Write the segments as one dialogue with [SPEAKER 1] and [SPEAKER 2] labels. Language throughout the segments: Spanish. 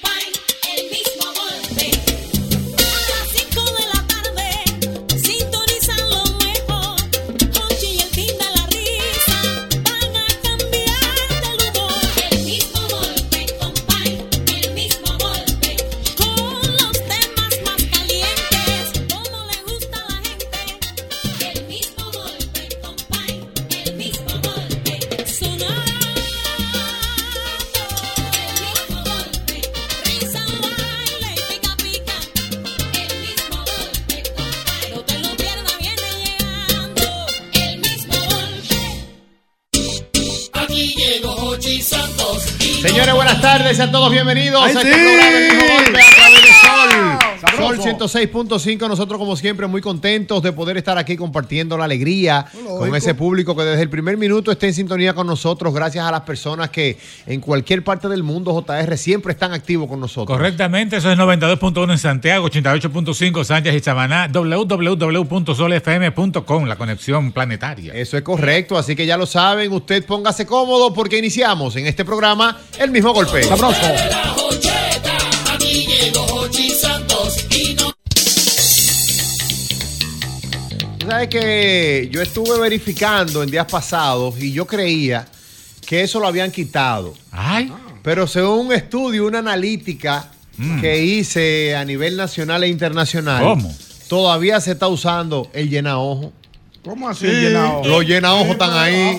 [SPEAKER 1] Pai, el mismo golpe. A las 5 de la tarde, sintonizan lo mejor. Hochi y el fin de la risa van a cambiar de humor. El mismo golpe con Pai, el mismo golpe. Con los temas más calientes, como le gusta a la gente. El mismo golpe con Pai, el mismo golpe. Sonar. El mismo golpe, risa, baile y pica pica. El mismo golpe, compadre, no te lo pierdas, viene llegando. El mismo golpe.
[SPEAKER 2] Aquí llegó Hochi Santos.
[SPEAKER 3] Señores, buenas tardes, sean todos bienvenidos
[SPEAKER 4] ¡Ay,
[SPEAKER 3] a
[SPEAKER 4] sí!
[SPEAKER 3] este programa El Mismo Golpe a través de
[SPEAKER 4] Sabroso.
[SPEAKER 3] Sol. Sol 106.5, nosotros como siempre muy contentos de poder estar aquí compartiendo la alegría con
[SPEAKER 4] lógico.
[SPEAKER 3] ese público que desde el primer minuto está en sintonía con nosotros, gracias a las personas que en cualquier parte del mundo JR siempre están activos con nosotros.
[SPEAKER 5] Correctamente, eso es 92.1 en Santiago, 88.5 Sánchez y Samaná, www.solfm.com, la conexión planetaria.
[SPEAKER 3] Eso es correcto, así que ya lo saben, usted póngase cómodo porque iniciamos en este programa El Mismo Golpe.
[SPEAKER 2] La Hocheta. Aquí llegó Hochi Santos. Y no.
[SPEAKER 3] Tú sabes que yo estuve verificando en días pasados y yo creía que eso lo habían quitado.
[SPEAKER 5] Ay,
[SPEAKER 3] Pero según un estudio, una analítica que hice a nivel nacional e internacional,
[SPEAKER 5] Mm. ¿Cómo?
[SPEAKER 3] todavía se está usando el llena ojo.
[SPEAKER 4] ¿Cómo así, llenado?
[SPEAKER 3] Los llena Ah, ojo están ahí.
[SPEAKER 6] Eh,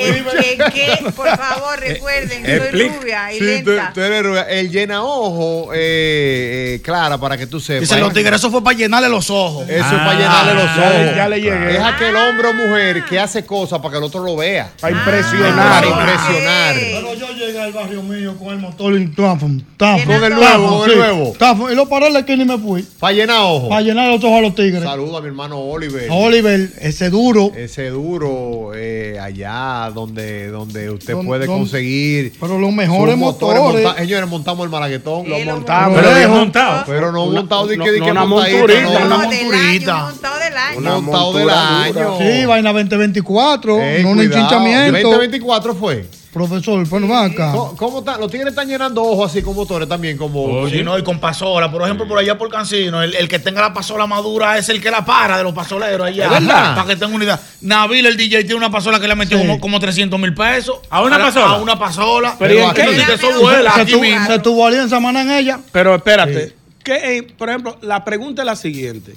[SPEAKER 6] eh, que, que, por favor,
[SPEAKER 4] Eh,
[SPEAKER 6] recuerden, soy rubia y
[SPEAKER 3] Sí, tú-
[SPEAKER 6] lenta.
[SPEAKER 3] tú eres rubia. el llena ojo, eh, eh, Clara, para que tú sepas.
[SPEAKER 4] Dicen los tigres, eso fue para llenarle los ojos.
[SPEAKER 3] Eso es
[SPEAKER 5] Ah,
[SPEAKER 3] para llenarle los
[SPEAKER 4] ya le-
[SPEAKER 3] ojos.
[SPEAKER 4] ya le llegué.
[SPEAKER 3] Es aquel
[SPEAKER 6] Ah.
[SPEAKER 3] hombre o mujer que hace cosas para que el otro lo vea. Para
[SPEAKER 4] Para impresionar.
[SPEAKER 3] impresionar.
[SPEAKER 6] Ok.
[SPEAKER 7] Pero yo llegué al barrio mío con el motor y tafum, tafum,
[SPEAKER 3] Con el
[SPEAKER 6] Llenando
[SPEAKER 3] nuevo,
[SPEAKER 6] ojo.
[SPEAKER 3] con el nuevo.
[SPEAKER 7] tafum, Y lo paré en la esquina y me fui.
[SPEAKER 3] Para llenar ojo.
[SPEAKER 7] Para llenar los ojos a los tigres.
[SPEAKER 3] Saludo a mi hermano Oliver.
[SPEAKER 7] A Oliver, ese duro.
[SPEAKER 3] Ese duro eh, allá donde, donde usted
[SPEAKER 7] Don-
[SPEAKER 3] puede
[SPEAKER 7] don-
[SPEAKER 3] conseguir.
[SPEAKER 7] Pero los
[SPEAKER 3] sus
[SPEAKER 7] mejores
[SPEAKER 3] motores
[SPEAKER 7] motores.
[SPEAKER 3] monta- Señores, montamos el malaguetón.
[SPEAKER 6] Sí, lo
[SPEAKER 7] montamos.
[SPEAKER 5] pero
[SPEAKER 3] Pero,
[SPEAKER 5] bien montado.
[SPEAKER 3] pero no
[SPEAKER 4] Una-
[SPEAKER 3] montado de
[SPEAKER 4] no-
[SPEAKER 3] que de
[SPEAKER 4] no,
[SPEAKER 3] que
[SPEAKER 4] una
[SPEAKER 3] montadita,
[SPEAKER 4] monturita,
[SPEAKER 3] no.
[SPEAKER 4] una
[SPEAKER 6] No, del año,
[SPEAKER 4] monturita.
[SPEAKER 6] montado del año.
[SPEAKER 4] Una
[SPEAKER 3] montado del
[SPEAKER 4] montura
[SPEAKER 3] año.
[SPEAKER 7] Sí, vaina 2024.
[SPEAKER 3] Ey,
[SPEAKER 7] no un
[SPEAKER 3] cuidado.
[SPEAKER 7] enchinchamiento.
[SPEAKER 3] 2024 fue.
[SPEAKER 7] Profesor, pues, pero va acá.
[SPEAKER 3] ¿Cómo, cómo está? Los tigres están llenando ojos así con motores también, como.
[SPEAKER 4] Si no, y con pasola. Por ejemplo, por allá por Cancino, el, el que tenga la pasola madura es el que la para de los pasoleros allá.
[SPEAKER 3] ¿Es verdad?
[SPEAKER 4] Para que tenga unidad. Nabil, el DJ, tiene una pasola que le metió como, como 300 mil pesos.
[SPEAKER 5] ¿A una
[SPEAKER 4] la-
[SPEAKER 5] pasola?
[SPEAKER 4] A ah, una pasola.
[SPEAKER 3] Pero ¿y en
[SPEAKER 4] Aquí
[SPEAKER 3] qué?
[SPEAKER 4] dice, Eso
[SPEAKER 6] Se-
[SPEAKER 4] vuela
[SPEAKER 6] se
[SPEAKER 4] aquí
[SPEAKER 6] tu-
[SPEAKER 4] mismo.
[SPEAKER 7] Se tuvo alguien en semana en ella.
[SPEAKER 8] Pero espérate, que, eh, por ejemplo, la pregunta es la siguiente.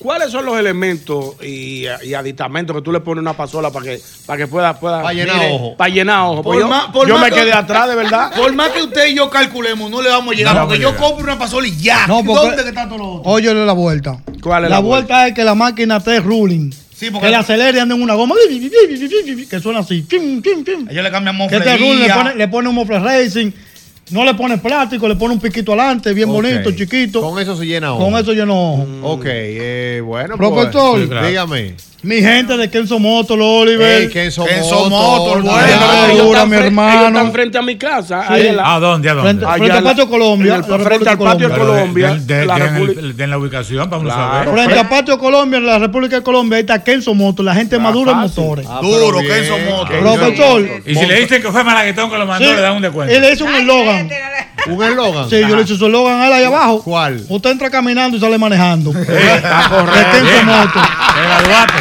[SPEAKER 8] ¿Cuáles son los elementos y, y aditamentos que tú le pones a una pasola para que, para que pueda, pueda
[SPEAKER 3] Pa' llenar ojo.
[SPEAKER 8] Para llenar ojo.
[SPEAKER 4] Por
[SPEAKER 8] Pues yo
[SPEAKER 4] más- por
[SPEAKER 8] yo
[SPEAKER 4] más
[SPEAKER 8] me
[SPEAKER 4] que-
[SPEAKER 8] quedé atrás, de verdad.
[SPEAKER 4] Por más que usted y yo calculemos, no le vamos a llegar.
[SPEAKER 5] No
[SPEAKER 4] porque yo
[SPEAKER 5] vamos a llegar.
[SPEAKER 4] compro una pasola y ya.
[SPEAKER 7] No, porque-
[SPEAKER 4] ¿Dónde que está todo lo otro?
[SPEAKER 7] Óyele la vuelta.
[SPEAKER 8] ¿Cuál es la
[SPEAKER 7] vuelta? es que la máquina esté ruling.
[SPEAKER 4] Sí, porque-
[SPEAKER 7] Que la acelere y anda en una goma. Que suena así. Chim, chim, chim.
[SPEAKER 4] Ellos le cambian
[SPEAKER 7] Que este ruling le
[SPEAKER 4] moflería.
[SPEAKER 7] pone, le pone un mofle racing. No le pone plástico, le pone un piquito adelante, bien
[SPEAKER 3] Ok.
[SPEAKER 7] bonito, chiquito.
[SPEAKER 3] Con eso se llena ojo.
[SPEAKER 7] Con eso yo no.
[SPEAKER 3] Ok, eh, bueno.
[SPEAKER 7] Profesor.
[SPEAKER 3] pues, dígame.
[SPEAKER 7] Mi gente de Kenzo Moto, los Oliver.
[SPEAKER 3] Ey, Kenzo
[SPEAKER 4] Kenzo
[SPEAKER 3] Motor,
[SPEAKER 4] Motor,
[SPEAKER 3] bueno.
[SPEAKER 4] bueno.
[SPEAKER 7] Ay,
[SPEAKER 8] Ellos
[SPEAKER 7] dura,
[SPEAKER 8] están
[SPEAKER 7] mi
[SPEAKER 8] fre-
[SPEAKER 7] hermano.
[SPEAKER 8] ellos están frente a mi casa. ahí en la-
[SPEAKER 5] ¿A dónde? ¿A dónde?
[SPEAKER 7] Frente,
[SPEAKER 8] Allá
[SPEAKER 7] frente al
[SPEAKER 8] la-
[SPEAKER 7] patio Colombia.
[SPEAKER 8] en el-
[SPEAKER 7] la República
[SPEAKER 8] frente al patio
[SPEAKER 7] Colombia.
[SPEAKER 5] Pero de-
[SPEAKER 8] Colombia,
[SPEAKER 5] de- de-
[SPEAKER 8] la
[SPEAKER 5] den el-
[SPEAKER 8] República-
[SPEAKER 5] den la ubicación, vamos
[SPEAKER 8] Claro.
[SPEAKER 5] a saber.
[SPEAKER 7] Frente al patio Colombia, en la República de Colombia, ahí está Kenzo Moto, la gente madura en motores.
[SPEAKER 3] Ah, pero
[SPEAKER 4] Duro,
[SPEAKER 3] bien,
[SPEAKER 4] Kenzo Motor.
[SPEAKER 3] Kenzo
[SPEAKER 7] Profesor.
[SPEAKER 3] Motor.
[SPEAKER 5] Y si le dicen que fue Malaguetón que lo mandó,
[SPEAKER 7] Sí.
[SPEAKER 5] le dan un descuento.
[SPEAKER 7] Él le hizo un
[SPEAKER 6] Ay,
[SPEAKER 7] eslogan.
[SPEAKER 6] vete, dale.
[SPEAKER 3] Un eslogan.
[SPEAKER 7] Sí, yo le hice su eslogan a él ahí abajo.
[SPEAKER 3] ¿Cuál?
[SPEAKER 7] Usted entra caminando y sale manejando. De
[SPEAKER 5] Está correcto.
[SPEAKER 7] Kenzo
[SPEAKER 5] Bien.
[SPEAKER 7] Moto.
[SPEAKER 5] Evaluate.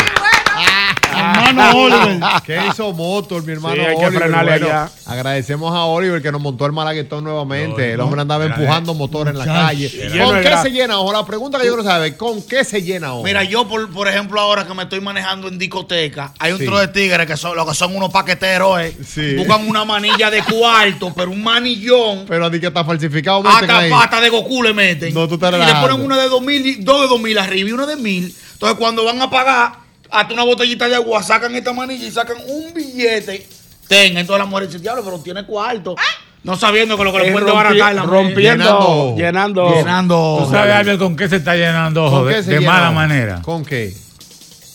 [SPEAKER 6] Bueno,
[SPEAKER 7] Hermano Oliver.
[SPEAKER 3] Ah. ¿Qué hizo Motor, mi hermano
[SPEAKER 8] Sí, hay que
[SPEAKER 3] Oliver?
[SPEAKER 8] frenarle allá.
[SPEAKER 3] agradecemos a Oliver que nos montó el malaguetón nuevamente. el
[SPEAKER 8] no,
[SPEAKER 3] hombre andaba
[SPEAKER 8] era
[SPEAKER 3] empujando motor en la
[SPEAKER 8] Muchacho.
[SPEAKER 3] calle.
[SPEAKER 8] Y lleno
[SPEAKER 3] ¿Con
[SPEAKER 8] de
[SPEAKER 3] qué
[SPEAKER 8] grasa.
[SPEAKER 3] se llena ahora? La pregunta que yo quiero saber, ¿con qué se llena ahora?
[SPEAKER 4] Mira, yo, por, por ejemplo, ahora que me estoy manejando en discoteca, hay un
[SPEAKER 3] Sí.
[SPEAKER 4] tro de tigres que son, lo que son unos paqueteros, eh.
[SPEAKER 3] Sí.
[SPEAKER 4] Buscan una manilla de cuarto, pero un manillón.
[SPEAKER 3] Pero a ti que está falsificado, meten
[SPEAKER 4] Hasta
[SPEAKER 3] ahí.
[SPEAKER 4] pata de Goku le meten.
[SPEAKER 3] No, tú estás
[SPEAKER 4] y le
[SPEAKER 3] relajando.
[SPEAKER 4] ponen una de dos mil, y- dos de dos mil arriba y una de mil. Entonces, cuando van a pagar, hasta una botellita de agua, sacan esta manilla y sacan un billete. Tenga, entonces la mujer dice, diablo, pero tiene cuarto. No sabiendo que lo que le
[SPEAKER 8] Es
[SPEAKER 4] pueden
[SPEAKER 8] rompi-
[SPEAKER 4] desbaratar la mujer.
[SPEAKER 8] rompiendo, llenando,
[SPEAKER 4] Llenando.
[SPEAKER 5] ¿Tú sabes, Albert, con qué se está llenando ojo?
[SPEAKER 3] ¿Con qué
[SPEAKER 5] De,
[SPEAKER 3] se
[SPEAKER 5] de
[SPEAKER 3] llena
[SPEAKER 5] mala
[SPEAKER 3] ahora?
[SPEAKER 5] manera.
[SPEAKER 3] ¿Con qué?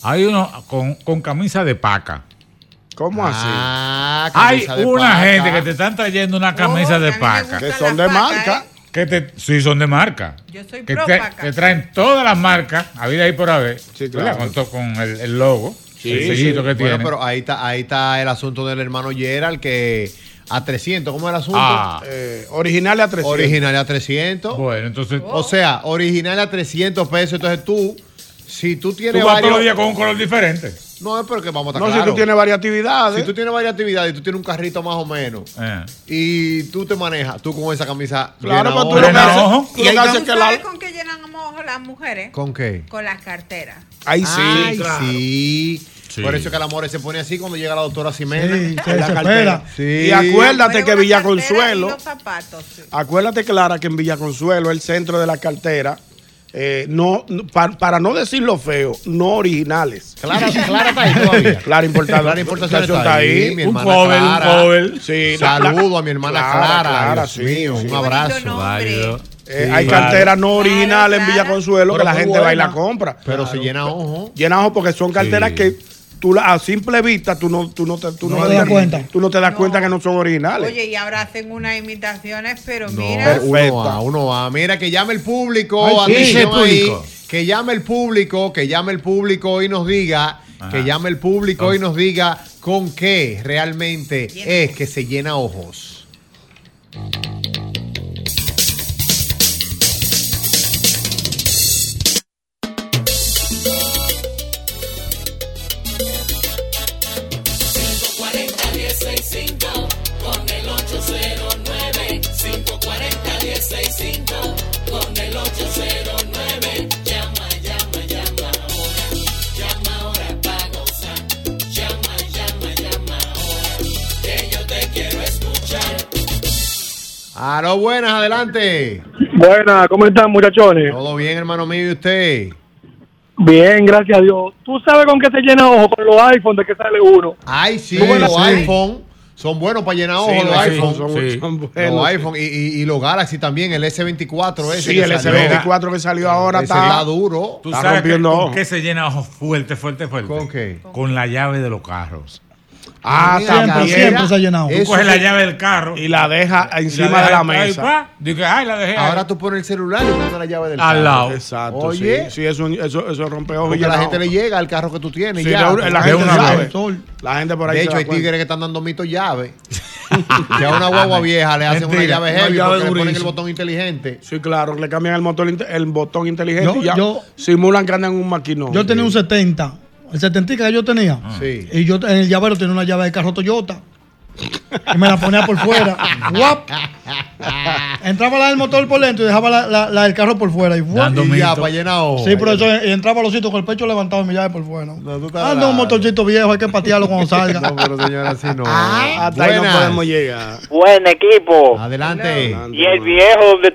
[SPEAKER 5] Hay uno con, con camisa de paca.
[SPEAKER 8] ¿Cómo así?
[SPEAKER 3] Ah,
[SPEAKER 5] Hay
[SPEAKER 3] camisa de
[SPEAKER 5] una
[SPEAKER 3] paca.
[SPEAKER 5] gente que te están trayendo una camisa de paca.
[SPEAKER 8] Que son de marca.
[SPEAKER 5] Que te, sí, son de marca.
[SPEAKER 9] Yo ¿eh? soy
[SPEAKER 5] Que
[SPEAKER 9] pro
[SPEAKER 5] te,
[SPEAKER 9] paca.
[SPEAKER 5] que traen todas las marcas, habida ahí por haber.
[SPEAKER 8] Sí, claro.
[SPEAKER 5] ¿verdad? Con, to- con el, el logo,
[SPEAKER 8] Sí,
[SPEAKER 5] el sellito
[SPEAKER 8] sí.
[SPEAKER 5] que
[SPEAKER 3] Bueno,
[SPEAKER 5] tiene.
[SPEAKER 3] pero ahí está, ahí está el asunto del hermano Gerald que a 300, ¿cómo es el asunto?
[SPEAKER 5] Ah,
[SPEAKER 8] Eh, originales a 300.
[SPEAKER 3] Original a 300.
[SPEAKER 5] bueno, entonces
[SPEAKER 3] O sea, original a 300 pesos. Entonces tú, si tú
[SPEAKER 5] tú
[SPEAKER 3] tienes
[SPEAKER 5] vas todos
[SPEAKER 3] varios...
[SPEAKER 5] los días con un color diferente.
[SPEAKER 3] No, es porque vamos a
[SPEAKER 8] No,
[SPEAKER 3] estar
[SPEAKER 8] si tú
[SPEAKER 3] claros.
[SPEAKER 8] tienes variatividades.
[SPEAKER 3] Pues Si tú tienes varias actividades y tú tienes un carrito más o menos
[SPEAKER 5] Eh.
[SPEAKER 3] y tú te manejas, tú con esa camisa... llena
[SPEAKER 8] Claro, pero tú
[SPEAKER 3] ahora.
[SPEAKER 8] lo que
[SPEAKER 5] Llena
[SPEAKER 8] haces-
[SPEAKER 5] ojo.
[SPEAKER 8] tú lo que haces es
[SPEAKER 9] ¿Tú
[SPEAKER 8] que
[SPEAKER 9] sabes
[SPEAKER 8] la.
[SPEAKER 9] con qué llenan a ojo las mujeres? Con,
[SPEAKER 3] ¿Con qué?
[SPEAKER 9] las carteras. Ah.
[SPEAKER 8] Ahí sí.
[SPEAKER 3] Ay,
[SPEAKER 8] claro.
[SPEAKER 3] sí.
[SPEAKER 5] Sí.
[SPEAKER 3] Por eso que el amor se pone así cuando llega la doctora Ximena.
[SPEAKER 7] Sí, se
[SPEAKER 3] En la cartera.
[SPEAKER 7] desespera.
[SPEAKER 3] Sí.
[SPEAKER 8] Y acuérdate
[SPEAKER 9] Pero
[SPEAKER 8] que
[SPEAKER 9] una
[SPEAKER 8] Villa
[SPEAKER 9] cartera y
[SPEAKER 8] Consuelo.
[SPEAKER 9] los zapatos. sí.
[SPEAKER 8] Acuérdate, Clara, que en Villa Consuelo, el centro de la cartera, eh, no, no- pa- para, no decir lo feo, no originales.
[SPEAKER 3] Clara, Clara está ahí todavía.
[SPEAKER 8] Clara Importación.
[SPEAKER 3] Clara Importación
[SPEAKER 8] Importación
[SPEAKER 3] está ahí. mi
[SPEAKER 5] Un
[SPEAKER 3] hermana
[SPEAKER 5] cover, un
[SPEAKER 3] Clara.
[SPEAKER 5] cover.
[SPEAKER 8] Sí, la- la-
[SPEAKER 3] Saludo a mi hermana
[SPEAKER 8] Clara,
[SPEAKER 3] Clara.
[SPEAKER 8] Clara,
[SPEAKER 3] Dios
[SPEAKER 8] sí,
[SPEAKER 3] mío,
[SPEAKER 8] sí.
[SPEAKER 3] un abrazo.
[SPEAKER 9] Bonito
[SPEAKER 5] Válido.
[SPEAKER 8] Eh,
[SPEAKER 5] Sí,
[SPEAKER 8] hay
[SPEAKER 5] claro.
[SPEAKER 8] carteras no originales en Villa
[SPEAKER 9] claro.
[SPEAKER 8] Consuelo que
[SPEAKER 3] Pero
[SPEAKER 8] la
[SPEAKER 3] muy
[SPEAKER 8] gente va y
[SPEAKER 3] buena.
[SPEAKER 8] la compra.
[SPEAKER 3] Pero se llena ojo.
[SPEAKER 8] Llena ojo porque son carteras
[SPEAKER 5] Sí.
[SPEAKER 8] que tú la- a simple vista tú no, tú no te, tú
[SPEAKER 7] No
[SPEAKER 8] no
[SPEAKER 7] te das cuenta.
[SPEAKER 8] Tú no te das
[SPEAKER 9] No.
[SPEAKER 8] cuenta que no son originales.
[SPEAKER 9] Oye, y ahora hacen unas imitaciones, pero
[SPEAKER 3] No,
[SPEAKER 9] mira.
[SPEAKER 3] uno va, uno va. Mira, que llame el público.
[SPEAKER 5] Ay, sí.
[SPEAKER 3] atención
[SPEAKER 5] Dice el
[SPEAKER 3] ahí.
[SPEAKER 5] público.
[SPEAKER 3] Que llame el público, que llame el público y nos diga,
[SPEAKER 5] Ajá.
[SPEAKER 3] que llame el público y nos diga con qué realmente
[SPEAKER 9] Llena.
[SPEAKER 3] es que se llena ojos. A lo buenas, adelante.
[SPEAKER 10] Buenas, ¿cómo están muchachones?
[SPEAKER 3] Todo bien, hermano mío, y usted.
[SPEAKER 10] Bien, gracias a Dios. ¿Tú sabes con qué se llena ojo? Con los iPhones de que sale uno.
[SPEAKER 3] Ay, sí,
[SPEAKER 8] Muy buena,
[SPEAKER 3] los
[SPEAKER 8] sí.
[SPEAKER 3] iPhone son buenos para llenar ojos
[SPEAKER 8] Sí,
[SPEAKER 3] los
[SPEAKER 8] sí,
[SPEAKER 3] iPhone.
[SPEAKER 8] son-
[SPEAKER 5] sí.
[SPEAKER 8] son buenos,
[SPEAKER 3] los
[SPEAKER 8] sí.
[SPEAKER 3] iPhone y, y- y los Galaxy también, el S24 ese.
[SPEAKER 8] Sí,
[SPEAKER 3] que
[SPEAKER 8] el
[SPEAKER 3] salió.
[SPEAKER 8] S24 que salió ahora
[SPEAKER 3] Ese está,
[SPEAKER 8] está.
[SPEAKER 3] duro.
[SPEAKER 5] ¿Tú
[SPEAKER 8] Está
[SPEAKER 5] sabes que-
[SPEAKER 8] rompiendo
[SPEAKER 5] con
[SPEAKER 8] ojo.
[SPEAKER 5] qué se llena ojo fuerte, fuerte, fuerte?
[SPEAKER 3] ¿Con qué?
[SPEAKER 5] Con la llave de los carros.
[SPEAKER 8] Ah,
[SPEAKER 3] Mira,
[SPEAKER 8] también.
[SPEAKER 3] mira,
[SPEAKER 7] siempre se ha llenado. Tú
[SPEAKER 3] eso
[SPEAKER 5] Coges la
[SPEAKER 3] sí.
[SPEAKER 5] llave del carro
[SPEAKER 8] Y la deja
[SPEAKER 5] y
[SPEAKER 8] encima de
[SPEAKER 5] dejas
[SPEAKER 8] la
[SPEAKER 5] ahí,
[SPEAKER 8] mesa.
[SPEAKER 5] pa. Digo, ay, la dejé ahí.
[SPEAKER 3] Ahora tú pones el celular y pones la llave del
[SPEAKER 5] al
[SPEAKER 3] carro.
[SPEAKER 5] lado.
[SPEAKER 8] Exacto.
[SPEAKER 3] Oye.
[SPEAKER 8] Sí, sí eso, eso, eso rompe ojos.
[SPEAKER 3] Porque la gente le llega al carro que tú tienes.
[SPEAKER 8] Sí,
[SPEAKER 3] ya.
[SPEAKER 8] la, la
[SPEAKER 3] De
[SPEAKER 8] gente
[SPEAKER 5] una
[SPEAKER 8] sabe.
[SPEAKER 5] vez.
[SPEAKER 8] La gente por ahí.
[SPEAKER 3] De
[SPEAKER 8] se
[SPEAKER 3] hecho,
[SPEAKER 8] da
[SPEAKER 3] hay
[SPEAKER 8] cuenta.
[SPEAKER 3] tigres que están dando mitos llave. que a una guagua vieja le hacen una
[SPEAKER 5] Mentira,
[SPEAKER 3] llave
[SPEAKER 8] una
[SPEAKER 3] heavy
[SPEAKER 8] llave
[SPEAKER 3] porque le ponen el
[SPEAKER 8] durísima.
[SPEAKER 3] botón inteligente.
[SPEAKER 8] Sí, claro, le cambian el, motor, inte- el botón inteligente
[SPEAKER 7] Yo-
[SPEAKER 8] y ya
[SPEAKER 7] yo-
[SPEAKER 8] simulan que andan en un maquinón.
[SPEAKER 7] Yo tenía un 70. El 70 que yo tenía.
[SPEAKER 3] Ah. Sí.
[SPEAKER 7] Y yo en el llavero tenía una llave de carro Toyota. Y me la ponía por fuera. Guap. Entraba la del motor por dentro y dejaba la, la- la del carro por fuera. Y guap.
[SPEAKER 5] Dando
[SPEAKER 3] Y ya,
[SPEAKER 5] mito.
[SPEAKER 3] para llenar ojos.
[SPEAKER 7] Sí, pero eso y entraba los sitios con el pecho levantado y mi llave por fuera.
[SPEAKER 3] No, tú estás
[SPEAKER 7] Anda
[SPEAKER 3] raro.
[SPEAKER 7] un motorcito viejo, hay que patearlo cuando salga.
[SPEAKER 3] No, pero señora, así no.
[SPEAKER 7] Ah,
[SPEAKER 8] Hasta ahí no
[SPEAKER 3] Buenas.
[SPEAKER 8] podemos llegar.
[SPEAKER 10] Buen equipo.
[SPEAKER 3] Adelante.
[SPEAKER 10] Y el viejo de...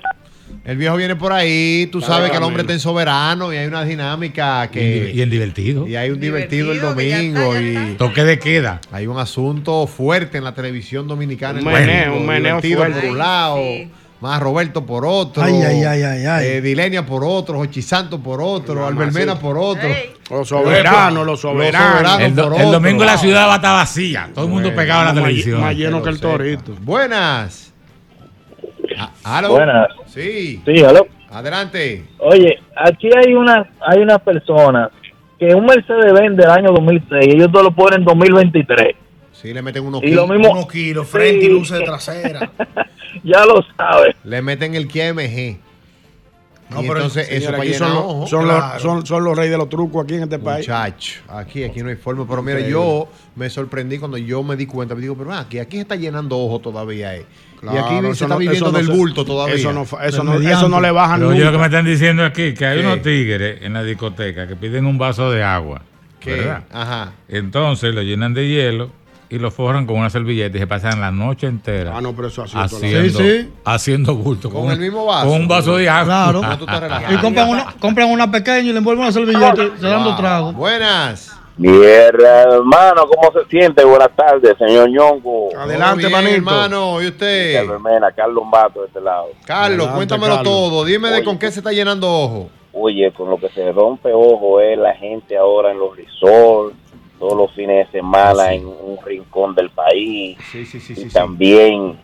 [SPEAKER 3] El viejo viene por ahí, tú
[SPEAKER 8] Claro,
[SPEAKER 3] sabes que el hombre está
[SPEAKER 8] amigo.
[SPEAKER 3] en soberano y hay una dinámica
[SPEAKER 5] Y en- y
[SPEAKER 3] que...
[SPEAKER 5] en divertido.
[SPEAKER 3] Y hay un divertido,
[SPEAKER 9] Divertido,
[SPEAKER 3] el
[SPEAKER 9] que ya está,
[SPEAKER 3] domingo
[SPEAKER 9] ya
[SPEAKER 3] y...
[SPEAKER 9] está.
[SPEAKER 5] Toque de queda.
[SPEAKER 3] Hay un asunto fuerte en la televisión dominicana.
[SPEAKER 8] Un
[SPEAKER 3] el
[SPEAKER 8] meneo,
[SPEAKER 3] domingo,
[SPEAKER 8] un meneo
[SPEAKER 3] divertido
[SPEAKER 8] fuerte.
[SPEAKER 3] por un lado,
[SPEAKER 9] Ay, sí.
[SPEAKER 3] más Roberto por otro.
[SPEAKER 7] Ay, ay, ay, ay, ay.
[SPEAKER 3] eh, Dilenia por otro, Jochi Santo por otro,
[SPEAKER 8] Mamá,
[SPEAKER 3] Albermena
[SPEAKER 8] sí.
[SPEAKER 3] por otro.
[SPEAKER 9] Ey.
[SPEAKER 8] Los soberanos, los
[SPEAKER 3] Los soberanos.
[SPEAKER 8] soberanos.
[SPEAKER 5] El, do-
[SPEAKER 3] por
[SPEAKER 5] el
[SPEAKER 3] otro.
[SPEAKER 5] domingo la ciudad va a estar vacía. Todo el mundo
[SPEAKER 8] Ah. Bueno,
[SPEAKER 5] pegado a la
[SPEAKER 8] más-
[SPEAKER 5] televisión.
[SPEAKER 8] más lleno que el
[SPEAKER 3] Pero sepa.
[SPEAKER 8] torito.
[SPEAKER 3] Buenas. A- aló.
[SPEAKER 10] Buenas.
[SPEAKER 3] Sí,
[SPEAKER 10] Sí, aló.
[SPEAKER 3] adelante.
[SPEAKER 10] Oye, aquí hay una hay una persona que un Mercedes-Benz del año 2006, ellos te lo ponen en 2023.
[SPEAKER 3] Sí, le meten unos
[SPEAKER 10] Y lo
[SPEAKER 3] kilos.
[SPEAKER 10] mismo-
[SPEAKER 4] Unos kilos, frente y
[SPEAKER 10] Sí.
[SPEAKER 4] luces de trasera.
[SPEAKER 10] Ya lo sabes.
[SPEAKER 3] Le meten el KMG. y entonces eso
[SPEAKER 8] señores,
[SPEAKER 3] para
[SPEAKER 8] aquí
[SPEAKER 3] llenar
[SPEAKER 8] son, los-
[SPEAKER 3] ojo,
[SPEAKER 8] son
[SPEAKER 3] claro.
[SPEAKER 8] los, son, son los reyes de los trucos aquí en este país.
[SPEAKER 3] Muchacho, aquí, aquí no hay forma. Pero mira,
[SPEAKER 8] Increíble.
[SPEAKER 3] yo me sorprendí cuando yo me di cuenta. Me digo, pero ah, aquí, aquí se está llenando ojo todavía. eh. y
[SPEAKER 8] Claro,
[SPEAKER 3] aquí se
[SPEAKER 8] eso
[SPEAKER 3] está
[SPEAKER 8] no-
[SPEAKER 3] viviendo
[SPEAKER 8] eso no
[SPEAKER 3] del
[SPEAKER 8] se-
[SPEAKER 3] bulto todavía.
[SPEAKER 8] eso no fa- eso no- eso no le bajan
[SPEAKER 5] Pero
[SPEAKER 8] nunca.
[SPEAKER 5] oye lo que me están diciendo aquí, que hay
[SPEAKER 3] ¿Qué?
[SPEAKER 5] unos tigres en la discoteca que piden un vaso de agua.
[SPEAKER 3] ¿Qué?
[SPEAKER 5] ¿verdad?
[SPEAKER 3] Ajá.
[SPEAKER 5] Entonces lo llenan de hielo y lo forran con una servilleta y se pasan la noche entera.
[SPEAKER 8] Ah, no, pero eso así es toda la vida.
[SPEAKER 5] haciendo,
[SPEAKER 8] Sí, sí.
[SPEAKER 5] haciendo bulto.
[SPEAKER 8] Con el mismo
[SPEAKER 7] vaso.
[SPEAKER 5] Con un vaso de agua.
[SPEAKER 7] Claro.
[SPEAKER 5] No,
[SPEAKER 7] Y compran una, compran una pequeña y le envuelven una servilleta y se dan dos tragos.
[SPEAKER 3] Buenas.
[SPEAKER 11] Mi hermano, ¿cómo se siente? Buenas tardes, señor Ñongo.
[SPEAKER 3] Adelante, Todo bien, manito. hermano, ¿y usted?
[SPEAKER 11] Carlos Hermena, Carlos Bato de este lado.
[SPEAKER 3] Carlos, cuéntamelo todo. Dime de con qué se está llenando ojo.
[SPEAKER 11] Oye, con lo que se rompe ojo es la gente ahora en los resorts, todos los fines de semana en un rincón del país. y también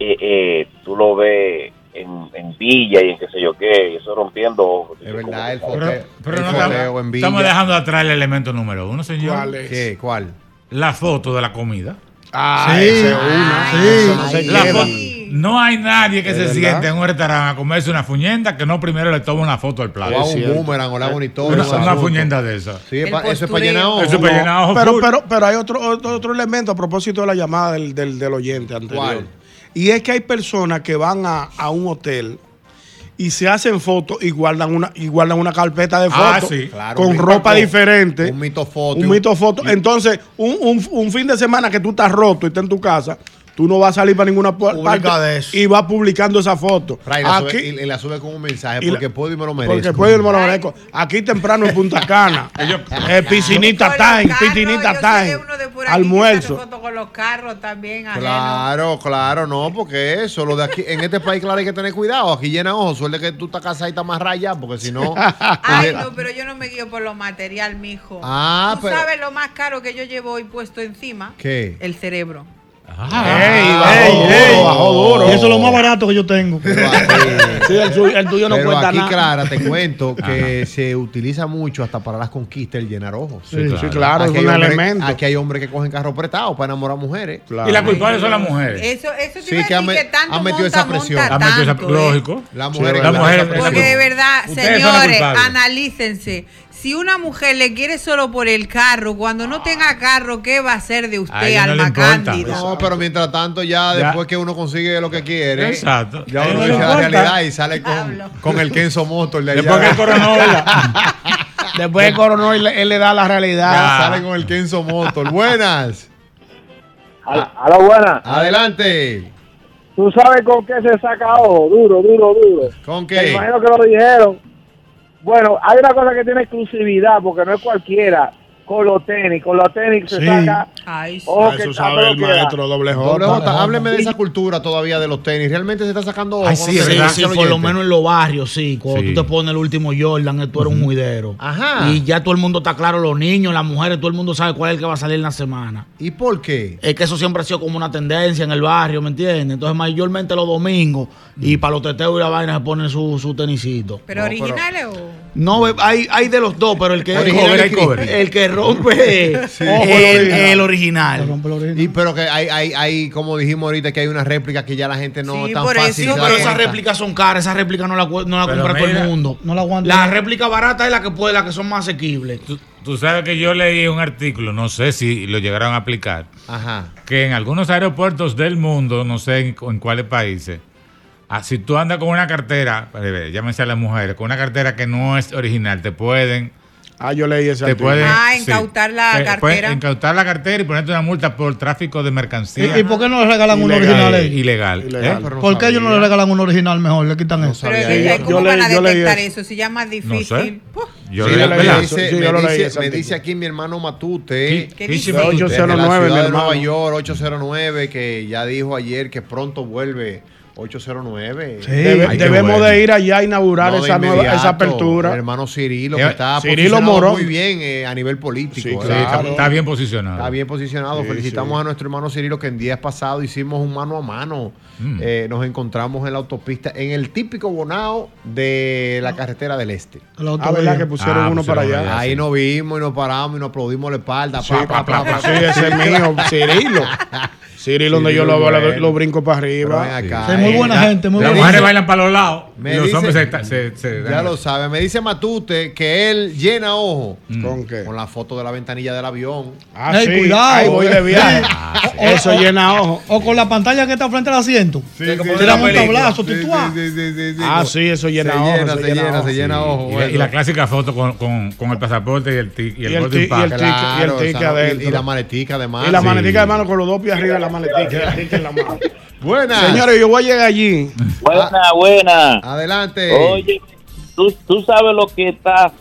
[SPEAKER 11] eh, eh, tú lo ves en, en Villa y en qué sé yo qué, y eso rompiendo ojo.
[SPEAKER 3] Es verdad, el foteo,
[SPEAKER 5] pero
[SPEAKER 3] el
[SPEAKER 5] no
[SPEAKER 3] foteo
[SPEAKER 5] estamos,
[SPEAKER 3] en
[SPEAKER 5] estamos
[SPEAKER 3] Villa.
[SPEAKER 5] dejando atrás el elemento número uno, señor.
[SPEAKER 3] ¿Cuál es? ¿Qué? ¿Cuál?
[SPEAKER 5] La foto de la comida.
[SPEAKER 8] Ah,
[SPEAKER 3] Sí. esa es una. Sí. Eso no se
[SPEAKER 5] La
[SPEAKER 3] lleva.
[SPEAKER 5] foto- no hay nadie que
[SPEAKER 3] Es
[SPEAKER 5] se
[SPEAKER 3] verdad.
[SPEAKER 5] siente en un restaurante a comerse una fuñenda que no primero le toma una foto al plato.
[SPEAKER 3] O a un boomerang, o le haga un hitorio,
[SPEAKER 5] Una,
[SPEAKER 3] un
[SPEAKER 5] una
[SPEAKER 3] asunto.
[SPEAKER 5] fuñenda de esas.
[SPEAKER 3] Sí, es El pa- eso es pa' llenar postureo. ojo.
[SPEAKER 5] Eso es para llenar ojo
[SPEAKER 8] Pero,
[SPEAKER 5] full.
[SPEAKER 8] pero, pero hay otro, otro, otro elemento a propósito de la llamada del, del, del oyente anterior.
[SPEAKER 3] ¿Cuál?
[SPEAKER 8] Y es que hay personas que van a, a un hotel y se hacen fotos y guardan una, y guardan una carpeta de
[SPEAKER 3] Ah,
[SPEAKER 8] fotos
[SPEAKER 3] sí, claro,
[SPEAKER 8] con
[SPEAKER 3] un
[SPEAKER 8] ropa
[SPEAKER 3] mito-
[SPEAKER 8] diferente.
[SPEAKER 3] Un mito foto.
[SPEAKER 8] Un mito foto. Entonces, un, un- un fin de semana que tú estás roto y estás en tu casa, tú no vas a salir para ninguna pu-
[SPEAKER 3] Publica de
[SPEAKER 8] parte y vas publicando esa foto.
[SPEAKER 3] Ray, la sube-
[SPEAKER 8] Aquí,
[SPEAKER 3] y, y la sube con un mensaje
[SPEAKER 8] Y la-
[SPEAKER 3] porque puedo y me lo merezco.
[SPEAKER 8] porque puedo irme a la Breco. Aquí temprano en Punta Cana. eh, piscinita time, piscinita time. Almuerzo.
[SPEAKER 9] Foto con los carros también. ajeno.
[SPEAKER 3] Claro, claro, no, porque eso, lo de aquí, en este país, claro, hay que tener cuidado. Aquí llena ojo, suerte que tú estás casada y estás más raya, porque si no. coge-
[SPEAKER 9] Ay, no, pero yo no me guío por lo material, mijo.
[SPEAKER 3] Ah,
[SPEAKER 9] Tú
[SPEAKER 3] pero-
[SPEAKER 9] sabes lo más caro que yo llevo hoy puesto encima.
[SPEAKER 3] ¿Qué? Ah.
[SPEAKER 9] El cerebro. Ah,
[SPEAKER 7] Ey, ey.
[SPEAKER 3] bajó duro.
[SPEAKER 7] Y eso es lo más barato que yo tengo.
[SPEAKER 8] Sí, el, suyo- el tuyo no
[SPEAKER 3] Pero
[SPEAKER 8] cuenta
[SPEAKER 3] aquí,
[SPEAKER 8] nada.
[SPEAKER 3] Clara, te cuento que se utiliza mucho hasta para las conquistas el llenar ojos.
[SPEAKER 8] Sí, Sí, claro. sí, claro, es
[SPEAKER 3] hay
[SPEAKER 8] un
[SPEAKER 3] hombres-
[SPEAKER 8] elemento.
[SPEAKER 3] Aquí hay hombres que cogen carro prestado para enamorar mujeres.
[SPEAKER 5] Y las culpables son las mujeres.
[SPEAKER 9] Eso,
[SPEAKER 3] Sí,
[SPEAKER 9] eso sí,
[SPEAKER 3] que
[SPEAKER 9] que,
[SPEAKER 3] ha me-
[SPEAKER 9] que tanto
[SPEAKER 3] ha metido esa
[SPEAKER 9] monta,
[SPEAKER 3] presión.
[SPEAKER 9] monta
[SPEAKER 3] Ha metido esa-
[SPEAKER 9] tanto, ¿eh?
[SPEAKER 5] Lógico.
[SPEAKER 3] Las mujeres-
[SPEAKER 5] las mujeres.
[SPEAKER 9] Porque de verdad,
[SPEAKER 5] Ustedes son las
[SPEAKER 9] señores,
[SPEAKER 5] culpables.
[SPEAKER 9] analícense. Si una mujer le quiere solo por el carro, cuando no tenga carro, ¿qué va a hacer de usted,
[SPEAKER 3] A ella
[SPEAKER 9] alma cándida?
[SPEAKER 3] No, pero mientras tanto, ya,
[SPEAKER 5] Ya.
[SPEAKER 3] después que uno consigue lo que quiere,
[SPEAKER 5] Exacto.
[SPEAKER 3] ya
[SPEAKER 5] A ella
[SPEAKER 3] uno
[SPEAKER 5] no
[SPEAKER 3] se
[SPEAKER 5] le
[SPEAKER 3] la
[SPEAKER 5] importa.
[SPEAKER 3] realidad y sale con, con el Kenzo Motor de allá.
[SPEAKER 8] Después que el coronel- Después el coronó, él, él le da la realidad.
[SPEAKER 3] Ya sale con el Kenzo Motor. Buenas.
[SPEAKER 10] A la buena.
[SPEAKER 3] Adelante.
[SPEAKER 10] ¿Tú sabes con qué se saca ojo? Duro, duro, duro.
[SPEAKER 3] ¿Con
[SPEAKER 10] Me
[SPEAKER 3] qué?
[SPEAKER 10] imagino que lo dijeron. Bueno, hay una cosa que tiene exclusividad, porque no es cualquiera. Con los tenis, con los tenis se
[SPEAKER 3] Sí.
[SPEAKER 10] saca. ojo
[SPEAKER 8] Ah,
[SPEAKER 10] que
[SPEAKER 8] Eso
[SPEAKER 10] está
[SPEAKER 8] sabe el
[SPEAKER 10] bloqueado.
[SPEAKER 8] maestro doble J.
[SPEAKER 3] Doble J, hábleme de esa cultura todavía de los tenis. Realmente se está sacando ojo.
[SPEAKER 4] Ay,
[SPEAKER 3] ¿No
[SPEAKER 4] sí,
[SPEAKER 3] se
[SPEAKER 4] sí,
[SPEAKER 3] saca
[SPEAKER 4] sí,
[SPEAKER 3] el
[SPEAKER 4] por lo
[SPEAKER 3] oyente?
[SPEAKER 4] menos en los barrios, sí. Cuando
[SPEAKER 3] Sí.
[SPEAKER 4] tú te pones el último Jordan, eh, tú eres un juidero.
[SPEAKER 3] Ajá.
[SPEAKER 4] Y ya todo el mundo está claro, los niños, las mujeres, todo el mundo sabe cuál es el que va a salir en la semana.
[SPEAKER 3] ¿Y por qué?
[SPEAKER 4] Es que eso siempre ha sido como una tendencia en el barrio, ¿me entiendes? Entonces, mayormente los domingos y para los teteos y la vaina se ponen su, su tenisito.
[SPEAKER 9] ¿Pero originales o...?
[SPEAKER 4] No, be- hay, hay de los dos, pero el que,
[SPEAKER 3] Original y crispy.
[SPEAKER 4] el que rompe
[SPEAKER 3] Sí.
[SPEAKER 4] el, el original.
[SPEAKER 3] Y pero que hay, hay, hay, como dijimos ahorita, que hay una réplica que ya la gente no
[SPEAKER 4] Sí,
[SPEAKER 3] tan
[SPEAKER 4] por
[SPEAKER 3] fácil.
[SPEAKER 4] eso,
[SPEAKER 3] se da
[SPEAKER 4] pero
[SPEAKER 3] cuenta.
[SPEAKER 4] esas réplicas son caras, esas réplicas no la, cu- no la
[SPEAKER 5] Pero
[SPEAKER 4] compra todo
[SPEAKER 5] mira,
[SPEAKER 4] el mundo. No la aguanta. La réplica barata es la que puede, la que son más asequibles.
[SPEAKER 5] Tú sabes que yo leí un artículo, no sé si lo llegaron a aplicar,
[SPEAKER 3] Ajá.
[SPEAKER 5] que en algunos aeropuertos del mundo, no sé en, cu- en cuáles países, ah, si tú andas con una cartera, eh, llámese a las mujeres, con una cartera que no es original, te pueden...
[SPEAKER 8] Ah, yo leí ese
[SPEAKER 5] te
[SPEAKER 8] artículo.
[SPEAKER 5] pueden,
[SPEAKER 9] Ah, incautar la
[SPEAKER 5] Te
[SPEAKER 9] cartera.
[SPEAKER 5] pueden incautar la cartera y ponerte una multa por tráfico de mercancías.
[SPEAKER 7] ¿Y- y por qué no le regalan uno original a ellos?
[SPEAKER 5] Ilegal.
[SPEAKER 7] ¿Eh? ¿Por qué ellos no le regalan un original mejor? Le quitan este. eso.
[SPEAKER 9] Pero es que ya, ¿cómo van a detectar eso? Si ya es más difícil. Puh.
[SPEAKER 5] Yo
[SPEAKER 3] Sí,
[SPEAKER 5] leí-
[SPEAKER 3] me
[SPEAKER 5] ¿verdad?
[SPEAKER 3] dice,
[SPEAKER 5] Sí,
[SPEAKER 3] me
[SPEAKER 5] yo lo leí
[SPEAKER 3] dice-
[SPEAKER 5] ese
[SPEAKER 3] me
[SPEAKER 5] artículo.
[SPEAKER 3] dice aquí mi hermano Matute,
[SPEAKER 5] ¿Qué- qué dice
[SPEAKER 3] desde
[SPEAKER 5] Matute?
[SPEAKER 3] la
[SPEAKER 5] 809,
[SPEAKER 3] ciudad
[SPEAKER 5] mi
[SPEAKER 3] de Nueva
[SPEAKER 5] hermano.
[SPEAKER 3] York, 809, que ya dijo ayer que pronto vuelve 809.
[SPEAKER 8] Debe-
[SPEAKER 3] Ay, qué
[SPEAKER 8] debemos
[SPEAKER 3] bueno.
[SPEAKER 8] de ir allá a inaugurar
[SPEAKER 3] No, de
[SPEAKER 8] esa, nueva,
[SPEAKER 3] inmediato,
[SPEAKER 8] esa apertura.
[SPEAKER 3] mi hermano Cirilo,
[SPEAKER 8] Eh,
[SPEAKER 3] que está
[SPEAKER 8] Cirilo
[SPEAKER 3] posicionado
[SPEAKER 8] Morón.
[SPEAKER 3] muy bien eh, a nivel político.
[SPEAKER 5] Sí,
[SPEAKER 3] eh.
[SPEAKER 5] está, está bien posicionado.
[SPEAKER 3] Está bien posicionado.
[SPEAKER 5] Sí,
[SPEAKER 3] Felicitamos
[SPEAKER 5] sí.
[SPEAKER 3] a nuestro hermano Cirilo que en días pasados hicimos un mano a mano.
[SPEAKER 5] Mm.
[SPEAKER 3] Eh, nos encontramos en la autopista, en el típico bonao de la carretera del este.
[SPEAKER 7] La
[SPEAKER 8] Ah, ¿verdad? Que pusieron
[SPEAKER 3] Ah,
[SPEAKER 8] uno
[SPEAKER 3] pusieron
[SPEAKER 8] para allá.
[SPEAKER 3] Ahí nos vimos y nos paramos y nos aplaudimos la espalda.
[SPEAKER 8] Sí, pa, pa, pa, sí, ese es mío, Cirilo. Cirilo, donde yo lo,
[SPEAKER 3] Cirilo,
[SPEAKER 8] lo-
[SPEAKER 3] bueno.
[SPEAKER 8] lo brinco para arriba.
[SPEAKER 3] acá, eh,
[SPEAKER 7] Sí, muy buena gente, muy
[SPEAKER 5] Las
[SPEAKER 7] buena
[SPEAKER 5] mujeres
[SPEAKER 7] gente.
[SPEAKER 5] bailan para los lados.
[SPEAKER 3] Me
[SPEAKER 5] y los
[SPEAKER 3] dice-
[SPEAKER 5] hombres se, ta- se- se dan-
[SPEAKER 3] Ya lo sabe. Me dice Matute que él llena ojo.
[SPEAKER 8] ¿Con qué?
[SPEAKER 3] Con la foto de la ventanilla del avión.
[SPEAKER 8] Ah, Ey, sí. cuidado. Ahí voy de viaje.
[SPEAKER 7] Ah,
[SPEAKER 8] Eso llena ojo.
[SPEAKER 7] O con la pantalla que está frente al asiento.
[SPEAKER 3] sí,
[SPEAKER 7] Tiramos
[SPEAKER 3] sí,
[SPEAKER 7] un
[SPEAKER 3] película.
[SPEAKER 7] tablazo,
[SPEAKER 3] Sí,
[SPEAKER 7] tituá.
[SPEAKER 8] Ah, sí, eso llena
[SPEAKER 3] Se
[SPEAKER 8] ojo.
[SPEAKER 3] llena,
[SPEAKER 8] eso
[SPEAKER 3] se llena, se llena ojo,
[SPEAKER 5] Y, la,
[SPEAKER 3] bueno.
[SPEAKER 5] y la clásica foto con, con- con el pasaporte y el, tic- y el, boarding
[SPEAKER 3] tic-
[SPEAKER 5] pass.
[SPEAKER 3] y el tic- y el Claro, tic o sea, adentro. y- y la
[SPEAKER 5] maletica además.
[SPEAKER 8] Y la manetica de mano con los dos pies arriba, la manetica. el tic en la mano.
[SPEAKER 3] Buenas.
[SPEAKER 8] Señores, yo voy a llegar allí.
[SPEAKER 3] Ah.
[SPEAKER 12] Buena, buena.
[SPEAKER 3] Adelante.
[SPEAKER 12] Oye, tú, tú sabes lo que está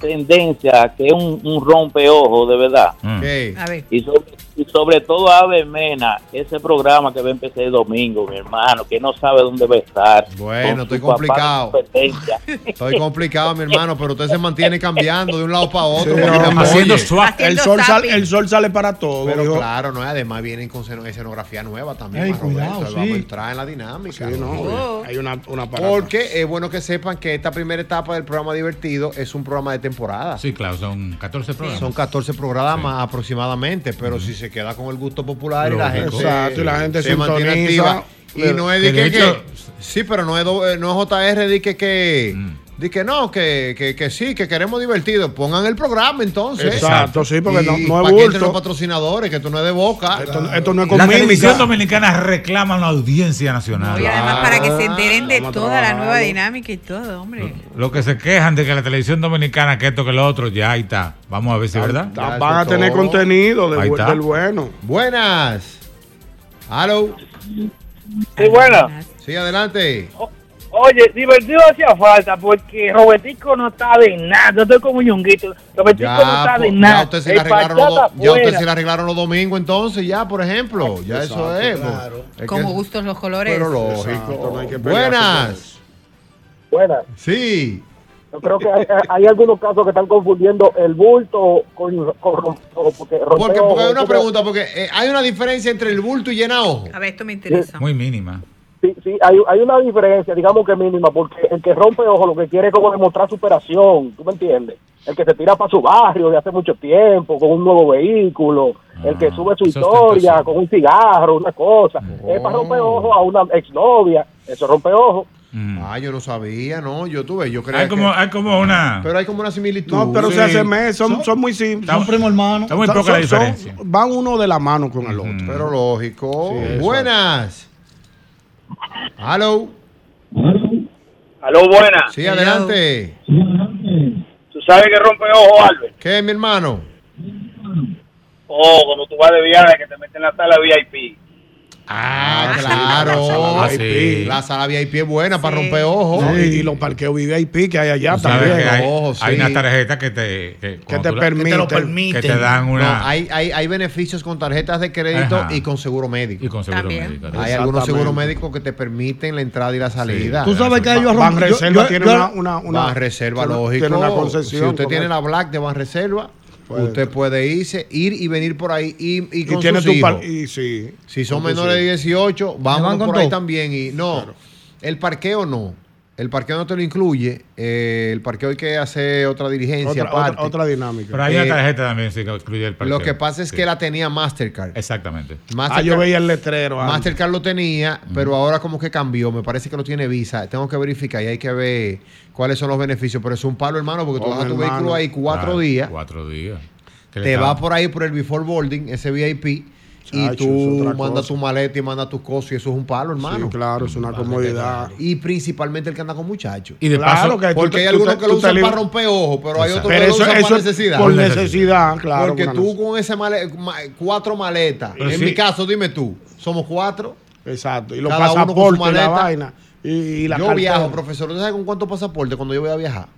[SPEAKER 12] tendencia, que es un, un rompeojo de verdad.
[SPEAKER 3] A
[SPEAKER 9] ver.
[SPEAKER 12] Y sobre, y sobre todo a Ave Mena, ese programa que va a empezar el domingo, mi hermano, que no sabe dónde va a estar.
[SPEAKER 3] Bueno,
[SPEAKER 12] Con
[SPEAKER 3] estoy
[SPEAKER 12] su papá de
[SPEAKER 3] complicado.
[SPEAKER 12] competencia.
[SPEAKER 3] Estoy complicado, mi hermano, pero usted se mantiene cambiando de un lado para otro.
[SPEAKER 8] Sí,
[SPEAKER 3] para que
[SPEAKER 8] no,
[SPEAKER 3] le
[SPEAKER 8] haciendo
[SPEAKER 3] apoye.
[SPEAKER 8] swap. Haciendo El sol sal- zapping. el sol sale para todo.
[SPEAKER 3] Pero
[SPEAKER 8] hijo.
[SPEAKER 3] claro, no, además vienen con esceno- escenografía nueva también.
[SPEAKER 8] Ey,
[SPEAKER 3] más Roberto,
[SPEAKER 8] cuidado,
[SPEAKER 3] Vamos
[SPEAKER 8] sí.
[SPEAKER 3] a entrar en la dinámica.
[SPEAKER 8] Sí, no,
[SPEAKER 3] Oh.
[SPEAKER 8] Hay una, una parada.
[SPEAKER 3] Porque es bueno que sepan que esta primera etapa del programa divertido es un programa de temporada.
[SPEAKER 5] Sí, claro, son 14 programas.
[SPEAKER 3] Son 14 programas aproximadamente, pero si se queda con el gusto popular y la
[SPEAKER 5] Lógico.
[SPEAKER 3] gente,
[SPEAKER 5] Exacto, y la gente
[SPEAKER 3] se mantiene
[SPEAKER 5] sintoniza.
[SPEAKER 3] activa. Y no es
[SPEAKER 5] Que
[SPEAKER 3] de
[SPEAKER 5] de
[SPEAKER 3] que,
[SPEAKER 5] hecho-
[SPEAKER 3] que- sí, pero no es, do- eh, no es JR de que, que,
[SPEAKER 8] Mm.
[SPEAKER 3] de que no, que, que, que sí, que queremos divertido. Pongan el programa entonces.
[SPEAKER 8] Exacto, sí, porque no- no es
[SPEAKER 3] pa' que entren
[SPEAKER 8] bulto.
[SPEAKER 3] los patrocinadores, que tú no es de boca. Esto,
[SPEAKER 8] no es
[SPEAKER 5] La televisión dominicana reclama una audiencia nacional.
[SPEAKER 9] Y además para que se
[SPEAKER 3] Ah,
[SPEAKER 9] enteren de
[SPEAKER 5] vamos a
[SPEAKER 9] toda la
[SPEAKER 5] trabajar
[SPEAKER 9] nueva
[SPEAKER 5] algo.
[SPEAKER 9] dinámica y todo, hombre.
[SPEAKER 5] Los que se quejan de que la televisión dominicana, que esto, que lo otro, ya ahí está. Vamos a ver si es verdad.
[SPEAKER 8] Ah, Van a tener contenido de
[SPEAKER 5] Ahí
[SPEAKER 8] bu-
[SPEAKER 5] está.
[SPEAKER 8] del bueno.
[SPEAKER 3] Buenas. Hello.
[SPEAKER 10] Sí, buena.
[SPEAKER 3] Sí, adelante.
[SPEAKER 10] Oye, divertido hacía falta porque Robertico no está de nada. Yo estoy como un yunguito. Robertico
[SPEAKER 3] Ya,
[SPEAKER 10] no está de
[SPEAKER 3] po-
[SPEAKER 10] nada.
[SPEAKER 3] ya usted se
[SPEAKER 10] El
[SPEAKER 3] le arreglaron los,
[SPEAKER 10] pachata
[SPEAKER 3] do- ya usted
[SPEAKER 10] fuera.
[SPEAKER 3] se le arreglaron los domingos entonces, ya, por ejemplo. Ya eso
[SPEAKER 9] Exacto,
[SPEAKER 3] es. po.
[SPEAKER 9] claro.
[SPEAKER 3] Es que
[SPEAKER 9] Como
[SPEAKER 3] es-
[SPEAKER 9] gustos los colores.
[SPEAKER 3] Pero lógico.
[SPEAKER 8] Exacto, no hay que pelearse
[SPEAKER 3] Buenas.
[SPEAKER 10] Buenas.
[SPEAKER 3] Sí.
[SPEAKER 10] Yo creo que hay, hay algunos casos que están confundiendo el bulto con, con rompeo, porque rompeo-
[SPEAKER 3] Porque, porque hay una pregunta, porque eh, hay una diferencia entre el bulto y llena ojo.
[SPEAKER 9] A ver, esto me
[SPEAKER 10] interesa.
[SPEAKER 5] Muy mínima.
[SPEAKER 10] Sí, sí, hay, hay una diferencia, digamos que mínima, porque el que rompe ojo lo que quiere es como demostrar superación, ¿tú me entiendes? El que se tira para su barrio de hace mucho tiempo con un nuevo vehículo, el
[SPEAKER 3] Ah,
[SPEAKER 10] que sube su historia con un cigarro, una cosa, es para romper
[SPEAKER 3] Oh.
[SPEAKER 10] ojo a una exnovia, eso rompe ojo.
[SPEAKER 3] Ah, yo no sabía, no, yo tuve, yo creía
[SPEAKER 5] Hay como,
[SPEAKER 3] que-
[SPEAKER 5] hay como una.
[SPEAKER 3] Pero hay como una similitud.
[SPEAKER 8] No, pero
[SPEAKER 3] Sí.
[SPEAKER 8] se hacen, son, son muy simples.
[SPEAKER 3] Son primo hermano.
[SPEAKER 8] Son-
[SPEAKER 3] muy poca
[SPEAKER 8] son-
[SPEAKER 3] la
[SPEAKER 8] son-
[SPEAKER 3] diferencia.
[SPEAKER 8] van uno de la mano con el otro.
[SPEAKER 3] Pero lógico.
[SPEAKER 8] Sí, eso.
[SPEAKER 3] buenas. Hello.
[SPEAKER 13] Aló, buenas.
[SPEAKER 3] Sí, adelante.
[SPEAKER 13] Tú sabes que rompe ojo, Albert.
[SPEAKER 3] ¿Qué, mi hermano?
[SPEAKER 13] Oh, cuando tú vas de viaje, que te meten en la sala VIP.
[SPEAKER 3] Ah, claro.
[SPEAKER 8] ah, La sala VIP.
[SPEAKER 3] La sala VIP es buena para romper ojos.
[SPEAKER 8] No, y, y los parqueos VIP que hay allá
[SPEAKER 5] Tú sabes
[SPEAKER 8] también.
[SPEAKER 5] que hay,
[SPEAKER 8] Ojo, sí.
[SPEAKER 5] hay unas tarjetas que te, que, cuando
[SPEAKER 8] te
[SPEAKER 5] tú la-
[SPEAKER 8] permiten.
[SPEAKER 5] que te, dan una.
[SPEAKER 3] No, hay, hay, hay beneficios con tarjetas de crédito
[SPEAKER 5] Ajá.
[SPEAKER 3] y con seguro médico.
[SPEAKER 5] Y con seguro También. médico.
[SPEAKER 3] Hay algunos
[SPEAKER 8] Exactamente.
[SPEAKER 3] seguros médicos que te permiten la entrada y la salida.
[SPEAKER 7] Tú sabes que ellos
[SPEAKER 8] Ban
[SPEAKER 7] rompen-
[SPEAKER 8] Reserva
[SPEAKER 7] yo-
[SPEAKER 8] tiene
[SPEAKER 7] yo-
[SPEAKER 8] una- una- una-
[SPEAKER 3] Reserva,
[SPEAKER 8] tiene-
[SPEAKER 3] lógico.
[SPEAKER 8] tiene una concesión,
[SPEAKER 3] Si usted tiene
[SPEAKER 8] correcto.
[SPEAKER 3] la Black de Banreserva,
[SPEAKER 8] Puede
[SPEAKER 3] usted puede irse, ir y venir por ahí y, y
[SPEAKER 8] Y
[SPEAKER 3] con
[SPEAKER 8] tiene
[SPEAKER 3] sus
[SPEAKER 8] tu par-
[SPEAKER 3] hijos.
[SPEAKER 8] y sí.
[SPEAKER 3] Si son
[SPEAKER 8] Con tus
[SPEAKER 3] menores de
[SPEAKER 8] hijos.
[SPEAKER 3] 18, vamos
[SPEAKER 8] van con
[SPEAKER 3] por ahí
[SPEAKER 8] todo?
[SPEAKER 3] también. Y no, el parqueo no. El parqueo no te lo incluye. eh, el parqueo hay que hacer otra dirigencia
[SPEAKER 8] Otra, otra-
[SPEAKER 3] aparte.
[SPEAKER 8] otra dinámica.
[SPEAKER 5] Pero hay una
[SPEAKER 3] Eh,
[SPEAKER 5] tarjeta también sí, que incluye el
[SPEAKER 3] Lo
[SPEAKER 5] parqueo.
[SPEAKER 3] que pasa es
[SPEAKER 5] Sí.
[SPEAKER 3] que la tenía Mastercard.
[SPEAKER 5] Exactamente.
[SPEAKER 8] Ah, yo veía el letrero. antes.
[SPEAKER 3] Mastercard lo tenía, pero ahora como que cambió. Me parece que lo tiene Visa. Tengo que verificar y hay que ver cuáles son los beneficios. Pero es un palo, hermano, porque
[SPEAKER 8] Oh,
[SPEAKER 3] tú
[SPEAKER 5] Con
[SPEAKER 3] dejas tu
[SPEAKER 5] hermano.
[SPEAKER 3] vehículo ahí cuatro
[SPEAKER 5] Claro,
[SPEAKER 3] días.
[SPEAKER 5] Cuatro días. Que le
[SPEAKER 3] Te
[SPEAKER 5] estaba-
[SPEAKER 3] vas por ahí por el before boarding, ese VIP.
[SPEAKER 8] Chacho,
[SPEAKER 3] y
[SPEAKER 8] es
[SPEAKER 3] tú
[SPEAKER 8] otra
[SPEAKER 3] mandas
[SPEAKER 8] cosa.
[SPEAKER 3] tu maleta y mandas tus cosas y eso es un palo, hermano.
[SPEAKER 8] Sí, claro, es una comodidad.
[SPEAKER 3] Y principalmente el que anda con muchachos.
[SPEAKER 8] Y de Claro paso- que tú
[SPEAKER 3] porque hay
[SPEAKER 8] te- tú
[SPEAKER 3] algunos
[SPEAKER 8] te-
[SPEAKER 3] que lo
[SPEAKER 8] tú te
[SPEAKER 3] usan
[SPEAKER 8] libra-
[SPEAKER 3] para romper ojos, pero hay
[SPEAKER 8] Exacto.
[SPEAKER 3] otros que
[SPEAKER 8] Pero
[SPEAKER 3] lo
[SPEAKER 8] eso-
[SPEAKER 3] usan
[SPEAKER 8] eso
[SPEAKER 3] para
[SPEAKER 8] es
[SPEAKER 3] necesidad.
[SPEAKER 8] por necesidad, claro,
[SPEAKER 3] Porque
[SPEAKER 8] por la
[SPEAKER 3] tú con ese male- ma- cuatro maletas,
[SPEAKER 8] Pero
[SPEAKER 3] en
[SPEAKER 8] sí.
[SPEAKER 3] mi caso, dime tú, somos cuatro.
[SPEAKER 8] Exacto. Y los
[SPEAKER 3] Cada uno con su
[SPEAKER 8] pasaportes,
[SPEAKER 3] maleta.
[SPEAKER 8] la vaina. Y, y la
[SPEAKER 3] yo
[SPEAKER 8] cartera.
[SPEAKER 3] viajo, profesor. ¿Usted sabe con cuántos pasaportes cuando yo voy a viajar?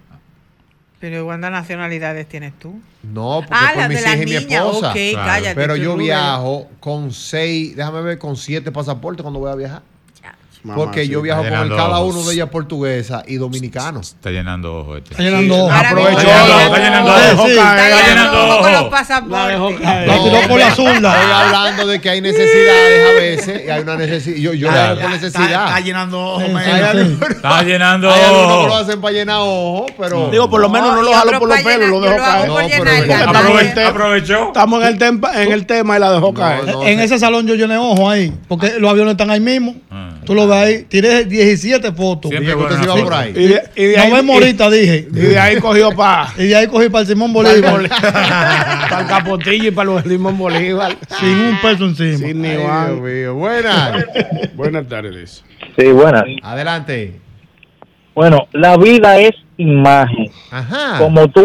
[SPEAKER 9] Pero ¿cuántas nacionalidades tienes tú?
[SPEAKER 3] No, porque
[SPEAKER 9] Ah,
[SPEAKER 3] es por
[SPEAKER 9] la de
[SPEAKER 3] mis
[SPEAKER 9] las
[SPEAKER 3] hijas y mi
[SPEAKER 9] niñas,
[SPEAKER 3] esposa.
[SPEAKER 9] ok, Claro. cállate,
[SPEAKER 3] Pero
[SPEAKER 9] tú,
[SPEAKER 3] yo
[SPEAKER 9] Rubén.
[SPEAKER 3] viajo con seis, déjame ver, con siete pasaportes cuando voy a viajar.
[SPEAKER 5] Mamá,
[SPEAKER 3] Porque
[SPEAKER 5] sí,
[SPEAKER 3] yo viajo con
[SPEAKER 5] está
[SPEAKER 3] el-
[SPEAKER 5] llenando
[SPEAKER 3] cada
[SPEAKER 5] ojos.
[SPEAKER 3] uno de ellas portuguesa y dominicano.
[SPEAKER 5] Está llenando ojo este.
[SPEAKER 3] Está llenando ojo.
[SPEAKER 5] Aprovecho.
[SPEAKER 3] Está llenando-
[SPEAKER 5] Está llenando
[SPEAKER 3] Sí,
[SPEAKER 5] ojo.
[SPEAKER 3] sí.
[SPEAKER 5] Está llenando
[SPEAKER 9] Con los
[SPEAKER 5] ojo.
[SPEAKER 9] pasaportes.
[SPEAKER 3] No, Estoy hablando de que hay necesidades a veces. Y hay una necesidad. Yo, yo
[SPEAKER 5] Claro.
[SPEAKER 3] viajo por necesidad.
[SPEAKER 14] Está llenando ojos, man.
[SPEAKER 3] Hay algunos-
[SPEAKER 5] Está llenando
[SPEAKER 3] hay algunos que lo
[SPEAKER 5] ojo.
[SPEAKER 3] hacen para llenar ojos, pero.
[SPEAKER 8] Digo, por lo menos no lo jalo por los pelos, lo dejo caer.
[SPEAKER 5] Aprovechó.
[SPEAKER 8] Estamos en el, tempa- en el tema y la dejó caer.
[SPEAKER 7] en ese salón yo llené ojo ahí, porque los aviones están ahí mismo. Tú lo ves ahí, tiré 17 fotos.
[SPEAKER 8] Siempre
[SPEAKER 7] Dije,
[SPEAKER 8] bueno
[SPEAKER 7] "Usted se
[SPEAKER 8] una
[SPEAKER 7] iba
[SPEAKER 8] foto".
[SPEAKER 7] por
[SPEAKER 8] Y de- y de ahí-
[SPEAKER 7] Nos vemos ahorita,
[SPEAKER 8] y-
[SPEAKER 7] dije.
[SPEAKER 8] y de ahí cogió para.
[SPEAKER 7] Y de ahí cogió para el Simón Bolívar.
[SPEAKER 8] para el Capotillo y para los Limón Bolívar.
[SPEAKER 7] Sin un peso encima.
[SPEAKER 8] Sin ni
[SPEAKER 7] Ay,
[SPEAKER 8] van.
[SPEAKER 3] Buenas.
[SPEAKER 8] Buenas tardes.
[SPEAKER 10] Sí, buenas.
[SPEAKER 3] Adelante.
[SPEAKER 10] Bueno, la vida es imagen.
[SPEAKER 3] Ajá.
[SPEAKER 10] Como tú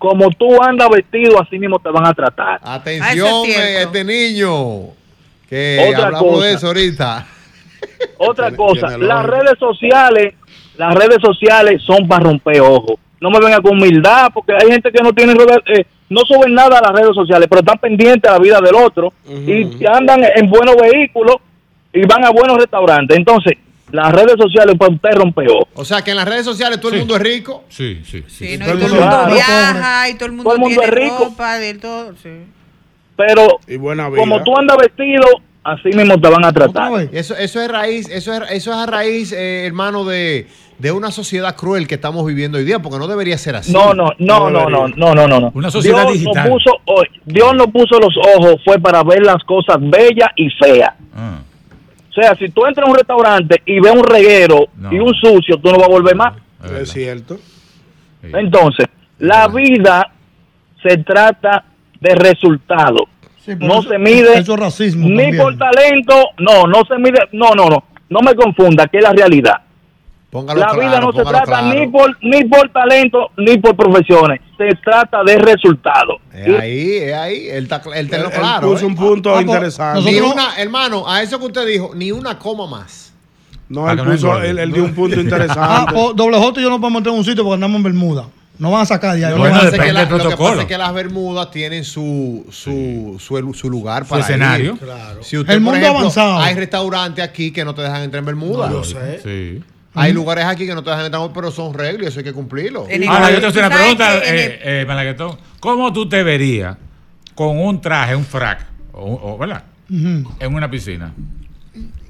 [SPEAKER 10] como tú andas vestido, así mismo te van a tratar.
[SPEAKER 9] Ah,
[SPEAKER 3] Atención, eh, este niño. Que
[SPEAKER 10] Otra
[SPEAKER 3] hablamos
[SPEAKER 10] cosa.
[SPEAKER 3] de eso ahorita.
[SPEAKER 10] Otra cosa,
[SPEAKER 3] tiene
[SPEAKER 10] las
[SPEAKER 3] lógica.
[SPEAKER 10] redes sociales, las redes sociales son para romper ojos. No me venga con humildad, porque hay gente que no tiene redes- eh, no suben nada a las redes sociales, pero están pendientes a la vida del otro y andan en buenos vehículos y van a buenos restaurantes. Entonces, las redes sociales para usted romper ojos.
[SPEAKER 3] O sea, que en las redes sociales todo el mundo es rico.
[SPEAKER 15] Sí, sí, sí.
[SPEAKER 9] Sí, no, y todo el
[SPEAKER 3] Ah,
[SPEAKER 9] mundo viaja y todo el mundo,
[SPEAKER 10] Todo el mundo
[SPEAKER 9] tiene
[SPEAKER 10] es rico.
[SPEAKER 9] ropa de todo. sí.
[SPEAKER 10] Pero
[SPEAKER 8] vida.
[SPEAKER 10] como tú andas vestido, así mismo te van a tratar.
[SPEAKER 3] Eso, eso es raíz, eso es, eso es a raíz, eh, hermano, de, de una sociedad cruel que estamos viviendo hoy día, porque no debería ser así.
[SPEAKER 10] No, no, no, no, no, no, no, no, no. Dios Nos puso, oh, Dios nos puso los ojos fue para ver las cosas bellas y feas. O sea, si tú entras a un restaurante y ves un reguero y un sucio, tú no vas a volver más.
[SPEAKER 8] Es cierto.
[SPEAKER 10] Entonces, la vida se trata de resultados.
[SPEAKER 7] por
[SPEAKER 10] no
[SPEAKER 7] eso-
[SPEAKER 10] se mide
[SPEAKER 7] eso es racismo
[SPEAKER 10] ni
[SPEAKER 7] también.
[SPEAKER 10] por talento, no, no se mide, no, no, no, no me confunda, que es la realidad.
[SPEAKER 3] Póngalo
[SPEAKER 10] la vida
[SPEAKER 3] claro,
[SPEAKER 10] no se
[SPEAKER 3] póngalo
[SPEAKER 10] trata
[SPEAKER 3] claro.
[SPEAKER 10] ni por ni por talento ni por profesiones, se trata de resultados.
[SPEAKER 3] Es ahí, es ahí. Él, está, cl- él tenlo claro.
[SPEAKER 8] puso
[SPEAKER 3] ¿eh?
[SPEAKER 8] un punto Ah, pues, interesante.
[SPEAKER 3] Ni
[SPEAKER 8] nosotros-
[SPEAKER 3] una, hermano, a eso que usted dijo, ni una coma más.
[SPEAKER 8] No,
[SPEAKER 7] Para
[SPEAKER 8] él,
[SPEAKER 7] Ah, que no
[SPEAKER 8] puso,
[SPEAKER 7] engorde.
[SPEAKER 8] él, él dio un punto
[SPEAKER 7] Ah,
[SPEAKER 8] interesante.
[SPEAKER 7] po- doble J y yo no podemos entrar en un sitio porque andamos en Bermuda. Nos van a sacar de ahí.
[SPEAKER 3] Lo,
[SPEAKER 7] Nos
[SPEAKER 3] que
[SPEAKER 7] van a-
[SPEAKER 3] pasa es que la- lo que pasa es que las Bermudas tienen su, su, su, su lugar para ir.
[SPEAKER 15] escenario.
[SPEAKER 3] Claro. Si usted,
[SPEAKER 7] El
[SPEAKER 3] por
[SPEAKER 7] mundo
[SPEAKER 3] ejemplo,
[SPEAKER 7] avanzado.
[SPEAKER 3] Hay restaurantes aquí que no te dejan entrar en Bermuda.
[SPEAKER 15] No, Sí.
[SPEAKER 3] Hay lugares aquí que no te dejan entrar, pero son reglas y eso hay que cumplirlo. Ah,
[SPEAKER 15] Ahora, yo te hago una pregunta, eh, eh, Malaguetón. ¿Cómo tú te verías con un traje, un frac, o, o- ¿verdad?
[SPEAKER 7] Ujú.
[SPEAKER 15] En una piscina.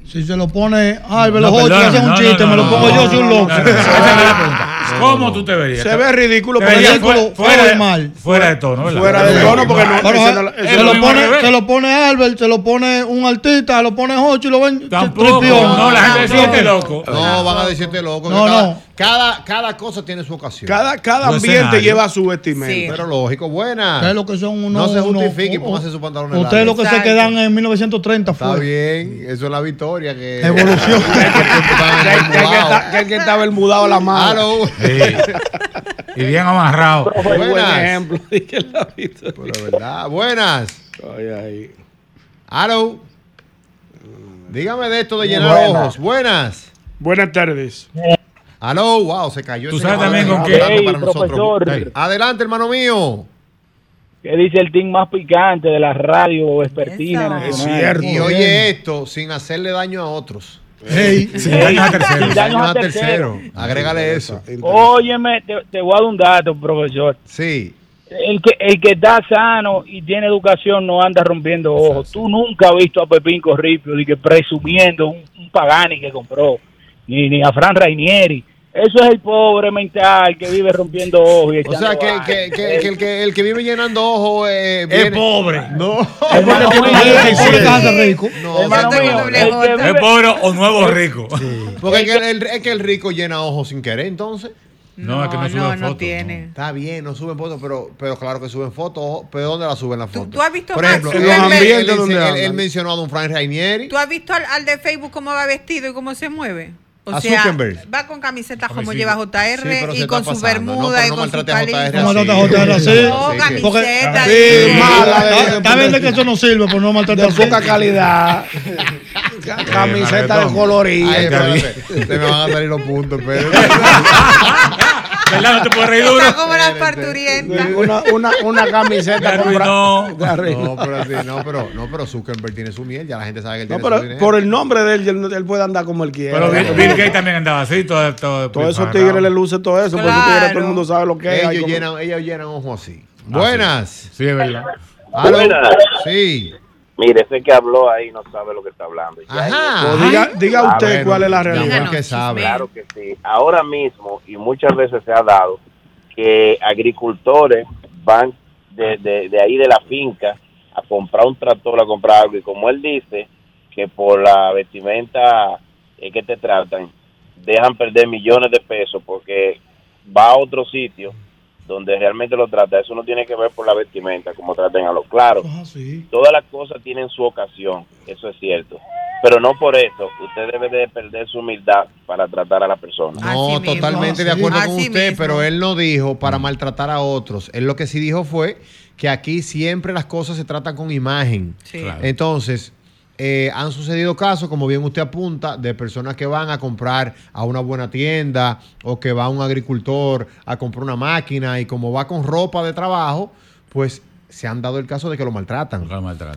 [SPEAKER 7] Si se lo pone. Ay, me
[SPEAKER 15] No,
[SPEAKER 7] lo J,
[SPEAKER 15] perdóname,
[SPEAKER 7] hace un
[SPEAKER 15] no, no,
[SPEAKER 7] chiste,
[SPEAKER 15] no,
[SPEAKER 7] me lo
[SPEAKER 15] no,
[SPEAKER 7] pongo
[SPEAKER 15] no,
[SPEAKER 7] yo,
[SPEAKER 15] no,
[SPEAKER 7] soy un
[SPEAKER 15] no,
[SPEAKER 7] loco.
[SPEAKER 15] no, no, no, esa es la pregunta. ¿Cómo tú te verías?
[SPEAKER 8] Se ve ridículo,
[SPEAKER 15] Te
[SPEAKER 8] pero
[SPEAKER 15] verías
[SPEAKER 8] ridículo,
[SPEAKER 15] fue- fuera,
[SPEAKER 8] pero
[SPEAKER 15] de-
[SPEAKER 8] mal.
[SPEAKER 15] Fuera de tono, ¿verdad?
[SPEAKER 8] Fuera de tono, porque no-
[SPEAKER 7] Pero,
[SPEAKER 8] ese
[SPEAKER 7] eh,
[SPEAKER 8] no- ese
[SPEAKER 7] se,
[SPEAKER 8] no
[SPEAKER 7] lo
[SPEAKER 8] mismo al
[SPEAKER 7] pone,
[SPEAKER 8] revés.
[SPEAKER 7] se lo pone Albert, se lo pone un artista, lo pone Hochi y lo ven.
[SPEAKER 15] Tampoco,
[SPEAKER 7] tripión.
[SPEAKER 15] no, la gente
[SPEAKER 7] Ah,
[SPEAKER 15] dice que es loco.
[SPEAKER 3] No, van a decirte loco. que
[SPEAKER 7] No,
[SPEAKER 3] cada,
[SPEAKER 7] no.
[SPEAKER 3] Cada, cada cosa tiene su ocasión.
[SPEAKER 8] Cada, cada ambiente lleva su vestimenta.
[SPEAKER 3] Sí. Pero lógico, buena.
[SPEAKER 7] Ustedes lo que son uno-
[SPEAKER 3] no se
[SPEAKER 7] uno-
[SPEAKER 3] justifique,
[SPEAKER 7] u-
[SPEAKER 3] póngase su pantalón
[SPEAKER 7] Ustedes lo que se quedan en 1930
[SPEAKER 3] Está
[SPEAKER 7] fue.
[SPEAKER 3] bien, eso es la victoria que.
[SPEAKER 7] Evolución.
[SPEAKER 8] Que el que está- que el que estaba el mudado a la mano.
[SPEAKER 15] Y bien amarrado.
[SPEAKER 8] Fue un buen
[SPEAKER 3] Buenas.
[SPEAKER 8] ejemplo. Dije la victoria.
[SPEAKER 3] Pero verdad. Buenas. Hello. Dígame de esto de llenar
[SPEAKER 8] Buenas.
[SPEAKER 3] ojos. Buenas.
[SPEAKER 8] Buenas tarres.
[SPEAKER 3] Hello. Wow, se cayó.
[SPEAKER 8] Tú
[SPEAKER 3] ese
[SPEAKER 8] sabes
[SPEAKER 3] llamado
[SPEAKER 8] también
[SPEAKER 3] que
[SPEAKER 8] con
[SPEAKER 3] estaba
[SPEAKER 8] qué.
[SPEAKER 3] hablando
[SPEAKER 8] Ey, profesor.
[SPEAKER 3] Ey. Adelante, hermano mío.
[SPEAKER 1] ¿Qué dice el team más picante de la radio expertina
[SPEAKER 3] Es
[SPEAKER 1] nacional?
[SPEAKER 3] cierto. Y
[SPEAKER 1] Muy
[SPEAKER 3] oye
[SPEAKER 1] bien.
[SPEAKER 3] esto, sin hacerle daño a otros.
[SPEAKER 1] Sin Ey. daños a terceros. Sin daños a terceros.
[SPEAKER 3] Agrégale eso.
[SPEAKER 1] Óyeme, te, te voy a dar un dato, profesor.
[SPEAKER 3] Sí.
[SPEAKER 1] El que, el que está sano y tiene educación no anda rompiendo ojos. Tú nunca has visto a Pepín Corripio ni que presumiendo un, un Pagani que compró, ni, ni a Fran Rainieri. Eso es el pobre mental que vive rompiendo ojos. y
[SPEAKER 3] O sea,
[SPEAKER 1] echando
[SPEAKER 3] que,
[SPEAKER 1] vaina.
[SPEAKER 3] que- que- que el, que el que vive llenando ojos eh,
[SPEAKER 1] Es
[SPEAKER 15] pobre.
[SPEAKER 3] No.
[SPEAKER 1] Hermano mío,
[SPEAKER 7] el pobre que hace rico.
[SPEAKER 3] No,
[SPEAKER 1] Hermano
[SPEAKER 3] no,
[SPEAKER 1] mío,
[SPEAKER 3] no,
[SPEAKER 1] el
[SPEAKER 3] no.
[SPEAKER 1] que vive-
[SPEAKER 15] ¿Es pobre o nuevo rico?
[SPEAKER 3] Porque es que el, es que el rico llena ojos sin querer, entonces.
[SPEAKER 15] No, es que no suben fotos. tiene.
[SPEAKER 3] Está bien, no suben fotos, pero, pero claro que suben fotos. ojo, Pero ¿dónde la suben las fotos?
[SPEAKER 9] tú has visto
[SPEAKER 3] Por
[SPEAKER 9] más
[SPEAKER 3] ejemplo,
[SPEAKER 9] En
[SPEAKER 3] él,
[SPEAKER 9] los
[SPEAKER 3] él-
[SPEAKER 9] ambientes
[SPEAKER 3] él dice-
[SPEAKER 9] donde
[SPEAKER 3] él-
[SPEAKER 9] hablan.
[SPEAKER 3] él mencionó a don Frank
[SPEAKER 15] Eh,
[SPEAKER 3] Rainieri.
[SPEAKER 9] ¿Tú has visto al, al de Facebook cómo va vestido y cómo se mueve? O
[SPEAKER 3] A
[SPEAKER 9] sea,
[SPEAKER 3] Zuckerberg.
[SPEAKER 9] va con camisetas como
[SPEAKER 3] sí.
[SPEAKER 9] lleva
[SPEAKER 3] Sí,
[SPEAKER 9] JR
[SPEAKER 3] pero se
[SPEAKER 9] y
[SPEAKER 3] está
[SPEAKER 9] con su
[SPEAKER 3] pasando. No,
[SPEAKER 9] bermuda
[SPEAKER 3] pero
[SPEAKER 9] y
[SPEAKER 3] no
[SPEAKER 9] con su
[SPEAKER 3] maltrate a JR
[SPEAKER 9] caliza.
[SPEAKER 7] No maltrata a JR así.
[SPEAKER 9] No,
[SPEAKER 7] Porque-
[SPEAKER 9] camiseta.
[SPEAKER 7] Sí,
[SPEAKER 9] Sí.
[SPEAKER 7] mala,
[SPEAKER 9] Sí.
[SPEAKER 7] está- Está bien de que eso no sirve, pero no maltrata así.
[SPEAKER 8] Poca calidad. Camiseta de colorido.
[SPEAKER 3] Ay, espérate, se me van a salir los puntos, pero.
[SPEAKER 15] ¿Verdad? No te puedes reír duro.
[SPEAKER 9] Está como las parturientas.
[SPEAKER 8] Una, una, una camiseta comprada.
[SPEAKER 15] No,
[SPEAKER 3] pero sí, no, pero no, pero Zuckerberg tiene su miel, ya la gente sabe que él
[SPEAKER 8] No,
[SPEAKER 3] tiene su
[SPEAKER 8] pero
[SPEAKER 3] dinero.
[SPEAKER 8] por el nombre de él, él, él puede andar como él quiera.
[SPEAKER 15] Pero Bill, Bill Gates también andaba así, todo, todo,
[SPEAKER 8] Todos esos tigres le luce todo eso, por esos tigres todo el mundo sabe lo que es.
[SPEAKER 3] ellos,
[SPEAKER 8] Hay como-
[SPEAKER 3] llenan, ellos llenan ojos así.
[SPEAKER 15] Ah,
[SPEAKER 3] Buenas.
[SPEAKER 15] Sí, Sí, es verdad.
[SPEAKER 3] Aló.
[SPEAKER 12] Buenas.
[SPEAKER 3] Sí.
[SPEAKER 12] Mire, ese que habló ahí no sabe lo que está hablando. Ya
[SPEAKER 3] Ajá.
[SPEAKER 12] ahí-
[SPEAKER 8] Pues diga- diga
[SPEAKER 12] Ah,
[SPEAKER 8] usted cuál es la realidad.
[SPEAKER 12] Díganos,
[SPEAKER 3] que sabe.
[SPEAKER 12] Claro que sí. Ahora mismo, y muchas veces se ha dado, que agricultores van de, de- de ahí de la finca a comprar un tractor, a comprar algo. Y como él dice, que por la vestimenta
[SPEAKER 11] es que te tratan, dejan perder millones de pesos porque va a otro sitio donde realmente lo trata. Eso no tiene que ver por la vestimenta, como traten a los claros. Todas las cosas tienen su ocasión, eso es cierto. Pero no por eso, usted debe de perder su humildad para tratar a la persona.
[SPEAKER 3] No, totalmente de acuerdo con usted, pero él no dijo para maltratar a otros. Él lo que sí dijo fue que aquí siempre las cosas se tratan con imagen.
[SPEAKER 16] Sí. Claro.
[SPEAKER 3] Entonces, eh, han sucedido casos, como bien usted apunta, de personas que van a comprar a una buena tienda o que va un agricultor a comprar una máquina y como va con ropa de trabajo, pues se han dado el caso de que lo maltratan.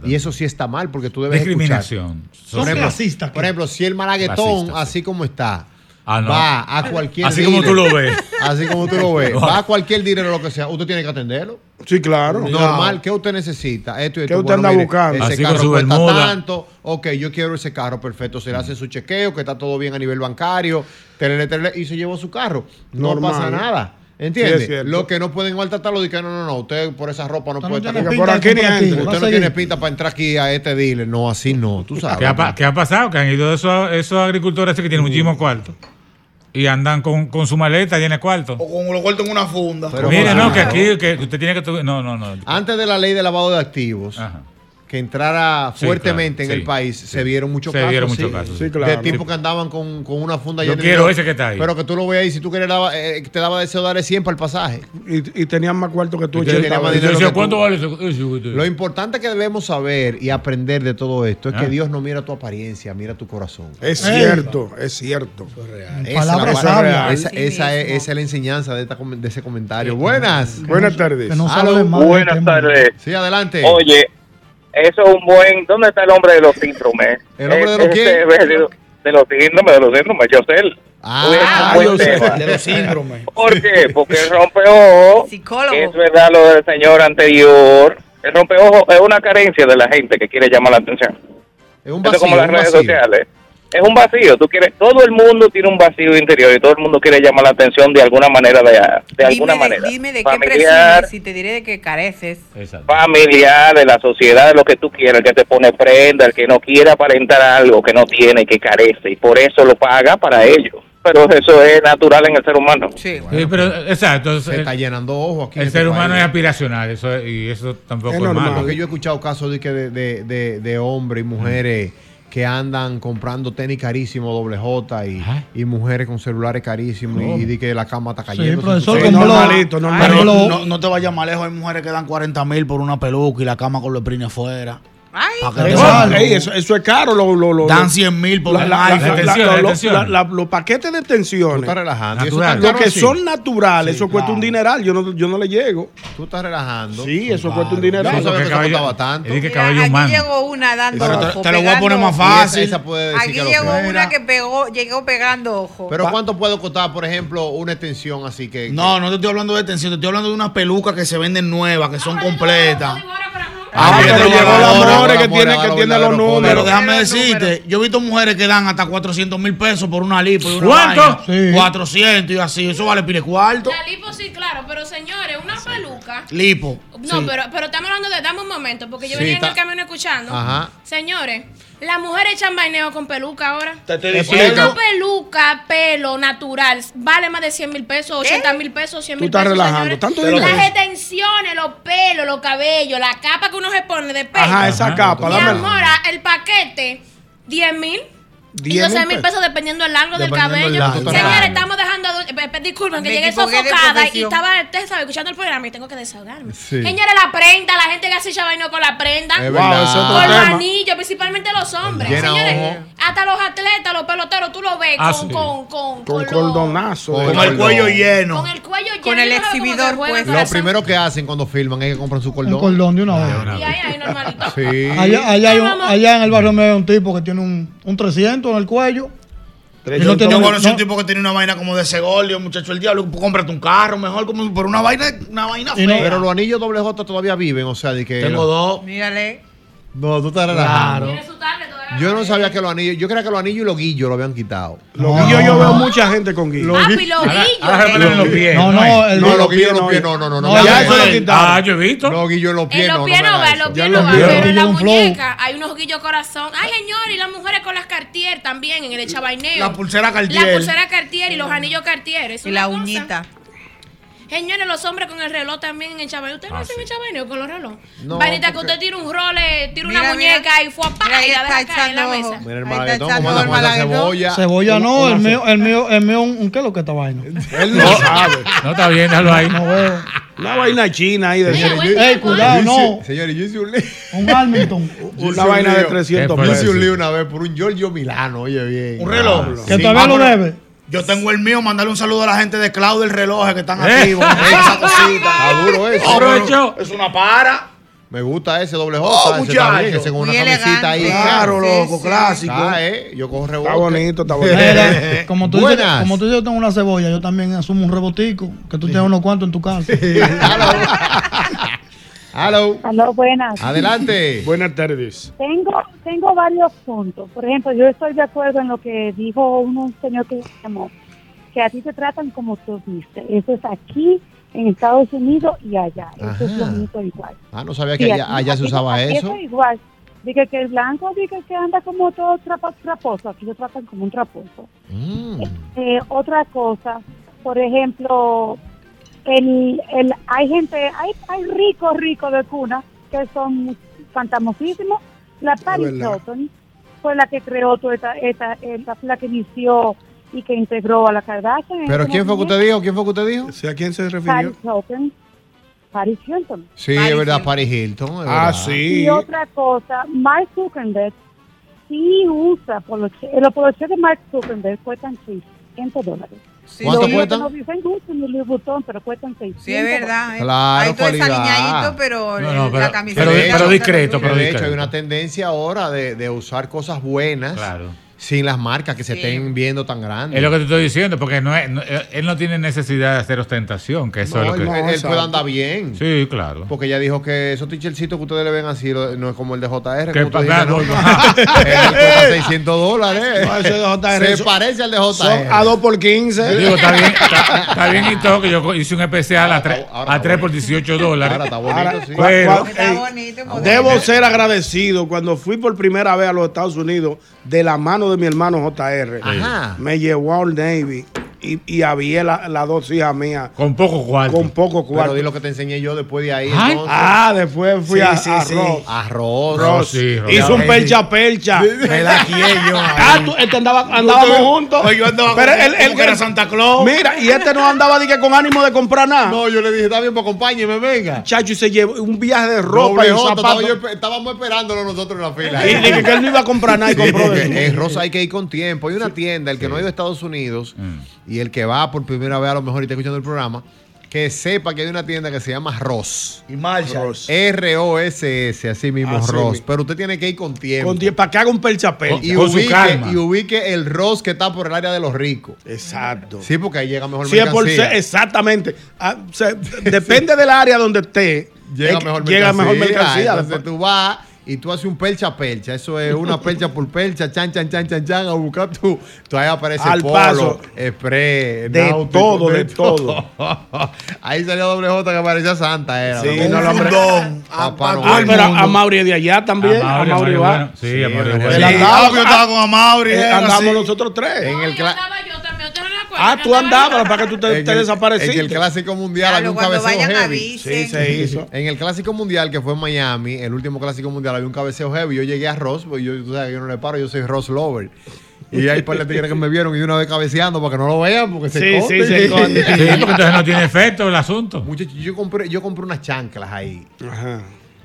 [SPEAKER 3] Y eso sí está mal porque tú debes
[SPEAKER 5] Discriminación.
[SPEAKER 3] escuchar.
[SPEAKER 5] Son
[SPEAKER 3] por ejemplo,
[SPEAKER 5] clasistas.
[SPEAKER 3] por ejemplo, si el malaguetón,
[SPEAKER 5] Clasistas,
[SPEAKER 3] así como está,
[SPEAKER 5] Ah, no.
[SPEAKER 3] va a cualquier
[SPEAKER 5] Así como
[SPEAKER 3] dealer,
[SPEAKER 5] tú lo ves.
[SPEAKER 3] Así como tú lo ves.
[SPEAKER 5] No.
[SPEAKER 3] Va a cualquier dinero o lo que sea. Usted tiene que atenderlo.
[SPEAKER 8] Sí, claro.
[SPEAKER 3] Normal. ¿Qué usted necesita? Esto y
[SPEAKER 8] ¿Qué
[SPEAKER 3] esto.
[SPEAKER 8] usted anda buscando?
[SPEAKER 3] Ese
[SPEAKER 8] Así con
[SPEAKER 3] carro
[SPEAKER 8] su
[SPEAKER 3] cuesta
[SPEAKER 8] bermuda.
[SPEAKER 3] tanto. Ok, yo quiero ese carro. Perfecto. Se le hace su chequeo, que está todo bien a nivel bancario. telele, telele, y se llevó su carro. No
[SPEAKER 8] Normal.
[SPEAKER 3] pasa nada.
[SPEAKER 8] Sí,
[SPEAKER 3] ¿Entiende?
[SPEAKER 8] es cierto.
[SPEAKER 3] lo que no pueden maltratarlo, dicen, no, no, no, usted por esa ropa no
[SPEAKER 8] Usted no
[SPEAKER 3] puede
[SPEAKER 8] tiene pinta de comprar aquí. Va a
[SPEAKER 3] Usted no
[SPEAKER 8] seguir.
[SPEAKER 3] tiene pinta para entrar aquí a este dealer. No, así no, tú sabes. Mm.
[SPEAKER 5] ¿Qué ha, pa- qué ha pasado? Que han ido esos, esos agricultores que tienen muchísimos cuartos y andan con, con su maleta llena de
[SPEAKER 3] Oh,
[SPEAKER 5] cuartos.
[SPEAKER 17] O con lo corto en una funda.
[SPEAKER 5] Mire, no, que aquí que usted tiene que. tu- No, no, no.
[SPEAKER 3] Antes de la ley de lavado de activos, que entrara
[SPEAKER 5] Sí,
[SPEAKER 3] fuertemente
[SPEAKER 5] claro,
[SPEAKER 3] en
[SPEAKER 5] sí,
[SPEAKER 3] el país,
[SPEAKER 5] sí.
[SPEAKER 3] se vieron muchos
[SPEAKER 5] Se
[SPEAKER 3] casos.
[SPEAKER 5] vieron
[SPEAKER 3] sí,
[SPEAKER 5] muchos casos, sí.
[SPEAKER 3] de
[SPEAKER 5] claro.
[SPEAKER 3] tipos que andaban con, con una funda
[SPEAKER 5] Yo
[SPEAKER 3] llena de
[SPEAKER 5] quiero
[SPEAKER 3] dinero,
[SPEAKER 5] ese que está ahí.
[SPEAKER 3] Pero que tú lo veas ahí, si tú quieres, daba- eh, te daba deseo darle 100 para el pasaje.
[SPEAKER 8] Y, y tenían más cuarto que tú.
[SPEAKER 3] Y que tenía
[SPEAKER 8] 80
[SPEAKER 3] más
[SPEAKER 8] veces.
[SPEAKER 3] dinero que tú. Lo
[SPEAKER 8] Lo-
[SPEAKER 3] importante que debemos saber y aprender de todo esto es
[SPEAKER 8] Ah.
[SPEAKER 3] que Dios no mira tu apariencia, mira tu corazón.
[SPEAKER 8] Es cierto, es cierto.
[SPEAKER 3] Esa es la
[SPEAKER 8] Palabra
[SPEAKER 3] palabra
[SPEAKER 8] sabia.
[SPEAKER 3] real. Esa,
[SPEAKER 8] Sí
[SPEAKER 3] esa es, esa es la enseñanza de, esta com- de ese comentario. Buenas.
[SPEAKER 8] Buenas tardes.
[SPEAKER 3] Que
[SPEAKER 8] no
[SPEAKER 3] Aló.
[SPEAKER 8] sabe más.
[SPEAKER 10] Buenas tardes.
[SPEAKER 3] Sí, adelante.
[SPEAKER 10] Oye, eso es un buen. ¿Dónde está el hombre de los síndromes? Eh,
[SPEAKER 3] ¿El hombre de los
[SPEAKER 10] Ese
[SPEAKER 3] quién?
[SPEAKER 10] es De, de los síndromes, de los síndromes, yo sé. él.
[SPEAKER 3] Ah,
[SPEAKER 10] Buen
[SPEAKER 3] Yosel,
[SPEAKER 10] tema.
[SPEAKER 3] de los síndromes.
[SPEAKER 10] ¿Por qué? Porque el rompeojo, que es verdad lo del señor anterior, el rompeojo es una carencia de la gente que quiere llamar la atención.
[SPEAKER 3] Es un
[SPEAKER 10] Esto es
[SPEAKER 3] vacío,
[SPEAKER 10] como las
[SPEAKER 3] un
[SPEAKER 10] redes
[SPEAKER 3] vacío.
[SPEAKER 10] sociales. Es un vacío, tú quieres, todo el mundo tiene un vacío interior y todo el mundo quiere llamar la atención de alguna manera, de, de alguna
[SPEAKER 9] dime,
[SPEAKER 10] manera.
[SPEAKER 9] de, dime de qué
[SPEAKER 10] Familiar,
[SPEAKER 9] presumes y te diré de qué careces.
[SPEAKER 10] familiar, de la sociedad, de lo que tú quieras, el que te pone prenda, el que no quiere aparentar algo que no tiene, que carece, y por eso lo paga para ellos. Pero eso es natural en el ser humano.
[SPEAKER 5] Sí, pero, exacto.
[SPEAKER 3] Se está llenando ojo aquí. en
[SPEAKER 5] El
[SPEAKER 3] este
[SPEAKER 5] ser humano
[SPEAKER 3] país.
[SPEAKER 5] es aspiracional eso es- y eso tampoco es,
[SPEAKER 3] Es normal.
[SPEAKER 5] malo.
[SPEAKER 3] Porque yo he escuchado casos de, que de, de, de, de hombres y mujeres que andan comprando tenis carísimo, doble J, y, y mujeres con celulares carísimos, y, y di que la cama está cayendo.
[SPEAKER 4] profesor,
[SPEAKER 3] Sí,
[SPEAKER 4] como lo-
[SPEAKER 3] normalito,
[SPEAKER 4] Ay,
[SPEAKER 3] normalito.
[SPEAKER 4] no, no, no te vayas más lejos, hay mujeres que dan 40 mil por una peluca y la cama con los prines afuera. Pa' que te
[SPEAKER 8] Eso,
[SPEAKER 4] salga.
[SPEAKER 8] ey, eso- eso es caro. Lo, lo- lo-
[SPEAKER 4] Dan 100 mil por
[SPEAKER 8] la-
[SPEAKER 4] un
[SPEAKER 8] la-
[SPEAKER 4] iPhone.
[SPEAKER 8] la-
[SPEAKER 4] Detención,
[SPEAKER 8] la- lo-
[SPEAKER 4] detención.
[SPEAKER 8] la- la- Los paquetes de tensiones.
[SPEAKER 3] Tú estás relajando,
[SPEAKER 8] Natural.
[SPEAKER 3] eso está
[SPEAKER 8] Lo
[SPEAKER 3] caro
[SPEAKER 8] que
[SPEAKER 3] así.
[SPEAKER 8] son naturales, eso cuesta
[SPEAKER 3] claro.
[SPEAKER 8] un dineral. Yo no, yo no le llego.
[SPEAKER 3] Tú estás relajando.
[SPEAKER 8] Sí, eso cuesta un dineral.
[SPEAKER 3] Yo no sabía que eso costaba tanto.
[SPEAKER 9] Mira, aquí llegó una dando
[SPEAKER 3] Pero
[SPEAKER 9] ojo,
[SPEAKER 3] te lo voy a
[SPEAKER 9] pegando
[SPEAKER 3] poner más
[SPEAKER 9] ojo.
[SPEAKER 3] fácil. Esa- esa puede decir
[SPEAKER 9] aquí
[SPEAKER 3] que lo
[SPEAKER 9] llegó
[SPEAKER 3] que
[SPEAKER 9] una
[SPEAKER 3] era.
[SPEAKER 9] que pegó, llegó pegando ojo.
[SPEAKER 3] Pero ¿cuánto puede costar, Ah, por ejemplo, una extensión así que...
[SPEAKER 4] No, no te estoy hablando de tensión, te estoy hablando de unas pelucas que se venden nuevas, que son completas.
[SPEAKER 8] Ah, pero
[SPEAKER 4] te
[SPEAKER 8] llegó
[SPEAKER 4] lo
[SPEAKER 8] el
[SPEAKER 4] valoro,
[SPEAKER 8] amor que
[SPEAKER 4] amor,
[SPEAKER 8] tiene
[SPEAKER 4] ahora
[SPEAKER 8] que
[SPEAKER 4] lo
[SPEAKER 8] tiene
[SPEAKER 4] valoro,
[SPEAKER 8] los
[SPEAKER 4] pero
[SPEAKER 8] números.
[SPEAKER 4] déjame decirte, yo he visto mujeres que dan hasta 400 mil pesos por una lipo y una
[SPEAKER 8] ¿Cuánto?
[SPEAKER 4] vaina.
[SPEAKER 8] Sí.
[SPEAKER 4] 400 y así, eso vale pile cuarto.
[SPEAKER 18] La lipo sí, claro, pero señores, una peluca.
[SPEAKER 4] Lipo.
[SPEAKER 18] No,
[SPEAKER 4] sí.
[SPEAKER 18] pero, pero estamos hablando de dame un momento, porque yo
[SPEAKER 4] Sí,
[SPEAKER 18] venía en
[SPEAKER 4] está-
[SPEAKER 18] el camino escuchando.
[SPEAKER 4] Ajá.
[SPEAKER 18] Señores, las mujeres echan vaineo con peluca ahora.
[SPEAKER 4] Te estoy
[SPEAKER 18] Una
[SPEAKER 4] diciendo.
[SPEAKER 18] peluca, pelo natural, vale más de 100 mil pesos, 80 mil pesos, 100
[SPEAKER 8] Tú
[SPEAKER 18] mil
[SPEAKER 8] estás
[SPEAKER 18] pesos.
[SPEAKER 8] relajando. Tanto
[SPEAKER 18] señores.
[SPEAKER 8] dinero.
[SPEAKER 18] Las extensiones, los pelos, los cabellos, la capa que uno se pone de pelo.
[SPEAKER 8] Ajá, esa capa,
[SPEAKER 18] Mi
[SPEAKER 8] dámela.
[SPEAKER 18] amor, el paquete, 10 mil. Y
[SPEAKER 8] 10
[SPEAKER 18] 12 mil pesos dependiendo del largo del
[SPEAKER 8] Dependiendo del
[SPEAKER 18] cabello.
[SPEAKER 8] largo, total.
[SPEAKER 18] Señores, estamos dejando. eh, eh, Disculpen, que
[SPEAKER 9] Me
[SPEAKER 18] llegué
[SPEAKER 9] equivoqué de
[SPEAKER 18] sofocada y
[SPEAKER 9] profesión.
[SPEAKER 18] estaba, ustedes saben, escuchando el programa y tengo que desahogarme.
[SPEAKER 16] Sí.
[SPEAKER 18] Señores, la prenda, la gente que hace vaino con la prenda.
[SPEAKER 16] Es verdad. Wow, es otro
[SPEAKER 18] con los
[SPEAKER 16] tema.
[SPEAKER 18] anillos, principalmente los hombres.
[SPEAKER 8] Llena
[SPEAKER 18] Señores, hasta los atletas, los peloteros, tú lo ves
[SPEAKER 8] Ah,
[SPEAKER 18] con,
[SPEAKER 8] sí.
[SPEAKER 18] con, con,
[SPEAKER 8] Con
[SPEAKER 18] con
[SPEAKER 8] cordonazo.
[SPEAKER 3] Con el cuello lleno.
[SPEAKER 18] con el cuello lleno.
[SPEAKER 9] Con el
[SPEAKER 18] yo no sé cómo
[SPEAKER 9] exhibidor pues.
[SPEAKER 18] se juega
[SPEAKER 9] puesto.
[SPEAKER 18] con
[SPEAKER 3] Lo
[SPEAKER 18] eso.
[SPEAKER 3] primero que hacen cuando filman es que compran su cordón.
[SPEAKER 7] Un cordón de una
[SPEAKER 3] hora.
[SPEAKER 18] Y ahí, ahí, normalito.
[SPEAKER 3] Sí.
[SPEAKER 7] Allá, allá, hay un- allá en el barrio me hay un tipo que tiene un, un 300 en el cuello. Y no tiene-
[SPEAKER 4] yo conocí
[SPEAKER 7] no-
[SPEAKER 4] un tipo que tiene una vaina como de Segolio, muchacho, el diablo, cómprate un carro, mejor como por una vaina, una vaina fea.
[SPEAKER 3] Pero los anillos doble J todavía viven, o sea, de que...
[SPEAKER 4] Tengo dos.
[SPEAKER 9] Mírale.
[SPEAKER 3] No, tú estás
[SPEAKER 4] Claro.
[SPEAKER 3] relajado.
[SPEAKER 18] Tiene su tablet todavía.
[SPEAKER 3] Yo no sabía que los anillos, yo creía que los anillos y los guillos lo habían quitado.
[SPEAKER 8] Los guillos yo veo mucha gente con guillos.
[SPEAKER 3] Ah,
[SPEAKER 8] Papi,
[SPEAKER 3] los
[SPEAKER 8] Ahora-
[SPEAKER 3] guillos.
[SPEAKER 8] ahora se ponen los pies.
[SPEAKER 3] No, no,
[SPEAKER 8] hay.
[SPEAKER 3] el- no, los guillos, los pies, no, no, no, no, ya
[SPEAKER 8] ya
[SPEAKER 3] no
[SPEAKER 8] eso lo
[SPEAKER 3] hay.
[SPEAKER 8] quitaron.
[SPEAKER 3] Ah,
[SPEAKER 8] yo he visto.
[SPEAKER 3] Los guillos en los pies,
[SPEAKER 18] En los
[SPEAKER 3] no,
[SPEAKER 18] pies
[SPEAKER 3] no me
[SPEAKER 18] no
[SPEAKER 3] haga
[SPEAKER 18] va, en
[SPEAKER 3] eso.
[SPEAKER 18] los pies
[SPEAKER 3] Ya
[SPEAKER 18] no
[SPEAKER 3] los
[SPEAKER 18] va,
[SPEAKER 3] guillos.
[SPEAKER 18] pero en la
[SPEAKER 3] Guillo, un flow.
[SPEAKER 18] muñeca hay unos guillos corazón. Ay, señor, y las mujeres con las Cartier también, en el echabaineo.
[SPEAKER 19] La pulsera Cartier.
[SPEAKER 18] La pulsera Cartier y los anillos Cartier. Es
[SPEAKER 9] Y
[SPEAKER 18] una
[SPEAKER 9] la
[SPEAKER 18] cosa.
[SPEAKER 9] uñita.
[SPEAKER 18] Señores, los hombres con el reloj también en el chabaineo. ¿Ustedes
[SPEAKER 9] Ah,
[SPEAKER 18] no hacen el chabaineo con los reloj?
[SPEAKER 3] No,
[SPEAKER 18] Vainita, que
[SPEAKER 3] porque-
[SPEAKER 18] usted tira un role, tira una
[SPEAKER 9] Mira, mira.
[SPEAKER 18] muñeca y fue a pa, y la deja caer en la mesa.
[SPEAKER 3] Mira el
[SPEAKER 7] Ahí
[SPEAKER 3] malaguetón,
[SPEAKER 7] está
[SPEAKER 3] cómo
[SPEAKER 7] echando
[SPEAKER 3] anda con esa
[SPEAKER 7] el
[SPEAKER 3] cebolla.
[SPEAKER 7] Cebolla no,
[SPEAKER 3] Una-
[SPEAKER 7] el
[SPEAKER 3] una
[SPEAKER 7] mío, el mío, el mío, un, un- ¿qué es lo que está vaina?
[SPEAKER 3] Él no sabe.
[SPEAKER 15] No está bien, déjalo ahí.
[SPEAKER 7] No veo.
[SPEAKER 8] Una vaina china ahí de
[SPEAKER 7] Ey, cuidado, no.
[SPEAKER 3] Señores, yo hice un lío.
[SPEAKER 7] Un Almington.
[SPEAKER 8] Una vaina de 300
[SPEAKER 3] Yo
[SPEAKER 8] pesos.
[SPEAKER 3] hice un lío una vez por un Giorgio Milano, oye bien. Ah,
[SPEAKER 19] Un reloj.
[SPEAKER 7] Que todavía lo debe.
[SPEAKER 19] Yo tengo el mío, mandarle un saludo a la gente de Cloud del reloj que están
[SPEAKER 3] Eh.
[SPEAKER 19] activos. Esa cosita.
[SPEAKER 3] Está duro eso.
[SPEAKER 19] Ah, pero Es una para.
[SPEAKER 3] Me gusta ese doble J,
[SPEAKER 19] Oh,
[SPEAKER 3] ese está bien,
[SPEAKER 19] muchacho.
[SPEAKER 3] ese con una
[SPEAKER 19] Muy
[SPEAKER 3] camisita ahí.
[SPEAKER 19] elegante. Claro, loco, Sí, sí. clásico.
[SPEAKER 3] Está, eh, yo cojo rebote.
[SPEAKER 8] Está bonito, está bonito.
[SPEAKER 7] Mira, como tú, dices,
[SPEAKER 3] Buenas.
[SPEAKER 7] como tú dices, yo tengo una cebolla, yo también asumo un rebotico, que tú tienes unos cuantos en tu casa.
[SPEAKER 3] Hello.
[SPEAKER 20] Aló, buenas.
[SPEAKER 3] Adelante.
[SPEAKER 8] Buenas tardes.
[SPEAKER 20] Tengo, tengo varios puntos. Por ejemplo, yo estoy de acuerdo en lo que dijo un, un señor que llamó, que a ti te tratan como tú viste. Eso es aquí, en Estados Unidos y allá. Eso es
[SPEAKER 3] Ajá.
[SPEAKER 20] bonito igual.
[SPEAKER 3] Ah, no sabía que
[SPEAKER 20] Sí,
[SPEAKER 3] allá,
[SPEAKER 20] aquí-
[SPEAKER 3] allá se
[SPEAKER 20] aquí-
[SPEAKER 3] usaba
[SPEAKER 20] aquí
[SPEAKER 3] eso.
[SPEAKER 20] es igual. Dije que el blanco, dije que anda como todo trapo- traposo. Aquí lo tratan como un traposo. Eh, otra cosa, por ejemplo, el, el, hay gente, hay, hay ricos, ricos de cuna que son fantamosísimos. La Paris
[SPEAKER 21] verdad.
[SPEAKER 20] Hilton fue la que creó toda esta, esta, esta fue la que inició y que integró a la Kardashian. en
[SPEAKER 3] Pero
[SPEAKER 20] este
[SPEAKER 3] ¿quién fue que usted dijo? ¿Quién fue que usted dijo?
[SPEAKER 8] ¿A quién se
[SPEAKER 20] movimiento. Paris Hilton. Paris Hilton.
[SPEAKER 3] Sí, es verdad, Paris Hilton. es
[SPEAKER 8] Ah,
[SPEAKER 3] verdad.
[SPEAKER 8] sí.
[SPEAKER 20] Y otra cosa, Mark Zuckerberg sí usa poloche. Los poloches de Mark Zuckerberg cuestan 600 dólares.
[SPEAKER 3] ¿Cuánto
[SPEAKER 20] Lo único
[SPEAKER 3] cuestan?
[SPEAKER 20] que No dicen Gucci ni Louis Vuitton, pero cuestan 600
[SPEAKER 9] Sí, es verdad. ¿eh?
[SPEAKER 3] Claro,
[SPEAKER 9] Hay toda esa
[SPEAKER 3] cualidad.
[SPEAKER 9] niñadito, pero
[SPEAKER 15] No, no,
[SPEAKER 9] eh,
[SPEAKER 15] pero-
[SPEAKER 9] la camiseta.
[SPEAKER 15] pero-
[SPEAKER 9] la otra-
[SPEAKER 15] discreto, pero
[SPEAKER 3] de
[SPEAKER 15] discreto.
[SPEAKER 3] hecho, hay una tendencia ahora de, de usar cosas buenas sin las marcas que se
[SPEAKER 9] Sí.
[SPEAKER 3] estén viendo tan grandes.
[SPEAKER 15] Es lo que te estoy diciendo, porque no es- no- él no tiene necesidad de hacer ostentación, que eso
[SPEAKER 3] No,
[SPEAKER 15] es lo que
[SPEAKER 3] él- él puede andar bien.
[SPEAKER 15] Sí, claro.
[SPEAKER 3] Porque ella dijo que esos tichercitos que ustedes le ven así lo- no es como el de JR.
[SPEAKER 15] Que
[SPEAKER 3] como tú
[SPEAKER 15] pa-
[SPEAKER 3] dijiste,
[SPEAKER 15] no,
[SPEAKER 3] ¿no?
[SPEAKER 15] no.
[SPEAKER 3] Él "Ah, eh, cuesta 600 dólares.
[SPEAKER 8] No, ese de JR.
[SPEAKER 3] Se parece al de JR.
[SPEAKER 8] Son a 2 por 15.
[SPEAKER 15] Yo digo, está bien, está, está bien y todo, que yo co- hice un especial a, tre- a 3 por 18 dólares.
[SPEAKER 3] Ahora está
[SPEAKER 8] Ahora, cua-
[SPEAKER 15] Pero,
[SPEAKER 8] cua- ey, debo ser agradecido cuando fui por primera vez a los Estados Unidos de la mano de mi hermano JR.
[SPEAKER 15] Ajá.
[SPEAKER 8] Me llevó a Old Navy y, y había la- las dos hijas mías.
[SPEAKER 15] Con poco cuarto.
[SPEAKER 8] Con poco
[SPEAKER 3] Pero
[SPEAKER 8] cuarto.
[SPEAKER 3] di lo que te enseñé yo después de ahí.
[SPEAKER 8] Ay.
[SPEAKER 3] entonces.
[SPEAKER 8] ah, después fui
[SPEAKER 3] Sí,
[SPEAKER 8] a,
[SPEAKER 3] sí,
[SPEAKER 8] a
[SPEAKER 3] sí.
[SPEAKER 8] Ross.
[SPEAKER 3] A Ross.
[SPEAKER 8] Ross.
[SPEAKER 3] Sí, Ross.
[SPEAKER 8] Hizo un
[SPEAKER 3] Sí.
[SPEAKER 8] percha percha.
[SPEAKER 3] Me la quié yo.
[SPEAKER 8] Ah, tú, este andaba,
[SPEAKER 19] Yo
[SPEAKER 8] andábamos
[SPEAKER 19] te-
[SPEAKER 8] juntos.
[SPEAKER 19] Oye, yo andaba
[SPEAKER 8] Pero
[SPEAKER 19] como-
[SPEAKER 8] él, él
[SPEAKER 19] como que era Santa Claus.
[SPEAKER 8] Mira, y este no andaba dije, con ánimo de comprar nada.
[SPEAKER 3] No, yo le dije, está bien, pues acompáñeme, venga.
[SPEAKER 8] Chacho, y se llevó un viaje de ropa
[SPEAKER 3] Doble
[SPEAKER 8] y un
[SPEAKER 3] J,
[SPEAKER 8] zapato.
[SPEAKER 3] estaba yo espe- estábamos esperándolo nosotros en la fila.
[SPEAKER 8] Y dije que él no iba a comprar nada y compró
[SPEAKER 3] porque
[SPEAKER 8] eso.
[SPEAKER 3] En Rosa hay que ir con tiempo. Hay una tienda, el que no ha ido a Estados Unidos
[SPEAKER 8] Mm.
[SPEAKER 3] y el que va por primera vez a lo mejor y está escuchando el programa, que sepa que hay una tienda que se llama Ross.
[SPEAKER 19] Y marcha.
[SPEAKER 3] R-O-S-S, así mismo,
[SPEAKER 8] Así
[SPEAKER 3] Ross.
[SPEAKER 8] mismo.
[SPEAKER 3] Pero usted tiene que ir con tiempo.
[SPEAKER 8] Con tiempo, para que haga un percha percha.
[SPEAKER 3] y, ubique, y ubique el Ross que está por el área de los ricos.
[SPEAKER 8] Exacto.
[SPEAKER 3] Sí, porque ahí llega mejor
[SPEAKER 8] Sí, es por
[SPEAKER 3] mercancía.
[SPEAKER 8] ser- exactamente. Ah, se- depende del área donde esté.
[SPEAKER 3] llega
[SPEAKER 8] es que
[SPEAKER 3] mejor
[SPEAKER 8] llega
[SPEAKER 3] mercancía.
[SPEAKER 8] mejor mercancía.
[SPEAKER 3] Entonces tú vas y tú haces un percha a percha. Eso es una percha por percha, chan, chan, chan, chan, chan, a buscar tú. Tú ahí aparece
[SPEAKER 8] Al
[SPEAKER 3] Polo,
[SPEAKER 8] paso.
[SPEAKER 3] Express,
[SPEAKER 8] De
[SPEAKER 3] Náutico,
[SPEAKER 8] todo, de todo.
[SPEAKER 3] ahí salió doble J que aparecía Santa. Era,
[SPEAKER 8] Sí,
[SPEAKER 3] Un
[SPEAKER 8] no, lo hombre.
[SPEAKER 3] fundón. Papá
[SPEAKER 8] Ah,
[SPEAKER 3] Noel.
[SPEAKER 8] pero a Mauri de allá también.
[SPEAKER 3] A
[SPEAKER 8] A
[SPEAKER 3] Mauri,
[SPEAKER 8] Mauri
[SPEAKER 3] Mauri,
[SPEAKER 8] va.
[SPEAKER 3] bueno. Sí, a Mauri, bueno.
[SPEAKER 8] Él
[SPEAKER 3] Sí.
[SPEAKER 8] andaba,
[SPEAKER 3] Ah, yo estaba con Amaury,
[SPEAKER 8] eh,
[SPEAKER 3] era
[SPEAKER 8] Andamos
[SPEAKER 3] así.
[SPEAKER 8] nosotros tres.
[SPEAKER 3] En el cla-
[SPEAKER 8] Ah, tú andabas para que tú
[SPEAKER 3] En
[SPEAKER 8] te,
[SPEAKER 3] el-
[SPEAKER 8] te desapareciste.
[SPEAKER 3] En el clásico mundial
[SPEAKER 8] Claro,
[SPEAKER 3] había un
[SPEAKER 8] cuando
[SPEAKER 3] cabeceo
[SPEAKER 8] vayan,
[SPEAKER 3] heavy.
[SPEAKER 8] avisen. Sí, se hizo.
[SPEAKER 3] En el clásico mundial que fue en Miami, el último clásico mundial había un cabeceo heavy. Yo llegué a Ross, porque yo, tú sabes que yo no le paro, yo soy Ross Lover. Y hay par de tigres que me vieron y una vez cabeceando para que no lo vean porque se
[SPEAKER 15] Sí,
[SPEAKER 3] esconden.
[SPEAKER 15] sí, se esconden. Sí, porque entonces no tiene efecto el asunto.
[SPEAKER 3] Muchachos, yo compré, yo compré unas chanclas ahí.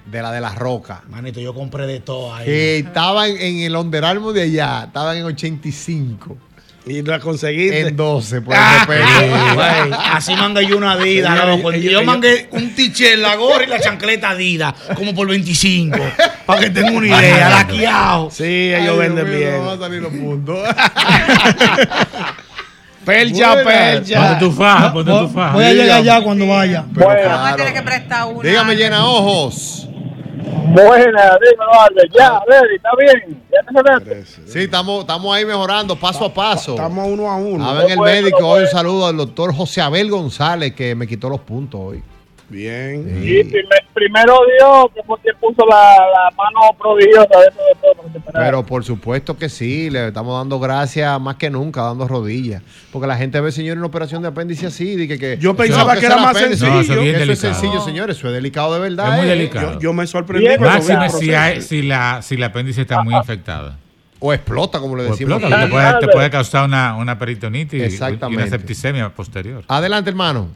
[SPEAKER 3] De la de las rocas.
[SPEAKER 22] Manito, yo compré de todo ahí.
[SPEAKER 3] Que estaban en el onderalmo de allá, estaban en 85.
[SPEAKER 8] Y las conseguiste.
[SPEAKER 3] En pues, 12, por
[SPEAKER 8] Ah,
[SPEAKER 3] el repelús.
[SPEAKER 22] Güey, así mangué yo una Dida,
[SPEAKER 19] Señores,
[SPEAKER 22] loco.
[SPEAKER 19] ellos-
[SPEAKER 22] Yo
[SPEAKER 19] ellos-
[SPEAKER 22] mangué un tiche, la gorra y la chancleta Adidas, como por 25. para que tengan una idea, laqueado.
[SPEAKER 8] Sí, ellos venden bien.
[SPEAKER 3] a salir los puntos.
[SPEAKER 8] Percha,
[SPEAKER 3] Buenas.
[SPEAKER 8] percha.
[SPEAKER 15] Ponte tu faja, ponte tu faja.
[SPEAKER 7] Voy a llegar allá cuando vaya.
[SPEAKER 9] Vamos a tener que prestar una.
[SPEAKER 3] Dígame, llena ojos.
[SPEAKER 10] Buena, dímelo, Albert. Ya, Lady, ¿está bien? Ya
[SPEAKER 3] Sí, estamos, Ah. estamos ahí mejorando paso a paso. Estamos
[SPEAKER 8] uno a uno.
[SPEAKER 3] Estaba en el
[SPEAKER 8] No puede,
[SPEAKER 3] médico
[SPEAKER 8] no
[SPEAKER 3] hoy. Un
[SPEAKER 10] pues.
[SPEAKER 8] puede.
[SPEAKER 3] saludo al doctor José Abel González que me quitó los puntos hoy.
[SPEAKER 8] Bien.
[SPEAKER 3] Sí,
[SPEAKER 1] primer- primero Dios, que fue quien puso la, la mano prodigiosa de eso de todo.
[SPEAKER 3] Pero por supuesto que sí, le estamos dando gracias más que nunca, dando rodillas. Porque la gente ve, señor, una operación de apéndice así. de que, que-
[SPEAKER 8] Yo pensaba que era
[SPEAKER 3] el
[SPEAKER 8] más
[SPEAKER 3] apéndice.
[SPEAKER 8] sencillo.
[SPEAKER 3] No, eso es bien
[SPEAKER 8] Eso es
[SPEAKER 3] delicado.
[SPEAKER 8] sencillo,
[SPEAKER 3] señores, eso es delicado de verdad.
[SPEAKER 15] Es muy
[SPEAKER 3] eh.
[SPEAKER 15] delicado.
[SPEAKER 3] Yo-
[SPEAKER 8] Yo me sorprendí. cuando vi el
[SPEAKER 15] Máxime si,
[SPEAKER 8] proceso.
[SPEAKER 15] hay- si la, si la apéndice está muy infectada.
[SPEAKER 3] O explota, como le decimos
[SPEAKER 15] Pues explota,
[SPEAKER 3] aquí.
[SPEAKER 15] te, puede, te puede causar una, una peritonitis y- y
[SPEAKER 3] Exactamente.
[SPEAKER 15] una septicemia
[SPEAKER 18] Ah,
[SPEAKER 15] posterior.
[SPEAKER 3] Adelante, hermano.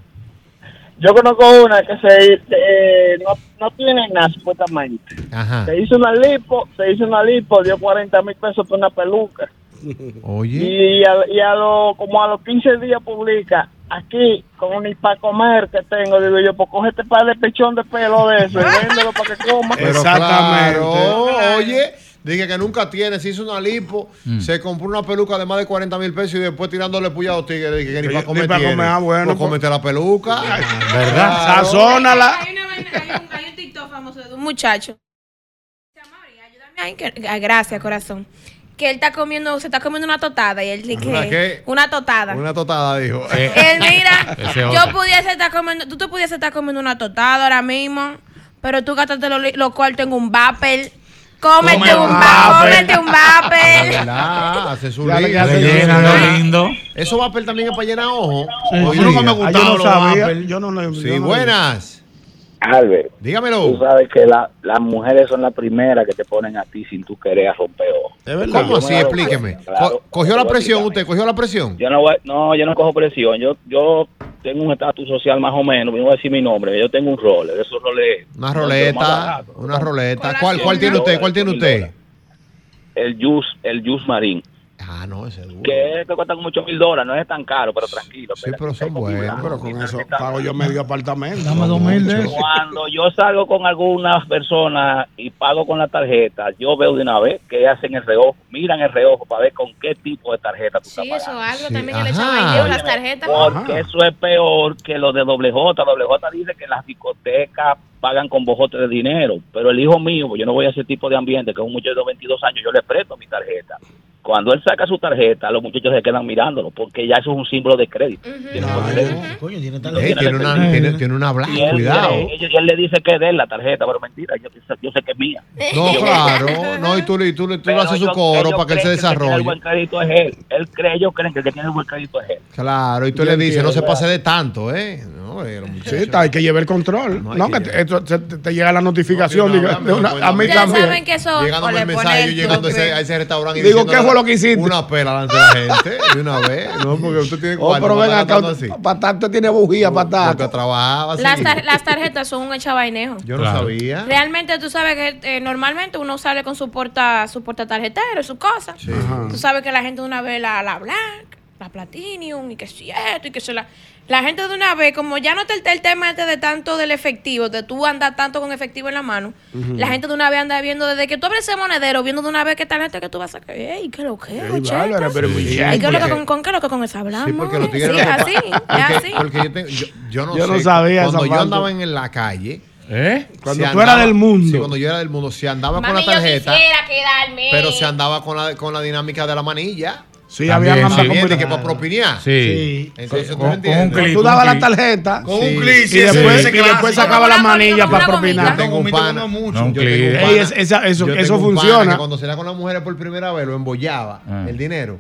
[SPEAKER 1] Yo conozco una que se eh, no, no tiene nada supuestamente.
[SPEAKER 3] Ajá.
[SPEAKER 1] Se hizo una lipo, se hizo una lipo, dio 40 mil pesos por una peluca.
[SPEAKER 3] Oye.
[SPEAKER 1] Y a, y a lo- como a los 15 días publica, aquí, como ni para comer que tengo, digo yo, pues coge este par de pechón de pelo de eso y véndelo para que coma.
[SPEAKER 3] Pero Exactamente. oye, dije que nunca tiene, se hizo una lipo,
[SPEAKER 8] Mm.
[SPEAKER 3] se compró una peluca de más de 40 mil pesos y después tirándole puya a los tigres, dije que ni
[SPEAKER 8] Ni
[SPEAKER 3] para comer
[SPEAKER 8] pa'
[SPEAKER 3] tiene.
[SPEAKER 8] comer, ah, bueno,
[SPEAKER 3] Pues
[SPEAKER 8] pues. Ah,
[SPEAKER 3] cómete la peluca.
[SPEAKER 8] ¿Verdad?
[SPEAKER 3] Claro.
[SPEAKER 8] Sazónala.
[SPEAKER 18] Hay, una vaina- hay un, hay un TikTok famoso de un muchacho. Ay, que- ah, gracias, corazón. Que él está comiendo, se está comiendo una totada y él dice
[SPEAKER 3] ¿Una qué?
[SPEAKER 18] que una totada.
[SPEAKER 3] Una totada, dijo.
[SPEAKER 8] Eh,
[SPEAKER 18] Él mira,
[SPEAKER 3] Ese es
[SPEAKER 18] yo
[SPEAKER 3] otra.
[SPEAKER 18] pudiese estar comiendo, tú te pudiese estar comiendo una totada ahora mismo, pero tú gastaste los lo cuartos en un vapor. Cómete un vapor, cómete un vapor.
[SPEAKER 3] Ah, ¿Verdad? Hace su
[SPEAKER 8] Ya le- ya
[SPEAKER 3] lipo.
[SPEAKER 8] se llena, lo
[SPEAKER 15] lindo.
[SPEAKER 3] Eso va a también es para llenar ojo.
[SPEAKER 8] Sí,
[SPEAKER 3] Oye,
[SPEAKER 8] yo nunca me
[SPEAKER 3] diga. Ah, yo
[SPEAKER 8] gustaba
[SPEAKER 3] no
[SPEAKER 8] los
[SPEAKER 3] sabía.
[SPEAKER 8] Apple, yo no lo- yo
[SPEAKER 3] Sí,
[SPEAKER 8] no lo-
[SPEAKER 3] buenas.
[SPEAKER 12] Albert,
[SPEAKER 3] dígamelo.
[SPEAKER 12] Tú sabes que la- las mujeres son las primeras que te ponen a ti sin tú querer a romper ojo.
[SPEAKER 3] ¿Cómo
[SPEAKER 12] Yo
[SPEAKER 3] así?
[SPEAKER 12] me la
[SPEAKER 3] Explíqueme.
[SPEAKER 12] rompí, claro.
[SPEAKER 3] Co- ¿Cogió
[SPEAKER 12] Yo
[SPEAKER 3] la
[SPEAKER 12] voy a
[SPEAKER 3] presión usted? ¿Cogió la presión?
[SPEAKER 12] Yo no, voy- no, yo no cojo presión. Yo yo tengo un estatus social más o menos. Yo no voy a decir mi nombre. Yo tengo un rol. De esos roles.
[SPEAKER 3] Una
[SPEAKER 12] no, de los más
[SPEAKER 3] roleta.
[SPEAKER 12] baratos.
[SPEAKER 3] Una roleta.
[SPEAKER 12] Con
[SPEAKER 3] ¿Cuál,
[SPEAKER 12] la
[SPEAKER 3] cuál tiene
[SPEAKER 12] cena.
[SPEAKER 3] usted? ¿Cuál tiene usted?
[SPEAKER 12] El Jus, el Jus Marín.
[SPEAKER 3] Ah, no, ese es duro.
[SPEAKER 12] Que este cuesta como 8 mil dólares. No es tan caro, pero tranquilo.
[SPEAKER 3] Sí, pero son
[SPEAKER 8] Bueno, pero con eso pago yo medio apartamento.
[SPEAKER 7] Dame dos mil ¿eh? de eso.
[SPEAKER 12] Cuando yo salgo con algunas personas y pago con la tarjeta, yo veo de una vez que hacen el reojo, miran el reojo para ver con qué tipo de tarjeta tú
[SPEAKER 18] Sí,
[SPEAKER 12] estás
[SPEAKER 18] eso algo
[SPEAKER 12] Sí,
[SPEAKER 18] también que le
[SPEAKER 12] ajá.
[SPEAKER 18] echaban dinero las tarjetas.
[SPEAKER 12] pagando. Porque eso es peor que lo de doble J. Doble J dice que las discotecas pagan con bojotes de dinero, pero el hijo mío, pues yo no voy a ese tipo de ambiente, que es un muchacho de 22 años, yo le presto mi tarjeta. Cuando él saca su tarjeta, los muchachos se quedan mirándolo, porque ya eso es un símbolo de crédito. Tiene un crédito.
[SPEAKER 22] Coño, tiene tal-
[SPEAKER 3] Eh, tiene, una, tiene, tiene una blanca,
[SPEAKER 12] Y él,
[SPEAKER 3] Ah, cuidado.
[SPEAKER 12] eh, ella- él le dice que es de él la tarjeta, pero mentira, yo, yo sé que es mía.
[SPEAKER 3] No, claro. No, y tú, le- y tú, le- tú le
[SPEAKER 12] Pero
[SPEAKER 3] haces su
[SPEAKER 12] ellos-
[SPEAKER 3] coro
[SPEAKER 12] ellos
[SPEAKER 3] para que él se
[SPEAKER 12] creen el que tiene el
[SPEAKER 3] desarrolle.
[SPEAKER 12] buen crédito es él. Él cree, ellos creen que el que tiene el buen crédito es él.
[SPEAKER 3] Claro, y tú
[SPEAKER 8] Yo
[SPEAKER 3] le dices,
[SPEAKER 8] entiendo,
[SPEAKER 3] no se
[SPEAKER 8] ¿verdad?
[SPEAKER 3] pase de tanto, ¿eh? No, eh, los
[SPEAKER 8] Sí,
[SPEAKER 3] muchachos. Ah,
[SPEAKER 8] está, hay que llevar el control. No,
[SPEAKER 3] hay que
[SPEAKER 8] que te, esto- se- te- te llega la notificación.
[SPEAKER 3] No, sí, no,
[SPEAKER 8] diga,
[SPEAKER 3] no,
[SPEAKER 8] de una-
[SPEAKER 3] no,
[SPEAKER 8] a mí
[SPEAKER 18] Ustedes
[SPEAKER 8] también.
[SPEAKER 18] saben que eso
[SPEAKER 3] Llegándome
[SPEAKER 18] o le
[SPEAKER 3] el
[SPEAKER 18] pone
[SPEAKER 3] mensaje, yo
[SPEAKER 18] el
[SPEAKER 3] llegando a ese,
[SPEAKER 18] truque.
[SPEAKER 3] a ese restaurante. y
[SPEAKER 8] Digo,
[SPEAKER 3] diciéndole,
[SPEAKER 8] ¿qué fue lo que hiciste?
[SPEAKER 3] Una pela delante de la gente, de una vez. No, porque usted tiene
[SPEAKER 8] Oh,
[SPEAKER 3] cuarto,
[SPEAKER 8] pero
[SPEAKER 3] no
[SPEAKER 8] ven
[SPEAKER 3] está
[SPEAKER 8] acá,
[SPEAKER 3] gastando así.
[SPEAKER 8] patata tiene bujía, patata.
[SPEAKER 3] Porque trabajaba así.
[SPEAKER 18] Las, tar- las tarjetas son un echabainejo.
[SPEAKER 3] Yo no
[SPEAKER 8] Claro.
[SPEAKER 3] sabía.
[SPEAKER 18] Realmente tú sabes que eh, normalmente uno sale con su porta, su porta tarjetero, su cosa.
[SPEAKER 3] Ajá.
[SPEAKER 18] Tú sabes que la gente de una vez la, la black, la platinum y que si esto y que se la... La gente de una vez, como ya no te está el tema este de tanto del efectivo, de tú andar tanto con efectivo en la mano,
[SPEAKER 21] Ujú.
[SPEAKER 18] la gente de una vez anda viendo desde que tú abres ese monedero, viendo de una vez qué tarjeta que tú vas a sacar. ¡Ey, qué lo que es,
[SPEAKER 8] Ey,
[SPEAKER 18] ochenta!
[SPEAKER 8] bárbara, pero muy
[SPEAKER 18] ¿Y
[SPEAKER 8] bien, pues.
[SPEAKER 18] qué es lo que
[SPEAKER 8] porque-
[SPEAKER 18] con, con qué es lo que con esa hablamos?
[SPEAKER 3] Sí, porque los tigres
[SPEAKER 18] Sí,
[SPEAKER 3] no se pa-
[SPEAKER 18] así, es así.
[SPEAKER 3] Porque yo, tengo- yo, yo no
[SPEAKER 8] Yo
[SPEAKER 3] sé.
[SPEAKER 8] no sabía esa
[SPEAKER 3] Cuando yo
[SPEAKER 8] parte.
[SPEAKER 3] andaba en la calle.
[SPEAKER 15] ¿Eh?
[SPEAKER 8] Cuando
[SPEAKER 3] se
[SPEAKER 8] tú eras del mundo.
[SPEAKER 3] Sí, cuando yo era del mundo. Se andaba
[SPEAKER 18] Mami,
[SPEAKER 3] con la tarjeta.
[SPEAKER 18] yo quisiera quedarme.
[SPEAKER 3] Pero se andaba con la, con la dinámica de la manilla.
[SPEAKER 8] Sí,
[SPEAKER 3] También,
[SPEAKER 8] había mamba
[SPEAKER 3] sí, bien,
[SPEAKER 8] con-
[SPEAKER 3] de que para propinear.
[SPEAKER 15] Sí.
[SPEAKER 3] Entonces, ¿tú
[SPEAKER 15] Con-
[SPEAKER 3] me entiendes?
[SPEAKER 15] con un clic,
[SPEAKER 8] Tú dabas la tarjeta
[SPEAKER 3] Con un
[SPEAKER 8] Sí.
[SPEAKER 3] clic,
[SPEAKER 8] y
[SPEAKER 3] sí,
[SPEAKER 8] después,
[SPEAKER 3] sí.
[SPEAKER 8] y después sacaba la manilla para propinar.
[SPEAKER 3] Yo tengo un pana.
[SPEAKER 15] No, un
[SPEAKER 3] yo tengo
[SPEAKER 15] clic.
[SPEAKER 3] un
[SPEAKER 8] Ey, es- esa- eso-
[SPEAKER 3] yo tengo
[SPEAKER 8] eso
[SPEAKER 3] un pana
[SPEAKER 8] funciona.
[SPEAKER 3] que Cuando se era con las mujeres por primera vez, lo embollaba
[SPEAKER 15] Ah.
[SPEAKER 3] el dinero.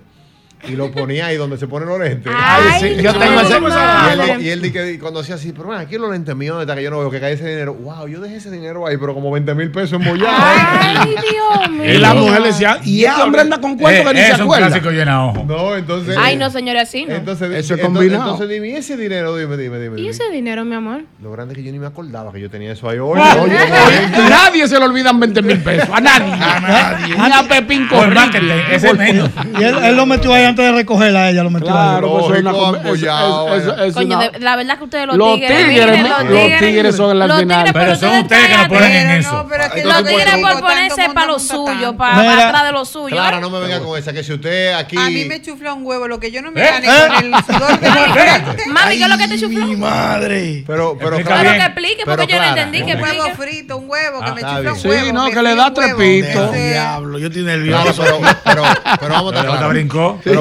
[SPEAKER 3] Y lo ponía ahí donde se ponen los lentes.
[SPEAKER 8] Ay, sí, yo tengo ese-
[SPEAKER 3] Y él,
[SPEAKER 8] madre.
[SPEAKER 3] y él di que- y cuando hacía así, pero bueno, aquí los lentes míos, ¿dónde está que yo no veo que cae ese dinero. Wow, yo dejé ese dinero ahí, pero como 20 mil pesos embollados.
[SPEAKER 18] Ay, Dios mío.
[SPEAKER 8] Y la mujer le decía, y este hombre anda con cuarto
[SPEAKER 3] eh,
[SPEAKER 8] que ni se acuerda.
[SPEAKER 15] llena ojo.
[SPEAKER 3] No, entonces.
[SPEAKER 18] Ay, no, señores, así no.
[SPEAKER 3] Entonces, eh,
[SPEAKER 8] Eso es
[SPEAKER 3] entonces-
[SPEAKER 8] combinado.
[SPEAKER 3] Entonces, dime, ¿y ese dinero? Dime, dime, dime.
[SPEAKER 18] ¿Y
[SPEAKER 3] dime.
[SPEAKER 18] ese dinero, mi amor?
[SPEAKER 3] Lo grande es que yo ni me acordaba que yo tenía eso ahí hoy.
[SPEAKER 8] Oye,
[SPEAKER 3] Oye,
[SPEAKER 8] oye, nadie se le olvidan
[SPEAKER 3] Ah,
[SPEAKER 8] 20 mil pesos. A nadie. A nadie. Ni a Pepín
[SPEAKER 15] Por
[SPEAKER 8] Correa.
[SPEAKER 15] más Pues que te- ese menos.
[SPEAKER 7] Y él, él lo metió ahí antes de recogerla a ella lo metió
[SPEAKER 8] Claro,
[SPEAKER 7] ahí.
[SPEAKER 8] pues, es una Lógico, com- apoyado, es- es- es- es
[SPEAKER 18] Coño,
[SPEAKER 8] una-
[SPEAKER 18] de- la verdad que ustedes los,
[SPEAKER 8] Los
[SPEAKER 18] tigres,
[SPEAKER 8] tigres,
[SPEAKER 18] miren,
[SPEAKER 8] ¿no?
[SPEAKER 18] los
[SPEAKER 8] Los
[SPEAKER 18] tigres,
[SPEAKER 8] tigres son las
[SPEAKER 18] los
[SPEAKER 8] final.
[SPEAKER 18] tigres,
[SPEAKER 15] Pero son ustedes que nos ponen en eso.
[SPEAKER 18] Los tigres por ponerse para lo suyo, para atrás de lo suyo.
[SPEAKER 3] Clara,
[SPEAKER 18] ¿eh?
[SPEAKER 3] no me venga con esa, que si usted aquí.
[SPEAKER 9] A mí me chufla un huevo, lo que yo no me
[SPEAKER 3] ¿Eh?
[SPEAKER 9] gane con el sudor de mi frente.
[SPEAKER 18] Mami, ¿qué es lo que te chufló?
[SPEAKER 3] Madre. Pero, pero,
[SPEAKER 18] Explica
[SPEAKER 3] Clara-
[SPEAKER 18] bien. Pero que explique, porque yo no entendí, que
[SPEAKER 9] Un
[SPEAKER 18] explique.
[SPEAKER 9] huevo frito, un huevo que me
[SPEAKER 3] está
[SPEAKER 9] chufla un
[SPEAKER 3] bien.
[SPEAKER 9] huevo.
[SPEAKER 8] Sí, no,
[SPEAKER 9] me
[SPEAKER 8] que le
[SPEAKER 9] pide
[SPEAKER 8] da
[SPEAKER 9] un huevo.
[SPEAKER 8] trepito.
[SPEAKER 9] Sí.
[SPEAKER 8] Diablo, yo estoy
[SPEAKER 3] Claro,
[SPEAKER 8] nervioso.
[SPEAKER 3] pero, pero, pero vamos a estar
[SPEAKER 15] Pero brincó.
[SPEAKER 3] Pero,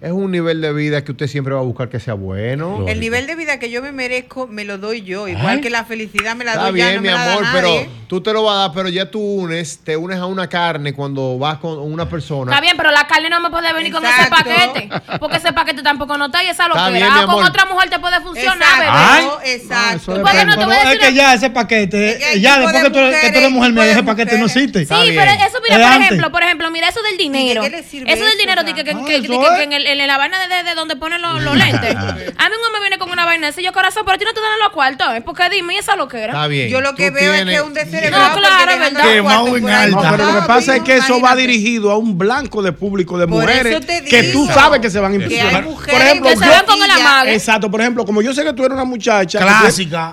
[SPEAKER 3] es un nivel de vida que usted siempre va a buscar que sea bueno.
[SPEAKER 9] El nivel de vida que yo me merezco me lo doy yo, igual
[SPEAKER 3] Ay.
[SPEAKER 9] que la felicidad me la
[SPEAKER 3] Está
[SPEAKER 9] doy
[SPEAKER 3] bien,
[SPEAKER 9] ya, no
[SPEAKER 3] mi
[SPEAKER 9] me la da
[SPEAKER 3] amor,
[SPEAKER 9] nadie.
[SPEAKER 3] pero tú te lo vas a dar, pero ya tú unes, te unes a una carne cuando vas con una persona.
[SPEAKER 18] Está bien, pero la carne no me puede venir
[SPEAKER 9] Exacto.
[SPEAKER 18] con ese paquete. Porque ese paquete tampoco no está y esa
[SPEAKER 3] Está
[SPEAKER 18] lo que
[SPEAKER 3] bien, mi
[SPEAKER 18] era. Con
[SPEAKER 3] amor.
[SPEAKER 18] otra mujer te puede funcionar, bebé.
[SPEAKER 9] Exacto, exacto.
[SPEAKER 18] ¿Por qué no te voy a
[SPEAKER 7] Pero
[SPEAKER 18] decir
[SPEAKER 7] es que ya ese paquete,
[SPEAKER 9] que hay
[SPEAKER 7] ya
[SPEAKER 9] tipo
[SPEAKER 7] después que
[SPEAKER 9] de
[SPEAKER 7] tú, que tú
[SPEAKER 9] mujeres,
[SPEAKER 7] eres mujer,
[SPEAKER 9] tipo
[SPEAKER 7] mira,
[SPEAKER 9] de
[SPEAKER 7] ese paquete no existe.
[SPEAKER 18] Sí, pero eso, mira,
[SPEAKER 7] Es
[SPEAKER 18] por
[SPEAKER 7] antes.
[SPEAKER 18] ejemplo, por ejemplo, mira eso del dinero.
[SPEAKER 9] ¿Y de qué le sirve
[SPEAKER 18] Eso del
[SPEAKER 9] eso,
[SPEAKER 18] dinero,
[SPEAKER 9] Fran?
[SPEAKER 18] di que, que-
[SPEAKER 9] Ah,
[SPEAKER 18] que-
[SPEAKER 9] eso
[SPEAKER 18] di que-
[SPEAKER 9] es.
[SPEAKER 18] que en, el- en la vaina de, de- de donde ponen los, los lentes. A mí un hombre viene con una vaina esa y yo, corazón, pero a ti no te dan los cuartos, ¿eh? Porque dime, ¿y esa lo que era.
[SPEAKER 3] Está bien.
[SPEAKER 9] Yo lo que
[SPEAKER 3] Tú
[SPEAKER 9] veo es
[SPEAKER 3] tienes-
[SPEAKER 9] que es un descerebrado.
[SPEAKER 18] No, claro,
[SPEAKER 9] porque dejando
[SPEAKER 18] ¿verdad?
[SPEAKER 9] los cuartos
[SPEAKER 8] Quemado en
[SPEAKER 9] por ahí.
[SPEAKER 8] alta. Pero lo que
[SPEAKER 9] Ah,
[SPEAKER 8] pasa es
[SPEAKER 9] mijo,
[SPEAKER 8] que eso va
[SPEAKER 9] imagínate.
[SPEAKER 8] dirigido a un blanco de público de
[SPEAKER 9] Por
[SPEAKER 8] mujeres
[SPEAKER 9] eso te
[SPEAKER 8] que tú
[SPEAKER 9] digo.
[SPEAKER 8] sabes que se van a
[SPEAKER 9] Que hay
[SPEAKER 8] impresionar.
[SPEAKER 9] mujeres que se van con el amague.
[SPEAKER 8] Exacto, por ejemplo, como yo sé que tú eres una muchacha que
[SPEAKER 19] Clásica.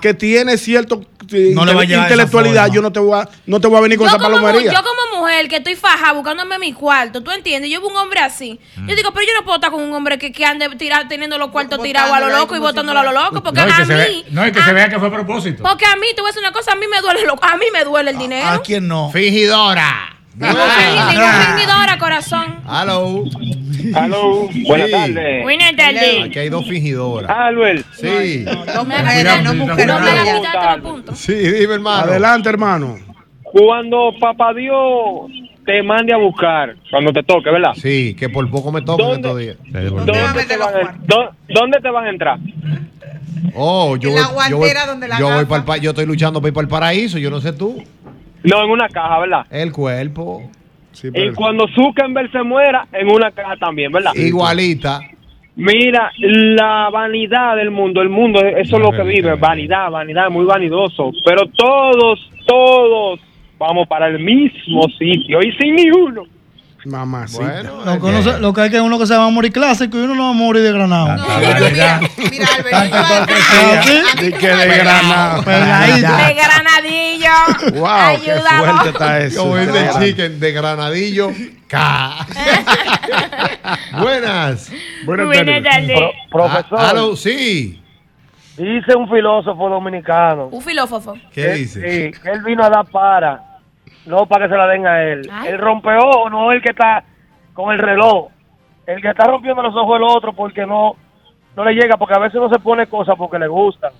[SPEAKER 8] tiene- que tiene cierto eh,
[SPEAKER 19] No le va a
[SPEAKER 8] inte-
[SPEAKER 19] llegar esa
[SPEAKER 8] intelectualidad,
[SPEAKER 19] forma.
[SPEAKER 8] yo no te voy a no te voy a venir con
[SPEAKER 18] yo,
[SPEAKER 8] esa
[SPEAKER 18] como, mu-
[SPEAKER 8] palomería.
[SPEAKER 18] yo como mujer que estoy faja buscándome mi cuarto, ¿tú entiendes? Yo veo un hombre así. Yo digo, pero yo no puedo estar con un hombre que, que ande tira- teniendo los cuartos tirados a lo
[SPEAKER 9] Botándolo ahí
[SPEAKER 18] loco y
[SPEAKER 9] como si
[SPEAKER 18] botándolo a lo
[SPEAKER 9] fuera-
[SPEAKER 18] loco. Porque
[SPEAKER 15] No, y que,
[SPEAKER 18] a
[SPEAKER 15] se,
[SPEAKER 18] mí,
[SPEAKER 15] ve- no, y que se vea que fue a propósito.
[SPEAKER 18] porque a mí, te voy a decir una cosa, a mí me duele lo- a mí me duele el dinero.
[SPEAKER 19] ¿A quién no?
[SPEAKER 3] Fingidora.
[SPEAKER 18] Ningún fingidora, corazón.
[SPEAKER 3] Hello.
[SPEAKER 23] Aló, buenas
[SPEAKER 3] Sí.
[SPEAKER 23] tardes. Ah,
[SPEAKER 18] Buenas tardes.
[SPEAKER 3] Aquí hay dos fingidoras.
[SPEAKER 23] Albert,
[SPEAKER 3] Sí.
[SPEAKER 9] No mujeres, no mujeres.
[SPEAKER 18] No me la
[SPEAKER 9] no.
[SPEAKER 18] quitaste los puntos.
[SPEAKER 3] Sí, dime, hermano.
[SPEAKER 8] Adelante, hermano.
[SPEAKER 23] cuando papá Dios te mande a buscar, cuando te toque, ¿verdad?
[SPEAKER 3] Sí, que por poco me tocan estos días.
[SPEAKER 9] ¿Dónde va a meter los cuartos?
[SPEAKER 23] ¿Dó- ¿Dónde te van a entrar?
[SPEAKER 3] Oh, yo
[SPEAKER 9] En
[SPEAKER 3] voy,
[SPEAKER 9] la
[SPEAKER 3] yo voy,
[SPEAKER 9] guantera donde la
[SPEAKER 3] yo, voy
[SPEAKER 9] gafa.
[SPEAKER 3] pa'l pa- yo estoy luchando para ir para el paraíso, yo no sé tú.
[SPEAKER 23] No, en una caja, ¿verdad?
[SPEAKER 3] El cuerpo.
[SPEAKER 8] Sí,
[SPEAKER 23] Y
[SPEAKER 8] pero-
[SPEAKER 23] cuando Zuckerberg se muera, en una caja también, ¿verdad?
[SPEAKER 3] Igualita.
[SPEAKER 23] Mira, la vanidad del mundo, el mundo, eso es lo que vive, vanidad, vanidad, muy vanidoso. Pero todos, todos vamos para el mismo sitio y sin ni uno.
[SPEAKER 8] Mamacita.
[SPEAKER 3] Bueno,
[SPEAKER 7] Lo que, uno se- lo que hay que uno que se va a morir clásico y uno no va a morir de granado.
[SPEAKER 9] No, pero mira, mira, Alberto, yo a-
[SPEAKER 7] Claro, sí.
[SPEAKER 9] a mí
[SPEAKER 8] Y
[SPEAKER 9] tú
[SPEAKER 8] que
[SPEAKER 9] me-
[SPEAKER 8] de granado.
[SPEAKER 18] De granadillo.
[SPEAKER 8] Wow, qué
[SPEAKER 18] Ayúdalo.
[SPEAKER 8] fuerte está eso.
[SPEAKER 3] Yo el
[SPEAKER 8] Está
[SPEAKER 3] de
[SPEAKER 8] grande.
[SPEAKER 3] chicken de granadillo. Ca. Buenas.
[SPEAKER 18] Buenas tardes.
[SPEAKER 3] Ah, aló, sí.
[SPEAKER 4] dice un filósofo dominicano.
[SPEAKER 18] Un filósofo.
[SPEAKER 3] ¿Qué
[SPEAKER 4] Él-
[SPEAKER 3] dice?
[SPEAKER 4] sí, él vino a dar para, no para que se la den a él.
[SPEAKER 18] Ay.
[SPEAKER 4] El rompeojo no es el que está con el reloj. El que está rompiendo los ojos es el otro porque no, no le llega, porque a veces no se pone cosas porque le gustan.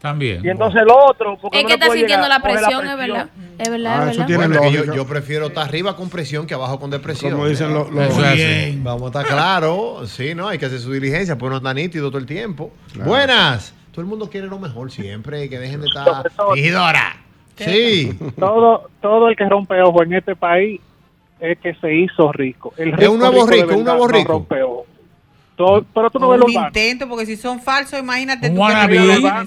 [SPEAKER 15] También.
[SPEAKER 4] Y entonces el otro... Porque
[SPEAKER 18] Es
[SPEAKER 4] no
[SPEAKER 18] que
[SPEAKER 4] le
[SPEAKER 18] está
[SPEAKER 4] puede
[SPEAKER 18] sintiendo
[SPEAKER 4] llegar,
[SPEAKER 18] la
[SPEAKER 4] coge
[SPEAKER 18] presión, es verdad. Es verdad,
[SPEAKER 8] Ah,
[SPEAKER 18] es
[SPEAKER 8] eso
[SPEAKER 18] verdad.
[SPEAKER 8] tiene
[SPEAKER 3] Bueno, que yo,
[SPEAKER 8] lógica.
[SPEAKER 3] yo prefiero estar arriba con presión que abajo con depresión.
[SPEAKER 8] Como dicen los- los-
[SPEAKER 15] Eso es así.
[SPEAKER 3] Vamos a estar claros. Sí, no, hay que hacer su diligencia, pues no está nítido todo el tiempo. Buenas. Todo el mundo quiere lo mejor siempre, que dejen de estar. Fingidora. Sí.
[SPEAKER 4] Todo, todo el que rompe ojo en este país es que se hizo rico. El
[SPEAKER 3] Es un nuevo rico, un nuevo rico.
[SPEAKER 4] ojo. Todo- pero tú
[SPEAKER 9] Un intento, porque si son falsos, imagínate
[SPEAKER 15] Un
[SPEAKER 9] tú que te
[SPEAKER 15] wannabe.
[SPEAKER 9] violan.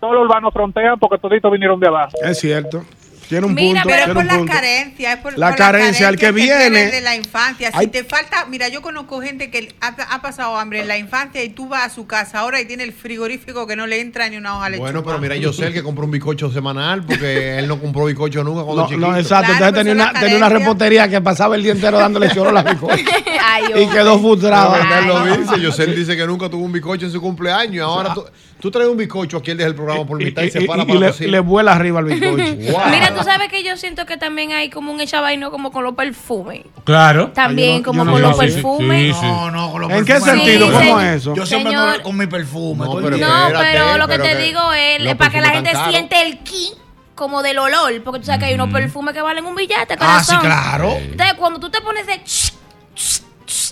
[SPEAKER 4] todos los urbanos frontean porque toditos vinieron de abajo.
[SPEAKER 8] Es cierto. Tiene un
[SPEAKER 18] Mira,
[SPEAKER 8] punto.
[SPEAKER 18] pero
[SPEAKER 9] Pero es
[SPEAKER 8] tiene
[SPEAKER 9] por
[SPEAKER 8] un
[SPEAKER 9] las
[SPEAKER 8] punto.
[SPEAKER 9] carencias, es por,
[SPEAKER 8] La
[SPEAKER 9] por
[SPEAKER 8] carencia, el que viene-
[SPEAKER 9] de la infancia. Si
[SPEAKER 8] Ay.
[SPEAKER 9] te falta, mira, yo conozco gente que ha, ha pasado hambre en la infancia y tú vas a su casa ahora y tiene el frigorífico que no le entra ni una hoja de
[SPEAKER 3] Bueno,
[SPEAKER 9] lechuga.
[SPEAKER 3] pero mira, yo sé el que compró un bicocho semanal porque él no compró bicocho nunca cuando
[SPEAKER 8] No,
[SPEAKER 3] chiquito.
[SPEAKER 8] no, exacto.
[SPEAKER 9] Claro, pues
[SPEAKER 8] Entonces tenía
[SPEAKER 9] pero
[SPEAKER 8] una,
[SPEAKER 9] son las
[SPEAKER 8] tenía una
[SPEAKER 9] carencias.
[SPEAKER 8] repostería que pasaba el día entero dándole choro a la bicoca.
[SPEAKER 18] Ay,
[SPEAKER 8] y
[SPEAKER 18] hombre.
[SPEAKER 8] quedó frustrado.
[SPEAKER 3] Pero él lo dice, Yosel dice que nunca tuvo un bizcocho en su cumpleaños. y Ahora tú, tú traes un bizcocho aquí, él deja el programa por
[SPEAKER 8] Y,
[SPEAKER 3] mitad y se
[SPEAKER 8] y-
[SPEAKER 3] para
[SPEAKER 8] y
[SPEAKER 3] para
[SPEAKER 8] le,
[SPEAKER 3] cocinar.
[SPEAKER 8] le vuela arriba al bizcocho.
[SPEAKER 3] Wow.
[SPEAKER 18] Mira, tú sabes que yo siento que también hay como un echabaino como con los perfumes.
[SPEAKER 15] Claro.
[SPEAKER 18] También,
[SPEAKER 8] no-
[SPEAKER 18] como
[SPEAKER 8] yo no
[SPEAKER 18] con
[SPEAKER 8] lo
[SPEAKER 18] los
[SPEAKER 8] sé.
[SPEAKER 18] perfumes.
[SPEAKER 15] Sí, sí.
[SPEAKER 19] No, no, con los
[SPEAKER 8] ¿En qué
[SPEAKER 19] perfumes no.
[SPEAKER 8] sentido?
[SPEAKER 18] Sí,
[SPEAKER 8] ¿Cómo
[SPEAKER 18] señor.
[SPEAKER 8] es eso?
[SPEAKER 19] Yo siempre
[SPEAKER 18] Señor.
[SPEAKER 19] ando con mi perfume.
[SPEAKER 3] No,
[SPEAKER 19] todo el
[SPEAKER 3] pero-
[SPEAKER 19] día.
[SPEAKER 18] No,
[SPEAKER 3] Espérate,
[SPEAKER 18] pero lo que
[SPEAKER 3] pero
[SPEAKER 18] te
[SPEAKER 3] que
[SPEAKER 18] digo es
[SPEAKER 3] los
[SPEAKER 18] eh, para que la
[SPEAKER 3] perfumes
[SPEAKER 18] gente
[SPEAKER 3] tan caros.
[SPEAKER 18] siente el ki como del olor, porque tú sabes que hay unos perfumes que valen un billete,
[SPEAKER 19] Ah, sí,
[SPEAKER 18] corazón.
[SPEAKER 19] claro.
[SPEAKER 18] Entonces, cuando tú te pones de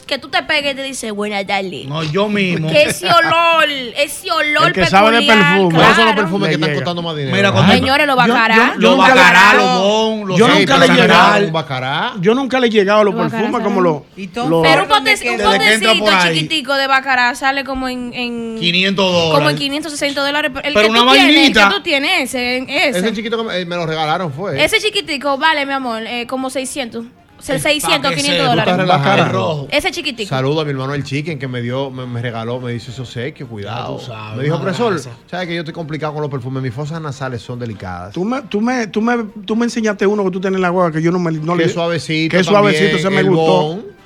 [SPEAKER 18] que tú te pegues y te dices, buena tarde.
[SPEAKER 22] No, yo mismo.
[SPEAKER 18] Que ese olor, ese olor
[SPEAKER 22] El que sabe de
[SPEAKER 18] peculiar,
[SPEAKER 22] perfume.
[SPEAKER 18] claro.
[SPEAKER 3] Esos son los perfumes que están costando más dinero.
[SPEAKER 22] Mira, cuando-
[SPEAKER 18] Señores, los bacará.
[SPEAKER 22] Yo
[SPEAKER 8] Los
[SPEAKER 22] nunca le-
[SPEAKER 8] bacará,
[SPEAKER 22] yo-
[SPEAKER 8] los bon, los
[SPEAKER 22] yo nunca le he llegado.
[SPEAKER 8] un Yo nunca le he llegado a los perfumes como los. los-
[SPEAKER 18] Pero un, pote- un
[SPEAKER 8] Desde que entra
[SPEAKER 18] potecito
[SPEAKER 8] por ahí.
[SPEAKER 18] chiquitico de bacará sale como en, en
[SPEAKER 8] 500 dólares.
[SPEAKER 18] Como en 560 dólares. El
[SPEAKER 3] Pero
[SPEAKER 18] que
[SPEAKER 3] una
[SPEAKER 18] tú tienes, el
[SPEAKER 3] vainita.
[SPEAKER 18] que tú tienes, ese, ese.
[SPEAKER 3] Ese chiquito que me, eh, me lo regalaron fue.
[SPEAKER 18] Ese chiquitico vale, mi amor, eh, como 600. O sea, 600,
[SPEAKER 3] Pa' que
[SPEAKER 18] 500
[SPEAKER 3] sepa. Tú estás
[SPEAKER 18] dólares.
[SPEAKER 3] relajado.
[SPEAKER 18] Ese chiquitico.
[SPEAKER 3] Saludo a mi hermano el Chicken que me dio, me, me regaló, me hizo ese obsequio, cuidado. me dijo,
[SPEAKER 8] madre,
[SPEAKER 3] profesor,
[SPEAKER 8] esa".
[SPEAKER 3] ¿sabes que yo estoy complicado con los perfumes? Mis fosas nasales son delicadas.
[SPEAKER 8] Tú me, tú, me, tú, me, tú me enseñaste uno que tú tienes en la guagua que yo no me. No
[SPEAKER 3] Qué
[SPEAKER 8] le-
[SPEAKER 3] suavecito
[SPEAKER 8] Qué suavecito,
[SPEAKER 3] también,
[SPEAKER 8] se me
[SPEAKER 3] el
[SPEAKER 8] gustó.
[SPEAKER 3] Bon,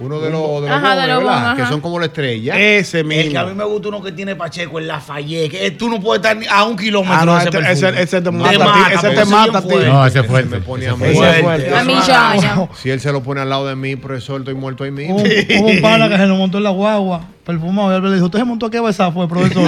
[SPEAKER 3] uno de los, de los,
[SPEAKER 8] Ajá, de
[SPEAKER 3] bones,
[SPEAKER 8] los
[SPEAKER 3] ¿verdad?
[SPEAKER 8] bones, ajá.
[SPEAKER 3] Que son como la estrella.
[SPEAKER 8] Ese
[SPEAKER 3] El
[SPEAKER 8] mismo.
[SPEAKER 3] que a mí
[SPEAKER 8] me gusta uno que tiene Pacheco, el Lafayette. tú no puedes estar a un kilómetro
[SPEAKER 3] de ese
[SPEAKER 8] Ah, ese,
[SPEAKER 3] perfume.
[SPEAKER 8] ese te
[SPEAKER 3] Te
[SPEAKER 8] mata,
[SPEAKER 3] mata,
[SPEAKER 8] tío, ese
[SPEAKER 3] pero
[SPEAKER 8] te
[SPEAKER 3] ese
[SPEAKER 8] mata,
[SPEAKER 3] bien
[SPEAKER 8] tío.
[SPEAKER 3] fuerte. No, ese
[SPEAKER 8] fue
[SPEAKER 3] Me pone a mí.
[SPEAKER 8] Ese es fuerte.
[SPEAKER 7] A mí ya, ya.
[SPEAKER 3] Si él se lo pone al lado de mí, profesor, estoy muerto ahí mismo.
[SPEAKER 7] Hubo un, hubo un pana que se lo montó en la guagua, perfumado, y él le dijo, ¿usted se montó a qué besar? Fue, profesor.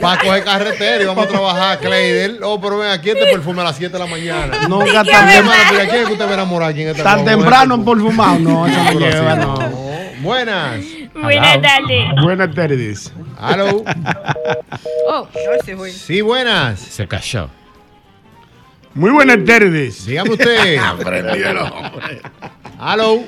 [SPEAKER 3] Para coger carretera y vamos a trabajar, Cleider. Oh, pero ven aquí este perfume a las 7 de la mañana.
[SPEAKER 8] No,
[SPEAKER 3] ¿Qué
[SPEAKER 8] tan-
[SPEAKER 3] hermana, pero ¿a ¿Quién es que usted va a enamorar aquí en esta
[SPEAKER 8] Tan
[SPEAKER 3] guagua?
[SPEAKER 8] temprano en perfumado. No, eso no
[SPEAKER 3] Seguro así,
[SPEAKER 8] lleva,
[SPEAKER 3] no.
[SPEAKER 8] no.
[SPEAKER 3] Buenas.
[SPEAKER 18] Buenas tardes.
[SPEAKER 8] Buenas tardes.
[SPEAKER 3] Hello.
[SPEAKER 18] Oh, no se fue.
[SPEAKER 3] Sí, buenas.
[SPEAKER 15] Se cayó.
[SPEAKER 8] Muy buenas tardes.
[SPEAKER 3] Dígame usted.
[SPEAKER 8] Aprendieron.
[SPEAKER 3] Hello.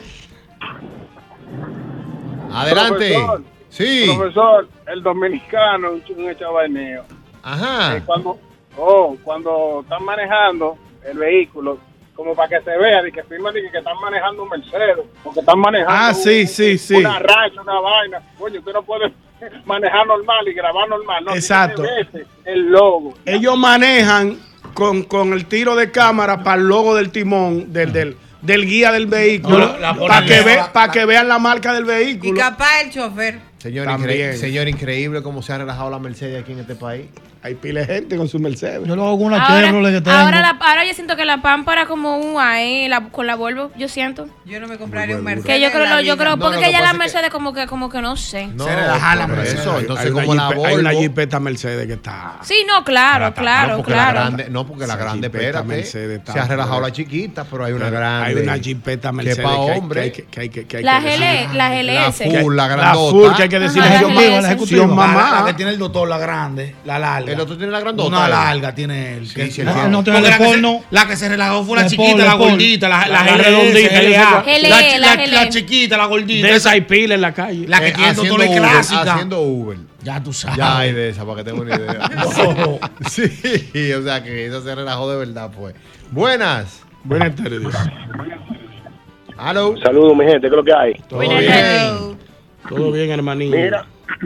[SPEAKER 3] Adelante.
[SPEAKER 6] Profesor,
[SPEAKER 3] Sí.
[SPEAKER 6] Profesor, el dominicano, un ch- un echabaneo.
[SPEAKER 3] Ajá.
[SPEAKER 6] Eh, cuando, oh, cuando están manejando el vehículo, como para que se vea, de que firman de que, que están manejando un Mercedes, o que están manejando
[SPEAKER 8] Ah, sí, sí, sí.
[SPEAKER 6] una racha, una vaina. Coño, usted no puede manejar normal y grabar normal. No, tiene
[SPEAKER 8] Exacto.
[SPEAKER 6] que verse el logo.
[SPEAKER 8] Ellos manejan con, con el tiro de cámara para el logo del timón, del, del, del guía del vehículo, para que, ve- pa' que vean la marca del
[SPEAKER 9] Y
[SPEAKER 8] vehículo.
[SPEAKER 9] capaz el chofer.
[SPEAKER 3] Señor,
[SPEAKER 8] También.
[SPEAKER 3] increíble, señor, increíble cómo se ha relajado la Mercedes aquí en este país.
[SPEAKER 8] Hay pila de gente con su Mercedes.
[SPEAKER 7] Yo lo hago con una
[SPEAKER 18] Ahora,
[SPEAKER 7] Chevrolet que tengo.
[SPEAKER 18] ahora, la- ahora yo siento que la pámpara como un AE la, con la Volvo, yo siento.
[SPEAKER 9] Yo no me compraré un
[SPEAKER 18] Que
[SPEAKER 9] Mercedes.
[SPEAKER 18] yo creo,
[SPEAKER 9] en la
[SPEAKER 18] no, yo
[SPEAKER 9] vida.
[SPEAKER 18] creo, porque que ya la
[SPEAKER 9] que-
[SPEAKER 18] Mercedes como que, como que no sé.
[SPEAKER 3] No, por eso. Entonces, como la
[SPEAKER 8] Hay una
[SPEAKER 3] Volvo-
[SPEAKER 8] jipeta Mercedes que está.
[SPEAKER 18] Sí, no, claro,
[SPEAKER 3] no,
[SPEAKER 18] claro,
[SPEAKER 3] porque
[SPEAKER 18] claro.
[SPEAKER 3] La grande, no, porque la
[SPEAKER 8] Esa
[SPEAKER 3] grande,
[SPEAKER 8] jipeta
[SPEAKER 3] espérate.
[SPEAKER 8] Mercedes
[SPEAKER 3] Se ha
[SPEAKER 8] está-
[SPEAKER 3] relajado la chiquita, pero hay una
[SPEAKER 8] Pero
[SPEAKER 3] grande.
[SPEAKER 8] Hay una jipeta Mercedes
[SPEAKER 3] Que pa'
[SPEAKER 8] hay-
[SPEAKER 3] hombre.
[SPEAKER 8] hay que- que hay que- que hay
[SPEAKER 18] La
[SPEAKER 8] que
[SPEAKER 18] GL,
[SPEAKER 8] decir.
[SPEAKER 18] la E GLS.
[SPEAKER 8] full, la
[SPEAKER 3] grandota.
[SPEAKER 8] full, que hay que decirle
[SPEAKER 3] Ajá,
[SPEAKER 8] a
[SPEAKER 3] la
[SPEAKER 8] ellos,
[SPEAKER 3] GLS.
[SPEAKER 8] "Mamá,
[SPEAKER 3] Sí,
[SPEAKER 8] Dios,
[SPEAKER 3] la-
[SPEAKER 8] mamá.
[SPEAKER 3] la que
[SPEAKER 8] tiene el doctor, la grande, la larga.
[SPEAKER 3] El otro tiene la grandota.
[SPEAKER 8] Una
[SPEAKER 3] él.
[SPEAKER 8] larga tiene él. Sí,
[SPEAKER 3] sí, él
[SPEAKER 8] Ah,
[SPEAKER 3] tiene.
[SPEAKER 8] no,
[SPEAKER 3] Porque
[SPEAKER 8] tiene la
[SPEAKER 3] la que se-
[SPEAKER 8] La que se relajó
[SPEAKER 3] fue la chiquita, la gordita, la- la GLS,
[SPEAKER 8] La,
[SPEAKER 3] GLA.
[SPEAKER 8] la-
[SPEAKER 3] La- la
[SPEAKER 8] la- la chiquita, la gordita. De esa hay pila en la calle.
[SPEAKER 3] Eh, haciendo
[SPEAKER 8] la
[SPEAKER 3] Uber,
[SPEAKER 8] clásica.
[SPEAKER 3] Haciendo Uber.
[SPEAKER 8] Ya tú sabes.
[SPEAKER 3] Ya hay de esa, para que tenga una idea. No. sí, o sea que esa se relajó de verdad, pues. Buenas.
[SPEAKER 8] Buenas tardes.
[SPEAKER 3] Hello.
[SPEAKER 6] Saludos, mi gente, ¿qué es lo que hay?
[SPEAKER 8] Todo bien. Todo bien, hermanito.
[SPEAKER 6] Mira,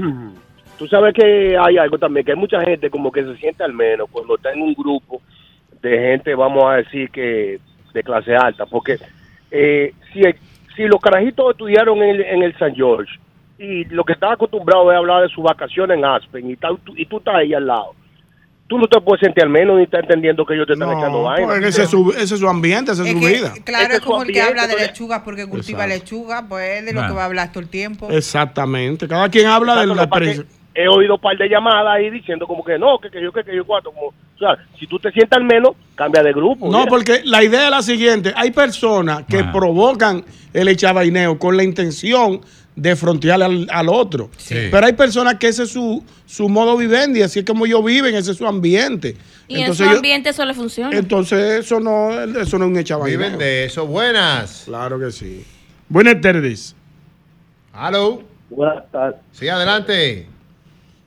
[SPEAKER 6] tú sabes que hay algo también, que hay mucha gente como que se siente al menos cuando está en un grupo de gente, vamos a decir que de clase alta, porque eh, si, si los carajitos estudiaron en el, en el San George y lo que están acostumbrados es hablar de su vacación en Aspen y, tal, tú- y tú estás ahí al lado, tú no te puedes sentir al menos ni estás entendiendo que ellos te están echando
[SPEAKER 8] No,
[SPEAKER 6] vaina.
[SPEAKER 8] porque ese es su, ese es su ambiente, esa es,
[SPEAKER 9] Es
[SPEAKER 8] su
[SPEAKER 9] que,
[SPEAKER 8] vida.
[SPEAKER 9] Claro, es como el
[SPEAKER 6] ambiente,
[SPEAKER 9] que habla de
[SPEAKER 6] entonces-
[SPEAKER 9] lechugas porque cultiva
[SPEAKER 8] Exacto.
[SPEAKER 9] lechuga, pues es de lo
[SPEAKER 8] Bueno.
[SPEAKER 9] que va a hablar todo el tiempo.
[SPEAKER 8] Exactamente. Cada quien habla de
[SPEAKER 6] Exacto,
[SPEAKER 8] la
[SPEAKER 6] lo que pasa es
[SPEAKER 8] experiencia.
[SPEAKER 6] que He oído un par de llamadas ahí diciendo como que no, que, que yo, que, que yo cuatro. Como, o sea, si tú te sientas al menos, cambia de grupo.
[SPEAKER 8] No,
[SPEAKER 6] mira.
[SPEAKER 8] porque la idea es la siguiente. Hay personas que
[SPEAKER 3] Ah.
[SPEAKER 8] provocan el echabaineo con la intención de frontear al, al otro.
[SPEAKER 15] Sí.
[SPEAKER 8] Pero hay personas que ese es su, su modo vivendi, así es como ellos viven, ese es su ambiente.
[SPEAKER 18] Y
[SPEAKER 8] entonces,
[SPEAKER 18] en su
[SPEAKER 8] yo-
[SPEAKER 18] ambiente eso le funciona.
[SPEAKER 8] entonces eso no eso no es un echabaineo.
[SPEAKER 3] Viven de eso. Buenas.
[SPEAKER 8] Claro que sí. Buenas tardes.
[SPEAKER 3] Hello.
[SPEAKER 24] Buenas tardes.
[SPEAKER 3] Sí, adelante.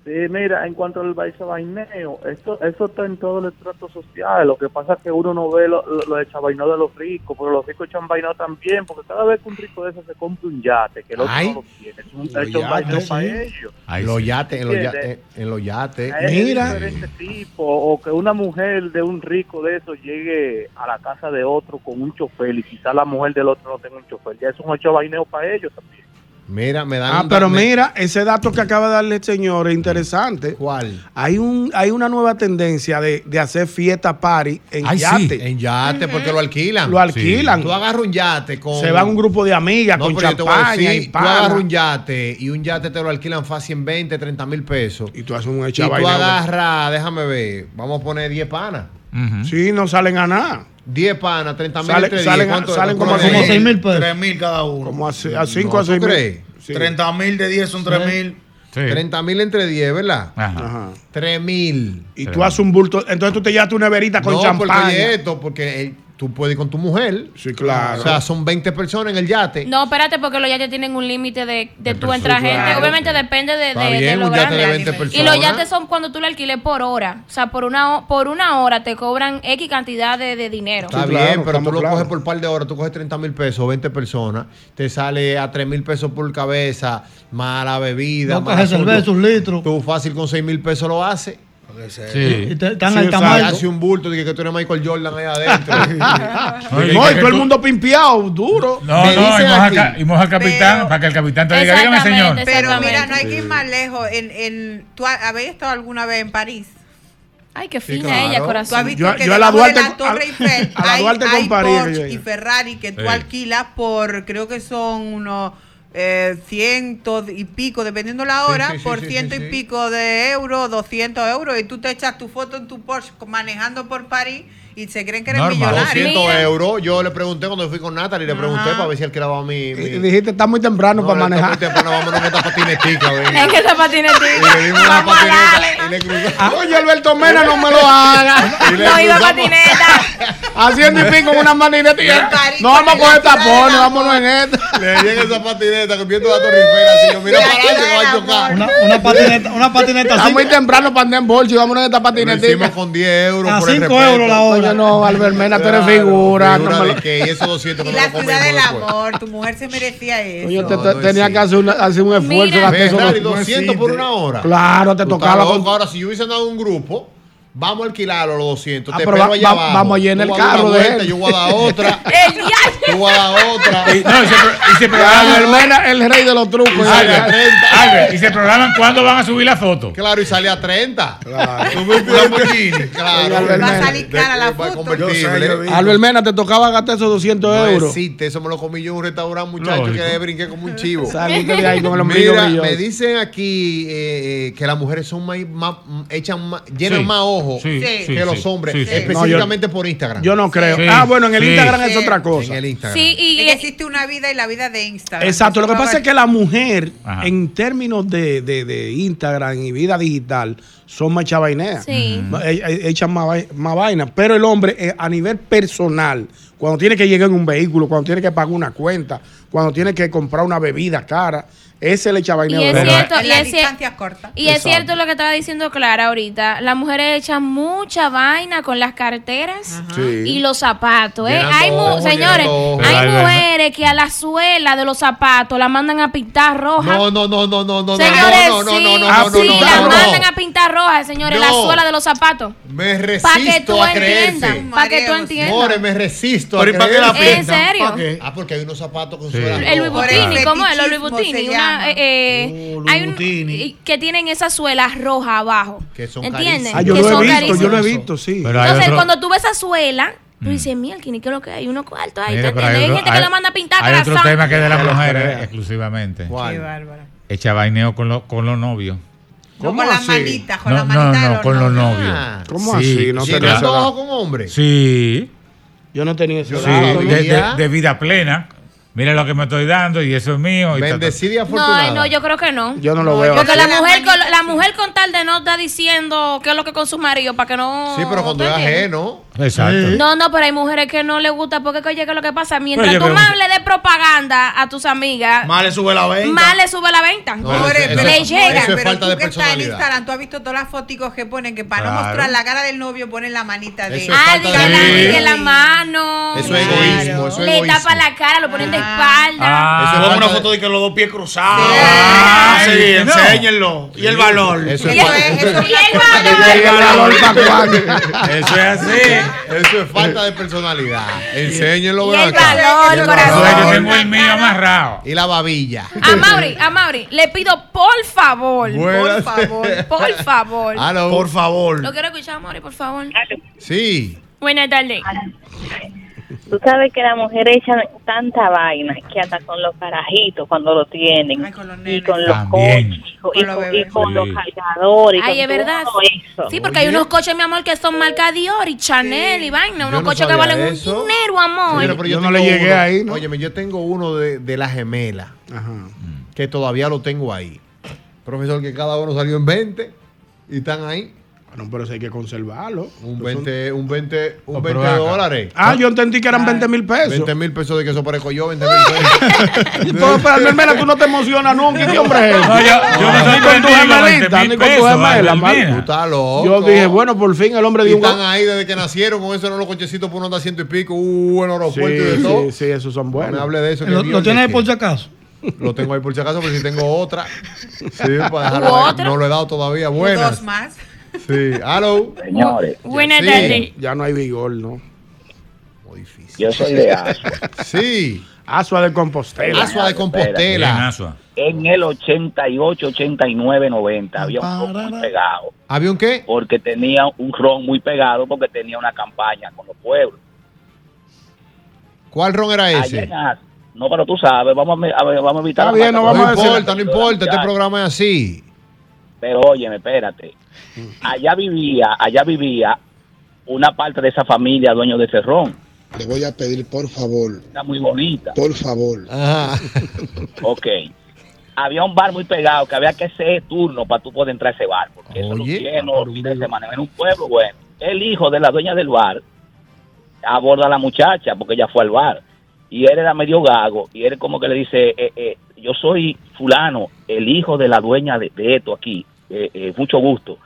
[SPEAKER 24] Sí, mira, en cuanto al baineo, esto, eso está en todo el estrato social. Lo que pasa es que uno no ve los lo, lo de chabaineo de los ricos, pero los ricos echan vaineo también, porque cada vez que un rico de esos se compra un yate, que el otro
[SPEAKER 3] Ay.
[SPEAKER 24] no lo tiene. Es un
[SPEAKER 3] Los
[SPEAKER 24] hecho vaineo
[SPEAKER 3] yates,
[SPEAKER 24] para
[SPEAKER 3] sí.
[SPEAKER 24] ellos.
[SPEAKER 3] En los yates, en los yates.
[SPEAKER 24] ¿Entiendes?
[SPEAKER 3] En los yates.
[SPEAKER 24] Es diferente tipo, o que una mujer de un rico de esos llegue a la casa de otro con un chofer y quizá la mujer del otro no tenga un chofer. Ya es un hecho vaineo para ellos también.
[SPEAKER 3] Mira, me dan.
[SPEAKER 8] Ah, pero
[SPEAKER 3] me-
[SPEAKER 8] mira, ese dato que acaba de darle el señor es interesante.
[SPEAKER 3] Mm. ¿Cuál?
[SPEAKER 8] Hay un hay una nueva tendencia de, de hacer fiesta party en
[SPEAKER 3] Ay, sí,
[SPEAKER 8] yate.
[SPEAKER 3] en yate, porque lo alquilan.
[SPEAKER 8] Lo alquilan.
[SPEAKER 3] Sí. Tú agarras un yate con.
[SPEAKER 8] Se va un grupo de amigas
[SPEAKER 3] No,
[SPEAKER 8] con
[SPEAKER 3] pero yo te voy a
[SPEAKER 8] champaña
[SPEAKER 3] decir,
[SPEAKER 8] y
[SPEAKER 3] Tú
[SPEAKER 8] pana.
[SPEAKER 3] agarras un yate y un yate te lo alquilan fácil en 20, 30 mil pesos.
[SPEAKER 8] Y tú haces un
[SPEAKER 3] Y tú
[SPEAKER 8] echabaineo.
[SPEAKER 3] agarras, déjame ver, vamos a poner 10 panas.
[SPEAKER 8] Sí, no salen a nada.
[SPEAKER 3] 10 panas, 30 mil.
[SPEAKER 8] Salen-
[SPEAKER 3] entre
[SPEAKER 8] salen-
[SPEAKER 3] 10, ¿cuánto-
[SPEAKER 8] salen
[SPEAKER 3] cuánto
[SPEAKER 8] como
[SPEAKER 3] es?
[SPEAKER 8] a-
[SPEAKER 3] Seis mil.
[SPEAKER 19] 3 mil cada uno.
[SPEAKER 8] Como a 5 a
[SPEAKER 3] ¿tú
[SPEAKER 8] 6
[SPEAKER 3] crees?
[SPEAKER 8] mil.
[SPEAKER 19] 30 mil de 10 son 3 mil.
[SPEAKER 3] 30 mil entre 10, ¿verdad?
[SPEAKER 8] Ajá.
[SPEAKER 3] 3 mil.
[SPEAKER 8] Y tú haces un bulto. Entonces tú te llevas tu neverita con
[SPEAKER 3] no,
[SPEAKER 8] champán.
[SPEAKER 3] Porque oye esto, porque eh, tú puedes ir con tu mujer.
[SPEAKER 8] Sí, claro.
[SPEAKER 3] O sea, son 20 personas en el yate.
[SPEAKER 18] No, espérate, porque los yates tienen un límite de, de tu
[SPEAKER 3] personas,
[SPEAKER 18] entra gente.
[SPEAKER 3] claro.
[SPEAKER 18] Obviamente depende de,
[SPEAKER 3] Está
[SPEAKER 18] de- de
[SPEAKER 3] bien,
[SPEAKER 18] lo
[SPEAKER 3] un yate de
[SPEAKER 18] grande.
[SPEAKER 3] 20
[SPEAKER 18] y los
[SPEAKER 3] personas.
[SPEAKER 18] yates son cuando tú le alquiles por hora. O sea, por una, ho- por una hora te cobran X cantidad de, de dinero.
[SPEAKER 3] Está bien, pero tú lo coges por par de horas, tú coges 30 mil pesos, 20 personas, te sale a 3 mil pesos por cabeza, más la bebida.
[SPEAKER 7] Dos
[SPEAKER 3] más
[SPEAKER 7] cajas de
[SPEAKER 3] azul.
[SPEAKER 7] cerveza, un litro.
[SPEAKER 3] Tú fácil con 6 mil pesos lo haces.
[SPEAKER 7] Sí. Y te- tan
[SPEAKER 3] Sí,
[SPEAKER 7] alta
[SPEAKER 3] o sea,
[SPEAKER 7] mano.
[SPEAKER 3] Hace un bulto, dije que tú eres Michael Jordan ahí adentro.
[SPEAKER 8] No, y todo el mundo pimpeado, duro.
[SPEAKER 15] No, no, y moja, al ca- y moja al capitán para que el capitán te diga, dígame señor.
[SPEAKER 9] Pero mira, no hay que ir
[SPEAKER 15] Sí.
[SPEAKER 9] más lejos. En, en, ¿Tú ha- habéis estado alguna vez en París?
[SPEAKER 18] Ay, qué
[SPEAKER 8] fina claro. ella, corazón.
[SPEAKER 9] Tú has visto
[SPEAKER 8] Yo-
[SPEAKER 9] que
[SPEAKER 8] yo a la
[SPEAKER 9] debajo de
[SPEAKER 8] Duarte
[SPEAKER 9] la
[SPEAKER 8] con-
[SPEAKER 9] Torre
[SPEAKER 8] a-
[SPEAKER 9] Eiffel
[SPEAKER 8] a la
[SPEAKER 9] hay,
[SPEAKER 8] Duarte con
[SPEAKER 9] hay
[SPEAKER 8] París que yo
[SPEAKER 9] Porsche
[SPEAKER 8] llegué.
[SPEAKER 9] y Ferrari que tú
[SPEAKER 8] Sí.
[SPEAKER 9] alquilas por, creo que son unos eh, cientos y pico, dependiendo la hora,
[SPEAKER 18] sí, sí,
[SPEAKER 9] por
[SPEAKER 18] sí,
[SPEAKER 9] ciento
[SPEAKER 18] sí,
[SPEAKER 9] y
[SPEAKER 18] sí.
[SPEAKER 9] pico de euros, 200 euros, y tú te echas tu foto en tu Porsche manejando por París y se creen que eres
[SPEAKER 3] Normal.
[SPEAKER 9] millonario.
[SPEAKER 3] 200 euros. Yo le pregunté cuando fui con Natalie, le pregunté para ver si él grababa mi. mi...
[SPEAKER 8] Y dijiste, está muy temprano para manejar.
[SPEAKER 18] Es que esa patinetica.
[SPEAKER 3] Le dimos una patineta y le cruzamos.
[SPEAKER 8] Ah, Oye, Alberto Mena, no me lo haga.
[SPEAKER 3] Y le No, iba cruzamos.
[SPEAKER 8] Haciendo y pico en una patineta. y- No vamos a coger tapones, vámonos en esta.
[SPEAKER 3] Le llega esa patineta que viendo la torre Eiffel, así, yo, mira para adelante que va a chocar.
[SPEAKER 7] Una, una patineta, una patineta
[SPEAKER 8] Está
[SPEAKER 7] así.
[SPEAKER 8] muy temprano para andar en bolso y vámonos en esta patineta.
[SPEAKER 3] hicimos con 10 euros.
[SPEAKER 7] A
[SPEAKER 3] por el
[SPEAKER 7] cinco
[SPEAKER 3] respeto.
[SPEAKER 7] euros la hora.
[SPEAKER 8] Oye, no, Albert Mena, tú eres
[SPEAKER 3] Claro,
[SPEAKER 8] figura.
[SPEAKER 3] figura
[SPEAKER 8] no me
[SPEAKER 3] de
[SPEAKER 8] lo-
[SPEAKER 3] que- y esos 200 que no lo comemos
[SPEAKER 9] Ciudad del
[SPEAKER 3] después.
[SPEAKER 9] amor, tu mujer se merecía eso.
[SPEAKER 8] Yo te- te- tenía que hacer, una- hacer un esfuerzo.
[SPEAKER 9] Mira.
[SPEAKER 8] gasté
[SPEAKER 3] Ve,
[SPEAKER 8] esos
[SPEAKER 3] Larry,
[SPEAKER 8] dos-
[SPEAKER 3] 200 por una hora.
[SPEAKER 8] Claro, te
[SPEAKER 3] Tú estás
[SPEAKER 8] tocaba
[SPEAKER 3] loco.
[SPEAKER 8] con-
[SPEAKER 3] Ahora, si yo hubiese andado en un grupo, vamos a alquilarlo los 200.
[SPEAKER 8] Ah,
[SPEAKER 3] Te
[SPEAKER 8] pero
[SPEAKER 3] espero
[SPEAKER 8] va-
[SPEAKER 3] allá
[SPEAKER 8] va-
[SPEAKER 3] abajo.
[SPEAKER 8] vamos allá en
[SPEAKER 3] Tú
[SPEAKER 8] el
[SPEAKER 3] vas a dar
[SPEAKER 8] carro
[SPEAKER 3] una
[SPEAKER 8] de
[SPEAKER 3] vuelta,
[SPEAKER 8] él.
[SPEAKER 3] Yo voy a dar otra.
[SPEAKER 18] El diablo.
[SPEAKER 3] Tú vas a dar otra.
[SPEAKER 15] Y- no, y se pro- y se
[SPEAKER 8] Ah, Albert
[SPEAKER 15] programan.
[SPEAKER 8] Mena, el rey de los trucos.
[SPEAKER 3] Ah,
[SPEAKER 15] Albert, Albert, y se programan cuándo van a subir la foto.
[SPEAKER 3] Claro, y sale a 30. Claro.
[SPEAKER 8] Oye,
[SPEAKER 3] Claro.
[SPEAKER 8] Albert Va a Mena.
[SPEAKER 9] salir cara la foto.
[SPEAKER 8] Albert Mena, te tocaba gastar esos 200
[SPEAKER 3] No
[SPEAKER 8] euros.
[SPEAKER 3] existe, eso me lo comí yo en un restaurante, muchacho,
[SPEAKER 8] Lógico.
[SPEAKER 3] que brinqué como un chivo.
[SPEAKER 8] Saliste de ahí con el ombligo
[SPEAKER 3] Mira,
[SPEAKER 8] brilloso.
[SPEAKER 3] me dicen aquí eh, eh, que las mujeres son más, más- echan más- llenan
[SPEAKER 8] Sí.
[SPEAKER 3] más ojos
[SPEAKER 8] Sí,
[SPEAKER 3] que
[SPEAKER 8] sí,
[SPEAKER 3] los
[SPEAKER 8] sí,
[SPEAKER 3] hombres,
[SPEAKER 8] sí, sí.
[SPEAKER 3] específicamente por Instagram.
[SPEAKER 8] Yo no creo. Ah, bueno, en el Instagram es otra cosa.
[SPEAKER 3] En el Instagram.
[SPEAKER 9] Sí, y, existe una vida y la vida de Instagram.
[SPEAKER 8] Exacto, lo que
[SPEAKER 9] Eso
[SPEAKER 8] pasa
[SPEAKER 9] va-
[SPEAKER 8] es que la mujer, en términos de, de- de Instagram y vida digital, son más chavaineas.
[SPEAKER 9] Sí.
[SPEAKER 8] Ma- e- e- Echan más, vai- más vainas. Pero el hombre, eh, a nivel personal, cuando tiene que llegar en un vehículo, cuando tiene que pagar una cuenta, cuando tiene que comprar una bebida cara, ese le echa vaina.
[SPEAKER 18] Y es cierto, y es cier- Y es
[SPEAKER 8] Exacto.
[SPEAKER 18] cierto lo que estaba diciendo Clara ahorita. Las mujeres echan mucha vaina con las carteras
[SPEAKER 8] Sí.
[SPEAKER 18] y los zapatos. ¿eh?
[SPEAKER 8] Llenando
[SPEAKER 18] Hay mu-
[SPEAKER 8] ojos,
[SPEAKER 18] señores,
[SPEAKER 8] llenando ojos.
[SPEAKER 18] hay
[SPEAKER 8] Pero hay
[SPEAKER 18] mujeres que a la suela de los zapatos la mandan a pintar roja.
[SPEAKER 3] No, no, no, no, no, no,
[SPEAKER 18] Señores,
[SPEAKER 3] no, no,
[SPEAKER 18] sí,
[SPEAKER 3] no, no,
[SPEAKER 8] Ah,
[SPEAKER 3] no, no,
[SPEAKER 18] sí,
[SPEAKER 3] no,
[SPEAKER 18] la
[SPEAKER 3] no, no.
[SPEAKER 18] mandan a pintar roja, señores, la
[SPEAKER 3] No.
[SPEAKER 18] suela de los zapatos.
[SPEAKER 3] Me
[SPEAKER 18] Para que tú
[SPEAKER 3] resisto a
[SPEAKER 18] entiendas,
[SPEAKER 3] creerte.
[SPEAKER 18] para que tú entiendas.
[SPEAKER 3] More, me resisto a
[SPEAKER 15] Pero ¿y para qué
[SPEAKER 3] creerte.
[SPEAKER 15] la ¿En pintan?
[SPEAKER 18] serio? ¿Para
[SPEAKER 3] Ah, porque hay unos zapatos con
[SPEAKER 15] Sí.
[SPEAKER 3] suela
[SPEAKER 18] El Louis
[SPEAKER 3] roja.
[SPEAKER 18] Vuitton,
[SPEAKER 9] Claro.
[SPEAKER 18] ¿cómo es? Los Louis
[SPEAKER 9] Fetichismo
[SPEAKER 18] Vuitton.
[SPEAKER 9] se
[SPEAKER 18] una,
[SPEAKER 9] llama.
[SPEAKER 18] eh,
[SPEAKER 15] Uh,
[SPEAKER 18] eh, hay un- y- que tienen esas suelas rojas abajo.
[SPEAKER 3] Que son
[SPEAKER 18] ¿Entienden?
[SPEAKER 8] Ah, yo
[SPEAKER 18] que
[SPEAKER 8] lo he
[SPEAKER 18] son
[SPEAKER 8] visto, yo
[SPEAKER 18] carísimas.
[SPEAKER 8] lo he visto, sí.
[SPEAKER 18] Entonces, cuando tú ves esa suela, tú dices, mira, ¿quién es que lo que hay? Uno cuarto ahí.
[SPEAKER 15] Mm. Mira,
[SPEAKER 18] ¿te
[SPEAKER 15] pero hay
[SPEAKER 18] entiendes? hay
[SPEAKER 15] otro-
[SPEAKER 18] gente que
[SPEAKER 15] hay-
[SPEAKER 18] la manda a pintar
[SPEAKER 15] Hay otro
[SPEAKER 18] corazón.
[SPEAKER 15] tema que es de las
[SPEAKER 18] Ya lo
[SPEAKER 15] mujeres
[SPEAKER 18] creo.
[SPEAKER 15] exclusivamente.
[SPEAKER 18] Qué bárbaro.
[SPEAKER 15] Echa vaineo con, los con los novios.
[SPEAKER 9] No, con las manitas, con
[SPEAKER 15] No,
[SPEAKER 9] las
[SPEAKER 15] no,
[SPEAKER 9] manitas de
[SPEAKER 15] no, con los novios.
[SPEAKER 3] Ah.
[SPEAKER 8] ¿Cómo así? No
[SPEAKER 15] sí,
[SPEAKER 8] tenía
[SPEAKER 15] claro.
[SPEAKER 8] esa edad.
[SPEAKER 3] con hombres?
[SPEAKER 15] Sí.
[SPEAKER 8] Yo no tenía ese
[SPEAKER 15] Sí,
[SPEAKER 8] dato, ¿no?
[SPEAKER 15] de, de- de vida plena. Mira lo que me estoy dando y eso es mío.
[SPEAKER 3] Bendecida y
[SPEAKER 18] No, ay, no, yo creo que no.
[SPEAKER 15] Yo no lo veo
[SPEAKER 18] Porque
[SPEAKER 15] así.
[SPEAKER 18] la mujer, con, la mujer con tal de no está diciendo qué es lo que con su marido para que no.
[SPEAKER 3] Sí, pero cuando es ajeno.
[SPEAKER 15] Exacto.
[SPEAKER 18] No, no, pero hay mujeres que no les gusta porque oye, ¿qué es lo que pasa? Mientras
[SPEAKER 3] Oye,
[SPEAKER 18] tú
[SPEAKER 3] pero-
[SPEAKER 18] más le des propaganda a tus amigas,
[SPEAKER 19] Más le sube la venta.
[SPEAKER 18] Más le sube la venta.
[SPEAKER 19] No, eso- eso-
[SPEAKER 18] le
[SPEAKER 19] eso
[SPEAKER 18] llega.
[SPEAKER 19] es
[SPEAKER 18] pero
[SPEAKER 19] falta
[SPEAKER 18] tú
[SPEAKER 19] de
[SPEAKER 18] que estás en
[SPEAKER 19] personalidad.
[SPEAKER 9] Instagram, tú has visto todas las fotos que ponen que para
[SPEAKER 3] Claro.
[SPEAKER 9] no mostrar la cara del novio ponen la manita de
[SPEAKER 3] Eso es falta
[SPEAKER 18] Alguien
[SPEAKER 3] de-
[SPEAKER 18] la-
[SPEAKER 3] Sí.
[SPEAKER 18] alguien la mano.
[SPEAKER 3] Eso es egoísmo, eso es
[SPEAKER 18] Le
[SPEAKER 3] egoísmo.
[SPEAKER 18] tapa la cara, lo ponen de espalda.
[SPEAKER 19] Ah.
[SPEAKER 4] Ah.
[SPEAKER 19] Eso es una foto de que los dos pies cruzados. Ah, sí,
[SPEAKER 15] Ay, no.
[SPEAKER 19] enséñenlo. Y el valor.
[SPEAKER 3] Eso
[SPEAKER 18] Y eso- eso- y el valor.
[SPEAKER 19] el valor para cuándo.
[SPEAKER 15] Eso es así.
[SPEAKER 3] Eso es falta de personalidad. Enséñenlo,
[SPEAKER 18] Y el
[SPEAKER 3] ven acá.
[SPEAKER 18] valor,
[SPEAKER 3] El
[SPEAKER 18] corazón.
[SPEAKER 3] valor.
[SPEAKER 15] Yo tengo el mío amarrado.
[SPEAKER 3] Y la babilla.
[SPEAKER 18] A Mauri, a Mauri, le pido por favor,
[SPEAKER 3] Buenas.
[SPEAKER 18] por favor, por favor.
[SPEAKER 3] Aló. Por favor.
[SPEAKER 18] Lo quiero escuchar, Mauri, por favor.
[SPEAKER 3] Sí.
[SPEAKER 18] Buenas tardes.
[SPEAKER 16] Tú sabes que las mujeres echan tanta vaina que hasta con los carajitos cuando lo tienen y con los
[SPEAKER 15] También.
[SPEAKER 16] coches y con, y con los cargadores. y
[SPEAKER 18] Ay, es
[SPEAKER 16] con
[SPEAKER 18] verdad.
[SPEAKER 16] todo eso.
[SPEAKER 18] Sí, porque hay unos coches, mi amor, que son marca Dior y Chanel y vaina. Unos
[SPEAKER 3] no
[SPEAKER 18] coches que
[SPEAKER 3] sabía
[SPEAKER 18] valen un
[SPEAKER 3] eso.
[SPEAKER 18] dinero, amor.
[SPEAKER 3] Señora, pero
[SPEAKER 8] Yo no
[SPEAKER 3] tengo
[SPEAKER 8] le llegué
[SPEAKER 3] uno.
[SPEAKER 8] ahí, ¿no?
[SPEAKER 3] Óyeme, yo tengo uno de, de la gemela. Que todavía lo tengo ahí. Profesor, que cada uno salió en 20 y están ahí.
[SPEAKER 8] Bueno, pero eso hay que conservarlo.
[SPEAKER 3] Un
[SPEAKER 8] Eso son-
[SPEAKER 3] 20, un 20, un
[SPEAKER 8] Oh, pero
[SPEAKER 3] 20
[SPEAKER 8] acá.
[SPEAKER 3] dólares.
[SPEAKER 8] Ah, yo entendí que eran 20 mil pesos.
[SPEAKER 3] 20 mil pesos de que eso parezco yo, 20 mil pesos.
[SPEAKER 8] Pero, pero, Albermela, tú no te emocionas nunca. ¿Qué hombre es?
[SPEAKER 3] No, yo- yo no soy
[SPEAKER 8] ni con tu
[SPEAKER 3] mendigo,
[SPEAKER 8] gemelita,
[SPEAKER 3] 20.000
[SPEAKER 8] ni con tu
[SPEAKER 3] pesos,
[SPEAKER 8] gemela.
[SPEAKER 3] Albermela.
[SPEAKER 8] mano.
[SPEAKER 3] Tú estás loco.
[SPEAKER 8] Yo dije, bueno, por fin el hombre
[SPEAKER 3] Y
[SPEAKER 8] dio un...
[SPEAKER 3] están ahí desde que nacieron, con eso eran los cochecitos por uno anda ciento y pico, uh, en
[SPEAKER 8] Sí,
[SPEAKER 3] aeropuerto y de
[SPEAKER 8] sí,
[SPEAKER 3] todo.
[SPEAKER 8] sí, esos son buenos.
[SPEAKER 3] No me hable de eso. que
[SPEAKER 7] ¿Lo,
[SPEAKER 3] Dios
[SPEAKER 7] lo
[SPEAKER 3] le
[SPEAKER 7] tienes ahí
[SPEAKER 3] que-
[SPEAKER 7] por si acaso?
[SPEAKER 3] Lo tengo ahí por si acaso, pero si tengo otra. Sí, para dejarlo
[SPEAKER 7] ¿Hubo
[SPEAKER 3] ahí.
[SPEAKER 7] otra?
[SPEAKER 3] No lo he dado todavía.
[SPEAKER 9] Dos
[SPEAKER 3] Buenas.
[SPEAKER 9] más.
[SPEAKER 3] Sí, hello.
[SPEAKER 12] Señores.
[SPEAKER 18] Buenas
[SPEAKER 3] Sí.
[SPEAKER 18] tardes.
[SPEAKER 8] Ya no hay vigor, ¿no?
[SPEAKER 12] Yo soy de Asua.
[SPEAKER 3] Sí.
[SPEAKER 8] Asua de Compostela.
[SPEAKER 12] Asua de Compostela. Bien,
[SPEAKER 15] Asua.
[SPEAKER 12] En el 88, 89, 90 había un ron muy pegado.
[SPEAKER 3] ¿Había un qué?
[SPEAKER 12] Porque tenía un ron muy pegado porque tenía una campaña con los pueblos.
[SPEAKER 3] ¿Cuál ron era
[SPEAKER 12] Allá
[SPEAKER 3] ese?
[SPEAKER 12] en Asua. No, pero tú sabes, vamos a, a ver, vamos a evitar...
[SPEAKER 3] Está
[SPEAKER 12] la
[SPEAKER 3] bien, no
[SPEAKER 12] mata-
[SPEAKER 3] vamos a decir. No importa, no importa, este programa es así.
[SPEAKER 12] Pero óyeme, espérate.
[SPEAKER 3] Mm.
[SPEAKER 12] Allá vivía, allá vivía una parte de esa familia dueño de ese ron.
[SPEAKER 25] Le voy a pedir, por favor,
[SPEAKER 12] Está muy bonita.
[SPEAKER 25] por favor.
[SPEAKER 12] Ok. Había un bar muy pegado que había que hacer turno para tú poder entrar a ese bar. Porque eso lo lleno fin de semana. Era un pueblo bueno. El hijo de la dueña del bar aborda a la muchacha porque ella fue al bar. Y él era medio gago. Y él como que le dice, eh, eh, yo soy fulano, el hijo de la dueña de, de esto aquí. Eh, eh, mucho gusto.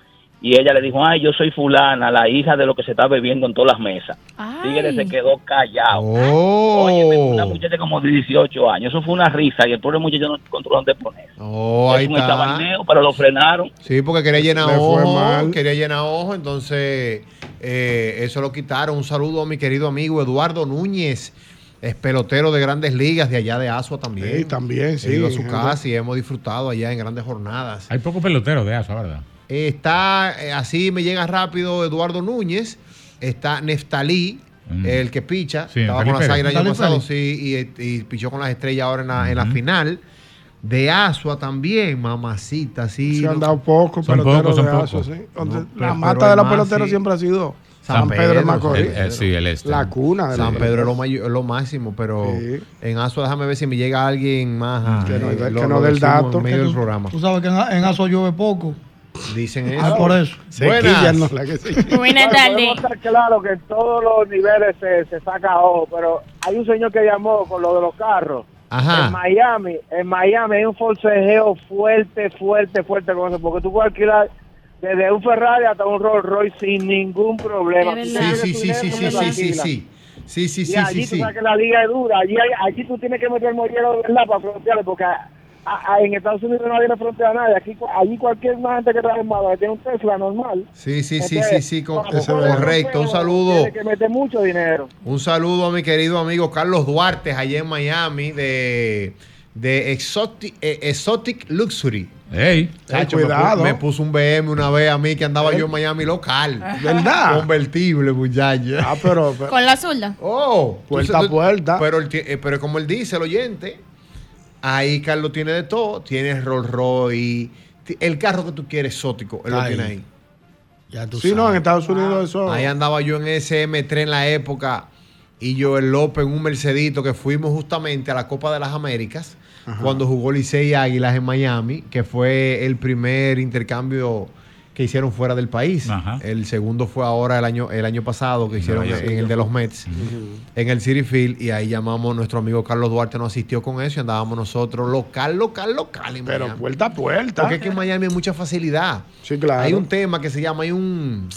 [SPEAKER 12] Y ella le dijo, ay, yo soy fulana, la hija de lo que se está bebiendo en todas las mesas. Tigre se quedó callado.
[SPEAKER 3] Oh.
[SPEAKER 12] Óyeme, una muchacha como de 18 años. Eso fue una risa y el pobre muchacho no encontró dónde poner.
[SPEAKER 3] Oh, ahí
[SPEAKER 12] es un
[SPEAKER 3] está.
[SPEAKER 12] estabaneo, pero lo frenaron.
[SPEAKER 3] Sí, porque quería llenar
[SPEAKER 12] Le fue
[SPEAKER 3] ojo,
[SPEAKER 12] mal.
[SPEAKER 3] quería llenar ojo, entonces eh, eso lo quitaron. Un saludo a mi querido amigo Eduardo Núñez, es pelotero de grandes ligas de allá de Asua también.
[SPEAKER 8] Sí, también, sí.
[SPEAKER 3] He ido a su casa y hemos disfrutado allá en grandes jornadas.
[SPEAKER 15] Hay pocos peloteros de Asua, ¿verdad?
[SPEAKER 3] Eh, Está, eh, así me llega rápido Eduardo Núñez, está Neftalí, el que picha,
[SPEAKER 15] Mm. Sí,
[SPEAKER 3] estaba
[SPEAKER 15] Neftalí
[SPEAKER 3] con las
[SPEAKER 15] Pérez.
[SPEAKER 3] águilas el año
[SPEAKER 15] Neftalí
[SPEAKER 3] pasado, sí, y, y pichó con las estrellas ahora en la, en la final. De Asua también, mamacita, sí.
[SPEAKER 8] Se han
[SPEAKER 3] no-
[SPEAKER 8] dado pocos
[SPEAKER 3] Son
[SPEAKER 8] peloteros
[SPEAKER 3] pocos, son
[SPEAKER 8] de Asua,
[SPEAKER 3] pocos.
[SPEAKER 8] sí. Donde
[SPEAKER 3] No,
[SPEAKER 8] la
[SPEAKER 3] pero-
[SPEAKER 8] mata
[SPEAKER 3] pero
[SPEAKER 8] de los
[SPEAKER 3] el más,
[SPEAKER 8] peloteros
[SPEAKER 3] sí.
[SPEAKER 8] siempre ha sido San,
[SPEAKER 3] San
[SPEAKER 8] Pedro, de
[SPEAKER 3] Pedro,
[SPEAKER 8] Macorís.
[SPEAKER 3] San Pedro. Eh,
[SPEAKER 15] sí, el este.
[SPEAKER 8] La cuna de
[SPEAKER 3] San
[SPEAKER 8] los-
[SPEAKER 3] Pedro es lo, mayo- es lo máximo, pero en Asua déjame ver si me llega alguien más.
[SPEAKER 8] Que no-
[SPEAKER 3] eh,
[SPEAKER 8] que
[SPEAKER 3] lo-
[SPEAKER 8] no
[SPEAKER 3] lo
[SPEAKER 8] dé el
[SPEAKER 3] decimos
[SPEAKER 8] dato.
[SPEAKER 3] En medio
[SPEAKER 8] Que
[SPEAKER 3] del
[SPEAKER 8] tú-
[SPEAKER 3] programa.
[SPEAKER 7] Tú sabes que en, en Aso llueve poco.
[SPEAKER 3] Dicen
[SPEAKER 7] Ah,
[SPEAKER 3] eso.
[SPEAKER 7] por eso.
[SPEAKER 3] Se
[SPEAKER 8] Buenas.
[SPEAKER 3] quillan, ¿no?
[SPEAKER 8] La que se-
[SPEAKER 18] Buenas
[SPEAKER 26] Bueno,
[SPEAKER 18] tardes.
[SPEAKER 26] podemos estar claro que en todos los niveles se, se saca ojo, pero hay un señor que llamó con lo de los carros.
[SPEAKER 3] Ajá.
[SPEAKER 26] En Miami, en Miami hay un forcejeo fuerte, fuerte, fuerte con eso, porque tú puedes alquilar desde un Ferrari hasta un Rolls Royce sin ningún problema.
[SPEAKER 3] Sí,
[SPEAKER 26] Tú tienes
[SPEAKER 3] sí,
[SPEAKER 26] tu
[SPEAKER 3] sí,
[SPEAKER 26] dinero,
[SPEAKER 3] sí,
[SPEAKER 26] tú
[SPEAKER 3] sí,
[SPEAKER 26] lo
[SPEAKER 3] sí, sí,
[SPEAKER 26] alquilas.
[SPEAKER 3] sí. Sí, sí,
[SPEAKER 26] Y
[SPEAKER 3] sí,
[SPEAKER 26] allí
[SPEAKER 3] sí,
[SPEAKER 26] tú
[SPEAKER 3] sí.
[SPEAKER 26] sabes que la liga es dura. Allí, allí tú tienes que meter mollero de verdad para frontear, porque a- a- en Estados Unidos nadie le frontea a nadie. Aquí, cu- allí cualquier gente que trae armado que tiene un Tesla normal.
[SPEAKER 3] Sí, sí, sí,
[SPEAKER 26] Entonces,
[SPEAKER 3] sí, sí, co-
[SPEAKER 26] para
[SPEAKER 3] co-
[SPEAKER 26] poder
[SPEAKER 3] correcto. Un
[SPEAKER 26] romperlo,
[SPEAKER 3] saludo.
[SPEAKER 26] Tiene que meter mucho dinero.
[SPEAKER 3] Un saludo a mi querido amigo Carlos Duarte, allá en Miami, de, de Exotic, eh, Exotic Luxury.
[SPEAKER 15] Ey.
[SPEAKER 3] Chacho, me pu-
[SPEAKER 8] cuidado. Eh.
[SPEAKER 3] Me, puso un BM una vez a mí que andaba yo en Miami local.
[SPEAKER 8] ¿Verdad?
[SPEAKER 3] Convertible, muchacho.
[SPEAKER 8] Ah, pero. pero-
[SPEAKER 18] Con la zurda.
[SPEAKER 3] Oh,
[SPEAKER 8] Puerta
[SPEAKER 3] tú-
[SPEAKER 8] a
[SPEAKER 3] tú-
[SPEAKER 8] puerta.
[SPEAKER 3] Pero, el ti- eh, pero como él dice, el oyente, ahí Carlos tiene de todo. Tiene Rolls Royce. ti- El carro que tú quieres exótico, él lo
[SPEAKER 8] Ahí. Oh.
[SPEAKER 3] tiene ahí.
[SPEAKER 8] sí, no, en Estados Unidos eso.
[SPEAKER 3] Ahí andaba yo en ese M3 en la época y Joel López en un Mercedito que fuimos justamente a la Copa de las Américas cuando jugó Licey y Águilas en Miami, que fue el primer intercambio que hicieron fuera del país. El segundo fue ahora el año, el año pasado que hicieron
[SPEAKER 15] Nueva York.
[SPEAKER 3] en el de los Mets, en el City Field, y ahí llamamos, nuestro amigo Carlos Duarte nos asistió con eso y andábamos nosotros local, local, local en
[SPEAKER 8] Pero
[SPEAKER 3] Miami.
[SPEAKER 8] puerta a puerta.
[SPEAKER 3] Porque es que en Miami hay mucha facilidad.
[SPEAKER 8] Sí, claro.
[SPEAKER 3] Hay un tema que se llama, hay un.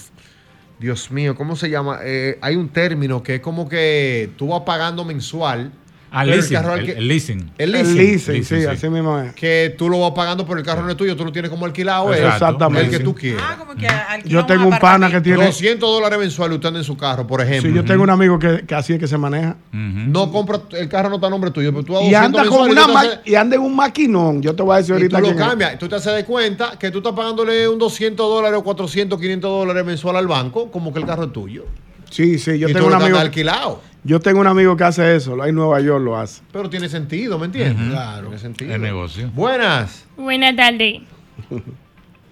[SPEAKER 3] Dios mío, ¿cómo se llama? Eh, hay un término que es como que tú vas pagando mensual.
[SPEAKER 15] Ah,
[SPEAKER 3] pero
[SPEAKER 15] leasing,
[SPEAKER 3] al
[SPEAKER 15] el-
[SPEAKER 3] que-
[SPEAKER 15] el leasing.
[SPEAKER 3] El
[SPEAKER 8] El
[SPEAKER 3] leasing.
[SPEAKER 8] leasing, sí, Leasing, sí. así mismo es.
[SPEAKER 3] Que tú lo vas pagando, pero el carro no es tuyo, tú lo tienes como alquilado. es
[SPEAKER 8] Exacto. Exactamente.
[SPEAKER 3] El que tú quieras.
[SPEAKER 8] Yo tengo un pana que tiene.
[SPEAKER 3] 200 dólares mensuales usted anda en su carro, por ejemplo.
[SPEAKER 8] Sí, yo tengo un amigo que, que así es que se maneja.
[SPEAKER 3] No compra, el carro no está a nombre tuyo, pero tú a
[SPEAKER 8] Y
[SPEAKER 3] 200
[SPEAKER 8] anda, con
[SPEAKER 3] mensuales
[SPEAKER 8] una
[SPEAKER 3] tú
[SPEAKER 8] ma-
[SPEAKER 3] haces-
[SPEAKER 8] y anda en un maquinón. Yo te voy a decir
[SPEAKER 3] Y tú
[SPEAKER 8] ahorita.
[SPEAKER 3] lo
[SPEAKER 8] quién es.
[SPEAKER 3] cambias, tú te haces de cuenta que tú estás pagándole un 200 dólares o 400, 500 dólares mensual al banco, como que el carro es tuyo.
[SPEAKER 8] Sí, sí, yo
[SPEAKER 3] Y
[SPEAKER 8] tengo
[SPEAKER 3] tú
[SPEAKER 8] un
[SPEAKER 3] lo andas
[SPEAKER 8] amigo.
[SPEAKER 3] alquilado.
[SPEAKER 8] Yo tengo un amigo que hace eso, lo- en Nueva York lo hace.
[SPEAKER 3] Pero tiene sentido, ¿me entiendes?
[SPEAKER 8] Ujú.
[SPEAKER 3] Claro. Tiene sentido.
[SPEAKER 8] Es negocio.
[SPEAKER 3] Buenas.
[SPEAKER 18] Buenas tardes.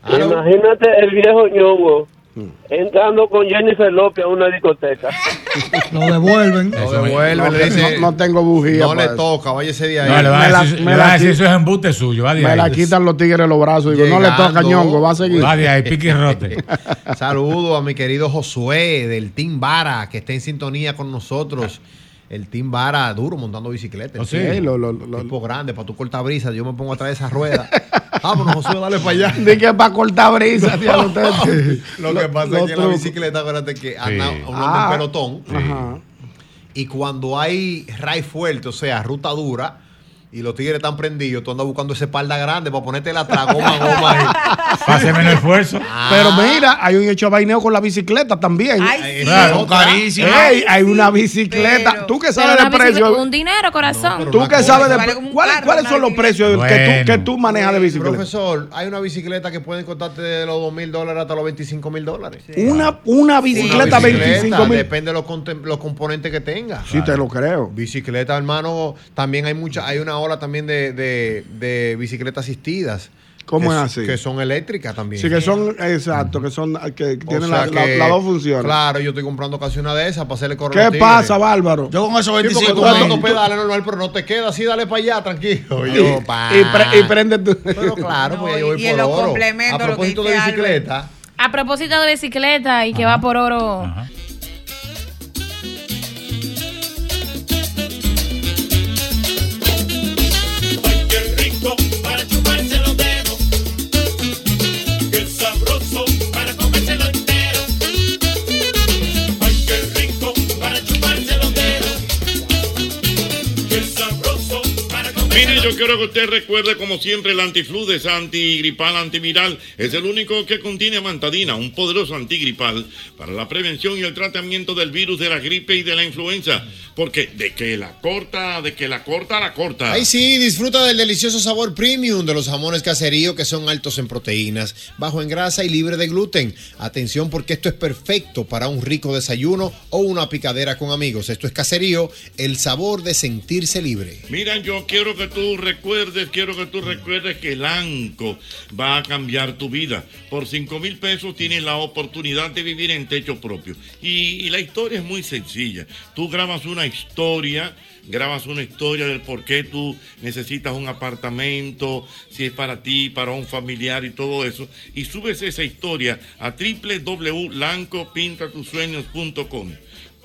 [SPEAKER 10] Imagínate el viejo ñomo
[SPEAKER 3] Mm.
[SPEAKER 10] entrando con Jennifer López a una discoteca.
[SPEAKER 27] Lo devuelven.
[SPEAKER 3] Lo devuelve,
[SPEAKER 8] no,
[SPEAKER 3] le
[SPEAKER 8] que-
[SPEAKER 3] dice.
[SPEAKER 8] no- no tengo bujía
[SPEAKER 3] No le
[SPEAKER 8] para eso.
[SPEAKER 3] toca, váyese de ahí.
[SPEAKER 4] No, le va
[SPEAKER 8] Me la-
[SPEAKER 4] a decir,
[SPEAKER 8] me
[SPEAKER 4] le va
[SPEAKER 8] la
[SPEAKER 4] a decir
[SPEAKER 8] quit-
[SPEAKER 4] eso es embuste suyo. Va de
[SPEAKER 8] Me
[SPEAKER 4] ahí.
[SPEAKER 8] la quitan los tigres de los brazos. Digo, no le toca,
[SPEAKER 3] Llegando.
[SPEAKER 8] ñongo, va a seguir.
[SPEAKER 4] Va de ahí, pique y rote.
[SPEAKER 3] Saludo a mi querido Josué del Team Vara, que está en sintonía con nosotros. El Team Vara duro montando bicicleta.
[SPEAKER 8] Oh, sí.
[SPEAKER 3] Tipo-
[SPEAKER 8] Sí, lo-
[SPEAKER 3] tipo grande, para tu cortabrisas. Yo me pongo atrás de esa rueda. Vámonos, Josué, dale para allá.
[SPEAKER 8] Dije que para cortar brisa, tío, no te-
[SPEAKER 3] Lo que pasa
[SPEAKER 8] lo
[SPEAKER 3] es que en la
[SPEAKER 8] truco.
[SPEAKER 3] bicicleta, acuérdate que anda
[SPEAKER 8] Sí.
[SPEAKER 3] uno anda
[SPEAKER 8] Ah.
[SPEAKER 3] en pelotón. Y cuando hay ray fuerte, o sea, ruta dura, y los tigres están prendidos, tú andas buscando esa espalda grande para ponerte la tragoma, goma. ahí.
[SPEAKER 4] Hace menos esfuerzo.
[SPEAKER 3] Ah.
[SPEAKER 8] Pero mira, hay un hecho vaineo con la bicicleta también.
[SPEAKER 4] Ay, sí. Claro,
[SPEAKER 8] Otra.
[SPEAKER 4] carísimo.
[SPEAKER 8] Ey, hay una bicicleta. tú que sabes
[SPEAKER 18] Pero
[SPEAKER 8] de
[SPEAKER 18] una bicicleta-
[SPEAKER 8] precio.
[SPEAKER 18] Un dinero, corazón.
[SPEAKER 8] Tú que sabes de
[SPEAKER 18] Vale
[SPEAKER 8] pre-
[SPEAKER 18] como un
[SPEAKER 8] ¿Cuáles,
[SPEAKER 18] carro,
[SPEAKER 8] cuáles
[SPEAKER 18] una
[SPEAKER 8] son los precios que, tú, que tú manejas de bicicleta?
[SPEAKER 3] Profesor, hay una bicicleta que pueden costarte de los 2 mil dólares hasta los 25 mil dólares.
[SPEAKER 8] Una, una bicicleta, 25 mil.
[SPEAKER 3] Depende de los, conte- los componentes que tenga.
[SPEAKER 8] Sí, te lo creo.
[SPEAKER 3] Bicicleta, hermano, también hay mucha, hay una ola también de, de, de bicicletas asistidas.
[SPEAKER 8] ¿Cómo
[SPEAKER 3] que
[SPEAKER 8] es
[SPEAKER 3] s-
[SPEAKER 8] así?
[SPEAKER 3] Que son eléctricas también.
[SPEAKER 8] Sí, que son, exacto, que son, que
[SPEAKER 3] O
[SPEAKER 8] tienen
[SPEAKER 3] sea
[SPEAKER 8] la- la-
[SPEAKER 3] que,
[SPEAKER 8] las dos funciones.
[SPEAKER 3] Claro, yo estoy comprando casi una de esas para hacerle correr.
[SPEAKER 8] ¿Qué pasa, Bárbaro?
[SPEAKER 3] Yo con esos
[SPEAKER 8] 25
[SPEAKER 3] tú
[SPEAKER 8] mil.
[SPEAKER 3] andas con pedales normal, pero no te queda así, dale para allá, tranquilo.
[SPEAKER 8] Y-
[SPEAKER 3] Yo,
[SPEAKER 8] y pre- y prende tu-
[SPEAKER 3] Pero claro, pues yo voy
[SPEAKER 18] y en
[SPEAKER 3] por
[SPEAKER 18] los
[SPEAKER 3] oro.
[SPEAKER 18] complementos,
[SPEAKER 3] A
[SPEAKER 18] lo que
[SPEAKER 3] propósito de
[SPEAKER 18] dice Albert.
[SPEAKER 3] bicicleta.
[SPEAKER 18] A propósito de bicicleta y que va por oro.
[SPEAKER 1] Qué rico para chuparse los dedos. Qué sabroso para comérselo entero. Ay, qué rico para chuparse los dedos. Qué sabroso para
[SPEAKER 21] Mire, yo quiero que usted recuerde, como siempre, el antifludes, antigripal, antiviral. Es el único que contiene amantadina, un poderoso antigripal para la prevención y el tratamiento del virus de la gripe y de la influenza. Porque de que la corta, de que la corta, la corta.
[SPEAKER 3] Ahí sí, disfruta del delicioso sabor premium de los jamones caserío que son altos en proteínas, bajo en grasa y libre de gluten. Atención porque esto es perfecto para un rico desayuno o una picadera con amigos. Esto es caserío, el sabor de sentirse libre.
[SPEAKER 21] Mira, yo quiero que tú recuerdes, quiero que tú recuerdes que el ANCO va a cambiar tu vida. Por 5 mil pesos tienes la oportunidad de vivir en techo propio. Y, y la historia es muy sencilla. Tú grabas una historia, grabas una historia del por qué tú necesitas un apartamento, si es para ti, para un familiar y todo eso. Y subes esa historia a www.lancopintatusueños.com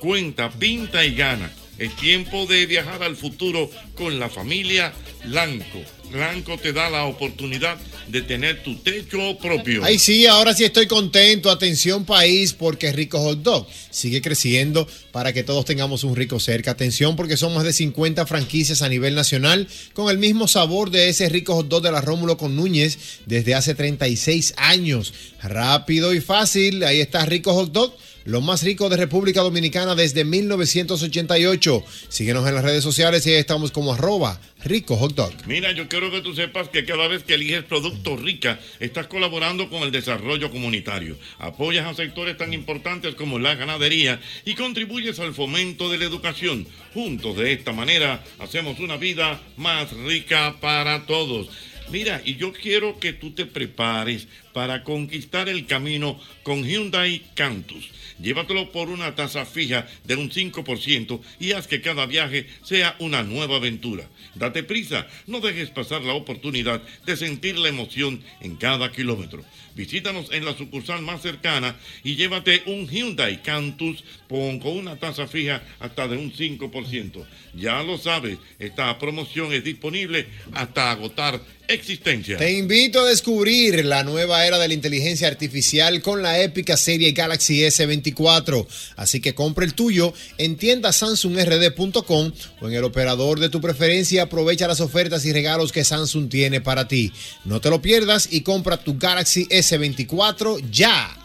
[SPEAKER 21] cuenta, pinta y gana. Es tiempo de viajar al futuro con la familia Lanco. Lanco te da la oportunidad de tener tu techo propio.
[SPEAKER 3] Ay, sí, ahora sí estoy contento. Atención, país, porque Rico Hot Dog sigue creciendo para que todos tengamos un rico cerca. Atención, porque son más de 50 franquicias a nivel nacional con el mismo sabor de ese Rico Hot Dog de la Rómulo con Núñez desde hace 36 años. Rápido y fácil. Ahí está Rico Hot Dog. Lo más rico de República Dominicana desde 1988. Síguenos en las redes sociales y ahí estamos como arroba Rico Hot Dog.
[SPEAKER 21] Mira, yo quiero que tú sepas que cada vez que eliges Producto Rica, estás colaborando con el desarrollo comunitario. Apoyas a sectores tan importantes como la ganadería y contribuyes al fomento de la educación. Juntos de esta manera hacemos una vida más rica para todos. Mira, y yo quiero que tú te prepares para conquistar el camino con Hyundai Cantus. Llévatelo por una tasa fija de un 5% y haz que cada viaje sea una nueva aventura. Date prisa, no dejes pasar la oportunidad de sentir la emoción en cada kilómetro. Visítanos en la sucursal más cercana y llévate un Hyundai Cantus con con una tasa fija hasta de un 5%. Ya lo sabes, esta promoción es disponible hasta agotar existencia.
[SPEAKER 3] Te invito a descubrir la nueva era de la inteligencia artificial con la épica serie Galaxy S24. Así que compra el tuyo en tienda samsungrd.com o en el operador de tu preferencia. y Aprovecha las ofertas y regalos que Samsung tiene para ti. No te lo pierdas y compra tu Galaxy S24 ya.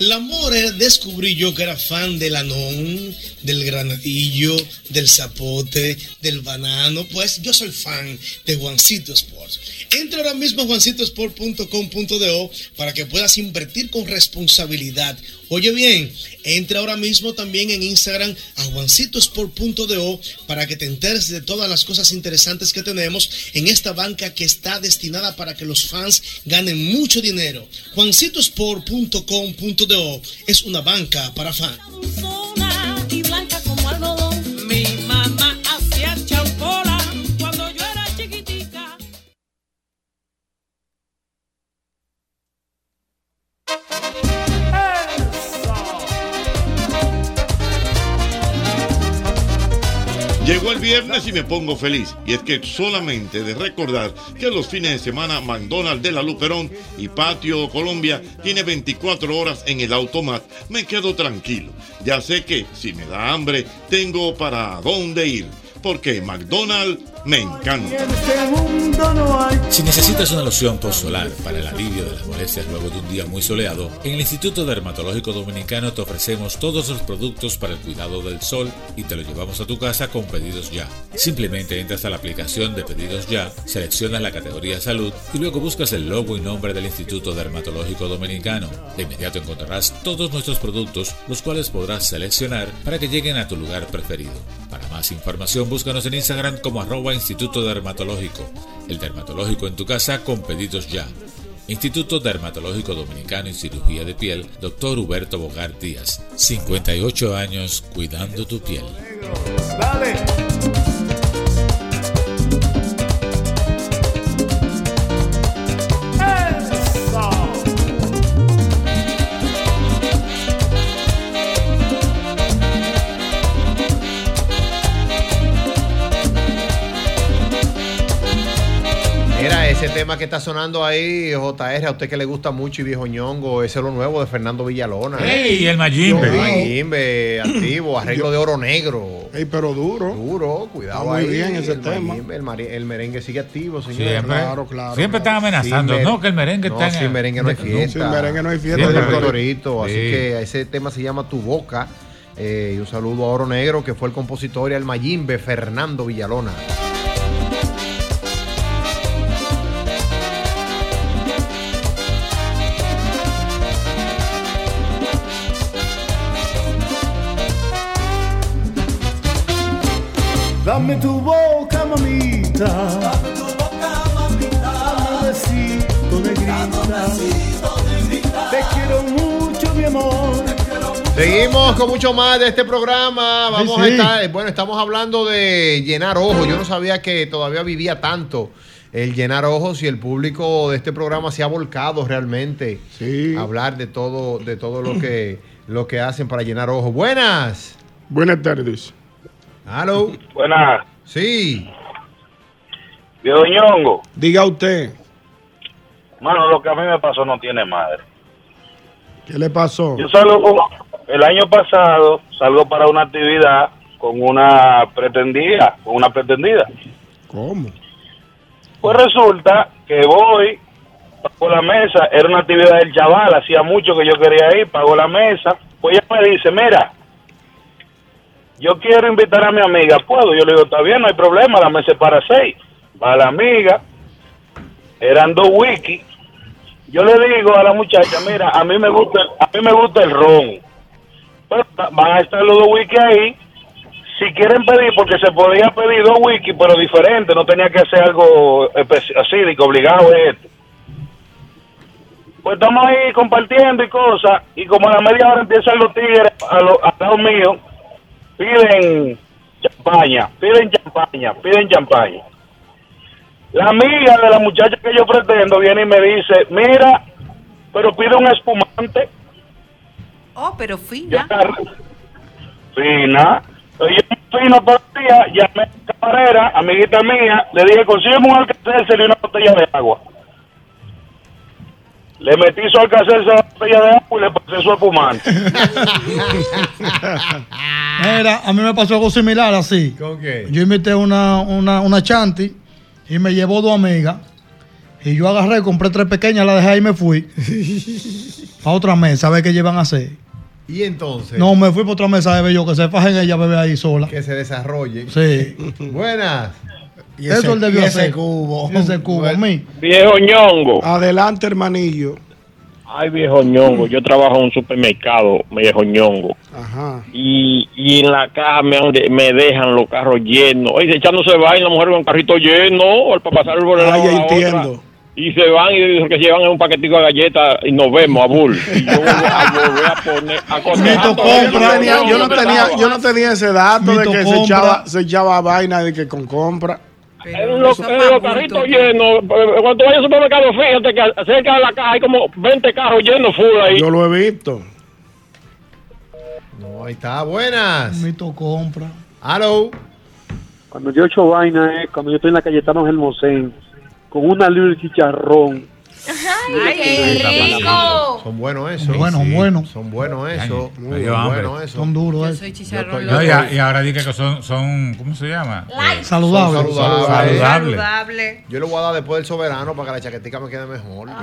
[SPEAKER 28] La More descubrí yo que era fan del anón, del granadillo, del zapote, del banano. Pues yo soy fan de Juancito Sports. Entra ahora mismo a juancitosport.com.do para que puedas invertir con responsabilidad. Oye bien, entra ahora mismo también en Instagram a juancitosport.do para que te enteres de todas las cosas interesantes que tenemos en esta banca que está destinada para que los fans ganen mucho dinero. juancitosport.com.do es una banca para fans.
[SPEAKER 29] y blanca como algodón. Mi mamá hacía champola cuando yo era chiquitica.
[SPEAKER 21] Llegó el viernes y me pongo feliz. Y es que solamente de recordar que los fines de semana McDonald's de la Luperón y Patio Colombia tiene 24 horas en el automat, me quedo tranquilo. Ya sé que si me da hambre, tengo para dónde ir. Porque McDonald's me encanta.
[SPEAKER 1] este
[SPEAKER 5] Si necesitas una loción post-solar para el alivio de las molestias luego de un día muy soleado, en el Instituto Dermatológico Dominicano te ofrecemos todos los productos para el cuidado del sol y te los llevamos a tu casa con pedidos ya. Simplemente entras a la aplicación de pedidos ya, seleccionas la categoría salud y luego buscas el logo y nombre del Instituto Dermatológico Dominicano. De inmediato encontrarás todos nuestros productos, los cuales podrás seleccionar para que lleguen a tu lugar preferido. Para más información, búscanos en Instagram como arroba Instituto Dermatológico. El dermatológico en tu casa con pedidos ya. Instituto Dermatológico Dominicano en Cirugía de Piel, Dr. Huberto Bogart Díaz. 58 años cuidando tu piel.
[SPEAKER 3] Mira, ese tema que está sonando ahí, JR, a usted que le gusta mucho y viejo ñongo, ese es lo nuevo de Fernando Villalona.
[SPEAKER 30] Ey, el Mayimbe.
[SPEAKER 3] El Mayimbe, activo, arreglo de oro negro.
[SPEAKER 8] Ey, pero duro.
[SPEAKER 3] Duro, cuidado
[SPEAKER 8] Está muy
[SPEAKER 3] ahí,
[SPEAKER 8] bien ese
[SPEAKER 3] el
[SPEAKER 8] tema.
[SPEAKER 3] Mayimbe, el, mari- el merengue sigue activo, señor.
[SPEAKER 30] Siempre. Siempre están amenazando.
[SPEAKER 3] Sí, mer-
[SPEAKER 30] no, que el merengue
[SPEAKER 3] no,
[SPEAKER 30] está en
[SPEAKER 3] sin
[SPEAKER 30] el-
[SPEAKER 3] merengue no hay
[SPEAKER 30] No,
[SPEAKER 3] fiesta.
[SPEAKER 30] sin merengue no hay fiesta.
[SPEAKER 3] Siempre
[SPEAKER 30] Siempre.
[SPEAKER 3] hay torito. Así
[SPEAKER 30] Sí.
[SPEAKER 3] que ese tema se llama Tu Boca. Eh, y un saludo a Oro Negro, que fue el compositor y al Mayimbe, Fernando Villalona.
[SPEAKER 1] Dame tu boca, mamita. Dame tu boca, mamita. Dame un besito de grita. Te quiero mucho, mi amor.
[SPEAKER 3] Seguimos con mucho más de este programa. Vamos
[SPEAKER 1] Sí,
[SPEAKER 3] a
[SPEAKER 1] sí.
[SPEAKER 3] estar, eh, bueno, estamos hablando de llenar ojos. Yo no sabía que todavía vivía tanto el llenar ojos y el público de este programa se ha volcado realmente a hablar de todo, de todo lo que lo que hacen para llenar ojos. Buenas.
[SPEAKER 8] Buenas tardes.
[SPEAKER 3] Hello.
[SPEAKER 8] Buenas.
[SPEAKER 3] Sí.
[SPEAKER 13] Viejo Ñongo,
[SPEAKER 8] Diga usted,
[SPEAKER 13] mano, lo que a mí me pasó no tiene madre.
[SPEAKER 8] ¿qué le pasó?
[SPEAKER 13] Yo salgo, el año pasado salgo para una actividad con una pretendida, con una pretendida.
[SPEAKER 8] ¿Cómo?
[SPEAKER 13] Pues resulta que voy, pago la mesa, era una actividad del chaval, hacía mucho que yo quería ir, pago la mesa. Pues ella me dice, mira, yo quiero invitar a mi amiga, ¿puedo? Yo le digo, está bien, no hay problema, la mesa es para seis. Va la amiga, eran dos wiki. Yo le digo a la muchacha, mira, a mí me gusta, a mí me gusta el ron. Pero van a estar los dos wiki ahí. Si quieren pedir, porque se podía pedir dos wiki, pero diferente, no tenía que hacer algo especi- así, de que obligado es esto. Pues estamos ahí compartiendo y cosas, y como a la media hora empiezan los tigres a lo- al lado mío, piden champaña, piden champaña, piden champaña. La amiga de la muchacha que yo pretendo viene y me dice, mira, pero pide un espumante.
[SPEAKER 10] Oh, pero fina.
[SPEAKER 13] Fina. Pues Yo fino por el día, llamé a la camarera, amiguita mía, le dije, consígueme un alcacelser y una botella de agua. Le metí su alcacelser a la botella de agua y le pasé su espumante.
[SPEAKER 7] Mira, a mí me pasó algo similar así.
[SPEAKER 3] ¿Con qué?
[SPEAKER 7] Yo invité una, una, una chanti y me llevó dos amigas. Y yo agarré, compré tres pequeñas, las dejé ahí y me fui. a otra mesa a ver qué llevan a hacer.
[SPEAKER 3] Y entonces.
[SPEAKER 7] No, me fui para otra mesa de ver yo que se fajen ella bebe ahí sola.
[SPEAKER 3] Que se desarrolle.
[SPEAKER 7] Sí.
[SPEAKER 3] Buenas.
[SPEAKER 7] Y Eso ese- él debió y ese hacer.
[SPEAKER 8] cubo.
[SPEAKER 7] Ese cubo, a mí.
[SPEAKER 6] Viejo ñongo.
[SPEAKER 8] Adelante, hermanillo.
[SPEAKER 6] Ay, viejo ñongo, yo trabajo en un supermercado, viejo ñongo.
[SPEAKER 8] Ajá.
[SPEAKER 6] Y, y en la caja me, han de- me dejan los carros llenos. Oye, echándose van y la mujer con un carrito lleno para pasar por el
[SPEAKER 8] Ay,
[SPEAKER 6] lado a la otra.
[SPEAKER 8] entiendo.
[SPEAKER 6] Y se van y dicen que se llevan un paquetico de galletas y nos vemos a Bull. Y yo voy a volver a poner a cotejar todo
[SPEAKER 8] Yo
[SPEAKER 6] el
[SPEAKER 8] no, tenía, yo, no
[SPEAKER 6] que
[SPEAKER 8] tenía,
[SPEAKER 6] estaba.
[SPEAKER 8] yo no tenía ese dato de
[SPEAKER 6] Mito
[SPEAKER 8] que se
[SPEAKER 6] compra.
[SPEAKER 8] echaba, se echaba vaina de que con compra.
[SPEAKER 6] En los, en los carritos llenos, eh, cuando vayas al supermercado, fíjate que cerca de la caja hay como 20 carros llenos full ahí.
[SPEAKER 8] Yo lo he visto.
[SPEAKER 3] No, ahí
[SPEAKER 8] Ah,
[SPEAKER 3] está. Buenas.
[SPEAKER 7] Mito compra.
[SPEAKER 3] Hello.
[SPEAKER 31] Cuando yo he hecho vaina, eh, cuando yo estoy en la Cayetano Hermosén, con una libra de chicharrón.
[SPEAKER 3] rico! Son buenos esos.
[SPEAKER 7] Son buenos, son buenos.
[SPEAKER 3] Son buenos esos.
[SPEAKER 5] me
[SPEAKER 3] Muy
[SPEAKER 5] dio hambre.
[SPEAKER 3] buenos esos.
[SPEAKER 7] Son duros. eh.
[SPEAKER 5] No, y, a- y ahora dije que son, son, ¿cómo se llama? Eh,
[SPEAKER 3] Son
[SPEAKER 7] Saludables.
[SPEAKER 3] saludables.
[SPEAKER 5] Saludables.
[SPEAKER 3] Yo le voy a dar después del soberano para que la chaquetica me quede mejor. Yo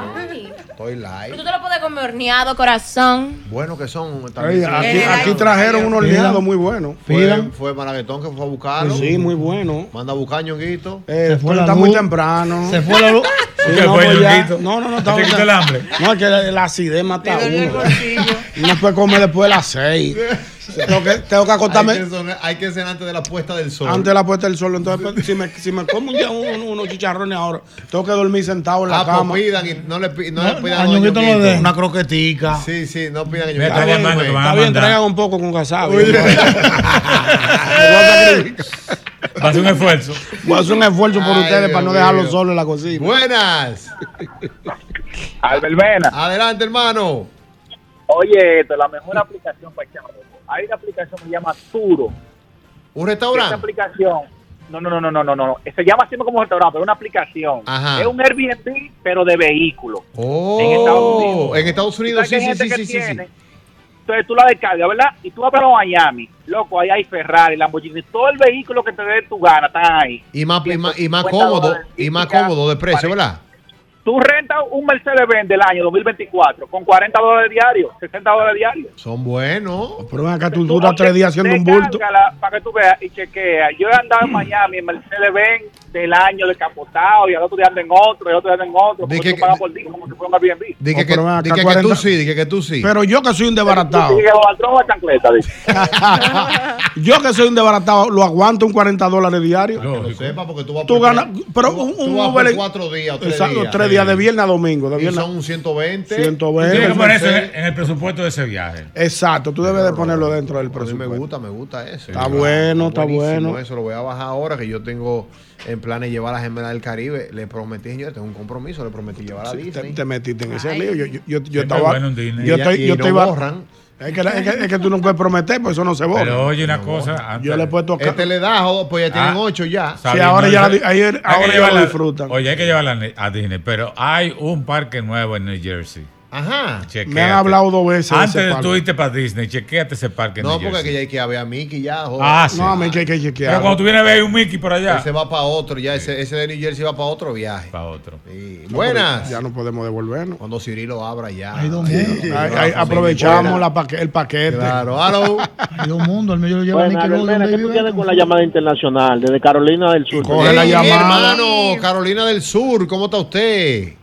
[SPEAKER 18] Pero
[SPEAKER 3] Estoy light.
[SPEAKER 18] tú te lo puedes comer horneado, corazón.
[SPEAKER 3] Bueno que son.
[SPEAKER 8] Ey, aquí, aquí trajeron un horneado muy bueno.
[SPEAKER 3] Fue, fue Malaguetón que fue a buscarlo.
[SPEAKER 8] Sí, muy bueno.
[SPEAKER 3] Manda a buscar ñonguito.
[SPEAKER 8] Eh, pero está muy temprano.
[SPEAKER 7] Se fue la luz.
[SPEAKER 8] Sí,
[SPEAKER 3] ¿Qué
[SPEAKER 8] no,
[SPEAKER 3] fue,
[SPEAKER 8] pues ya.
[SPEAKER 3] Ñonguito?
[SPEAKER 8] no, no, no.
[SPEAKER 3] ¿Te
[SPEAKER 8] estaba-
[SPEAKER 3] quitó el hambre?
[SPEAKER 8] No, es que la, la acidez mata a
[SPEAKER 3] dolió el
[SPEAKER 8] uno. No puede comer después de las seis. tengo, que, tengo que acostarme
[SPEAKER 3] Hay que, son- hay que cenar antes de la puesta del sol.
[SPEAKER 8] antes de la puesta del sol. Entonces, pues, si, me, si me como ya un- unos chicharrones ahora, tengo que dormir sentado en la
[SPEAKER 3] Ah, pues
[SPEAKER 8] cama.
[SPEAKER 3] pidan y no le, pi- no le pidan
[SPEAKER 8] a
[SPEAKER 3] a
[SPEAKER 8] Ñonguito no le den.
[SPEAKER 7] Una croquetica.
[SPEAKER 3] Sí, sí, no pidan a Ñonguito.
[SPEAKER 8] Está bien,
[SPEAKER 5] pues,
[SPEAKER 3] Está
[SPEAKER 8] está bien, traigan un poco con casabe.
[SPEAKER 5] Va a hacer un esfuerzo.
[SPEAKER 8] Voy a hacer un esfuerzo por
[SPEAKER 3] Ay,
[SPEAKER 8] ustedes para
[SPEAKER 3] Dios
[SPEAKER 8] no dejarlos
[SPEAKER 3] mío.
[SPEAKER 8] solos en la cocina.
[SPEAKER 3] Buenas.
[SPEAKER 10] Albermena.
[SPEAKER 3] Adelante, hermano.
[SPEAKER 10] Oye, esto, la mejor aplicación para echar ropa. Hay una aplicación que se llama Turo.
[SPEAKER 3] ¿Un
[SPEAKER 10] Esa
[SPEAKER 3] restaurante?
[SPEAKER 10] aplicación. No, no, no, no, no, no, no. Se llama así como restaurante, pero es una aplicación.
[SPEAKER 3] Ajá.
[SPEAKER 10] Es un Airbnb, pero de vehículo.
[SPEAKER 3] Oh,
[SPEAKER 10] En Estados Unidos.
[SPEAKER 3] en Estados Unidos,
[SPEAKER 10] ¿Sabes que
[SPEAKER 3] sí, sí,
[SPEAKER 10] hay gente
[SPEAKER 3] sí,
[SPEAKER 10] que
[SPEAKER 3] sí, sí, sí.
[SPEAKER 10] tiene? Entonces tú la descargas, ¿verdad? Y tú vas para Miami. Loco, ahí hay Ferrari, Lamborghini, todo el vehículo que te dé tu gana, están ahí.
[SPEAKER 3] Y más, y más, y más
[SPEAKER 10] 150
[SPEAKER 3] cómodo,
[SPEAKER 10] dólares.
[SPEAKER 3] y más cómodo de precio, ¿verdad?
[SPEAKER 10] Tú rentas un Mercedes-Benz del año 2024 con 40 dólares diarios, 60 dólares diarios.
[SPEAKER 3] Son buenos.
[SPEAKER 8] Pero ven acá, tú duras tres días haciendo un bulto. Mm.
[SPEAKER 10] Descárgala para que tú veas y chequea. Yo he andado en Miami en Mercedes-Benz del año descapotado y al otro día ando en otro, y al otro día ando en otro.
[SPEAKER 3] Di
[SPEAKER 10] porque
[SPEAKER 3] que-
[SPEAKER 10] tú pagas por día como si fuera un Airbnb.
[SPEAKER 3] Dije que,
[SPEAKER 8] Oh, pero ven acá,
[SPEAKER 3] di que- que
[SPEAKER 8] 40.
[SPEAKER 3] tú sí, dije que tú sí.
[SPEAKER 8] Pero yo que soy un desbaratado.
[SPEAKER 10] Tú sigues o al tron o a chancleta, dice.
[SPEAKER 8] Yo que soy un desbaratado, lo aguanto un 40 dólares diario.
[SPEAKER 3] que lo sepa porque tú vas
[SPEAKER 8] Tú
[SPEAKER 3] por
[SPEAKER 8] ganas,
[SPEAKER 3] tres-
[SPEAKER 8] pero
[SPEAKER 3] tú-
[SPEAKER 8] un,
[SPEAKER 3] tú
[SPEAKER 8] un
[SPEAKER 3] vas por
[SPEAKER 8] Uber en-
[SPEAKER 3] cuatro días o tres
[SPEAKER 8] exacto,
[SPEAKER 3] días.
[SPEAKER 8] tres días de viernes a domingo, de
[SPEAKER 3] Y
[SPEAKER 8] viernes.
[SPEAKER 3] son 120.
[SPEAKER 8] 120.
[SPEAKER 5] Tiene que poner eso en, en el presupuesto de ese viaje.
[SPEAKER 8] Exacto, tú debes de ponerlo dentro del
[SPEAKER 3] A mí me
[SPEAKER 8] presupuesto.
[SPEAKER 3] gusta, me gusta eso.
[SPEAKER 8] Está bueno, está
[SPEAKER 3] buenísimo
[SPEAKER 8] bueno.
[SPEAKER 3] Eso lo voy a bajar ahora que yo tengo en planes llevar a las gemelas del Caribe. Le prometí, señor, tengo un compromiso, le prometí llevar a
[SPEAKER 8] Sí, te,
[SPEAKER 3] Disney.
[SPEAKER 8] te metiste en ese
[SPEAKER 3] Ay.
[SPEAKER 8] lío. Yo, yo, yo, yo
[SPEAKER 3] Siempre
[SPEAKER 8] estaba.
[SPEAKER 3] bueno en Disney.
[SPEAKER 8] yo
[SPEAKER 3] Y-
[SPEAKER 8] estoy,
[SPEAKER 3] y no
[SPEAKER 8] yo estoy ba-
[SPEAKER 3] borran.
[SPEAKER 8] Es que, la- es, que, es que tú no puedes prometer, pues eso no se borra.
[SPEAKER 5] Pero oye una cosa. antes-
[SPEAKER 8] yo le he puesto acá.
[SPEAKER 3] Este le da, joder, pues ya tienen
[SPEAKER 5] Ah.
[SPEAKER 3] ocho ya.
[SPEAKER 5] Sabino,
[SPEAKER 8] ahora ya la di-
[SPEAKER 5] hay
[SPEAKER 8] ahí-
[SPEAKER 5] que
[SPEAKER 8] ahora ya
[SPEAKER 5] llevarla-
[SPEAKER 8] lo disfrutan.
[SPEAKER 5] Oye, hay que llevarla a Disney, pero hay un parque nuevo en New Jersey.
[SPEAKER 3] Ajá.
[SPEAKER 8] Me han hablado dos veces de
[SPEAKER 5] Antes
[SPEAKER 8] ese
[SPEAKER 5] de
[SPEAKER 8] parque.
[SPEAKER 5] tú irte para Disney, chequéate ese parque. en
[SPEAKER 3] No,
[SPEAKER 5] New
[SPEAKER 3] porque
[SPEAKER 5] Jersey.
[SPEAKER 3] que ya hay que ver a Mickey ya, joder.
[SPEAKER 5] Ah, sí.
[SPEAKER 8] No, a mí que hay que chequear.
[SPEAKER 5] Pero cuando tú vienes a ver hay un Mickey por allá.
[SPEAKER 3] Ese va para otro, ya ese, ese de New Jersey va para otro viaje.
[SPEAKER 5] Para otro.
[SPEAKER 8] No,
[SPEAKER 3] Buenas.
[SPEAKER 8] Ya no podemos devolvernos.
[SPEAKER 3] Cuando Cirilo abra ya.
[SPEAKER 7] Hay dos
[SPEAKER 3] Sí,
[SPEAKER 7] mundos.
[SPEAKER 3] sí,
[SPEAKER 8] Ahí-
[SPEAKER 3] sí,
[SPEAKER 8] ahí
[SPEAKER 3] sí,
[SPEAKER 8] aprovechamos
[SPEAKER 3] fuera.
[SPEAKER 8] la paque- el paquete.
[SPEAKER 3] Claro, hello.
[SPEAKER 7] Hay dos mundos. El mío lo lleva
[SPEAKER 31] Bueno,
[SPEAKER 7] Nickelodeon.
[SPEAKER 31] Albermena, ¿qué
[SPEAKER 7] David
[SPEAKER 31] tú tienes
[SPEAKER 7] Beckham.
[SPEAKER 31] con la llamada internacional desde Carolina del Sur?
[SPEAKER 8] Coge la
[SPEAKER 3] Hey,
[SPEAKER 8] llamada.
[SPEAKER 3] hermano, Carolina del Sur, ¿cómo está usted?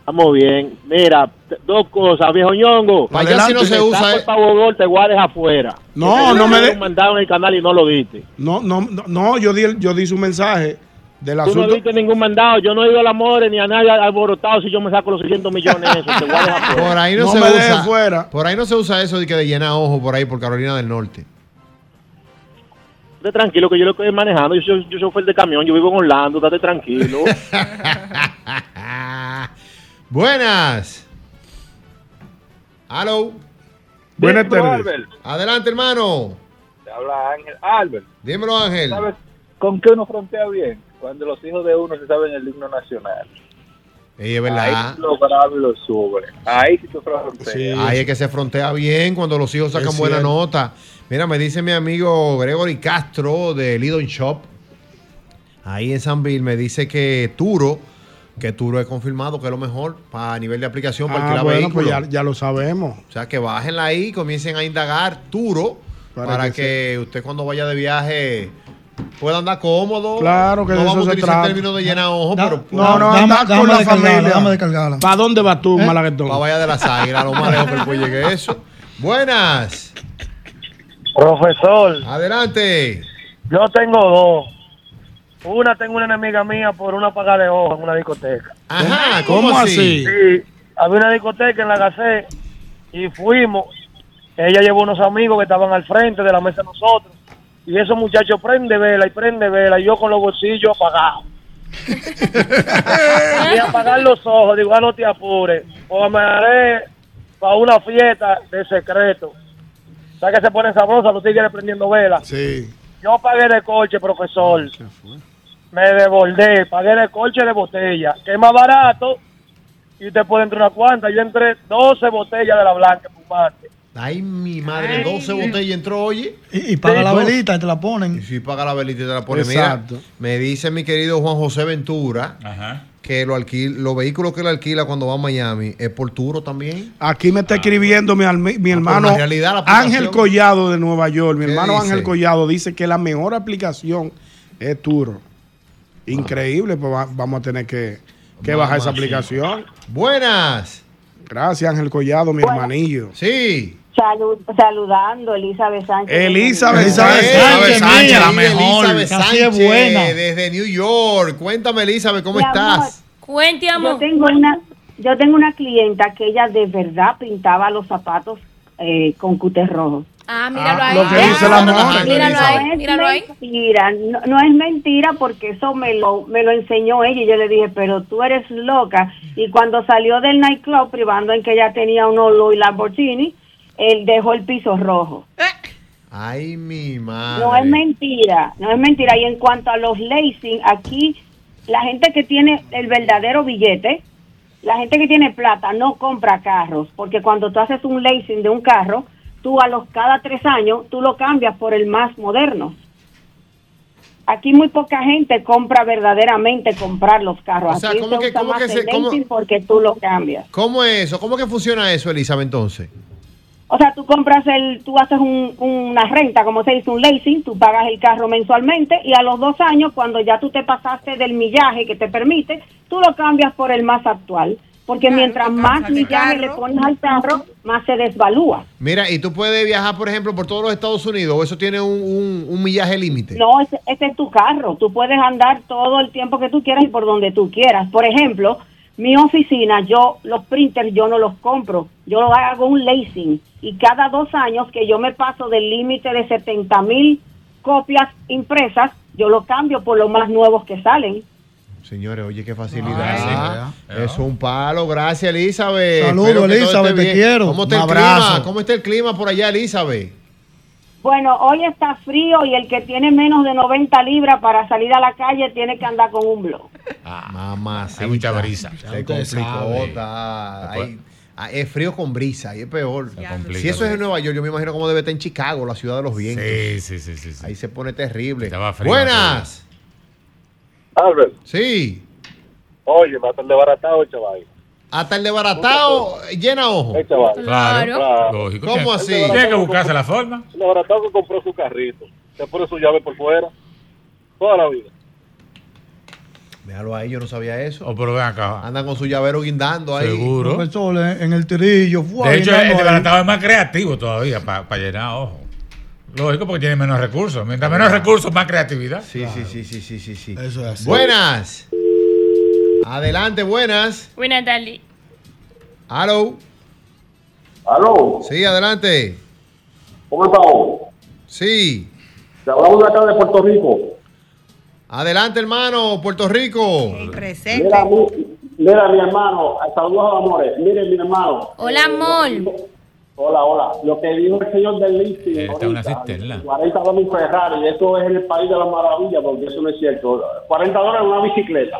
[SPEAKER 31] Estamos bien. Mira, t- dos cosas, viejo ñongo.
[SPEAKER 3] Para allá si no se usa, eh.
[SPEAKER 31] Por favor, te guardes afuera.
[SPEAKER 8] No, no me
[SPEAKER 31] Te
[SPEAKER 8] de-
[SPEAKER 31] lo mandaron el canal y no lo viste.
[SPEAKER 8] No, no, no, no, yo di, el- yo di su mensaje del
[SPEAKER 31] Tú no
[SPEAKER 8] asunto.
[SPEAKER 31] viste ningún mandado. Yo no he ido a la More ni a nadie alborotado si yo me saco los 600 millones. Eso, te guardes afuera.
[SPEAKER 3] Por ahí no,
[SPEAKER 8] No
[SPEAKER 3] se
[SPEAKER 8] me dejes
[SPEAKER 3] usa.
[SPEAKER 8] fuera.
[SPEAKER 3] Por ahí no se usa eso de que de llena ojo por ahí por Carolina del Norte.
[SPEAKER 31] Estate tranquilo que yo lo estoy manejando. Yo soy, yo soy chofer de camión. Yo vivo en Orlando. Date tranquilo.
[SPEAKER 3] Buenas. Hello.
[SPEAKER 8] Buenas
[SPEAKER 10] Dímelo,
[SPEAKER 8] tardes.
[SPEAKER 10] Albert.
[SPEAKER 3] Adelante, hermano.
[SPEAKER 10] Te habla Ángel. Albert,
[SPEAKER 3] Dímelo, Ángel.
[SPEAKER 10] ¿sabes con qué uno frontea bien? Cuando los hijos de uno se saben el himno nacional.
[SPEAKER 3] Ey, es
[SPEAKER 10] Ahí
[SPEAKER 3] verdad.
[SPEAKER 10] lo grave y lo sube. Ahí sí tú fronteas.
[SPEAKER 3] Ahí es que se frontea bien cuando los hijos sacan
[SPEAKER 8] Es
[SPEAKER 3] buena
[SPEAKER 8] cierto.
[SPEAKER 3] nota. Mira, me dice mi amigo Gregory Castro de Lidon Shop. Ahí en San Bill me dice que Turo que Turo es confirmado que es lo mejor para nivel de aplicación para
[SPEAKER 8] Ah,
[SPEAKER 3] alquilar
[SPEAKER 8] bueno,
[SPEAKER 3] vehículos.
[SPEAKER 8] pues ya, ya lo sabemos.
[SPEAKER 3] O sea, que bájenla ahí y comiencen a indagar Turo para,
[SPEAKER 8] Para
[SPEAKER 3] que,
[SPEAKER 8] que
[SPEAKER 3] usted cuando vaya de viaje pueda andar cómodo.
[SPEAKER 8] Claro que
[SPEAKER 3] no
[SPEAKER 8] de
[SPEAKER 3] vamos
[SPEAKER 8] eso
[SPEAKER 3] a
[SPEAKER 8] se
[SPEAKER 3] utilizar
[SPEAKER 8] trata.
[SPEAKER 3] términos de llenar ojos, pero
[SPEAKER 8] No, no,
[SPEAKER 7] Dame-
[SPEAKER 8] anda
[SPEAKER 7] dame
[SPEAKER 8] con la
[SPEAKER 7] descargarla,
[SPEAKER 8] familia.
[SPEAKER 7] dame descargarla.
[SPEAKER 8] ¿Para dónde vas
[SPEAKER 7] ¿Eh?
[SPEAKER 8] tú, Malaguetón?
[SPEAKER 3] para vaya de las águilas, lo más lejos que puede llegue eso. Buenas.
[SPEAKER 10] Profesor.
[SPEAKER 3] Adelante.
[SPEAKER 10] Yo tengo dos. Una tengo una enemiga mía por una paga de hoja en una discoteca.
[SPEAKER 3] Ajá,
[SPEAKER 8] ¿Eh? ¿cómo ¿cómo así? así?
[SPEAKER 10] Sí, había una discoteca en la Gacé y fuimos. Ella llevó unos amigos que estaban al frente de la mesa de nosotros. Y esos muchachos prende vela y prende vela. Y yo con los bolsillos apagados. y apagar los ojos. Digo, ah, no te apures. O me haré para una fiesta de secreto. ¿Sabes que se pone sabrosa los tigres prendiendo vela?
[SPEAKER 8] Sí.
[SPEAKER 10] Yo pagué de coche, profesor. Me desbordé, pagué de coche de botella, que es más barato. Y usted puede entrar una cuanta. Yo entré 12 botellas de la blanca fumante.
[SPEAKER 3] Ay, mi madre, 12 botellas entró, oye.
[SPEAKER 7] Y, y paga la velita y te la ponen.
[SPEAKER 3] Y si paga la velita y te la pone. Mira,
[SPEAKER 7] Exacto.
[SPEAKER 3] me dice mi querido Juan José Ventura que lo alquil- los vehículos que él alquila cuando va a Miami es por Turo también.
[SPEAKER 8] Aquí me
[SPEAKER 3] Ah,
[SPEAKER 8] está escribiendo mi, almi- mi
[SPEAKER 3] la
[SPEAKER 8] hermano
[SPEAKER 3] Ah, pues, realidad, la aplicación.
[SPEAKER 8] Ángel Collado de Nueva York. Mi
[SPEAKER 3] ¿Qué
[SPEAKER 8] hermano
[SPEAKER 3] dice?
[SPEAKER 8] Ángel Collado dice que la mejor aplicación es Turo. Increíble, pues va- vamos a tener que, que
[SPEAKER 3] Ah. Vamos
[SPEAKER 8] bajar esa
[SPEAKER 3] así.
[SPEAKER 8] aplicación.
[SPEAKER 3] Buenas.
[SPEAKER 8] Gracias, Ángel Collado, mi hermanillo.
[SPEAKER 3] Sí.
[SPEAKER 22] Salud, saludando, Elizabeth Sánchez.
[SPEAKER 8] Elizabeth
[SPEAKER 3] Elizabeth
[SPEAKER 8] Sánchez. Elizabeth Sánchez, la
[SPEAKER 3] Sí,
[SPEAKER 8] mejor.
[SPEAKER 3] Elizabeth
[SPEAKER 8] Casi es
[SPEAKER 3] Sánchez,
[SPEAKER 8] buena.
[SPEAKER 3] desde New York. Cuéntame, Elizabeth, ¿cómo
[SPEAKER 22] Mi amor,
[SPEAKER 3] estás?
[SPEAKER 22] Cuente, amor. Yo tengo una, yo tengo una clienta que ella de verdad pintaba los zapatos eh, con cutes rojos.
[SPEAKER 18] Ah, míralo ahí.
[SPEAKER 22] lo que dice
[SPEAKER 18] Ah,
[SPEAKER 22] la mujer.
[SPEAKER 18] Míralo
[SPEAKER 22] No
[SPEAKER 18] ahí,
[SPEAKER 22] es
[SPEAKER 18] míralo ahí.
[SPEAKER 22] mentira, no, no es mentira porque eso me lo, me lo enseñó ella y yo le dije, pero tú eres loca. Y cuando salió del nightclub, privando en que ella tenía un Louis Lamborghini, él dejó el piso rojo.
[SPEAKER 3] Ay, mi
[SPEAKER 22] No
[SPEAKER 3] madre.
[SPEAKER 22] es mentira, no es mentira. Y en cuanto a los lacing, aquí la gente que tiene el verdadero billete, la gente que tiene plata no compra carros, porque cuando tú haces un lacing de un carro, tú a los cada tres años, tú lo cambias por el más moderno. Aquí muy poca gente compra verdaderamente comprar los carros.
[SPEAKER 3] O sea,
[SPEAKER 22] Aquí
[SPEAKER 3] ¿cómo
[SPEAKER 22] se
[SPEAKER 3] que-
[SPEAKER 22] usa
[SPEAKER 3] cómo
[SPEAKER 22] más
[SPEAKER 3] que
[SPEAKER 22] el
[SPEAKER 3] se- cómo-
[SPEAKER 22] leasing porque tú lo cambias.
[SPEAKER 3] ¿Cómo es eso? ¿Cómo que funciona eso, Elizabeth, entonces?
[SPEAKER 22] O sea, tú compras el, tú haces un- una renta, como se dice, un leasing, tú pagas el carro mensualmente y a los dos años, cuando ya tú te pasaste del millaje que te permite, tú lo cambias por el más actual. Porque mientras más millaje le pones al carro, más se desvalúa.
[SPEAKER 3] Mira, ¿y tú puedes viajar, por ejemplo, por todos los Estados Unidos o eso tiene un, un- un millaje límite?
[SPEAKER 22] No, ese, ese es tu carro. Tú puedes andar todo el tiempo que tú quieras y por donde tú quieras. Por ejemplo, mi oficina, yo los printers yo no los compro. Yo hago un leasing y cada dos años que yo me paso del límite de 70 mil copias impresas, yo lo cambio por los más nuevos que salen.
[SPEAKER 3] Señores, oye, qué
[SPEAKER 5] Ah,
[SPEAKER 3] facilidad. Ah, es un palo. Gracias, Elizabeth.
[SPEAKER 7] Saludos,
[SPEAKER 3] Espero que todo esté
[SPEAKER 7] Elizabeth, te
[SPEAKER 3] bien.
[SPEAKER 7] quiero.
[SPEAKER 3] ¿Cómo está
[SPEAKER 7] Un
[SPEAKER 3] el
[SPEAKER 7] abrazo.
[SPEAKER 3] clima? ¿Cómo está el clima por allá, Elizabeth?
[SPEAKER 22] Bueno, hoy está frío y el que tiene menos de 90 libras para salir a la calle tiene que andar con un blog.
[SPEAKER 3] Mamá,
[SPEAKER 5] Ah, Hay mucha brisa.
[SPEAKER 3] Se complicó. está- hay- ah, es frío con brisa y es peor. Si eso es en Nueva York, yo me imagino cómo debe estar en Chicago, la ciudad de los vientos.
[SPEAKER 5] Sí, sí, sí, sí. sí.
[SPEAKER 3] Ahí se pone terrible.
[SPEAKER 5] frío
[SPEAKER 3] Buenas.
[SPEAKER 32] Albert,
[SPEAKER 3] Sí.
[SPEAKER 32] oye, me hasta el desbaratado,
[SPEAKER 5] este
[SPEAKER 32] chaval.
[SPEAKER 3] Hasta el de baratao llena ojo.
[SPEAKER 32] chaval.
[SPEAKER 5] Claro,
[SPEAKER 32] Claro.
[SPEAKER 5] lógico.
[SPEAKER 3] ¿Cómo
[SPEAKER 5] Tiene-
[SPEAKER 3] así?
[SPEAKER 5] Tiene que buscarse la forma.
[SPEAKER 32] El desbaratado que compró su carrito, se pone su llave por fuera, toda la vida.
[SPEAKER 3] Déjalo ahí, yo no sabía eso.
[SPEAKER 5] Oh, pero ven acá.
[SPEAKER 3] Andan con su llavero guindando ahí.
[SPEAKER 5] Seguro.
[SPEAKER 7] Pues solo en en el tirillo. fuá,
[SPEAKER 5] De hecho,
[SPEAKER 7] llenando
[SPEAKER 4] este
[SPEAKER 5] el
[SPEAKER 7] ahí.
[SPEAKER 5] desbaratado es más creativo todavía para llenar ojo. Lógico, porque tiene menos recursos. Mientras menos recursos, más creatividad.
[SPEAKER 3] Sí, sí, sí, sí, sí, sí, sí.
[SPEAKER 7] Eso es así.
[SPEAKER 3] Buenas. Adelante, buenas.
[SPEAKER 18] Buenas tardes.
[SPEAKER 3] Aló.
[SPEAKER 10] Aló.
[SPEAKER 3] Sí, adelante.
[SPEAKER 10] ¿Cómo estamos?
[SPEAKER 3] Sí.
[SPEAKER 10] Te hablamos de acá de Puerto Rico.
[SPEAKER 3] Adelante, hermano, Puerto Rico.
[SPEAKER 33] Presente.
[SPEAKER 10] Mira, mi, mira, mi hermano, saludos a los amores. Miren, mi hermano.
[SPEAKER 18] Hola, amor.
[SPEAKER 10] Hola, hola. Lo que dijo el señor del leasing
[SPEAKER 34] Está una
[SPEAKER 10] ahorita,
[SPEAKER 34] cisterna.
[SPEAKER 10] 40 dólares un Ferrari, eso es en el país de las maravillas, porque eso no es cierto. 40 dólares una bicicleta.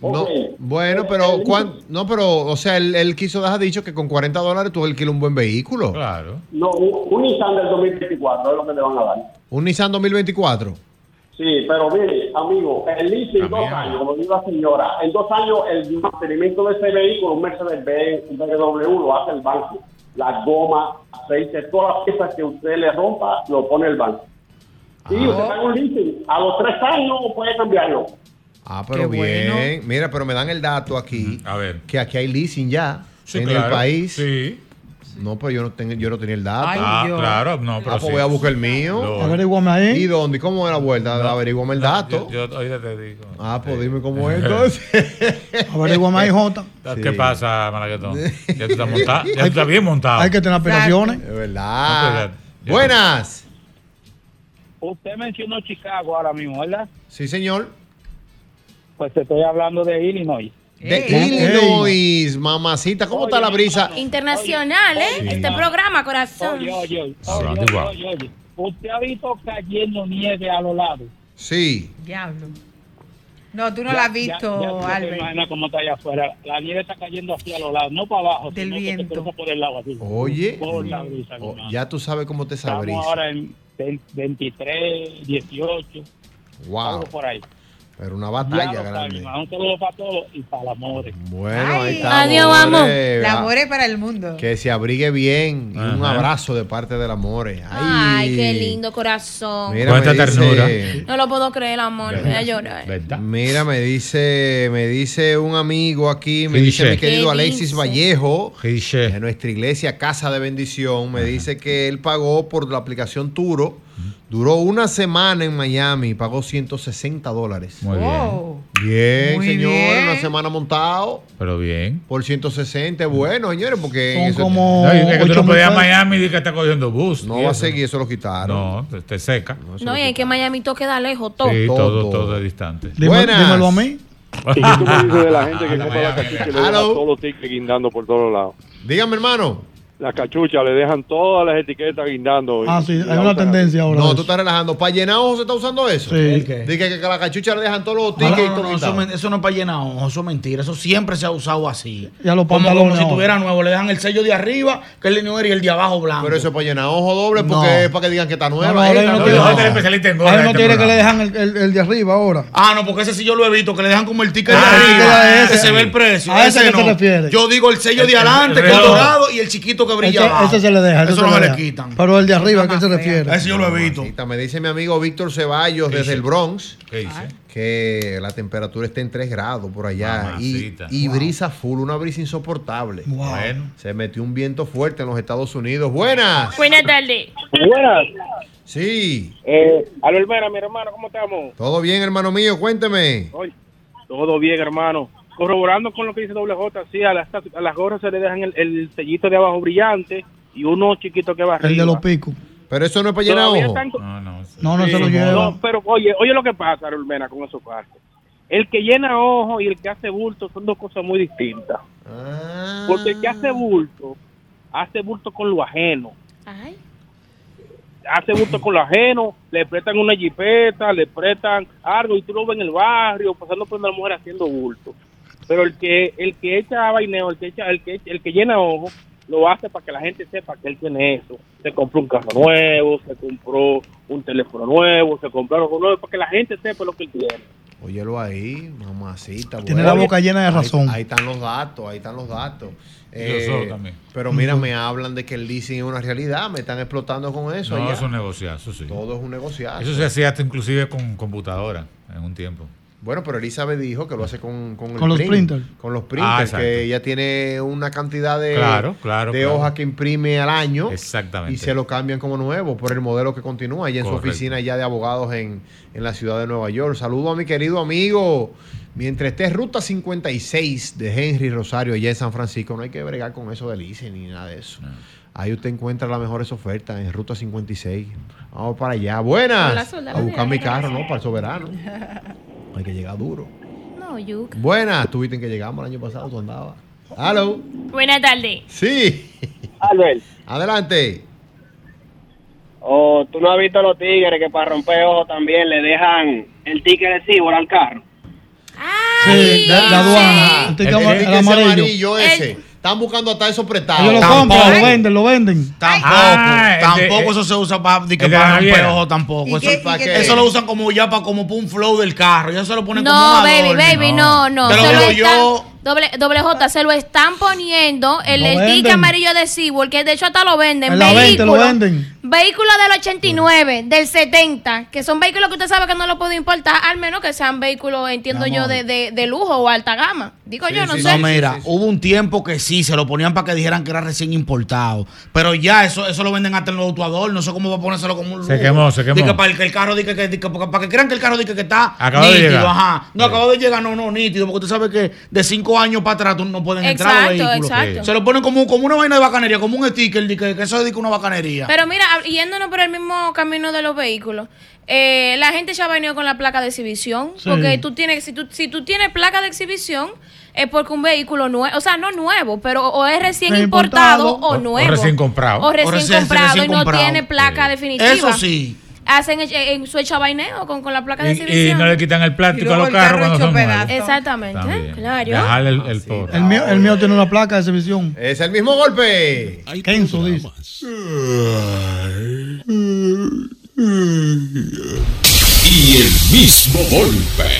[SPEAKER 3] No, bueno, pero cuán- no, pero, o sea, él, él quiso dejar dicho que con 40 dólares tú alquilas un buen vehículo.
[SPEAKER 5] Claro.
[SPEAKER 10] No, un, un Nissan del 2024 es lo que te van a dar.
[SPEAKER 3] Un Nissan 2024.
[SPEAKER 35] Sí, pero mire, amigo, el leasing dos años, como dijo la señora, en dos años el mantenimiento de ese vehículo, un Mercedes-Benz, un BMW, lo hace el banco. La goma, aceite, todas las piezas que usted le rompa, lo pone el banco. Y
[SPEAKER 34] Ah.
[SPEAKER 35] usted paga un leasing, a los tres años puede cambiarlo.
[SPEAKER 3] Ah, pero
[SPEAKER 35] Qué
[SPEAKER 3] bien.
[SPEAKER 35] bueno.
[SPEAKER 3] Mira, pero me dan el dato aquí.
[SPEAKER 5] A ver.
[SPEAKER 3] Que aquí hay leasing ya.
[SPEAKER 5] Sí,
[SPEAKER 3] en el
[SPEAKER 5] claro.
[SPEAKER 3] país.
[SPEAKER 5] Sí.
[SPEAKER 3] No, pero yo no, tengo, yo no tenía el dato.
[SPEAKER 5] Ay, Ah, Dios. claro, no, pero
[SPEAKER 3] Ah, pues
[SPEAKER 5] sí.
[SPEAKER 3] voy a buscar el mío.
[SPEAKER 5] No.
[SPEAKER 3] Averíguame ahí. ¿Y dónde? ¿Y ¿Cómo es la vuelta? Averíguame el dato.
[SPEAKER 5] Yo ahorita te digo.
[SPEAKER 3] ah, pues dime cómo es entonces.
[SPEAKER 7] Averíguame ahí, Jota.
[SPEAKER 5] ¿Qué
[SPEAKER 3] Sí.
[SPEAKER 5] pasa, Malaguetón? Ya tú estás, monta- ya tú estás bien montado.
[SPEAKER 7] Hay que tener apelaciones.
[SPEAKER 3] Es verdad. Buenas.
[SPEAKER 10] Usted mencionó Chicago ahora mismo, ¿verdad?
[SPEAKER 3] Sí, señor.
[SPEAKER 10] Pues te estoy hablando de Illinois.
[SPEAKER 3] De
[SPEAKER 9] Eh,
[SPEAKER 3] Illinois, mamacita. ¿Cómo está la brisa?
[SPEAKER 18] Internacional, ¿eh?
[SPEAKER 3] oye,
[SPEAKER 18] este
[SPEAKER 3] oye.
[SPEAKER 18] programa, corazón.
[SPEAKER 10] Oye, oye, oye,
[SPEAKER 3] Hablando
[SPEAKER 10] oye,
[SPEAKER 3] igual.
[SPEAKER 10] oye, oye. Usted ha visto cayendo nieve a los lados.
[SPEAKER 3] Sí.
[SPEAKER 9] Diablo. No, tú no
[SPEAKER 10] Ya-
[SPEAKER 9] la has
[SPEAKER 10] ya-
[SPEAKER 9] visto,
[SPEAKER 10] ya- ya te
[SPEAKER 9] Albert.
[SPEAKER 10] imaginas cómo está allá afuera. La nieve está cayendo hacia los lados, no para abajo,
[SPEAKER 9] Del
[SPEAKER 10] sino que se
[SPEAKER 9] viento.
[SPEAKER 10] cruza por el lado así.
[SPEAKER 3] Oye.
[SPEAKER 10] Por la brisa, mi
[SPEAKER 3] Oh,
[SPEAKER 10] hermano.
[SPEAKER 3] ya tú sabes cómo te esa
[SPEAKER 10] Estamos
[SPEAKER 3] brisa.
[SPEAKER 10] ahora en ve- 23, 18,
[SPEAKER 3] Wow.
[SPEAKER 10] algo por ahí.
[SPEAKER 3] Pero una
[SPEAKER 10] Ya
[SPEAKER 3] batalla
[SPEAKER 10] lo saben,
[SPEAKER 3] grande.
[SPEAKER 10] hermano. Un saludo para todos y para el amor.
[SPEAKER 3] Bueno, ahí está.
[SPEAKER 10] Adiós,
[SPEAKER 3] amor.
[SPEAKER 9] El amor es para el mundo.
[SPEAKER 3] Que se abrigue bien. Y un
[SPEAKER 5] Ajá.
[SPEAKER 3] abrazo de parte del Amore. Ay,
[SPEAKER 18] Ay, qué lindo corazón.
[SPEAKER 3] Mira, me dice-
[SPEAKER 18] No lo puedo creer, amor.
[SPEAKER 3] Verdad.
[SPEAKER 18] Voy a llorar.
[SPEAKER 3] Mira, me dice, me dice un amigo aquí, me
[SPEAKER 5] ¿Qué
[SPEAKER 3] dice
[SPEAKER 5] dice?
[SPEAKER 3] mi querido
[SPEAKER 18] ¿Qué
[SPEAKER 3] Alexis
[SPEAKER 18] dice?
[SPEAKER 3] Vallejo, de nuestra iglesia Casa de Bendición, me dice que él pagó por la aplicación Turo, duró una semana en Miami, pagó 160 dólares. Muy bien.
[SPEAKER 5] Muy
[SPEAKER 3] señor,
[SPEAKER 5] bien.
[SPEAKER 3] una semana montado.
[SPEAKER 5] Pero bien.
[SPEAKER 3] Por 160, bueno, señores, porque... en
[SPEAKER 5] Son
[SPEAKER 3] eso-
[SPEAKER 5] como No, y es que tú no 8.000 podías ir a Miami y que está cogiendo bus.
[SPEAKER 3] No
[SPEAKER 5] y
[SPEAKER 3] va a
[SPEAKER 5] eso.
[SPEAKER 3] seguir, eso lo quitaron.
[SPEAKER 5] No, te- te seca.
[SPEAKER 18] No, y es que Miami todo queda lejos, todo.
[SPEAKER 5] Sí, todo, todo es distante.
[SPEAKER 7] Dímelo- Buenas. dímelo a mí.
[SPEAKER 6] ¿Y qué tú me dices de la gente que compra la
[SPEAKER 3] Ah,
[SPEAKER 6] cachucha y le deja todos los tickets guindando por todos lados?
[SPEAKER 3] Dígame, hermano.
[SPEAKER 6] La cachucha, le dejan todas las etiquetas guindando.
[SPEAKER 7] Ah, sí, hay una tendencia ahora.
[SPEAKER 3] No, tú estás relajando. ¿Para llenar ojos se está usando eso?
[SPEAKER 7] Sí. ¿El qué?
[SPEAKER 3] Dice que, que a la cachucha le dejan todos los
[SPEAKER 4] No, no,
[SPEAKER 3] tickets y
[SPEAKER 4] no,
[SPEAKER 3] todo
[SPEAKER 4] no, eso,
[SPEAKER 3] quitado.
[SPEAKER 4] men- eso no es para llenar ojos, eso es mentira. Eso siempre se ha usado así.
[SPEAKER 7] Ya los
[SPEAKER 4] como,
[SPEAKER 7] pantalones
[SPEAKER 4] como si
[SPEAKER 7] ahora.
[SPEAKER 4] tuviera nuevo. Le dejan el sello de arriba, que es el newer, y el de abajo blanco.
[SPEAKER 3] Pero eso es para llenar ojo doble porque
[SPEAKER 4] No.
[SPEAKER 3] es para que digan que está nueva.
[SPEAKER 4] no,
[SPEAKER 3] ahí
[SPEAKER 4] ahora
[SPEAKER 3] está
[SPEAKER 4] yo no
[SPEAKER 3] nueva.
[SPEAKER 4] quiero- Ahora el especialista en gorra
[SPEAKER 7] Hay
[SPEAKER 4] de
[SPEAKER 7] unos
[SPEAKER 4] este
[SPEAKER 7] tigres que le
[SPEAKER 4] programa.
[SPEAKER 7] dejan el, el- el de arriba ahora.
[SPEAKER 4] Ah, no, porque ese sí yo lo he visto, que le dejan como el ticket
[SPEAKER 7] Ah,
[SPEAKER 4] de
[SPEAKER 7] el ticket
[SPEAKER 4] arriba,
[SPEAKER 7] de ese.
[SPEAKER 4] que se ve el precio.
[SPEAKER 7] A ese que te
[SPEAKER 4] no.
[SPEAKER 7] refieres.
[SPEAKER 4] Yo digo el sello
[SPEAKER 7] El-
[SPEAKER 4] de
[SPEAKER 7] el-
[SPEAKER 4] adelante,
[SPEAKER 7] el
[SPEAKER 4] que es
[SPEAKER 7] reloj.
[SPEAKER 4] dorado, y el chiquito que brilla
[SPEAKER 7] Ese,
[SPEAKER 4] abajo.
[SPEAKER 7] ese se le deja. ese
[SPEAKER 4] Eso
[SPEAKER 7] se
[SPEAKER 4] no me le
[SPEAKER 7] deja.
[SPEAKER 4] quitan.
[SPEAKER 7] Pero el de arriba, ¿a qué se refiere?
[SPEAKER 4] Ese yo lo he visto.
[SPEAKER 3] Mamacita, Me dice mi amigo Víctor Ceballos
[SPEAKER 4] ¿Qué
[SPEAKER 3] desde
[SPEAKER 4] dice?
[SPEAKER 3] el Bronx
[SPEAKER 4] ¿Qué dice?
[SPEAKER 3] que la temperatura está en 3 grados por allá y,
[SPEAKER 5] Mamacita.
[SPEAKER 3] y
[SPEAKER 5] Wow.
[SPEAKER 3] brisa full, una brisa insoportable. Se metió un viento fuerte en los Estados Unidos. Buenas.
[SPEAKER 18] Buenas tardes.
[SPEAKER 10] Buenas.
[SPEAKER 3] Sí.
[SPEAKER 10] Eh, Albert Vera, mi hermano, ¿cómo estamos?
[SPEAKER 3] Todo bien, hermano mío, cuénteme.
[SPEAKER 10] Oye, todo bien, hermano. Corroborando con lo que dice doble J, sí, a las, a las gorras se le dejan el, el sellito de abajo brillante y uno chiquito que va arriba.
[SPEAKER 7] El de los picos.
[SPEAKER 3] Pero eso no es
[SPEAKER 10] Todavía están co-
[SPEAKER 7] No, no se lo
[SPEAKER 10] Sí,
[SPEAKER 7] lleva.
[SPEAKER 10] no, pero oye, oye lo que pasa, Olmena, con esos parques. El que llena ojo y el que hace bulto son dos cosas muy distintas.
[SPEAKER 7] Ah.
[SPEAKER 10] Porque el que hace bulto, hace bulto con lo ajeno. Hace bulto con lo ajeno, le prestan una jipeta, le prestan algo y tú lo ves en el barrio, pasando por una mujer haciendo bulto. Pero el que el que echa vaineo, el que echa, el que el que llena ojo, lo hace para que la gente sepa que él tiene eso. Se compró un carro nuevo, se compró un teléfono nuevo, se compró algo nuevo, para que la gente sepa lo que él tiene.
[SPEAKER 3] Óyelo ahí, mamacita.
[SPEAKER 7] Tiene
[SPEAKER 3] bueno.
[SPEAKER 7] la boca llena de
[SPEAKER 3] Ahí-
[SPEAKER 7] razón.
[SPEAKER 3] Ahí, están los datos, ahí están los datos. Eh,
[SPEAKER 5] nosotros también.
[SPEAKER 3] Pero mira,
[SPEAKER 5] Ujú.
[SPEAKER 3] me hablan de que el leasing es una realidad, me están explotando con eso.
[SPEAKER 5] No,
[SPEAKER 3] allá.
[SPEAKER 5] eso es un negociazo, sí.
[SPEAKER 3] Todo es un negociazo.
[SPEAKER 5] Eso se hacía hasta inclusive con computadora en un tiempo.
[SPEAKER 3] Bueno, pero Elizabeth dijo que lo hace con, con, el
[SPEAKER 5] Con los
[SPEAKER 3] print,
[SPEAKER 5] printers.
[SPEAKER 3] Con los
[SPEAKER 5] Ah,
[SPEAKER 3] printers,
[SPEAKER 5] exacto.
[SPEAKER 3] que ella tiene una cantidad de,
[SPEAKER 5] Claro, claro,
[SPEAKER 3] de
[SPEAKER 5] claro.
[SPEAKER 3] hojas que imprime al año.
[SPEAKER 5] Exactamente.
[SPEAKER 3] Y se lo cambian como nuevo por el modelo que continúa allá en
[SPEAKER 5] Correcto.
[SPEAKER 3] su oficina ya de abogados en, en la ciudad de Nueva York. Saludo a mi querido amigo. Mientras esté Ruta 56 de Henry Rosario allá en San Francisco, no hay que bregar con eso de ICE ni nada de eso. Ahí usted encuentra las mejores ofertas en Ruta 56. Vamos para allá.
[SPEAKER 18] Hola,
[SPEAKER 3] Buenas.
[SPEAKER 18] soldado.
[SPEAKER 3] A buscar mi carro, ¿no? Para el soberano. Hay que llegar duro.
[SPEAKER 18] No, Yuka.
[SPEAKER 3] Buenas, tuviste que llegamos el año pasado, tú andabas. Hello.
[SPEAKER 18] Buenas tardes.
[SPEAKER 3] Sí.
[SPEAKER 10] Albert.
[SPEAKER 3] Adelante.
[SPEAKER 10] O tú no has visto los tigres que para romper ojos también le dejan el ticket de cibor al carro.
[SPEAKER 7] Sí, de, de aduana. El ticket ama- el amarillo.
[SPEAKER 3] ese. Están buscando hasta esos prestados.
[SPEAKER 7] Ellos lo compran, lo venden, lo venden.
[SPEAKER 4] Tampoco,
[SPEAKER 7] Ah,
[SPEAKER 4] tampoco
[SPEAKER 8] Eh,
[SPEAKER 7] el de-
[SPEAKER 5] Eh,
[SPEAKER 4] eso se usa para, di que
[SPEAKER 7] el de la
[SPEAKER 4] para romper
[SPEAKER 7] naviera.
[SPEAKER 4] ojos tampoco.
[SPEAKER 18] ¿Y
[SPEAKER 4] Eso,
[SPEAKER 18] qué- y qué-
[SPEAKER 4] eso lo usan como ya para como pa' un flow del carro. Ya se lo ponen
[SPEAKER 18] No,
[SPEAKER 4] como un
[SPEAKER 18] baby,
[SPEAKER 4] adorno.
[SPEAKER 18] baby, no, no.
[SPEAKER 4] Te lo
[SPEAKER 18] Se lo
[SPEAKER 4] digo
[SPEAKER 18] están-
[SPEAKER 4] yo.
[SPEAKER 18] Doble, doble J, se lo están poniendo el,
[SPEAKER 4] Lo
[SPEAKER 18] el ticket
[SPEAKER 4] venden.
[SPEAKER 18] amarillo de Seawall, que de hecho hasta lo venden.
[SPEAKER 7] En la venta lo
[SPEAKER 18] Vehículo-
[SPEAKER 7] venden.
[SPEAKER 18] Vehículos del 89, del 70, que son vehículos que usted sabe que no lo puede importar, al menos que sean vehículos, entiendo
[SPEAKER 4] Mi
[SPEAKER 18] yo,
[SPEAKER 4] amor.
[SPEAKER 18] de, de, de lujo o alta gama. Digo yo, no
[SPEAKER 4] Sí,
[SPEAKER 18] sé.
[SPEAKER 4] No, mira, hubo un tiempo que sí, se lo ponían para que dijeran que era recién importado. Pero ya, eso, eso lo venden hasta en los autuadores. No sé cómo va a ponérselo como un
[SPEAKER 5] Se
[SPEAKER 4] lujo.
[SPEAKER 5] quemó, se quemó.
[SPEAKER 4] Di que para el, que el carro, di que, que- di que- para que crean que el carro dice que, está
[SPEAKER 5] Acaba de
[SPEAKER 4] nítido.
[SPEAKER 5] llegar.
[SPEAKER 4] Ajá. No, acabó de llegar, no, no, nítido. Porque usted sabe que de cinco años para atrás tú no pueden entrar los
[SPEAKER 18] Exacto,
[SPEAKER 4] vehículos.
[SPEAKER 18] exacto.
[SPEAKER 4] Se lo ponen como, como una vaina de bacanería, como un sticker, di que, que eso es di que una bacanería.
[SPEAKER 18] Pero mira, hab- yéndonos por el mismo camino de los vehículos, eh, la gente ya ha venido con la placa de exhibición,
[SPEAKER 4] Sí.
[SPEAKER 18] porque tú tienes, si tú, si tú tienes placa de exhibición, es porque un vehículo nuevo, o sea, no nuevo, pero o o es recién importado,
[SPEAKER 5] importado.
[SPEAKER 18] o,
[SPEAKER 5] O- o
[SPEAKER 18] nuevo.
[SPEAKER 5] recién comprado.
[SPEAKER 18] O recién
[SPEAKER 5] O recién-
[SPEAKER 18] comprado
[SPEAKER 5] recién
[SPEAKER 18] y no
[SPEAKER 5] comprado.
[SPEAKER 18] tiene placa definitiva.
[SPEAKER 5] Eso sí.
[SPEAKER 18] Hacen e- e- en su echabaineo con, con la placa de
[SPEAKER 5] Y, y
[SPEAKER 18] exhibición.
[SPEAKER 5] no le quitan el plástico a los carros cuando son nuevos.
[SPEAKER 18] Exactamente,
[SPEAKER 5] También.
[SPEAKER 18] claro.
[SPEAKER 5] Dejarle
[SPEAKER 3] Ah,
[SPEAKER 5] el, el por.
[SPEAKER 7] El mío, el mío tiene una placa de exhibición.
[SPEAKER 3] Es el mismo golpe.
[SPEAKER 7] Kenzo dice.
[SPEAKER 1] Y el mismo golpe.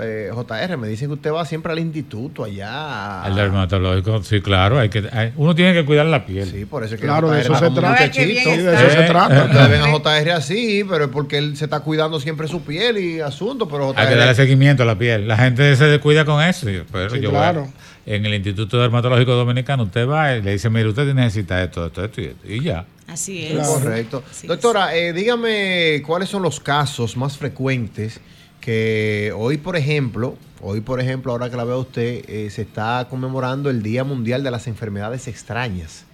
[SPEAKER 3] Eh, JR, me dicen que usted va siempre al instituto allá.
[SPEAKER 5] Al dermatológico, sí, claro. Hay que, hay- uno tiene que cuidar la piel. Sí,
[SPEAKER 3] por eso es que
[SPEAKER 6] Claro, de
[SPEAKER 3] JR
[SPEAKER 6] eso
[SPEAKER 3] va
[SPEAKER 6] se
[SPEAKER 3] como un
[SPEAKER 6] trata.
[SPEAKER 3] muchachito.
[SPEAKER 6] Sí, de eso se trata.
[SPEAKER 3] Ustedes ven a JR así, pero es porque él se está cuidando siempre su piel y asunto. Pero JR.
[SPEAKER 5] Hay que darle seguimiento a la piel. La gente se descuida con eso. Yo, pero
[SPEAKER 3] Sí,
[SPEAKER 5] yo
[SPEAKER 3] claro.
[SPEAKER 5] voy a- en el Instituto Dermatológico Dominicano, usted va y le dice, mire, usted necesita esto, esto, esto y esto. Y ya.
[SPEAKER 16] Así es.
[SPEAKER 3] Claro. Correcto. Doctora, eh, dígame cuáles son los casos más frecuentes que hoy, por ejemplo, hoy, por ejemplo, ahora que la veo a usted, eh, se está conmemorando el Día Mundial de las Enfermedades Extrañas.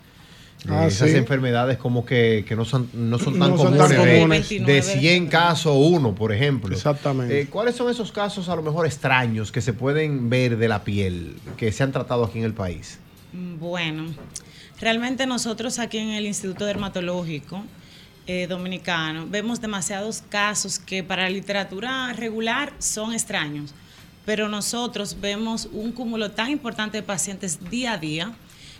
[SPEAKER 3] De
[SPEAKER 6] Ah,
[SPEAKER 3] esas
[SPEAKER 6] sí.
[SPEAKER 3] enfermedades como que, que no, son, no son tan
[SPEAKER 6] No son
[SPEAKER 3] comunes.
[SPEAKER 6] tan
[SPEAKER 3] de-
[SPEAKER 6] comunes.
[SPEAKER 3] De, 100 casos, uno, por ejemplo.
[SPEAKER 6] Exactamente.
[SPEAKER 3] Eh, ¿Cuáles son esos casos a lo mejor extraños que se pueden ver de la piel que se han tratado aquí en el país?
[SPEAKER 16] Bueno, realmente nosotros aquí en el Instituto Dermatológico eh, Dominicano vemos demasiados casos que para la literatura regular son extraños, pero nosotros vemos un cúmulo tan importante de pacientes día a día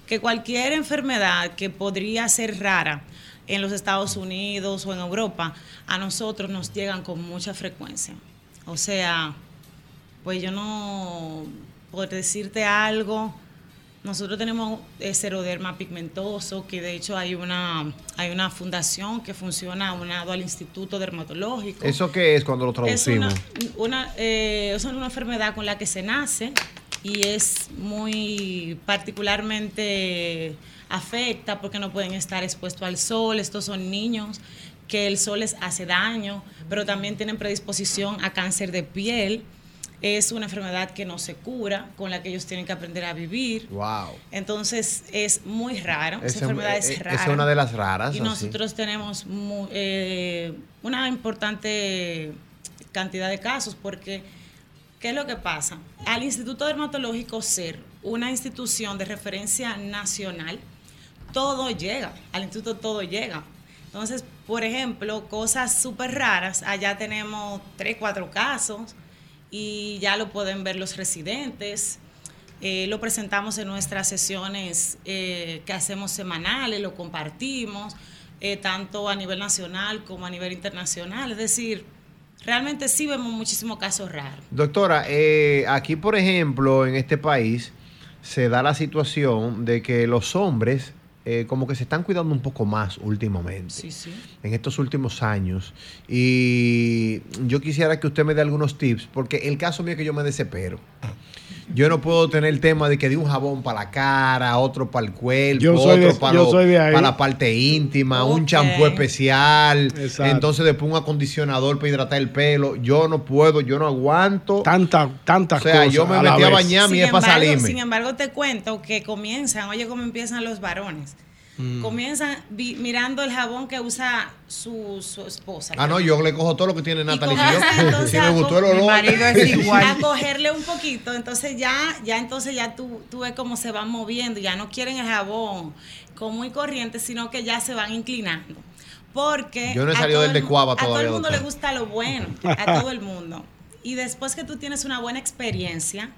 [SPEAKER 16] que cualquier enfermedad que podría ser rara en los Estados Unidos o en Europa, a nosotros nos llegan con mucha frecuencia. O sea, pues yo no, por decirte algo, nosotros tenemos eh, seroderma pigmentoso, que de hecho hay una, hay una fundación que funciona unado al Instituto Dermatológico.
[SPEAKER 3] ¿Eso qué es cuando lo
[SPEAKER 16] Es
[SPEAKER 3] traducimos?
[SPEAKER 16] una, una, eh, es una enfermedad con la que se nace y es muy particularmente afecta porque no pueden estar expuestos al sol. Estos son niños que el sol les hace daño, pero también tienen predisposición a cáncer de piel. Es una enfermedad que no se cura, con la que ellos tienen que aprender a vivir.
[SPEAKER 3] Wow.
[SPEAKER 16] Entonces es muy raro, esa,
[SPEAKER 3] Esa-
[SPEAKER 16] enfermedad
[SPEAKER 3] eh,
[SPEAKER 16] es
[SPEAKER 3] esa
[SPEAKER 16] rara.
[SPEAKER 3] es una de las raras,
[SPEAKER 16] Y
[SPEAKER 3] así.
[SPEAKER 16] nosotros tenemos mu- eh, una importante cantidad de casos porque, ¿qué es lo que pasa? Al Instituto Dermatológico ser una institución de referencia nacional, todo llega, al instituto todo llega. Entonces, por ejemplo, cosas súper raras, allá tenemos tres, cuatro casos y ya lo pueden ver los residentes. Eh, lo presentamos en nuestras sesiones eh, que hacemos semanales, lo compartimos, eh, tanto a nivel nacional como a nivel internacional. Es decir, realmente sí vemos muchísimos casos raros.
[SPEAKER 3] Doctora, eh, aquí por ejemplo, en este país, se da la situación de que los hombres eh, como que se están cuidando un poco más últimamente, en estos últimos años. Y yo quisiera que usted me dé algunos tips, porque el caso mío es que yo me desespero. Yo no puedo tener el tema de que di un jabón para la cara, otro para el cuerpo,
[SPEAKER 6] Yo soy de-
[SPEAKER 3] otro para,
[SPEAKER 6] yo
[SPEAKER 3] lo-
[SPEAKER 6] soy de ahí.
[SPEAKER 3] para la parte íntima, un
[SPEAKER 6] Ok.
[SPEAKER 3] champú especial,
[SPEAKER 6] Exacto.
[SPEAKER 3] entonces después un acondicionador para hidratar el pelo. Yo no puedo, yo no aguanto.
[SPEAKER 6] Tanta, tantas
[SPEAKER 3] O sea,
[SPEAKER 6] cosas
[SPEAKER 3] yo me
[SPEAKER 6] la
[SPEAKER 3] metí a
[SPEAKER 6] vez.
[SPEAKER 3] bañar, mi es para
[SPEAKER 16] embargo-
[SPEAKER 3] salirme.
[SPEAKER 16] sin embargo, te cuento que comienzan, oye, cómo empiezan los varones.
[SPEAKER 3] Mm.
[SPEAKER 16] Comienzan vi- mirando el jabón que usa su, su esposa.
[SPEAKER 3] Ah, no, yo le cojo todo lo que tiene Natalie. Si, yo-
[SPEAKER 16] Entonces,
[SPEAKER 3] si me gustó el
[SPEAKER 16] a co-
[SPEAKER 3] olor.
[SPEAKER 16] A cogerle un poquito, entonces ya, ya entonces ya tú, tú ves cómo se van moviendo, ya no quieren el jabón con muy corriente, sino que ya se van inclinando. Porque
[SPEAKER 3] Yo no he
[SPEAKER 16] a
[SPEAKER 3] salido
[SPEAKER 16] todo
[SPEAKER 3] del
[SPEAKER 16] el
[SPEAKER 3] de
[SPEAKER 16] mu-
[SPEAKER 3] Cuava
[SPEAKER 16] A todo
[SPEAKER 3] todavía,
[SPEAKER 16] el mundo le
[SPEAKER 3] doctor.
[SPEAKER 16] gusta lo bueno, a todo el mundo. Y después que tú tienes una buena experiencia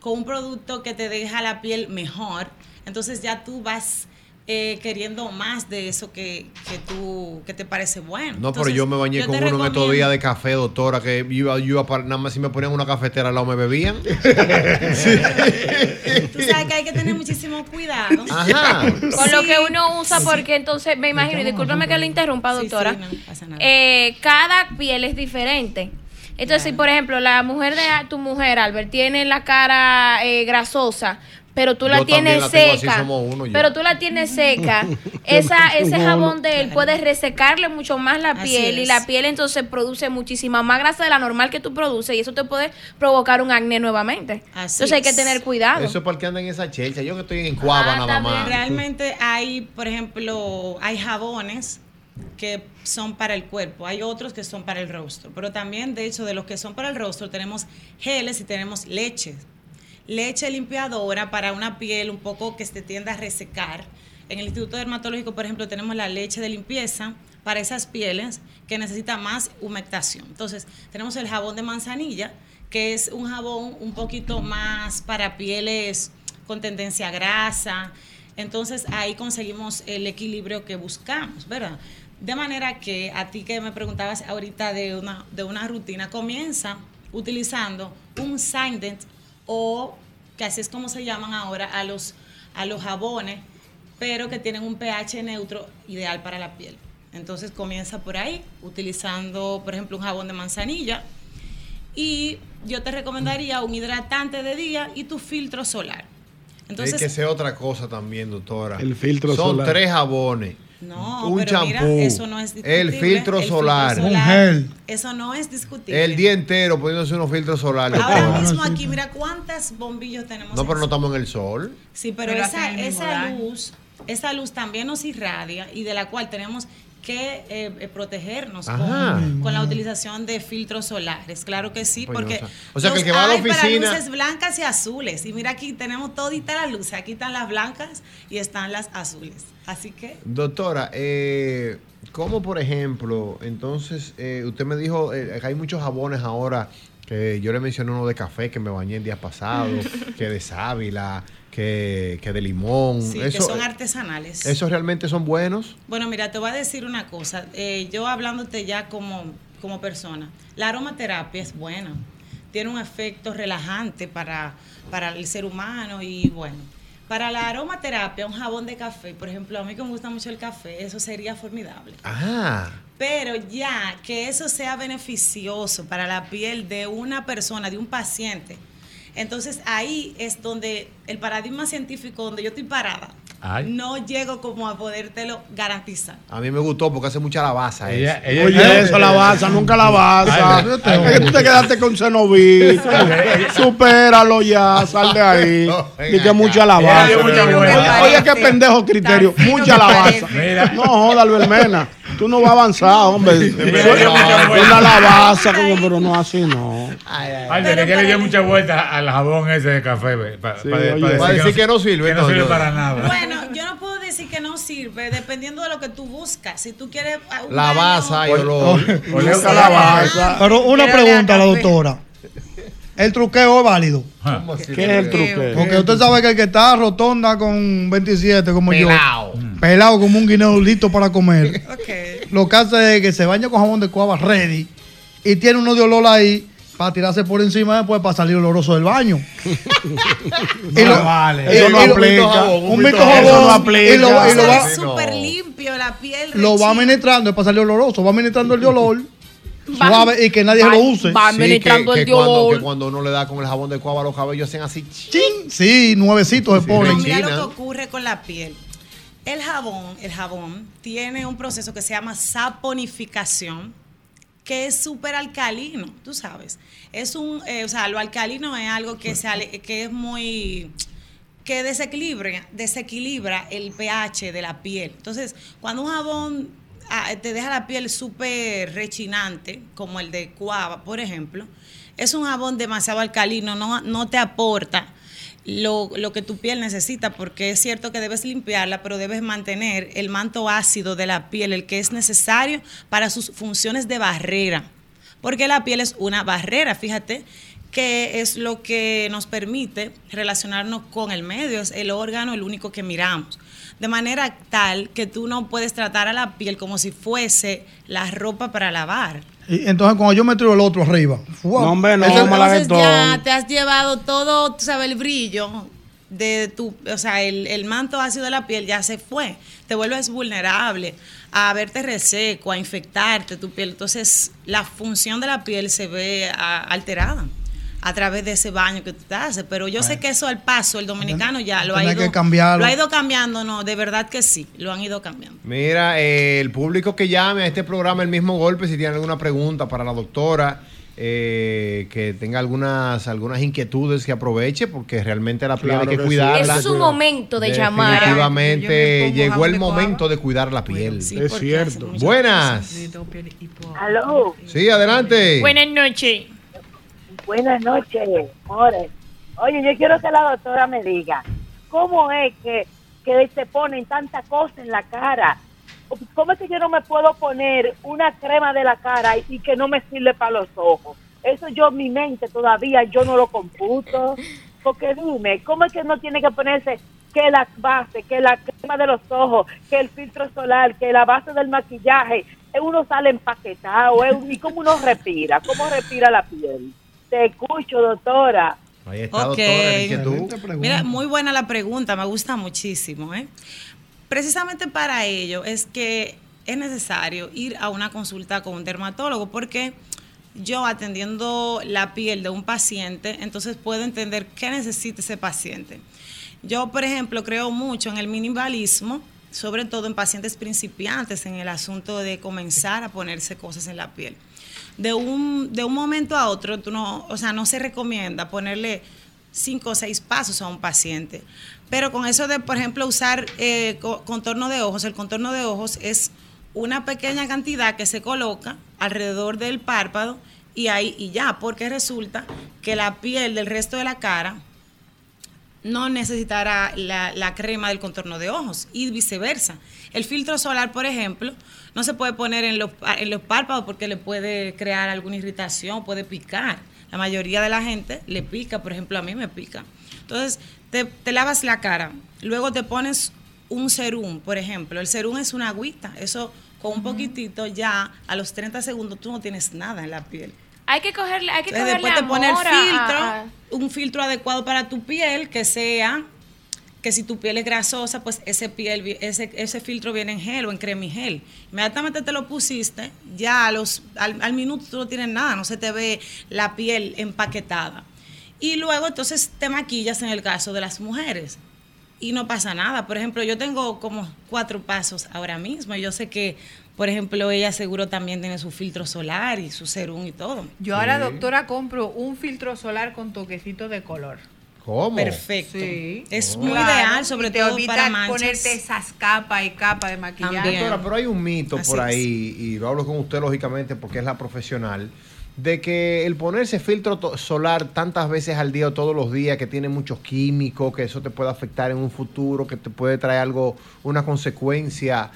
[SPEAKER 16] con un producto que te deja la piel mejor, entonces ya tú vas eh, queriendo más de eso que, que tú que te parece bueno.
[SPEAKER 3] No, pero
[SPEAKER 16] Entonces,
[SPEAKER 3] yo me bañé
[SPEAKER 16] te
[SPEAKER 3] con uno en estos
[SPEAKER 16] recomiendo-
[SPEAKER 3] días de café, doctora, que iba, yo iba para, nada más si me ponían una cafetera al lado me bebían.
[SPEAKER 16] Tú sabes que hay que tener muchísimo cuidado.
[SPEAKER 3] Ajá.
[SPEAKER 18] Con lo que uno usa, porque entonces me imagino, y discúlpame que le interrumpa, doctora. eh, cada piel es diferente. Entonces, si por ejemplo, la mujer de tu mujer, Albert, tiene la cara eh, grasosa, pero tú la
[SPEAKER 3] Yo también
[SPEAKER 18] tienes
[SPEAKER 3] la tengo así,
[SPEAKER 18] seca.
[SPEAKER 3] somos uno ya.
[SPEAKER 18] pero tú la tienes seca. esa, ese
[SPEAKER 3] No, no.
[SPEAKER 18] jabón de él puede resecarle mucho más la
[SPEAKER 16] Así
[SPEAKER 18] piel y
[SPEAKER 16] es.
[SPEAKER 18] la piel entonces produce muchísima más grasa de la normal que tú produces y eso te puede provocar un acné nuevamente. entonces hay que
[SPEAKER 16] es.
[SPEAKER 18] tener cuidado.
[SPEAKER 3] Eso es porque andan en esa chelcha. Yo que estoy en Cuava nada más.
[SPEAKER 16] Ah, Realmente hay, por ejemplo, hay jabones que son para el cuerpo, hay otros que son para el rostro, pero también de hecho de los que son para el rostro tenemos geles y tenemos leches. Leche limpiadora para una piel un poco que se tienda a resecar. En el Instituto Dermatológico, por ejemplo, tenemos la leche de limpieza para esas pieles que necesitan más humectación. Entonces, tenemos el jabón de manzanilla, que es un jabón un poquito más para pieles con tendencia a grasa. Entonces ahí conseguimos el equilibrio que buscamos, ¿verdad? De manera que a ti que me preguntabas ahorita de una, de una rutina, comienza utilizando un Sindent o, que así es como se llaman ahora, a los, a los jabones, pero que tienen un pH neutro ideal para la piel. Entonces comienza por ahí, utilizando, por ejemplo, un jabón de manzanilla. Y yo te recomendaría un hidratante de día y tu filtro solar. Entonces,
[SPEAKER 3] Hay que ser otra cosa también, doctora.
[SPEAKER 8] El filtro
[SPEAKER 3] Son
[SPEAKER 8] solar.
[SPEAKER 3] tres jabones.
[SPEAKER 16] No,
[SPEAKER 3] un
[SPEAKER 16] pero mira,
[SPEAKER 3] champú.
[SPEAKER 16] eso no es discutible.
[SPEAKER 3] El filtro solar.
[SPEAKER 16] Eso no es discutible.
[SPEAKER 3] El día entero poniéndose unos filtros solares.
[SPEAKER 16] Ahora
[SPEAKER 3] doctora.
[SPEAKER 16] mismo aquí, mira cuántas bombillos tenemos.
[SPEAKER 3] No, pero no estamos en el sol.
[SPEAKER 16] Sí, pero,
[SPEAKER 9] Pero
[SPEAKER 16] esa,
[SPEAKER 9] hacen el mismo
[SPEAKER 16] esa
[SPEAKER 9] daño.
[SPEAKER 16] luz, esa luz también nos irradia y de la cual tenemos que eh, eh, protegernos
[SPEAKER 3] Ajá.
[SPEAKER 16] con, con la utilización de filtros solares. Claro que sí,
[SPEAKER 3] Pues
[SPEAKER 16] porque
[SPEAKER 3] no sé. O sea, que
[SPEAKER 16] los
[SPEAKER 3] el que va a la
[SPEAKER 16] hay para
[SPEAKER 3] oficina-
[SPEAKER 16] luces blancas y azules. Y mira aquí tenemos todita la luz. Aquí están las blancas y están las azules. Así que
[SPEAKER 3] Doctora, eh, ¿cómo por ejemplo, entonces, eh, usted me dijo eh, que hay muchos jabones ahora, que yo le mencioné uno de café que me bañé el día pasado, que de sábila, que, que de limón.
[SPEAKER 16] sí,
[SPEAKER 3] eso, eh,
[SPEAKER 16] que son artesanales.
[SPEAKER 3] ¿Esos realmente son buenos?
[SPEAKER 16] Bueno, mira, te voy a decir una cosa. Eh, yo hablándote ya como, como persona, la aromaterapia es buena. Tiene un efecto relajante para, para el ser humano y bueno. Para la aromaterapia, un jabón de café, por ejemplo, a mí que me gusta mucho el café, eso sería formidable.
[SPEAKER 3] Ah,
[SPEAKER 16] Pero ya que eso sea beneficioso para la piel de una persona, de un paciente, entonces ahí es donde el paradigma científico donde yo estoy parada,
[SPEAKER 3] Ay.
[SPEAKER 16] no llego como a podértelo garantizar.
[SPEAKER 3] a mí me gustó porque hace mucha lavaza.
[SPEAKER 15] Ella-
[SPEAKER 3] eso.
[SPEAKER 15] ella- Oye, ella- eso,
[SPEAKER 8] lavaza, nunca lavaza.
[SPEAKER 3] Ay, pero- ay,
[SPEAKER 8] Tú te quedaste con Cenovita. Supéralo ya, sal de ahí. Ni que mucha lavaza.
[SPEAKER 15] Ella dio mucha vuelta.
[SPEAKER 8] Oye, qué pendejo criterio. Mucha lavaza. No joda, Albermena. Tú no vas a avanzar, hombre. Una lavaza, como, pero no así, no.
[SPEAKER 15] Albert, ella le dio muchas vueltas al jabón ese de café. ve, pa- pa-
[SPEAKER 8] oye.
[SPEAKER 15] pa-
[SPEAKER 8] Va a decir que no
[SPEAKER 3] sirve,
[SPEAKER 15] Que no
[SPEAKER 3] entonces.
[SPEAKER 15] sirve para nada.
[SPEAKER 16] Bueno, yo no puedo decir que no sirve, dependiendo de lo que tú buscas. Si tú quieres ah, un
[SPEAKER 3] Lavaza y
[SPEAKER 16] baño-
[SPEAKER 3] olor.
[SPEAKER 15] Oleo
[SPEAKER 3] No sé.
[SPEAKER 15] calabaza.
[SPEAKER 7] Pero una
[SPEAKER 16] Pero le
[SPEAKER 7] pregunta a la
[SPEAKER 16] da café.
[SPEAKER 7] doctora. ¿El truqueo es válido?
[SPEAKER 3] ¿Cómo así?
[SPEAKER 8] ¿Qué es el truqueo?
[SPEAKER 7] Porque usted sabe que el que está rotonda con 27 como
[SPEAKER 3] Pelao.
[SPEAKER 7] yo, pelado como un guineo listo para comer, lo que hace es que se baña con jabón de cuava ready y tiene uno de olor ahí para tirarse por encima después para salir oloroso del baño.
[SPEAKER 8] No vale. Eso no aplica.
[SPEAKER 7] Un mito jabón.
[SPEAKER 8] Eso no
[SPEAKER 7] Y lo,
[SPEAKER 8] aplica.
[SPEAKER 7] y lo va,
[SPEAKER 16] Es súper limpio la piel.
[SPEAKER 7] lo va administrando, es para salir oloroso, va administrando el de olor suave y que nadie lo use.
[SPEAKER 3] Sí, que- que, cuando, que cuando uno le da con el jabón de cuava los cabellos hacen así.
[SPEAKER 7] ¡Chin! Sí, nuevecitos se
[SPEAKER 16] Pero
[SPEAKER 7] ponen.
[SPEAKER 16] mira lo que ocurre con la piel. El jabón, el jabón tiene un proceso que se llama saponificación, que es súper alcalino, tú sabes. Es un, eh, o sea, lo alcalino es algo que, se ale- que es muy, que desequilibra, desequilibra el pH de la piel. Entonces, cuando un jabón ah, te deja la piel súper rechinante, como el de cuava, por ejemplo, es un jabón demasiado alcalino, no, no te aporta lo, lo que tu piel necesita, porque es cierto que debes limpiarla, pero debes mantener el manto ácido de la piel, el que es necesario para sus funciones de barrera porque la piel es una barrera, fíjate que es lo que nos permite relacionarnos con el medio, es el órgano el único que miramos. De manera tal que tú no puedes tratar a la piel como si fuese la ropa para lavar.
[SPEAKER 7] Y entonces cuando yo me tiro el otro arriba. ¡fua!
[SPEAKER 8] No, hombre, no,
[SPEAKER 7] Eso-
[SPEAKER 8] vamos a la
[SPEAKER 7] entonces
[SPEAKER 8] ver
[SPEAKER 7] ya-
[SPEAKER 16] te has llevado todo, tú sabes, el brillo de tu, o sea, el, el manto ácido de la piel ya se fue. Te vuelves vulnerable a verte reseco, a infectarte tu piel. Entonces, la función de la piel se ve ah, alterada a través de ese baño que tú te haces. Pero yo sé que eso al paso, el dominicano ya lo ha
[SPEAKER 7] Tener
[SPEAKER 16] ido,
[SPEAKER 7] que
[SPEAKER 16] lo
[SPEAKER 7] cambiarlo.
[SPEAKER 16] ha ido cambiando, no, de verdad que sí, lo han ido cambiando.
[SPEAKER 3] Mira, eh, el público que llame a este programa el mismo golpe, si tiene alguna pregunta para la doctora, eh, que tenga algunas, algunas inquietudes, que aproveche, porque realmente la piel
[SPEAKER 18] Claro
[SPEAKER 3] hay
[SPEAKER 18] que
[SPEAKER 3] que
[SPEAKER 18] sí.
[SPEAKER 3] cuidarla.
[SPEAKER 18] Ese es su momento de llamar. Yo me
[SPEAKER 3] Definitivamente
[SPEAKER 18] pongo
[SPEAKER 3] llegó
[SPEAKER 18] jabón
[SPEAKER 3] el
[SPEAKER 18] de coaba.
[SPEAKER 3] momento de cuidar la piel.
[SPEAKER 18] porque hace cierto. muchas
[SPEAKER 3] Buenas.
[SPEAKER 10] Aló,
[SPEAKER 3] Sí, adelante.
[SPEAKER 10] Buenas noches. Buenas noches, More. Oye, yo quiero que la doctora me diga, ¿cómo es que, que se ponen tanta cosa en la cara? ¿Cómo es que yo no me puedo poner una crema de la cara y, y que no me sirve para los ojos? Eso yo, mi mente todavía, yo no lo computo. Porque dime, ¿cómo es que no tiene que ponerse que la base, que la crema de los ojos, que el filtro solar, que la base del maquillaje? Eh, Uno sale empaquetado, eh, ¿y cómo uno respira? ¿Cómo respira la piel? Te escucho, doctora.
[SPEAKER 3] Ahí
[SPEAKER 10] está, doctora, la inquietud.
[SPEAKER 16] Mira, muy buena la pregunta, me gusta muchísimo. ¿eh? Precisamente para ello es que es necesario ir a una consulta con un dermatólogo porque yo atendiendo la piel de un paciente, entonces puedo entender qué necesita ese paciente. Yo, por ejemplo, creo mucho en el minimalismo, sobre todo en pacientes principiantes, en el asunto de comenzar a ponerse cosas en la piel. De un, de un momento a otro, tú no, o sea, no se recomienda ponerle cinco o seis pasos a un paciente. Pero con eso de, por ejemplo, usar eh, co- contorno de ojos, el contorno de ojos es una pequeña cantidad que se coloca alrededor del párpado y ahí y ya, porque resulta que la piel del resto de la cara no necesitará la, la crema del contorno de ojos y viceversa. El filtro solar, por ejemplo, no se puede poner en los, pa- en los párpados porque le puede crear alguna irritación, puede picar. La mayoría de la gente le pica, por ejemplo, a mí me pica. Entonces, te, te lavas la cara, luego te pones un serum, por ejemplo. El serum es una agüita, eso con un poquitito ya a los 30 segundos tú no tienes nada en la piel.
[SPEAKER 18] Hay que cogerle, hay que
[SPEAKER 16] Entonces,
[SPEAKER 18] cogerle
[SPEAKER 16] después te pone el
[SPEAKER 18] amor a-
[SPEAKER 16] filtro,
[SPEAKER 18] a-
[SPEAKER 16] un filtro adecuado para tu piel que sea que si tu piel es grasosa, pues ese piel vi- ese, ese filtro viene en gel o en cremigel. Inmediatamente te lo pusiste, ya a los al, al minuto tú no tienes nada, no se te ve la piel empaquetada. Y luego entonces te maquillas en el caso de las mujeres y no pasa nada. Por ejemplo, yo tengo como cuatro pasos ahora mismo y yo sé que, por ejemplo, ella seguro también tiene su filtro solar y su serum y todo.
[SPEAKER 9] Yo ahora, doctora, compro un filtro solar con toquecito de color.
[SPEAKER 3] ¿Cómo?
[SPEAKER 16] Perfecto.
[SPEAKER 9] Sí.
[SPEAKER 3] Oh.
[SPEAKER 16] Es muy
[SPEAKER 9] Claro,
[SPEAKER 16] ideal, sobre
[SPEAKER 9] y te
[SPEAKER 16] todo
[SPEAKER 9] evita
[SPEAKER 16] para manchas.
[SPEAKER 9] ponerte esas capas y capas de maquillaje.
[SPEAKER 3] Doctora, pero hay un mito
[SPEAKER 9] Así
[SPEAKER 3] por
[SPEAKER 9] es.
[SPEAKER 3] ahí, y lo hablo con usted lógicamente porque es la profesional, de que el ponerse filtro to- solar tantas veces al día o todos los días, que tiene muchos químicos, que eso te puede afectar en un futuro, que te puede traer algo, una consecuencia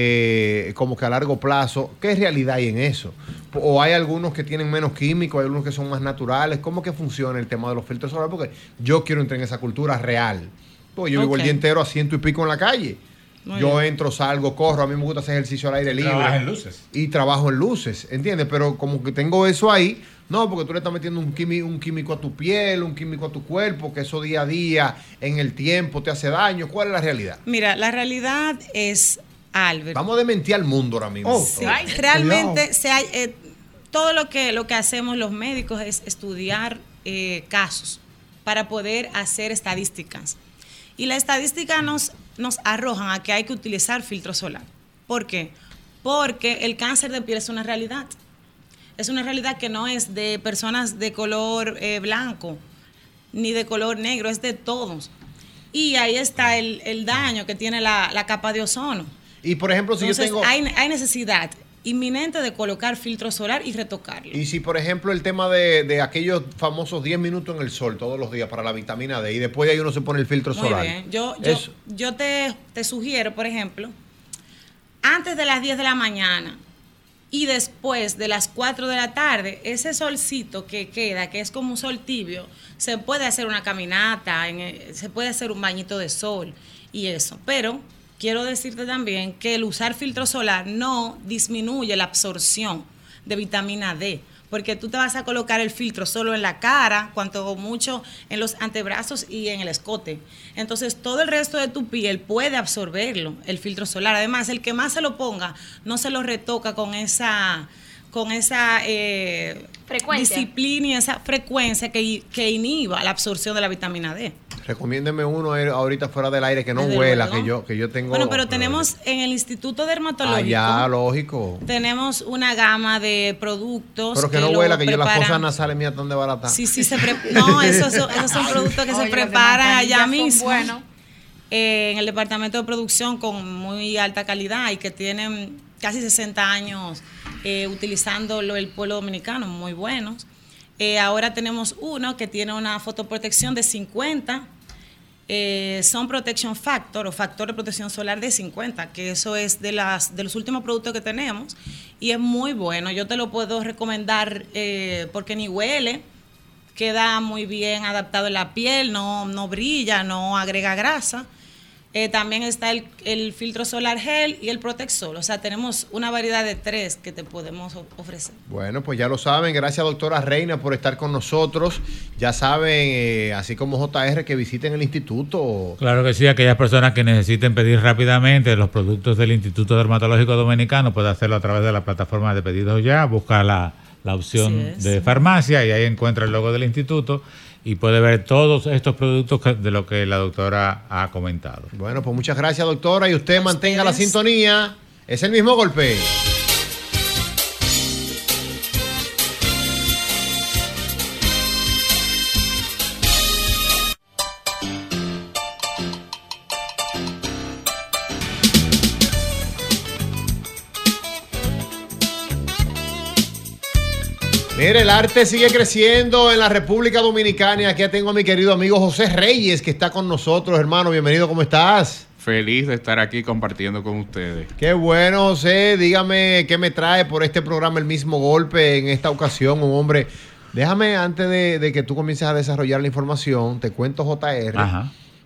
[SPEAKER 3] eh, como que a largo plazo, ¿qué realidad hay en eso? O hay algunos que tienen menos químicos, hay algunos que son más naturales, ¿cómo que funciona el tema de los filtros solares? Porque yo quiero entrar en esa cultura real. Porque Pues yo vivo el
[SPEAKER 5] Ok.
[SPEAKER 3] día entero a ciento y pico en la calle.
[SPEAKER 5] Muy
[SPEAKER 3] yo
[SPEAKER 5] bien.
[SPEAKER 3] entro, salgo, corro. A mí me gusta hacer ejercicio al aire libre.
[SPEAKER 5] Trabaja en luces.
[SPEAKER 3] Y trabajo en luces, ¿entiendes? Pero como que tengo eso ahí. No, porque tú le estás metiendo un, quimi- un químico a tu piel, un químico a tu cuerpo, que eso día a día, en el tiempo, te hace daño. ¿Cuál es la realidad?
[SPEAKER 16] Mira, la realidad es, Albert.
[SPEAKER 3] Vamos a dementir al mundo ahora mismo.
[SPEAKER 16] Oh, Sí, realmente se hay- eh, todo lo que, lo que hacemos los médicos es estudiar eh, casos para poder hacer estadísticas. Y la estadística nos, nos arrojan a que hay que utilizar filtro solar. ¿Por qué? Porque el cáncer de piel es una realidad. Es una realidad que no es de personas de color eh, blanco ni de color negro, es de todos. Y ahí está el, el daño que tiene la, la capa de ozono.
[SPEAKER 3] Y por ejemplo, si
[SPEAKER 16] Entonces,
[SPEAKER 3] yo tengo...
[SPEAKER 16] hay, hay necesidad inminente de colocar filtro solar y retocarlo.
[SPEAKER 3] Y si, por ejemplo, el tema de, de aquellos famosos 10 minutos en el sol todos los días para la vitamina D y después de ahí uno se pone el filtro
[SPEAKER 16] Muy
[SPEAKER 3] solar.
[SPEAKER 16] bien. Yo, yo,
[SPEAKER 3] Eso.
[SPEAKER 16] yo te, te sugiero, por ejemplo, antes de las 10 de la mañana, Y después de las 4 de la tarde, ese solcito que queda, que es como un sol tibio, se puede hacer una caminata, en el- se puede hacer un bañito de sol y eso. Pero quiero decirte también que el usar filtro solar no disminuye la absorción de vitamina D. Porque tú te vas a colocar el filtro solo en la cara, cuanto mucho en los antebrazos y en el escote. Entonces todo el resto de tu piel puede absorberlo, el filtro solar. Además, el que más se lo ponga no se lo retoca con esa, con esa eh,
[SPEAKER 18] Frecuencia.
[SPEAKER 16] disciplina y esa frecuencia que, que inhiba la absorción de la vitamina D.
[SPEAKER 3] Recomiéndeme uno eh, ahorita fuera del aire que no
[SPEAKER 16] Desde
[SPEAKER 3] huela,
[SPEAKER 16] luego.
[SPEAKER 3] que yo, que yo tengo.
[SPEAKER 16] Bueno, pero tenemos en el Instituto Dermatológico.
[SPEAKER 3] Allá, lógico.
[SPEAKER 16] Tenemos una gama de productos.
[SPEAKER 3] Pero que
[SPEAKER 16] lo
[SPEAKER 3] no huela, que yo las
[SPEAKER 16] preparan-
[SPEAKER 3] cosas nasales mías están de barata.
[SPEAKER 16] Sí, sí, se pre- No, esos son, esos son productos que
[SPEAKER 9] Oye,
[SPEAKER 16] se
[SPEAKER 9] los de
[SPEAKER 16] preparan
[SPEAKER 9] manzanilla
[SPEAKER 16] allá
[SPEAKER 9] son
[SPEAKER 16] mismo.
[SPEAKER 9] buenos.
[SPEAKER 16] eh, en el departamento de producción con muy alta calidad y que tienen casi 60 años eh, utilizando lo- el pueblo dominicano, muy buenos. Eh, ahora tenemos uno que tiene una fotoprotección de 50, eh, son protection factor o factor de protección solar de 50, que eso es de, las, de los últimos productos que tenemos y es muy bueno. Yo te lo puedo recomendar eh, porque ni huele, queda muy bien adaptado en la piel, no, no brilla, no agrega grasa. Eh, también está el, el filtro solar gel y el Protect Sol. O sea, tenemos una variedad de tres que te podemos of- ofrecer.
[SPEAKER 3] Bueno, pues ya lo saben. Gracias, doctora Reina, por estar con nosotros. Ya saben, eh, así como JR, que visiten el instituto.
[SPEAKER 15] Claro que sí, aquellas personas que necesiten pedir rápidamente los productos del Instituto Dermatológico Dominicano pueden hacerlo a través de la plataforma de pedidos ya, busca la, la opción
[SPEAKER 5] Así es.
[SPEAKER 15] de farmacia y ahí encuentra el logo del instituto y puede ver todos estos productos que- de lo que la doctora ha comentado.
[SPEAKER 3] Bueno, pues muchas gracias, doctora. Y usted mantenga la sintonía. Es el mismo golpe. Mire, el arte sigue creciendo en la República Dominicana. Y aquí tengo a mi querido amigo José Reyes, que está con nosotros, hermano. Bienvenido, ¿cómo estás?
[SPEAKER 36] Feliz de estar aquí compartiendo con ustedes.
[SPEAKER 3] Qué bueno, José. Dígame qué me trae por este programa el mismo golpe en esta ocasión, un hombre. Déjame, antes de, de que tú comiences a desarrollar la información, te cuento, JR,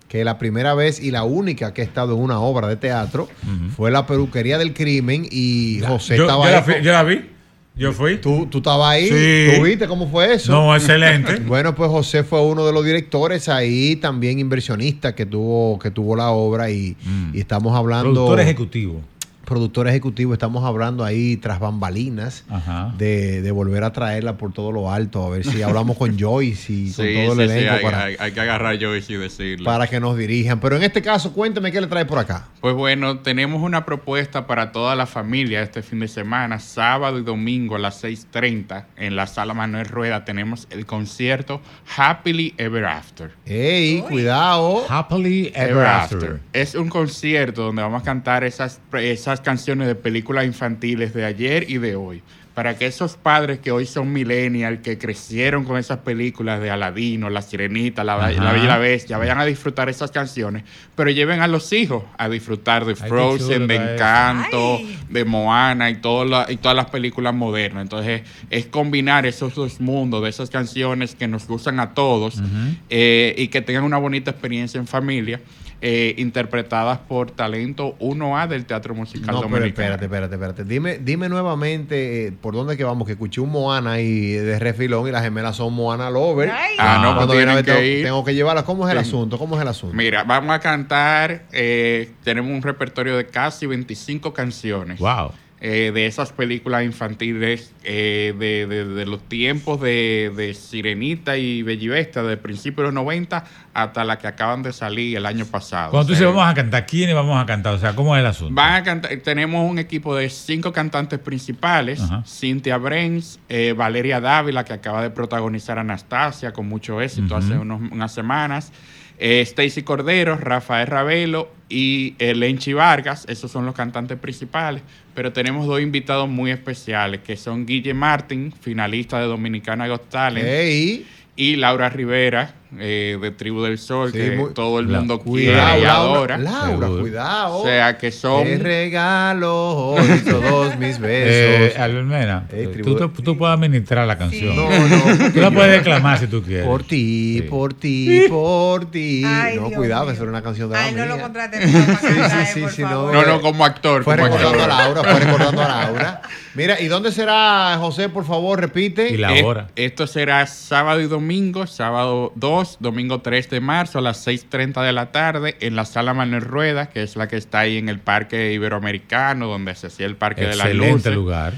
[SPEAKER 3] que la primera vez y la única que he estado en una obra de teatro fue La Peruquería del Crimen y José
[SPEAKER 15] Yo,
[SPEAKER 3] estaba
[SPEAKER 15] yo
[SPEAKER 3] ahí.
[SPEAKER 15] la fui-
[SPEAKER 3] con-
[SPEAKER 15] yo la vi, yo fui.
[SPEAKER 3] ¿Tú, tú estabas ahí?
[SPEAKER 15] Sí.
[SPEAKER 3] ¿Tú viste cómo fue eso?
[SPEAKER 15] No, excelente.
[SPEAKER 3] Bueno, pues José fue uno de los directores ahí, también inversionista que tuvo, que tuvo la obra y,
[SPEAKER 15] Mm.
[SPEAKER 3] y estamos hablando...
[SPEAKER 15] Productor ejecutivo.
[SPEAKER 3] Productor ejecutivo, estamos hablando ahí tras bambalinas
[SPEAKER 15] Ajá.
[SPEAKER 3] de, de volver a traerla por todo lo alto, a ver si hablamos con Joyce y con
[SPEAKER 36] Sí,
[SPEAKER 3] todo
[SPEAKER 36] sí,
[SPEAKER 3] el
[SPEAKER 36] sí,
[SPEAKER 3] elenco
[SPEAKER 36] hay,
[SPEAKER 3] para,
[SPEAKER 36] hay- hay que agarrar yo y decirle.
[SPEAKER 3] para que nos dirijan. Pero en este caso, cuénteme qué le trae por acá.
[SPEAKER 36] Pues bueno, tenemos una propuesta para toda la familia este fin de semana, sábado y domingo a las 6.30 en la sala Manuel Rueda tenemos el concierto Happily Ever After.
[SPEAKER 3] ¡Ey, cuidado!
[SPEAKER 15] Happily
[SPEAKER 36] Ever After. Es un concierto donde vamos a cantar esas, esas canciones de películas infantiles de ayer y de hoy. Para que esos padres que hoy son millennials, que crecieron con esas películas de Aladino, La Sirenita, La, Ba-
[SPEAKER 15] Ajá.
[SPEAKER 36] La Bella y la Bestia, vayan a disfrutar esas canciones, pero lleven a los hijos a disfrutar de
[SPEAKER 15] qué
[SPEAKER 36] Frozen,
[SPEAKER 15] chulo
[SPEAKER 36] de
[SPEAKER 15] está eso.
[SPEAKER 36] Encanto, de Moana y, todo la- y todas las películas modernas. Entonces es combinar esos dos mundos de esas canciones que nos gustan a todos eh, y que tengan una bonita experiencia en familia, eh, interpretadas por talento 1A del Teatro Musical
[SPEAKER 3] No, pero
[SPEAKER 36] Dominicano.
[SPEAKER 3] espérate, espérate, espérate. Dime, dime nuevamente eh, por dónde que vamos, que escuché un Moana y de refilón y las gemelas son Moana Lover.
[SPEAKER 36] Ay. Ah, no,
[SPEAKER 3] Cuando
[SPEAKER 36] pues
[SPEAKER 3] viene a ver,
[SPEAKER 36] tienen
[SPEAKER 3] tengo,
[SPEAKER 36] que ir.
[SPEAKER 3] tengo que llevarlas. ¿Cómo es el
[SPEAKER 36] Sí.
[SPEAKER 3] asunto? ¿Cómo es el asunto?
[SPEAKER 36] Mira, vamos a cantar, eh, tenemos un repertorio de casi 25 canciones.
[SPEAKER 15] Wow.
[SPEAKER 36] eh, de esas películas infantiles eh, de, de- de los tiempos de, de Sirenita y Bellivesta, de principios de los 90 hasta la que acaban de salir el año pasado.
[SPEAKER 15] Cuando tú
[SPEAKER 36] O sea,
[SPEAKER 15] dices vamos a cantar, ¿quiénes vamos a cantar? O sea, ¿cómo es el asunto?
[SPEAKER 36] Van a cantar, tenemos un equipo de cinco cantantes principales: Cynthia Brains, eh, Valeria Dávila, que acaba de protagonizar Anastasia con mucho éxito hace unos- unas semanas, eh, Stacy Cordero, Rafael Ravelo y eh, Lenchi Vargas. Esos son los cantantes principales. Pero tenemos dos invitados muy especiales, que son Guille Martin, finalista de Dominicana Got Talent,
[SPEAKER 3] Ey.
[SPEAKER 36] y Laura Rivera, eh, de Tribu del Sol
[SPEAKER 3] Sí,
[SPEAKER 36] que
[SPEAKER 3] muy-
[SPEAKER 36] todo el
[SPEAKER 3] La-
[SPEAKER 36] mundo
[SPEAKER 3] Cuidado,
[SPEAKER 36] quiere y
[SPEAKER 3] Laura,
[SPEAKER 36] adora.
[SPEAKER 3] Laura,
[SPEAKER 36] Seguro.
[SPEAKER 3] cuidado.
[SPEAKER 36] O sea, que son...
[SPEAKER 3] Te regalo hoy todos mis
[SPEAKER 5] Eh,
[SPEAKER 3] besos. Eh,
[SPEAKER 5] Albert Mena, tú,
[SPEAKER 3] tribu-
[SPEAKER 5] tú- tú puedes administrar la canción.
[SPEAKER 3] No, no,
[SPEAKER 5] tú
[SPEAKER 3] porque
[SPEAKER 5] la
[SPEAKER 3] yo-
[SPEAKER 5] puedes declamar si tú quieres.
[SPEAKER 3] Por ti, por ti, por ti.
[SPEAKER 37] Ay,
[SPEAKER 3] no,
[SPEAKER 37] Dios
[SPEAKER 3] cuidado, que eso era una canción de la
[SPEAKER 37] Ay, no lo
[SPEAKER 3] mía.
[SPEAKER 37] contraté para cantar,
[SPEAKER 3] sí,
[SPEAKER 37] eh, por
[SPEAKER 3] sí,
[SPEAKER 37] favor.
[SPEAKER 36] No, no, como actor.
[SPEAKER 3] Fue
[SPEAKER 36] como
[SPEAKER 3] recordando a
[SPEAKER 36] actor.
[SPEAKER 3] Laura, fue recordando a Laura. Mira, ¿y dónde será, José? Por favor, repite.
[SPEAKER 36] Es- Esto será sábado y domingo, sábado 2, domingo 3 de marzo a las 6.30 de la tarde en la sala Manuel Rueda, que es la que está ahí en el Parque Iberoamericano, donde se hacía el Parque de la Luz.
[SPEAKER 5] Excelente lugar.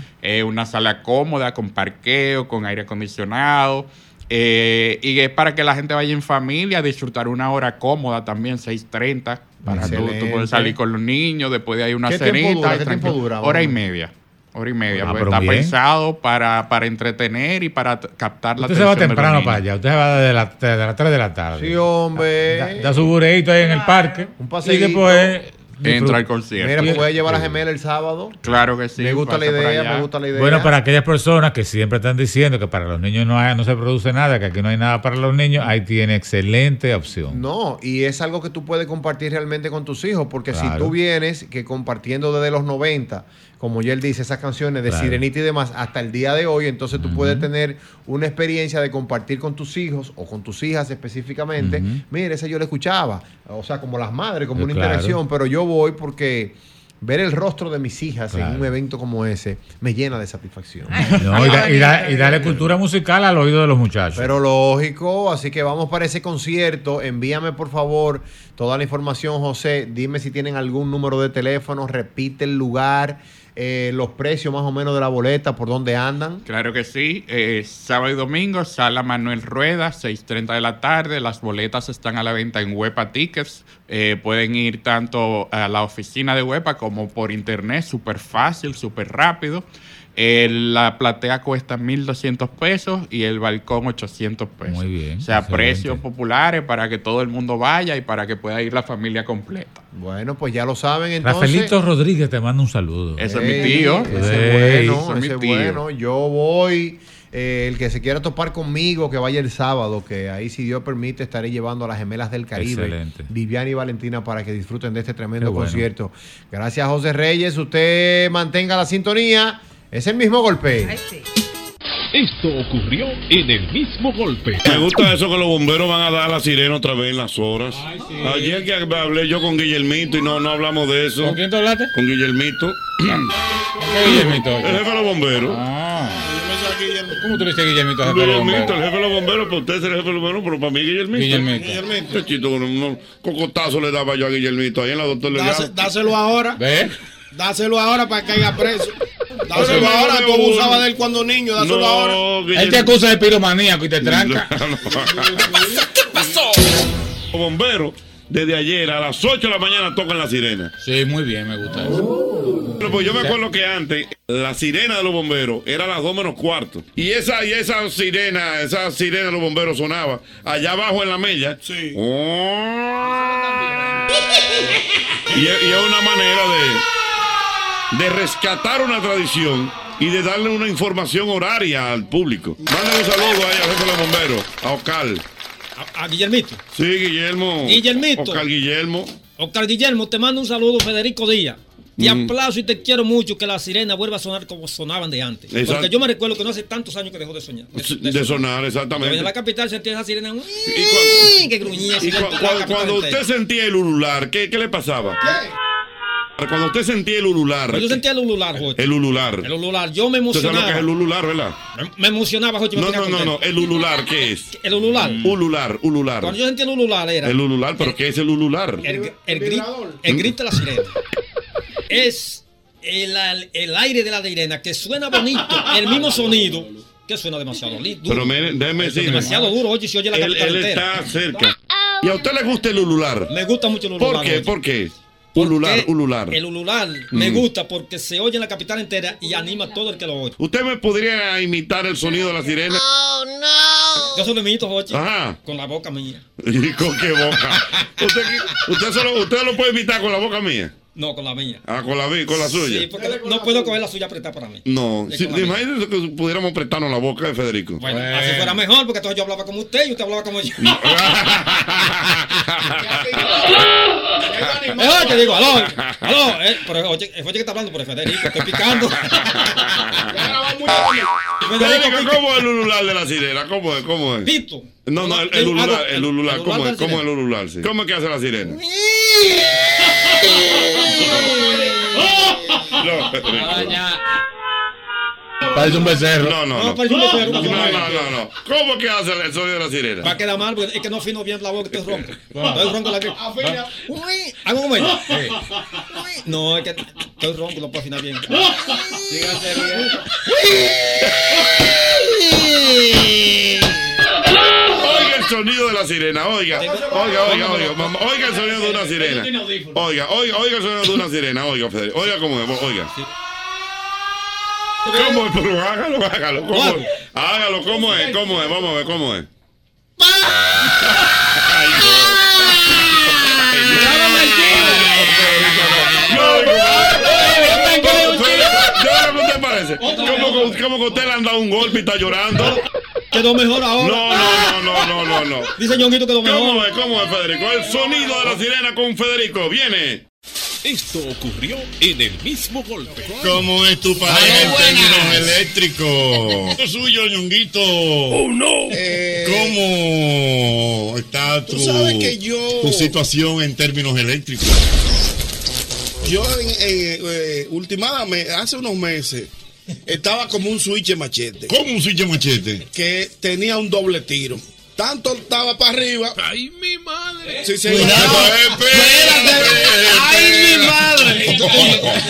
[SPEAKER 36] una sala cómoda, con parqueo, con aire acondicionado. eh, y es para que la gente vaya en familia a disfrutar una hora cómoda también, 6.30. Para tú- tú,
[SPEAKER 3] Excelente.
[SPEAKER 36] puedes salir con los niños, después de ahí una
[SPEAKER 3] ¿Qué tiempo
[SPEAKER 36] cenita.
[SPEAKER 3] dura?
[SPEAKER 36] y
[SPEAKER 3] ¿Qué tiempo
[SPEAKER 36] tranquilo.
[SPEAKER 3] dura?
[SPEAKER 36] Hora y
[SPEAKER 3] Bueno.
[SPEAKER 36] media. Hora y media.
[SPEAKER 5] Ah,
[SPEAKER 36] pues,
[SPEAKER 5] pero
[SPEAKER 36] está
[SPEAKER 5] bien.
[SPEAKER 36] pensado para, para entretener y para t- captar la
[SPEAKER 5] Usted se va
[SPEAKER 36] atención de los
[SPEAKER 5] temprano
[SPEAKER 36] niños.
[SPEAKER 5] para allá. Usted se va desde las de las 3 de la tarde.
[SPEAKER 3] Sí, hombre.
[SPEAKER 5] Da su bureíto ahí en el parque.
[SPEAKER 3] Un
[SPEAKER 5] Y
[SPEAKER 3] paseíto.
[SPEAKER 5] después.
[SPEAKER 36] Entra al
[SPEAKER 3] Mira,
[SPEAKER 36] concierto.
[SPEAKER 3] pues puedes llevar a la gemela el sábado.
[SPEAKER 36] Claro que sí.
[SPEAKER 3] Me gusta la
[SPEAKER 36] pasa por
[SPEAKER 3] idea,
[SPEAKER 36] allá.
[SPEAKER 3] me gusta la idea.
[SPEAKER 5] Bueno, para aquellas personas que siempre están diciendo que para los niños no, hay- no se produce nada, que aquí no hay nada para los niños, ahí tiene excelente opción.
[SPEAKER 3] No, y es algo que tú puedes compartir realmente con tus hijos, porque si
[SPEAKER 5] Claro.
[SPEAKER 3] tú vienes que compartiendo desde los 90, como ya él dice, esas canciones de
[SPEAKER 5] Claro.
[SPEAKER 3] Sirenita y demás, hasta el día de hoy, entonces tú puedes tener una experiencia de compartir con tus hijos o con tus hijas específicamente. Mire, esa yo la escuchaba, o sea, como las madres, como
[SPEAKER 5] Eh,
[SPEAKER 3] una
[SPEAKER 5] claro.
[SPEAKER 3] interacción, pero yo voy porque ver el rostro de mis hijas en
[SPEAKER 5] Claro.
[SPEAKER 3] un evento como ese me llena de satisfacción.
[SPEAKER 5] No, y, da- y da- y darle cultura musical al oído de los muchachos.
[SPEAKER 3] Pero lógico, así que vamos para ese concierto. Envíame por favor toda la información, José. Dime si tienen algún número de teléfono, repite el lugar, eh, los precios más o menos de la boleta, por dónde andan.
[SPEAKER 36] Claro que sí. eh, sábado y domingo, sala Manuel Rueda, 6.30 de la tarde. Las boletas están a la venta en Huepa Tickets. Eh, pueden ir tanto a la oficina de Huepa como por internet. Súper fácil, súper rápido. Eh, la platea cuesta 1.200 pesos y el balcón 800 pesos.
[SPEAKER 5] Muy bien.
[SPEAKER 36] O sea,
[SPEAKER 5] excelente.
[SPEAKER 36] precios populares para que todo el mundo vaya y para que pueda ir la familia completa.
[SPEAKER 3] Bueno, pues ya lo saben entonces.
[SPEAKER 5] Rafaelito Rodríguez te manda un saludo.
[SPEAKER 36] Ese es mi
[SPEAKER 3] Ey,
[SPEAKER 36] tío.
[SPEAKER 3] Ese
[SPEAKER 5] Ey,
[SPEAKER 3] bueno,
[SPEAKER 5] ese es
[SPEAKER 3] ese
[SPEAKER 5] mi tío.
[SPEAKER 3] bueno. Yo voy. eh, el que se quiera topar conmigo, que vaya el sábado, que ahí, si Dios permite, estaré llevando a las gemelas del Caribe,
[SPEAKER 5] Excelente.
[SPEAKER 3] Viviana y Valentina, para que disfruten de este tremendo
[SPEAKER 5] Qué bueno.
[SPEAKER 3] concierto. Gracias, José Reyes. Usted mantenga la sintonía. Es el mismo golpe.
[SPEAKER 38] Esto ocurrió en el mismo golpe.
[SPEAKER 21] Me gusta eso que los bomberos van a dar a la sirena otra vez en las horas. Ayer que hablé yo con Guillermito y no, no hablamos de eso. ¿Con quién te hablaste? Con Guillermito. ¿Qué Guillermito? El jefe de los bomberos.
[SPEAKER 39] ¿Cómo tú le dices Guillermito
[SPEAKER 21] Guillermito, el jefe de los bomberos, para usted es el jefe de los bomberos, pero para mí Guillermito.
[SPEAKER 39] Guillermito.
[SPEAKER 21] Guillermito. Este chito, con un- un cocotazo le daba yo a Guillermito ahí en la doctora
[SPEAKER 24] Dase-
[SPEAKER 21] Legal.
[SPEAKER 24] dáselo ahora.
[SPEAKER 21] ¿Ve?
[SPEAKER 24] Dáselo ahora para que caiga preso.
[SPEAKER 21] Pero
[SPEAKER 24] Dáselo
[SPEAKER 21] no
[SPEAKER 24] ahora.
[SPEAKER 21] de
[SPEAKER 24] Tú abusabas
[SPEAKER 21] uno.
[SPEAKER 24] de él cuando niño. Dáselo
[SPEAKER 21] No,
[SPEAKER 24] ahora.
[SPEAKER 21] Guillermo. Él te acusa
[SPEAKER 39] de piromaníaco y te
[SPEAKER 21] tranca. ¿Qué pasó? Los bomberos, desde ayer a las 8 de la mañana tocan la sirena.
[SPEAKER 39] Sí, muy bien, me gusta eso.
[SPEAKER 21] Bueno, pues yo me acuerdo que antes la sirena de los bomberos era a las 2 menos cuarto. Y esa, y esa sirena, esa sirena de los bomberos sonaba allá abajo en la mella. Sí. Y, es- y es una manera de, de rescatar una tradición y de darle una información horaria al público. Mándale un saludo ahí al jefe de los bomberos, a Ocal.
[SPEAKER 24] A, Guillermito.
[SPEAKER 21] Sí, Guillermo.
[SPEAKER 24] Guillermito.
[SPEAKER 21] Ocal Guillermo.
[SPEAKER 24] Oscar Guillermo, te mando un saludo, Federico Díaz. Te
[SPEAKER 21] Mm.
[SPEAKER 24] aplauso y te quiero mucho que la sirena vuelva a sonar como sonaban de antes.
[SPEAKER 21] Exacto.
[SPEAKER 24] Porque yo me recuerdo que no hace tantos años que dejó de soñar.
[SPEAKER 21] De sonar, exactamente.
[SPEAKER 24] En la capital sentía esa sirena
[SPEAKER 21] cuando-
[SPEAKER 24] que gruñía.
[SPEAKER 21] Y
[SPEAKER 24] así,
[SPEAKER 21] cu-
[SPEAKER 24] la
[SPEAKER 21] cu-
[SPEAKER 24] capital
[SPEAKER 21] cuando
[SPEAKER 24] entera.
[SPEAKER 21] usted sentía el ulular, ¿qué, qué le pasaba? Cuando usted sentía el ulular.
[SPEAKER 24] Yo sentía el ulular, Jochi.
[SPEAKER 21] El ulular.
[SPEAKER 24] El ulular. Yo me
[SPEAKER 21] Usted sabe lo que es
[SPEAKER 24] emocionaba.
[SPEAKER 21] el ulular, ¿verdad?
[SPEAKER 24] Me emocionaba, Jochi. me
[SPEAKER 21] No,
[SPEAKER 24] ponía
[SPEAKER 21] no, no,
[SPEAKER 24] contento.
[SPEAKER 21] no. El ulular, ¿qué es?
[SPEAKER 24] El ulular.
[SPEAKER 21] Ulular, ulular.
[SPEAKER 24] Cuando yo sentía el ulular era
[SPEAKER 21] El ulular, ¿pero qué es el ulular?
[SPEAKER 24] el, el grito, el grito de la sirena. es el, al- el aire de la sirena que suena bonito, el mismo sonido que suena demasiado li- duro.
[SPEAKER 21] Pero miren, déjeme
[SPEAKER 24] Eso es
[SPEAKER 21] decirle.
[SPEAKER 24] demasiado duro, oye, se oye la
[SPEAKER 21] él,
[SPEAKER 24] capital
[SPEAKER 21] él
[SPEAKER 24] entera.
[SPEAKER 21] está cerca. ¿Y a usted le gusta el ulular?
[SPEAKER 24] Me gusta mucho el ulular.
[SPEAKER 21] ¿Por qué?
[SPEAKER 24] oye.
[SPEAKER 21] ¿Por qué? Ulular,
[SPEAKER 24] Porque
[SPEAKER 21] ulular.
[SPEAKER 24] El ulular me
[SPEAKER 21] Mm.
[SPEAKER 24] gusta porque se oye en la capital entera y anima a todo el que lo oye.
[SPEAKER 21] ¿Usted me podría imitar el sonido de la sirena?
[SPEAKER 24] Yo solo imito, Jochi,
[SPEAKER 21] Ajá.
[SPEAKER 24] con la boca mía.
[SPEAKER 21] ¿Y con qué boca? ¿Usted, qué- usted, solo, usted lo puede imitar con la boca mía?
[SPEAKER 24] No, con la mía.
[SPEAKER 1] Ah, con la, vi- con la suya.
[SPEAKER 24] Sí, porque no puedo coger la suya apretada para mí.
[SPEAKER 1] No,
[SPEAKER 24] Sí,
[SPEAKER 1] sí,
[SPEAKER 24] con la mía.
[SPEAKER 1] imagínense que pudiéramos prestarnos la boca de Federico. Eh,
[SPEAKER 24] Bueno, así fuera mejor, porque entonces yo hablaba como usted y usted hablaba como yo. Es Eh, oye que digo, aló, aló, eh, pero oye, es oye que está hablando por el Federico, estoy picando.
[SPEAKER 1] Federico, ¿cómo es el ulular de la sirena? ¿Cómo es? ¿Cómo es?
[SPEAKER 24] Pito.
[SPEAKER 1] No, no, el, el
[SPEAKER 24] El-
[SPEAKER 1] ulular,
[SPEAKER 24] el-
[SPEAKER 1] el ulular,
[SPEAKER 24] el
[SPEAKER 1] ¿cómo
[SPEAKER 24] ulular
[SPEAKER 1] es?
[SPEAKER 24] de la
[SPEAKER 1] ¿Cómo es el
[SPEAKER 24] sirena.
[SPEAKER 1] ulular? sí? ¿Cómo es que hace la sirena?
[SPEAKER 21] Parece un becerro.
[SPEAKER 1] No, no,
[SPEAKER 24] No,
[SPEAKER 1] no.
[SPEAKER 24] parece un becerro.
[SPEAKER 1] No, no, no, no. ¿Cómo es que hace el sonido de la sirena?
[SPEAKER 24] Va a quedar mal, porque es que no afino bien la boca, estoy ronco. Estoy ronco la que. Uy, hago un momento. Eh, No, es que estoy ronco, no puedo afinar bien.
[SPEAKER 1] Oiga el sonido de la sirena, oiga, oiga, oiga, oiga, mamá, oiga el sonido de una sirena. Oiga, oiga, oiga el sonido de una sirena, oiga, Federico, oiga cómo es, oiga. ¿Cómo es? Pero hágalo, hágalo, ¿cómo es? Hágalo, ¿cómo es? ¿Cómo es? Vamos a ver, ¿cómo es? Ay, no. ¿Cómo usted parece? ¿Cómo, que- cómo que usted le han dado un golpe y está llorando?
[SPEAKER 24] Quedó mejor ahora.
[SPEAKER 1] No, no, no, no, no, no.
[SPEAKER 24] Dice Ñonguito quedó mejor.
[SPEAKER 1] ¿Cómo es? ¿Cómo es, Federico? El sonido de la sirena con Federico. Viene.
[SPEAKER 40] Esto ocurrió en el mismo golpe. Ah,
[SPEAKER 21] ¿Cómo es tu pareja en términos eléctricos? Lo suyo, ñonguito. Oh, no. ¿Cómo está tu,
[SPEAKER 8] Tú sabes que yo-
[SPEAKER 21] tu situación en términos eléctricos?
[SPEAKER 8] Yo en, en, eh, últimamente, hace unos meses, estaba como un switch machete.
[SPEAKER 21] ¿Cómo un switch machete?
[SPEAKER 8] Que tenía un doble tiro. Tanto estaba para arriba. ¡Ay, mi madre! Sí, sí.
[SPEAKER 21] ¡Ay, mi madre!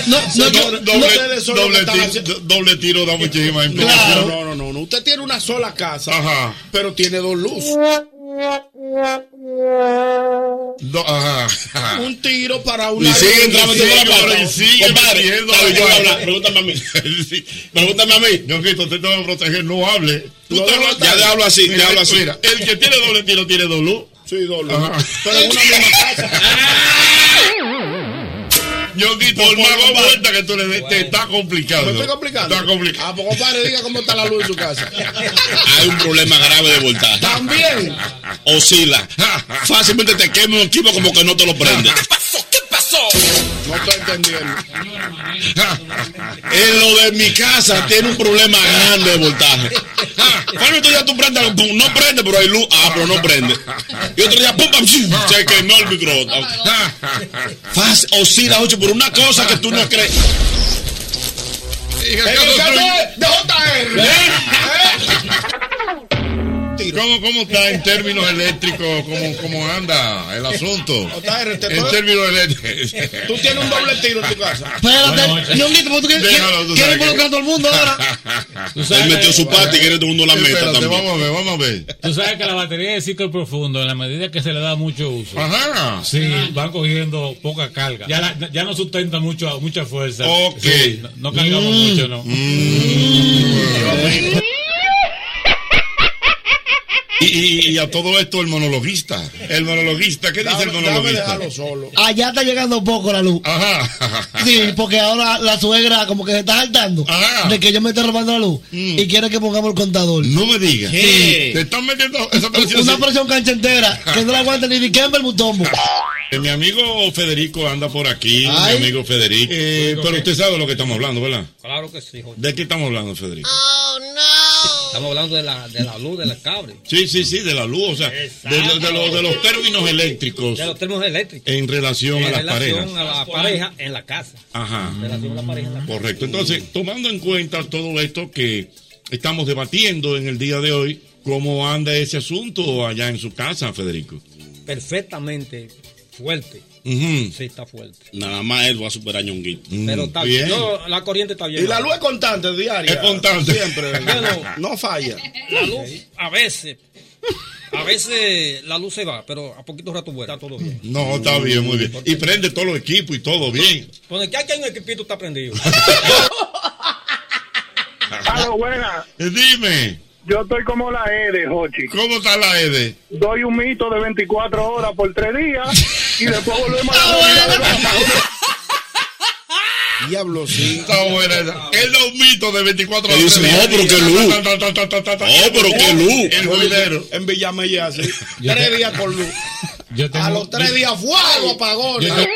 [SPEAKER 8] No, no,
[SPEAKER 21] doble,
[SPEAKER 8] no, no ustedes son los que
[SPEAKER 21] doble
[SPEAKER 8] están
[SPEAKER 21] ti-
[SPEAKER 8] haciendo-
[SPEAKER 21] do- doble tiro da muchísima
[SPEAKER 8] Claro.
[SPEAKER 21] información.
[SPEAKER 8] No, no, no, no. Usted tiene una sola casa,
[SPEAKER 21] Ajá.
[SPEAKER 8] pero tiene dos luces.
[SPEAKER 21] Do- ajá, ajá.
[SPEAKER 8] Un tiro para una.
[SPEAKER 21] Y siguen transmitiendo la
[SPEAKER 8] Compadre,
[SPEAKER 21] palabra. Y siguen transmitiendo
[SPEAKER 8] está bien, yo voy a hablar.
[SPEAKER 21] Pregúntame a mí. Sí, Pregúntame a mí. Yo Cristo, usted te va a proteger. No hable. Tú te hablas
[SPEAKER 8] ya
[SPEAKER 21] tanto.
[SPEAKER 8] le hablo así,
[SPEAKER 21] Mira,
[SPEAKER 8] le hablo así.
[SPEAKER 21] mira, El que tiene doble tiro tiene doble luz.
[SPEAKER 8] Sí, doble.
[SPEAKER 21] Pero en una misma casa. Yo Cristo, por más vuelta que tú le des, te está complicado.
[SPEAKER 8] ¿Me estoy complicando?
[SPEAKER 21] Está complicado.
[SPEAKER 8] Ah, pues compadre, diga cómo está la luz en su casa.
[SPEAKER 21] Hay un problema grave de voltaje.
[SPEAKER 8] También.
[SPEAKER 21] Oscila. Fácilmente te quema un equipo como que no te lo prende.
[SPEAKER 8] No estoy entendiendo.
[SPEAKER 21] En lo de mi casa tiene un problema grande de voltaje. Bueno, otro día Ah, tú prendes, pum, no prende, pero hay luz, ah, pero no prende. Y otro día, pum, pam, shum, se quemó el microondas. Faz, oscila, ocho, por una cosa que tú no crees.
[SPEAKER 8] En el caso de- de JR.
[SPEAKER 21] ¿Cómo, ¿Cómo está en términos eléctricos? ¿Cómo, cómo anda el asunto?
[SPEAKER 8] JR, te
[SPEAKER 21] En
[SPEAKER 8] estoy-
[SPEAKER 21] términos eléctricos.
[SPEAKER 8] Tú tienes un doble tiro en tu casa.
[SPEAKER 21] Espérate,
[SPEAKER 8] Ñonguito, ¿por qué tú quieres- quieres involucrar a todo el mundo ahora?
[SPEAKER 21] Él metió su parte y quiere todo el mundo la meta
[SPEAKER 5] Espérate,
[SPEAKER 21] también.
[SPEAKER 5] vamos
[SPEAKER 21] a ver, vamos a ver.
[SPEAKER 5] Tú sabes que la batería de ciclo profundo, en la medida que se le da mucho uso,
[SPEAKER 21] Ajá.
[SPEAKER 5] sí, van cogiendo poca carga. Ya, la- ya no sustenta mucho, mucha fuerza.
[SPEAKER 21] Ok.
[SPEAKER 5] Sí, no, no cargamos
[SPEAKER 21] Mm.
[SPEAKER 5] mucho, ¿no?
[SPEAKER 21] Y, y- y a todo esto el monologuista. El monologuista, ¿qué dice el monologuista?
[SPEAKER 6] Allá está llegando poco la luz.
[SPEAKER 21] Ajá.
[SPEAKER 6] Sí, porque ahora la suegra como que se está saltando de que yo me esté robando la luz
[SPEAKER 8] Mm.
[SPEAKER 6] y quiere que pongamos el contador.
[SPEAKER 21] No me digas.
[SPEAKER 6] Sí.
[SPEAKER 21] Te están metiendo esa presión.
[SPEAKER 6] Una presión cancha entera que no la aguanta ni Dikembe el Mutombo.
[SPEAKER 21] Eh, Mi amigo Federico anda por aquí,
[SPEAKER 5] Ay.
[SPEAKER 21] mi amigo Federico. Eh, pero usted sabe de lo que estamos hablando, ¿verdad?
[SPEAKER 24] Claro que sí, Jorge.
[SPEAKER 21] ¿De qué estamos hablando, Federico?
[SPEAKER 24] Estamos hablando de la, de la luz, de la cabre.
[SPEAKER 21] Sí, sí, sí, de la luz, o sea, de, lo- de lo- de los términos eléctricos
[SPEAKER 24] De los termos eléctricos.
[SPEAKER 21] en relación a
[SPEAKER 24] en
[SPEAKER 21] las
[SPEAKER 24] relación
[SPEAKER 21] parejas.
[SPEAKER 24] a la pareja en la casa.
[SPEAKER 21] Ajá.
[SPEAKER 24] En relación a la pareja en la casa.
[SPEAKER 21] Correcto. Entonces, tomando en cuenta todo esto que estamos debatiendo en el día de hoy, ¿cómo anda ese asunto allá en su casa, Federico?
[SPEAKER 24] Perfectamente fuerte.
[SPEAKER 21] Ujú.
[SPEAKER 24] Sí, está fuerte.
[SPEAKER 21] Nada más él va a superar a Ñonguito.
[SPEAKER 24] Pero está bien. No, la corriente está bien.
[SPEAKER 8] Y la luz es constante, diaria.
[SPEAKER 21] Es constante.
[SPEAKER 8] Siempre.
[SPEAKER 24] Bueno.
[SPEAKER 8] No falla.
[SPEAKER 24] La luz, a veces. A veces la luz se va, pero a poquito rato vuelve. Está todo bien.
[SPEAKER 21] No, está bien, muy bien. Y prende todos los equipos y todo bien.
[SPEAKER 24] Bueno, aquí hay un equipito está prendido.
[SPEAKER 21] Aló,
[SPEAKER 41] buena.
[SPEAKER 21] Eh, Dime.
[SPEAKER 41] Yo estoy como la EDE, Jochi.
[SPEAKER 21] ¿Cómo está la EDE?
[SPEAKER 41] Doy un
[SPEAKER 21] Ah,
[SPEAKER 41] mito de 24 horas por 3 días y después volvemos a la
[SPEAKER 24] Diablo, sí.
[SPEAKER 21] Está buena esa. Él da un mito de 24
[SPEAKER 24] Que dice,
[SPEAKER 21] horas.
[SPEAKER 24] no, pero qué luz. No, Eh, pero qué luz.
[SPEAKER 21] El juidero.
[SPEAKER 24] En Villamella, sí.
[SPEAKER 21] Yo
[SPEAKER 24] tres
[SPEAKER 21] te-
[SPEAKER 24] días con luz.
[SPEAKER 21] Yo tengo-
[SPEAKER 24] a los tres
[SPEAKER 21] yo-
[SPEAKER 24] días, fuego, apagón.
[SPEAKER 21] Yo te-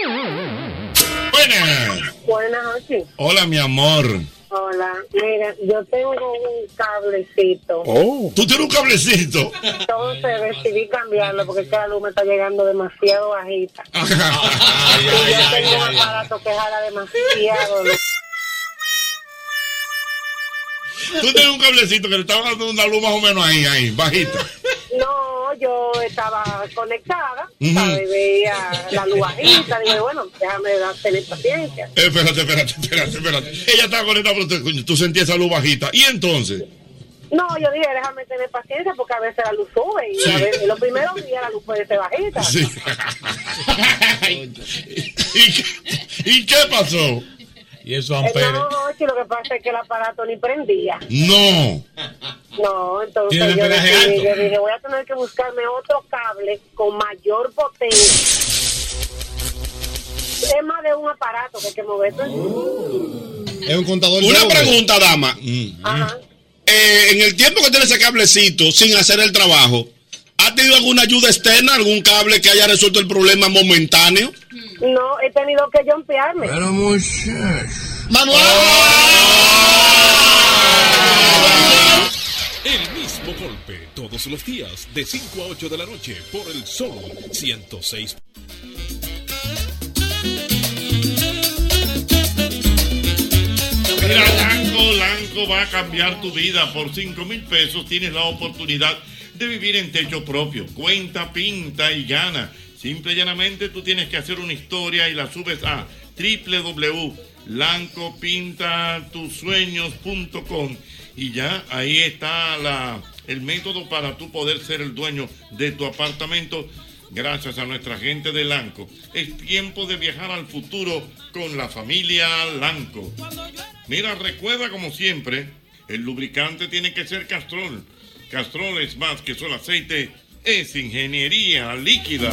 [SPEAKER 21] Buenas.
[SPEAKER 19] Buenas noches.
[SPEAKER 21] Hola, mi amor.
[SPEAKER 19] Hola. Mira, yo tengo un cablecito.
[SPEAKER 21] Tú tienes un cablecito.
[SPEAKER 19] Entonces decidí cambiarlo porque cada luz me está llegando demasiado bajita.
[SPEAKER 21] ay, ay,
[SPEAKER 19] Tengo un
[SPEAKER 21] ay, ay.
[SPEAKER 19] aparato que jala demasiado. luz.
[SPEAKER 21] Tú tienes un cablecito que le estaba dando una luz más o menos ahí, ahí, bajita.
[SPEAKER 19] No, yo estaba conectada,
[SPEAKER 21] Ujú.
[SPEAKER 19] ¿sabes? veía la luz bajita. Digo, bueno, déjame dar- tener paciencia.
[SPEAKER 21] Eh, espérate, espérate, espérate, espérate. Ella estaba conectada, pero tú, coño, tú sentías esa luz bajita. ¿Y entonces?
[SPEAKER 19] No, yo dije, déjame tener paciencia porque a veces la luz sube y a veces los primeros días la luz puede ser bajita.
[SPEAKER 21] Sí. ¿Y, qué, y qué pasó?
[SPEAKER 25] Y eso
[SPEAKER 19] Eh, No, Jochi, lo que pasa es que el aparato ni prendía.
[SPEAKER 21] No.
[SPEAKER 19] No, entonces
[SPEAKER 21] Tiene el
[SPEAKER 19] yo
[SPEAKER 21] amperaje
[SPEAKER 19] decidí-
[SPEAKER 21] alto.
[SPEAKER 19] yo dije, voy a tener que buscarme otro cable con mayor potencia. Es más de un aparato que hay que mover.
[SPEAKER 24] Es un contador.
[SPEAKER 20] Una
[SPEAKER 24] de obra.
[SPEAKER 20] pregunta, dama.
[SPEAKER 19] Mm. Ajá.
[SPEAKER 20] Eh, en el tiempo que tiene ese cablecito sin hacer el trabajo, ¿ha tenido alguna ayuda externa, algún cable que haya resuelto el problema momentáneo?
[SPEAKER 19] No, he tenido que jumpearme.
[SPEAKER 20] Manuel.
[SPEAKER 42] El mismo golpe todos los días de 5 a 8 de la noche por el Sol 106.
[SPEAKER 21] Mira, Lanco, Lanco va a cambiar tu vida. Por 5 mil pesos tienes la oportunidad de vivir en techo propio. Cuenta, pinta y gana. Simple y llanamente tú tienes que hacer una historia y la subes a www.lancopintatusueños.com y ya ahí está la, el método para tú poder ser el dueño de tu apartamento gracias a nuestra gente de Lanco. Es tiempo de viajar al futuro con la familia Lanco. Mira, recuerda como siempre, el lubricante tiene que ser Castrol. Castrol es más que solo aceite, es ingeniería líquida.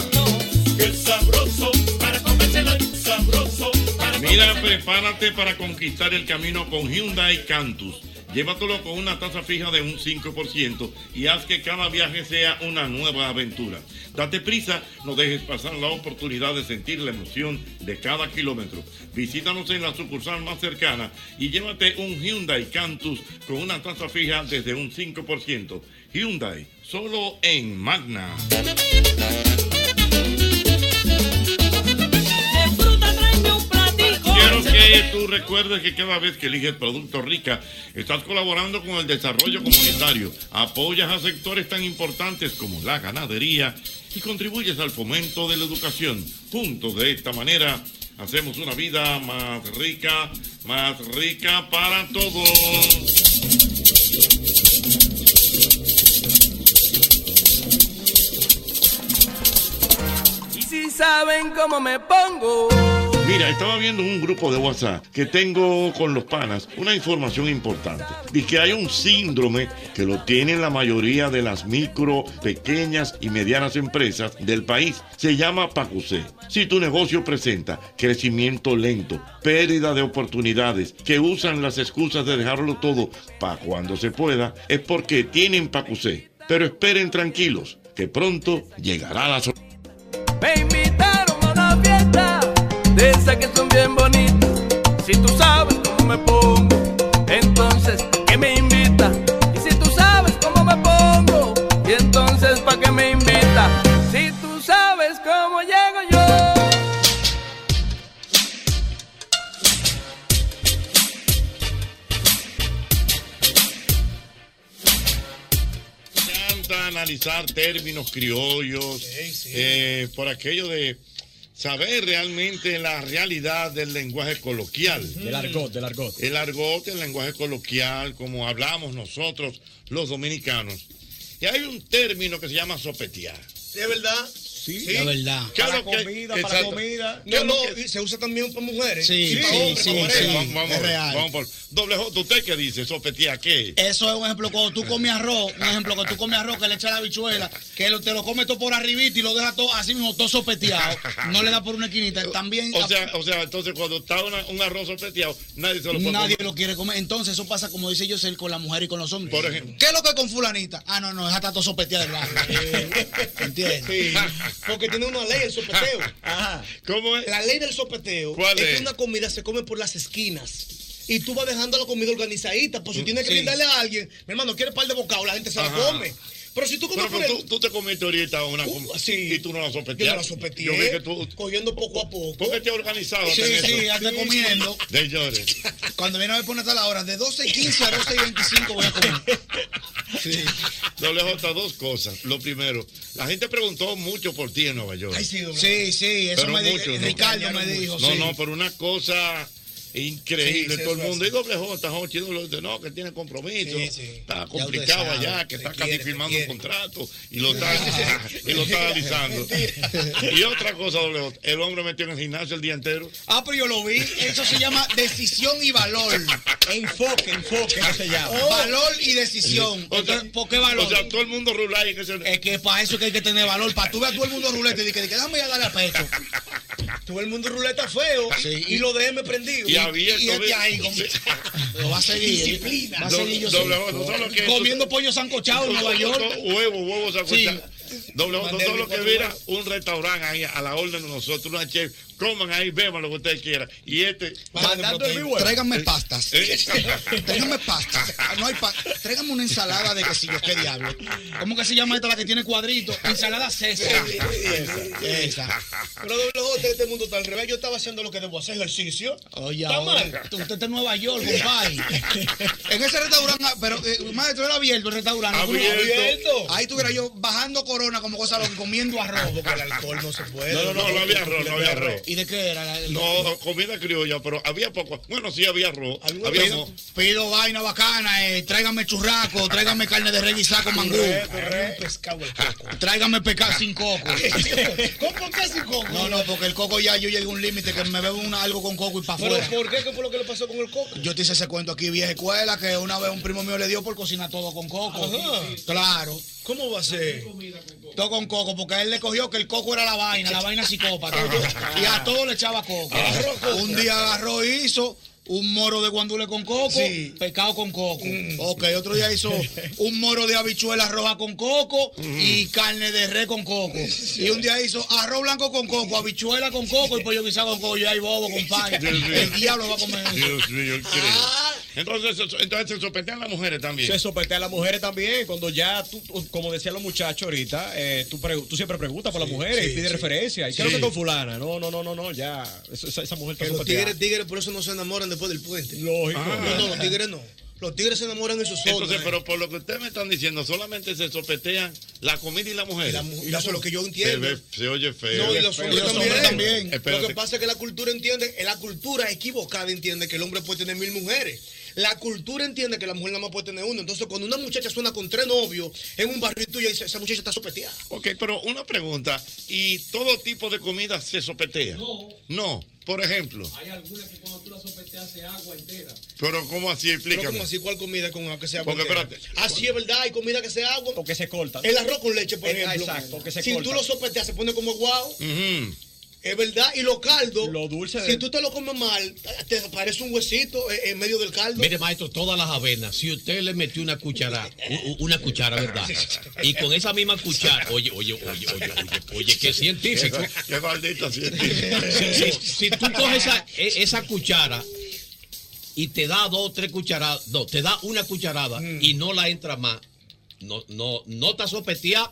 [SPEAKER 22] sabroso para comérselo, sabroso para
[SPEAKER 21] Mira, prepárate para conquistar el camino con Hyundai Cantus. Llévatelo con una tasa fija de un 5% y haz que cada viaje sea una nueva aventura. Date prisa, no dejes pasar la oportunidad de sentir la emoción de cada kilómetro. Visítanos en la sucursal más cercana y llévate un Hyundai Cantus con una tasa fija desde un 5%. Hyundai, solo en Magna. Quiero que tú recuerdes que cada vez que eliges Producto Rica, estás colaborando con el desarrollo comunitario, apoyas a sectores tan importantes como la ganadería y contribuyes al fomento de la educación. Juntos de esta manera hacemos una vida más rica, más rica para todos.
[SPEAKER 22] Y si saben cómo me pongo.
[SPEAKER 21] Mira, estaba viendo un grupo de WhatsApp que tengo con los panas una información importante. Y que hay un síndrome que lo tienen la mayoría de las micro, pequeñas y medianas empresas del país. Se llama Pacusé. Si tu negocio presenta crecimiento lento, pérdida de oportunidades, que usan las excusas de dejarlo todo para cuando se pueda, es porque tienen Pacusé. Pero esperen tranquilos, que pronto llegará la sorpresa.
[SPEAKER 22] Me invitaron a una fiesta de esas que son bien bonitas. Si tú sabes cómo me pongo, entonces ¿qué me invita? Y si tú sabes cómo me pongo, y entonces ¿para qué me invita? Si tú sabes cómo llego yo.
[SPEAKER 21] encanta analizar términos criollos, eh, por aquello de saber realmente la realidad del lenguaje coloquial.
[SPEAKER 12] Del argot, del argot.
[SPEAKER 21] El argot, el lenguaje coloquial, como hablamos nosotros los dominicanos. Y hay un término que se llama sopetear.
[SPEAKER 24] ¿De verdad? Sí,
[SPEAKER 4] La verdad.
[SPEAKER 24] ¿Qué es
[SPEAKER 4] Para
[SPEAKER 24] lo que-
[SPEAKER 4] comida, para
[SPEAKER 24] exacto.
[SPEAKER 4] comida.
[SPEAKER 24] ¿Qué es lo
[SPEAKER 4] No,
[SPEAKER 24] que-
[SPEAKER 4] no, y se usa también para mujeres.
[SPEAKER 24] Sí,
[SPEAKER 4] y para
[SPEAKER 24] sí,
[SPEAKER 4] hombres,
[SPEAKER 24] sí,
[SPEAKER 4] para
[SPEAKER 24] sí.
[SPEAKER 4] mujeres.
[SPEAKER 24] Vamos, vamos,
[SPEAKER 4] es real.
[SPEAKER 24] vamos por-
[SPEAKER 21] Doble J, ¿usted qué dice? ¿Sopetea qué?
[SPEAKER 4] Eso es un ejemplo. Cuando tú comes arroz, un ejemplo, que tú comes arroz, que le echas la bichuela, que lo- te lo comes todo por arribita y lo dejas todo así mismo, todo sopeteado. No le da por una esquinita. También.
[SPEAKER 21] O sea, o sea, entonces cuando está una- un arroz sopeteado, nadie se lo puede
[SPEAKER 4] Nadie
[SPEAKER 21] comer.
[SPEAKER 4] lo quiere comer. Entonces, eso pasa, como dice Yosel, con la mujer y con los hombres. Por ejemplo. ¿Qué es lo que con Fulanita? Ah, no, no, esa está todo sopeteada del barrio. Eh, ¿Entiendes? Porque tiene una ley el sopeteo. Ajá.
[SPEAKER 21] ¿Cómo es?
[SPEAKER 4] La ley del sopeteo
[SPEAKER 21] ¿Cuál
[SPEAKER 4] es,
[SPEAKER 21] es?
[SPEAKER 4] que una comida se come por las esquinas. Y tú vas dejando la comida organizadita. Por si tienes que
[SPEAKER 21] Mm, sí.
[SPEAKER 4] brindarle a alguien, mi hermano, quiere par de bocado, la gente se la
[SPEAKER 21] Ajá.
[SPEAKER 4] come. Pero si tú comes
[SPEAKER 21] Pero,
[SPEAKER 4] por
[SPEAKER 21] pero
[SPEAKER 4] el-
[SPEAKER 21] tú, tú te comiste ahorita una com- y tú no la sopeteaste.
[SPEAKER 4] Yo no la sopeteé.
[SPEAKER 21] Yo vi que tú...
[SPEAKER 4] Cogiendo poco a poco.
[SPEAKER 21] Porque te organizado.
[SPEAKER 4] Sí, sí, hasta comiendo.
[SPEAKER 21] De llores.
[SPEAKER 4] Cuando viene a ver poner hasta la hora, de 12 y 15 a 12 y 25 voy a comer.
[SPEAKER 21] Doble J, dos cosas. Lo primero, la gente preguntó mucho por ti en Nueva York.
[SPEAKER 4] Sí, sí, eso
[SPEAKER 21] Pero
[SPEAKER 4] me dijo.
[SPEAKER 21] mucho, ¿no?
[SPEAKER 4] Ricardo me dijo.
[SPEAKER 21] No,
[SPEAKER 4] sí.
[SPEAKER 21] no, pero una cosa increíble.
[SPEAKER 4] Sí, sí,
[SPEAKER 21] Todo
[SPEAKER 4] eso
[SPEAKER 21] el
[SPEAKER 4] es
[SPEAKER 21] mundo. Y doble J, Jochi, doble J, no, que tiene compromiso.
[SPEAKER 4] Sí, sí.
[SPEAKER 21] Está
[SPEAKER 4] Ya
[SPEAKER 21] complicado
[SPEAKER 4] usted sabe,
[SPEAKER 21] allá, que
[SPEAKER 4] te
[SPEAKER 21] está casi
[SPEAKER 4] quiere, te
[SPEAKER 21] firmando un
[SPEAKER 4] quiere.
[SPEAKER 21] contrato y lo está, y lo está analizando. y otra cosa, doble J, el hombre metió en el gimnasio el día entero.
[SPEAKER 4] Ah, pero yo lo vi. Eso se llama decisión y valor. Enfoque, enfoque, que se llama.
[SPEAKER 28] Oh.
[SPEAKER 4] Valor y decisión.
[SPEAKER 21] O sea,
[SPEAKER 4] ¿Por qué valor?
[SPEAKER 21] o sea, todo el mundo rular que
[SPEAKER 4] Es que para eso que hay que tener valor. Para tú ver a todo el mundo ruleta y que déjame ya darle a pecho. Todo el mundo ruleta feo y lo déjeme prendido.
[SPEAKER 21] Y abierto,
[SPEAKER 4] Y este
[SPEAKER 21] ¿ves?
[SPEAKER 4] ahí con- lo va a seguir. ¿eh?
[SPEAKER 21] Disciplina.
[SPEAKER 4] Va a seguir yo
[SPEAKER 21] Doble- doble
[SPEAKER 4] sí.
[SPEAKER 21] voz, ¿sabes lo que es?
[SPEAKER 4] Comiendo pollo sancochado en Nueva York.
[SPEAKER 21] Huevo, huevo sancochado. Doble voz,
[SPEAKER 4] Mandé
[SPEAKER 21] todo lo que
[SPEAKER 4] cuatro
[SPEAKER 21] mira,
[SPEAKER 4] huevos.
[SPEAKER 21] un restaurante ahí a la orden de nosotros, una chef, coman ahí, beban lo que ustedes quieran. Y este.
[SPEAKER 4] Mandando el vivo. Tráiganme pastas. Tráigame pasta. Ah, No hay pasta. Tráigame una ensalada de quesillos. ¿Qué diablo? ¿Cómo que se llama esta la que tiene cuadrito? Ensalada César. Esa. Pero doble J, este mundo está al revés. Yo estaba haciendo lo que debo hacer, ejercicio.
[SPEAKER 21] Oh.
[SPEAKER 4] Oye, Está ahora, mal. Usted está en Nueva York, compadre. en ese restaurante, pero eh, maestro, era abierto el restaurante.
[SPEAKER 21] Abierto.
[SPEAKER 4] Abierto. Ahí tuviera yo bajando corona como cosa, lo- comiendo arroz, porque el alcohol no se puede.
[SPEAKER 21] No, no, no, no había arroz, no había arroz.
[SPEAKER 4] ¿Y de qué era?
[SPEAKER 21] No, comida criolla, pero había poco. Bueno, sí había arroz. Había
[SPEAKER 4] pido, pido vaina bacana, eh, tráigame churraco, tráigame carne de rey y saco mangú. Tráigame pescado sin coco. ¿Cómo qué sin coco? No, no, porque el coco ya yo llegué a un límite que me bebo una- algo con coco y para
[SPEAKER 28] ¿Pero
[SPEAKER 4] afuera.
[SPEAKER 28] por qué? ¿Qué fue lo que le pasó con el coco?
[SPEAKER 4] Yo te hice ese cuento aquí, vieja escuela, que una vez un primo mío le dio por cocinar todo con coco. Claro. ¿Cómo va a ser? Todo con coco, porque a él le cogió que el coco era la vaina, la vaina psicópata. y a todo le echaba coco. Un día agarró y hizo un moro de guandule con coco, pescado con coco. Ok, otro día hizo un moro de habichuela roja con coco y carne de res con coco. Y un día hizo arroz blanco con coco, habichuela con coco y pollo guisado con coco. Y ahí bobo, compadre.
[SPEAKER 21] Dios mío.
[SPEAKER 4] El diablo va a comer eso.
[SPEAKER 21] Dios mío, increíble. Entonces, eso- entonces se sopetean las mujeres también.
[SPEAKER 4] Se
[SPEAKER 1] sopetea a las mujeres también. Cuando ya tú, como decían los muchachos ahorita, eh, tú, pre- tú siempre preguntas por las mujeres
[SPEAKER 28] sí,
[SPEAKER 1] y pides
[SPEAKER 28] sí.
[SPEAKER 1] referencia. ¿Y qué es lo que con fulana? No, no, no, no, no, ya. Eso- esa, esa mujer está
[SPEAKER 28] Que los
[SPEAKER 1] sopeteada.
[SPEAKER 28] tigres, tigres, por eso no se enamoran después del puente.
[SPEAKER 1] Lógico.
[SPEAKER 28] No, no, los tigres no. Los tigres se enamoran en sus zonas.
[SPEAKER 21] Entonces, pero por lo que ustedes me están diciendo, solamente se sopetean la comida y la mujer.
[SPEAKER 28] Y la mu- y eso es lo que yo entiendo.
[SPEAKER 21] Se, ve- se oye feo.
[SPEAKER 28] No, y los hombres también. Lo
[SPEAKER 21] Espérate.
[SPEAKER 28] que pasa es que la cultura entiende, eh, la cultura equivocada entiende que el hombre puede tener mil mujeres. La cultura entiende que la mujer nada más puede tener uno. Entonces, cuando una muchacha suena con tres novios en un barrio tuyo, dice, esa muchacha está sopeteada.
[SPEAKER 21] Ok, pero una pregunta. ¿Y todo tipo de comida se sopetea?
[SPEAKER 28] No.
[SPEAKER 21] No. Por ejemplo.
[SPEAKER 28] Hay algunas que cuando tú la sopeteas hace agua entera.
[SPEAKER 21] Pero ¿cómo así?
[SPEAKER 28] Pero
[SPEAKER 21] Explícame.
[SPEAKER 28] como así, ¿cuál comida con agua que sea agua?
[SPEAKER 21] Porque,
[SPEAKER 28] entera?
[SPEAKER 21] espérate.
[SPEAKER 28] Así es verdad, hay comida que sea agua.
[SPEAKER 1] Porque se corta.
[SPEAKER 28] El arroz con leche, por
[SPEAKER 1] Eh,
[SPEAKER 28] ejemplo.
[SPEAKER 1] exacto, que se
[SPEAKER 28] si
[SPEAKER 1] corta.
[SPEAKER 28] tú lo sopeteas, se pone como guau.
[SPEAKER 21] Ujú.
[SPEAKER 28] Es verdad, y los caldos. Lo
[SPEAKER 1] dulce
[SPEAKER 28] Si
[SPEAKER 4] de-
[SPEAKER 28] tú te lo comes mal, te parece un huesito eh, en medio del caldo.
[SPEAKER 6] Mire, maestro, todas las avenas, si usted le metió una cuchara, u- u- una cuchara, ¿verdad? Y con esa misma cuchara, oye, oye, oye, oye, oye, oye, qué científico.
[SPEAKER 21] Qué- Qué maldito científico.
[SPEAKER 6] Si, si- si tú coges esa, e- esa cuchara y te da dos o tres cucharadas, no, te da una cucharada
[SPEAKER 28] Mm.
[SPEAKER 6] y no la entra más, no, no, no te sopetea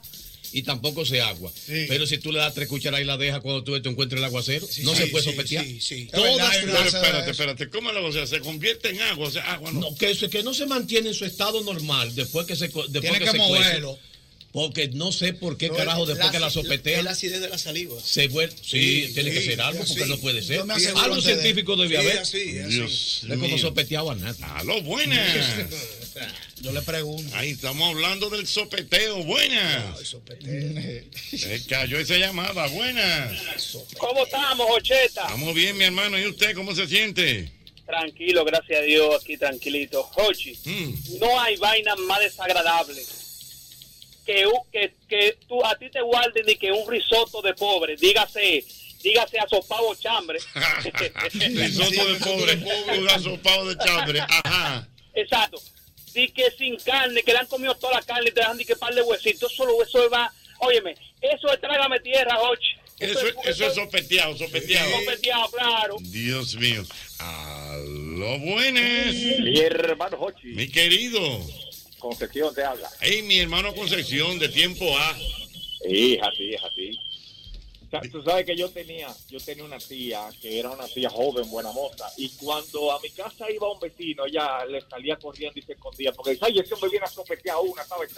[SPEAKER 6] y tampoco se agua. Pero si tú le das tres cucharadas y la dejas cuando tú te encuentres el aguacero, no se puede sopetear. Todas
[SPEAKER 21] Pero
[SPEAKER 6] las-
[SPEAKER 21] espérate, espérate. ¿Cómo la cosa se convierte en agua? O sea, agua no.
[SPEAKER 6] no, que, eso- que no se mantiene en su estado normal después que se co- después
[SPEAKER 21] Tiene que
[SPEAKER 6] se
[SPEAKER 21] moverlo.
[SPEAKER 6] cuece. porque no sé por qué
[SPEAKER 28] No,
[SPEAKER 6] carajo
[SPEAKER 28] es
[SPEAKER 6] después que la
[SPEAKER 28] Es
[SPEAKER 6] sopetean
[SPEAKER 28] la acidez de la saliva.
[SPEAKER 6] se vuelve sí,
[SPEAKER 28] Sí,
[SPEAKER 6] tiene que
[SPEAKER 28] sí,
[SPEAKER 6] ser algo porque
[SPEAKER 28] así.
[SPEAKER 6] no puede ser
[SPEAKER 28] Yo me aseguro
[SPEAKER 6] algo
[SPEAKER 28] antes de-
[SPEAKER 6] científico
[SPEAKER 28] Sí,
[SPEAKER 6] debe haber
[SPEAKER 28] así, así.
[SPEAKER 6] Dios no es como
[SPEAKER 21] mío.
[SPEAKER 6] sopeteaba nada
[SPEAKER 21] Aló, buenas.
[SPEAKER 28] Yo le pregunto.
[SPEAKER 21] Ahí estamos hablando del sopeteo. Buenas. Se cayó esa llamada. Buenas.
[SPEAKER 10] ¿Cómo estamos, Ocheta?
[SPEAKER 21] Estamos bien, mi hermano. ¿Y usted cómo se siente?
[SPEAKER 10] Tranquilo, gracias a Dios, aquí tranquilito. Jochi,
[SPEAKER 21] Mm,
[SPEAKER 10] no hay vaina más desagradable que, u- que, que tú, a ti te guarden ni que un risotto de pobre, dígase, dígase asopado chambre.
[SPEAKER 21] Risotto de pobre, un asopado de chambre. Ajá.
[SPEAKER 10] Exacto. Di que sin carne, que le han comido toda la carne y te dejan di que par de huesitos. Solo eso va. Óyeme, eso es trágame tierra, Jochi.
[SPEAKER 21] Eso, eso es sopeteado, sopeteado.
[SPEAKER 10] sopeteado, claro.
[SPEAKER 21] Dios mío. Aló, buenas.
[SPEAKER 10] Mi hermano Jochi.
[SPEAKER 21] Mi querido.
[SPEAKER 10] Concepción te habla.
[SPEAKER 21] Ey, mi hermano Concepción, de tiempo A.
[SPEAKER 10] Sí, es así, es así. O sea, Tú sabes que yo tenía, yo tenía una tía que era una tía joven, buena moza, y cuando a mi casa iba un vecino, ella le salía corriendo y se escondía, porque dice, ay, ese hombre viene a sopetear una, ¿sabes?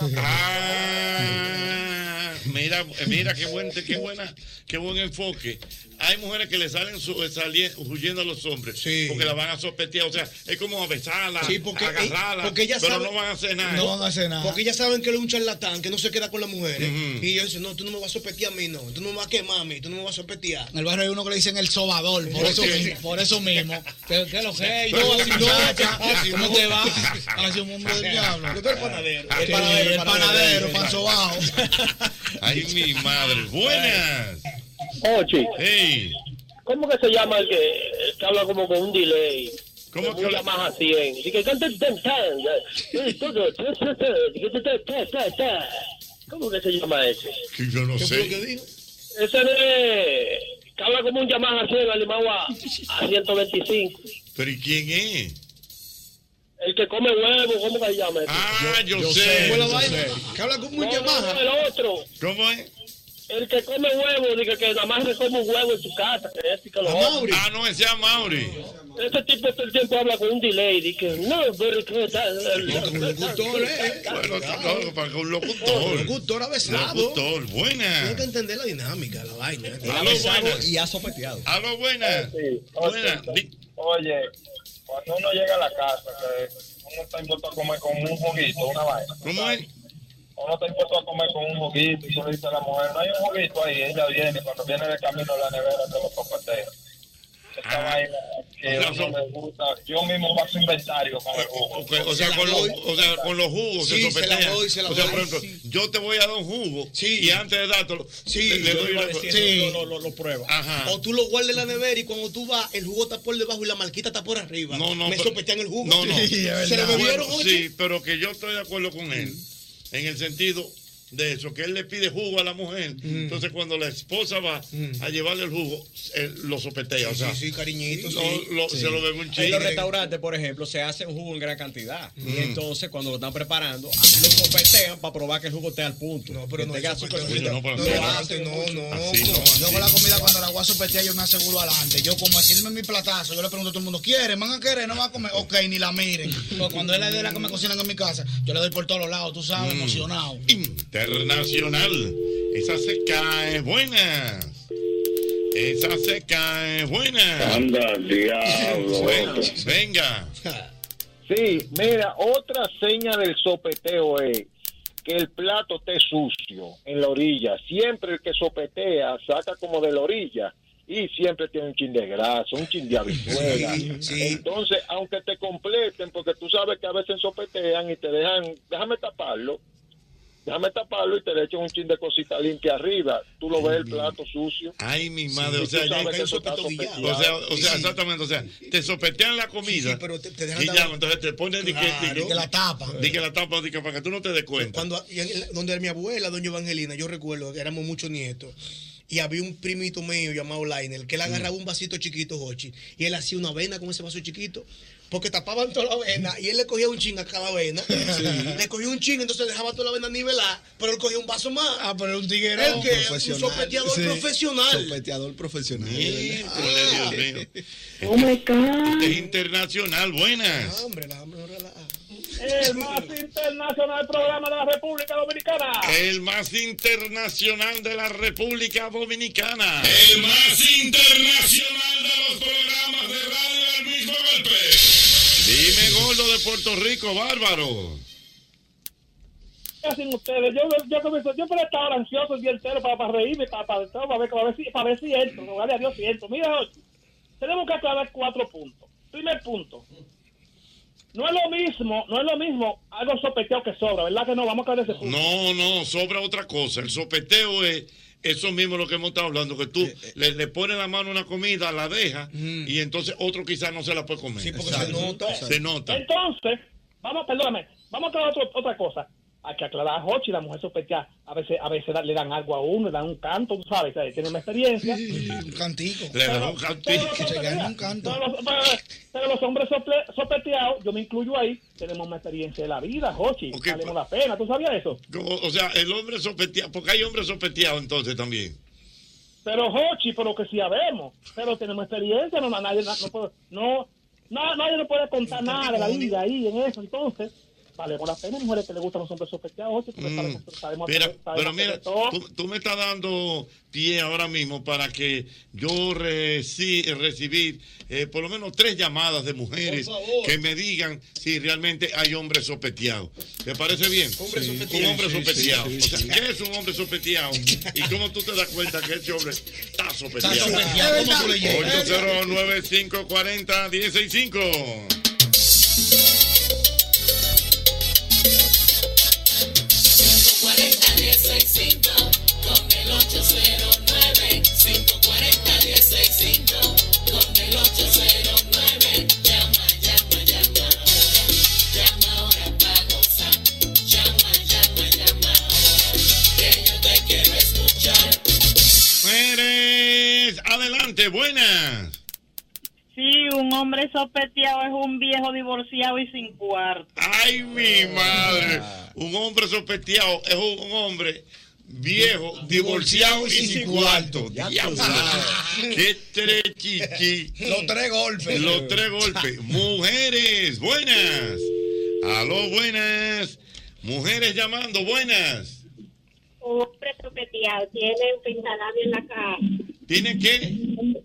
[SPEAKER 21] Mira, mira qué buen, qué buena, qué buen enfoque. Hay mujeres que le salen su- sali- huyendo a los hombres porque la van a sopetear, o sea, es como a besarla,
[SPEAKER 28] Sí, porque, eh,
[SPEAKER 21] agarrarla,
[SPEAKER 28] porque ellas
[SPEAKER 21] Ah, pero
[SPEAKER 28] saben-
[SPEAKER 21] no van a hacer nada.
[SPEAKER 28] No van a hacer nada. Porque ya saben que él es un charlatán, que no se queda con las mujeres. Y ellos dicen, no, tú no me vas a sopetear a mí, no. Tú no me vas a quemar a mí, tú no me vas a sopetear.
[SPEAKER 4] En el barrio hay uno que le dicen el sobador, por eso
[SPEAKER 28] Sí.
[SPEAKER 4] mismo, por eso mismo. Que, que lo que,
[SPEAKER 28] Pero-
[SPEAKER 4] no, no,
[SPEAKER 28] Así
[SPEAKER 4] ¿cómo
[SPEAKER 28] no.
[SPEAKER 4] te va? Hace un mundo del diablo.
[SPEAKER 28] Yo soy el panadero.
[SPEAKER 4] Sí, el panadero, pan sobao.
[SPEAKER 21] Ay, mi madre. Buenas.
[SPEAKER 10] Ochi.
[SPEAKER 21] Hey.
[SPEAKER 10] Oh, ¿Cómo que se llama el que, el que habla como con un delay?
[SPEAKER 21] ¿Cómo
[SPEAKER 10] que habla? más así, ¿eh? Dice que canta el tan, tan, eh, todo, ta, ta, ta, dice que ta, ta, ta, ta. ¿Cómo que se llama ese?
[SPEAKER 21] Yo no
[SPEAKER 10] fue lo que Ese de... que habla como un Yamaha así, animado a, a 125.
[SPEAKER 21] Pero ¿y quién es?
[SPEAKER 10] El que come huevo, ¿cómo que se llama ese?
[SPEAKER 21] Ah, yo, sé.
[SPEAKER 10] ¿Cómo la
[SPEAKER 21] yo
[SPEAKER 10] vaina?
[SPEAKER 21] sé.
[SPEAKER 10] Que habla como un Yamaha. el otro.
[SPEAKER 21] ¿Cómo es?
[SPEAKER 10] El que come huevo, dice que nada más se come un huevo en su casa, que este y que lo otro.
[SPEAKER 21] Ah, no, ese es Mauri.
[SPEAKER 10] Este tipo todo el tiempo habla con un delay, dice que no, pero que este está...
[SPEAKER 6] eh.
[SPEAKER 21] Bueno, está loco, para que un locutor.
[SPEAKER 28] Locutor avesado.
[SPEAKER 21] Locutor, buenas.
[SPEAKER 28] Tiene que entender la dinámica, la vaina.
[SPEAKER 21] A lo buenas.
[SPEAKER 28] Y ha sopeteado.
[SPEAKER 21] A lo buenas. Buenas.
[SPEAKER 7] Oye, cuando uno llega a la casa, que uno está impuesto a comer con un juguito, una vaina.
[SPEAKER 21] ¿Cómo es?
[SPEAKER 7] Uno está impuesto a comer con un juguito y se le dice a la mujer, no hay un juguito ahí, ella viene, cuando viene de camino a la nevera te lo copetea. Esta vaina que
[SPEAKER 21] Ah. O sea,
[SPEAKER 7] no me gusta, yo mismo paso inventario con el jugo.
[SPEAKER 21] Ok, Pues, o, sea, con los, o sea, con los jugos
[SPEAKER 7] Sí,
[SPEAKER 21] se
[SPEAKER 7] se la
[SPEAKER 21] sopetean.
[SPEAKER 7] doy, se la
[SPEAKER 21] o sea,
[SPEAKER 7] doy.
[SPEAKER 21] por ejemplo, yo te voy a dar un jugo y antes de dártelo, le, le
[SPEAKER 28] yo
[SPEAKER 21] doy
[SPEAKER 28] iba
[SPEAKER 21] una
[SPEAKER 28] a decir,
[SPEAKER 21] Sí.
[SPEAKER 28] lo, lo- lo pruebas.
[SPEAKER 21] Ajá.
[SPEAKER 28] O tú lo guardas en la nevera y cuando tú vas, el jugo está por debajo y la marquita está por arriba.
[SPEAKER 21] No, no,
[SPEAKER 28] Me
[SPEAKER 21] pero-
[SPEAKER 28] sopetean el jugo.
[SPEAKER 21] No, no.
[SPEAKER 28] Se lo bebieron
[SPEAKER 21] Bueno,
[SPEAKER 28] oye. Mm.
[SPEAKER 21] Sí, pero que yo estoy de acuerdo con él en el sentido de eso, que él le pide jugo a la mujer.
[SPEAKER 28] Mm.
[SPEAKER 21] Entonces, cuando la esposa va a llevarle el jugo, él lo sopetea. o sea,
[SPEAKER 28] sí, sí, cariñito,
[SPEAKER 21] lo-
[SPEAKER 28] sí.
[SPEAKER 21] lo-
[SPEAKER 28] Sí.
[SPEAKER 21] Se lo bebe un
[SPEAKER 28] Ahí
[SPEAKER 1] En
[SPEAKER 21] chico.
[SPEAKER 1] los restaurantes, por ejemplo, se hace un jugo en gran cantidad. Y
[SPEAKER 21] Mm.
[SPEAKER 1] entonces, cuando lo están preparando, lo sopetean para probar que el jugo esté al punto. No, pero
[SPEAKER 28] no, eso
[SPEAKER 1] azúcar.
[SPEAKER 28] no,
[SPEAKER 1] suficiente.
[SPEAKER 28] no, pero
[SPEAKER 1] Lo
[SPEAKER 28] no, no,
[SPEAKER 1] hacen
[SPEAKER 28] no,
[SPEAKER 1] mucho.
[SPEAKER 28] no.
[SPEAKER 4] Yo con la comida cuando la voy a sopetear yo me aseguro adelante. Yo como decirme mi platazo, yo le pregunto a todo el mundo, ¿quieren? ¿Van a querer? ¿No van a comer? Ok, ni la miren. Porque cuando él le dé la que me cocinan en mi casa, yo le doy por todos los lados, tú sabes,
[SPEAKER 21] Mm.
[SPEAKER 4] emocionado.
[SPEAKER 21] Internacional. Esa se cae. Buenas. Esa se cae. Buenas.
[SPEAKER 8] Anda, diablo,
[SPEAKER 21] Venga,
[SPEAKER 8] esto.
[SPEAKER 21] Venga.
[SPEAKER 8] Sí, mira, otra seña del sopeteo
[SPEAKER 10] eh,
[SPEAKER 8] es que el plato esté sucio en la orilla. Siempre el que sopetea saca como de la orilla y siempre tiene un chin de grasa, un chin de habichuela. Entonces, aunque te completen, porque tú sabes que a veces sopetean y te dejan, déjame taparlo, déjame taparlo y te le echan un chin de cosita limpia arriba. Tú lo ves el plato sucio.
[SPEAKER 21] Ay, mi madre, o sea, ya hay un
[SPEAKER 8] sopeteado.
[SPEAKER 21] O sea, o sea, exactamente, o sea, te sopetean la comida. y
[SPEAKER 28] dejan
[SPEAKER 21] ya,
[SPEAKER 28] la-
[SPEAKER 21] entonces te ponen de que,
[SPEAKER 28] Claro. De la
[SPEAKER 4] tapa.
[SPEAKER 21] De que la tapa, de que para que tú no te des cuenta.
[SPEAKER 28] Cuando, y en la- donde mi abuela, doña Evangelina, yo recuerdo que éramos muchos nietos. Y había un primito mío llamado Lionel, que él agarraba un vasito chiquito, Jochi, y él hacía una avena con ese vaso chiquito, porque tapaban toda la avena, y él le cogía un chin a cada avena, le cogía un chin, entonces dejaba toda la avena nivelada, pero él cogía un vaso más. Ah, pero era un tiguero.
[SPEAKER 4] tiguerón.
[SPEAKER 28] un sopeteador
[SPEAKER 4] Sí.
[SPEAKER 28] profesional.
[SPEAKER 4] Sopeteador profesional.
[SPEAKER 21] Híjole, Dios mío.
[SPEAKER 10] Oh my God.
[SPEAKER 21] Es internacional, buenas.
[SPEAKER 10] El más internacional programa de la República Dominicana.
[SPEAKER 21] El más internacional de la República Dominicana.
[SPEAKER 20] El más internacional de los programas de radio del mismo golpe.
[SPEAKER 21] Dime, gordo de Puerto Rico, bárbaro.
[SPEAKER 10] ¿Qué hacen ustedes? Yo, yo, comencé- yo para estar ansioso el día entero para, para reírme, para, para, para, ver, para, ver si, para ver si entro, en lugar de adiós si entro. Mira, Jorge, tenemos que aclarar cuatro puntos. Primer punto, no es lo mismo, no es lo mismo algo sospechoso que sobra, ¿verdad que no? Vamos a aclarar ese punto.
[SPEAKER 21] No, no, sobra otra cosa. El sopeteo es eso mismo lo que hemos estado hablando, que tú le, le pones la mano a una comida, la dejas y entonces otro quizás no se la puede comer. Sí, porque se nota. Se nota.
[SPEAKER 10] Entonces, vamos, perdóname, vamos a aclarar otro- otra cosa. Hay que aclarar a Hochi, la mujer sospecha. A veces, a veces da- le dan algo a uno, le dan un canto, tú sabes, ¿sabes? tiene una experiencia. un cantico.
[SPEAKER 21] Le dan un cantico.
[SPEAKER 10] Se un canto. Pero los, pero- pero los hombres sople- sospechados, yo me incluyo ahí, tenemos una experiencia de la vida, Hochi. valemos la pena, ¿tú sabías eso?
[SPEAKER 21] pues. O, o sea, el hombre sopeteado, porque hay hombres sopeteados entonces también.
[SPEAKER 10] Pero Hochi, pero que sí sabemos. Pero tenemos experiencia, no, nadie, no, no puede- no, no, nadie nos puede contar nada de la vida ahí en eso. Entonces, vale con la pena, mujeres que le gustan los hombres sospechados, Hochi, porque
[SPEAKER 21] Mm.
[SPEAKER 10] sabemos, sabemos,
[SPEAKER 21] Mira,
[SPEAKER 10] sabemos
[SPEAKER 21] pero
[SPEAKER 10] hacer
[SPEAKER 21] mira,
[SPEAKER 10] de todo.
[SPEAKER 21] tú, tú me estás dando pie ahora mismo para que yo reci- recibir eh, por lo menos tres llamadas de mujeres
[SPEAKER 6] Por favor.
[SPEAKER 21] que me digan si realmente hay hombres sopeteados. ¿Te parece bien? Un hombre
[SPEAKER 6] Sí, sí,
[SPEAKER 21] sopeteado.
[SPEAKER 6] sí,
[SPEAKER 21] O sea, ¿qué es un hombre sopeteado? ¿Y cómo tú te das cuenta que ese hombre está sopeteado?
[SPEAKER 6] Está sopeteado, ¿cómo tú le llegas?
[SPEAKER 21] 809-540-165.
[SPEAKER 1] con el 809 540 165 con el 809 llama llama llama ahora llama ahora para gozar llama llama llama ahora que yo te quiero escuchar
[SPEAKER 21] Mujeres, adelante, buenas.
[SPEAKER 20] Sí, un hombre sospechado es un viejo divorciado y sin cuarto.
[SPEAKER 21] Ay, mi madre. Un hombre sospeteado es un un hombre viejo, divorciado y sin cuarto. Diablo. Qué tres chichi.
[SPEAKER 4] Los tres golpes.
[SPEAKER 21] Los tres golpes. Mujeres, buenas. Aló, buenas. Mujeres llamando, buenas.
[SPEAKER 19] Un hombre sopeteado tiene un pintalabio en la cara.
[SPEAKER 21] ¿Tiene qué?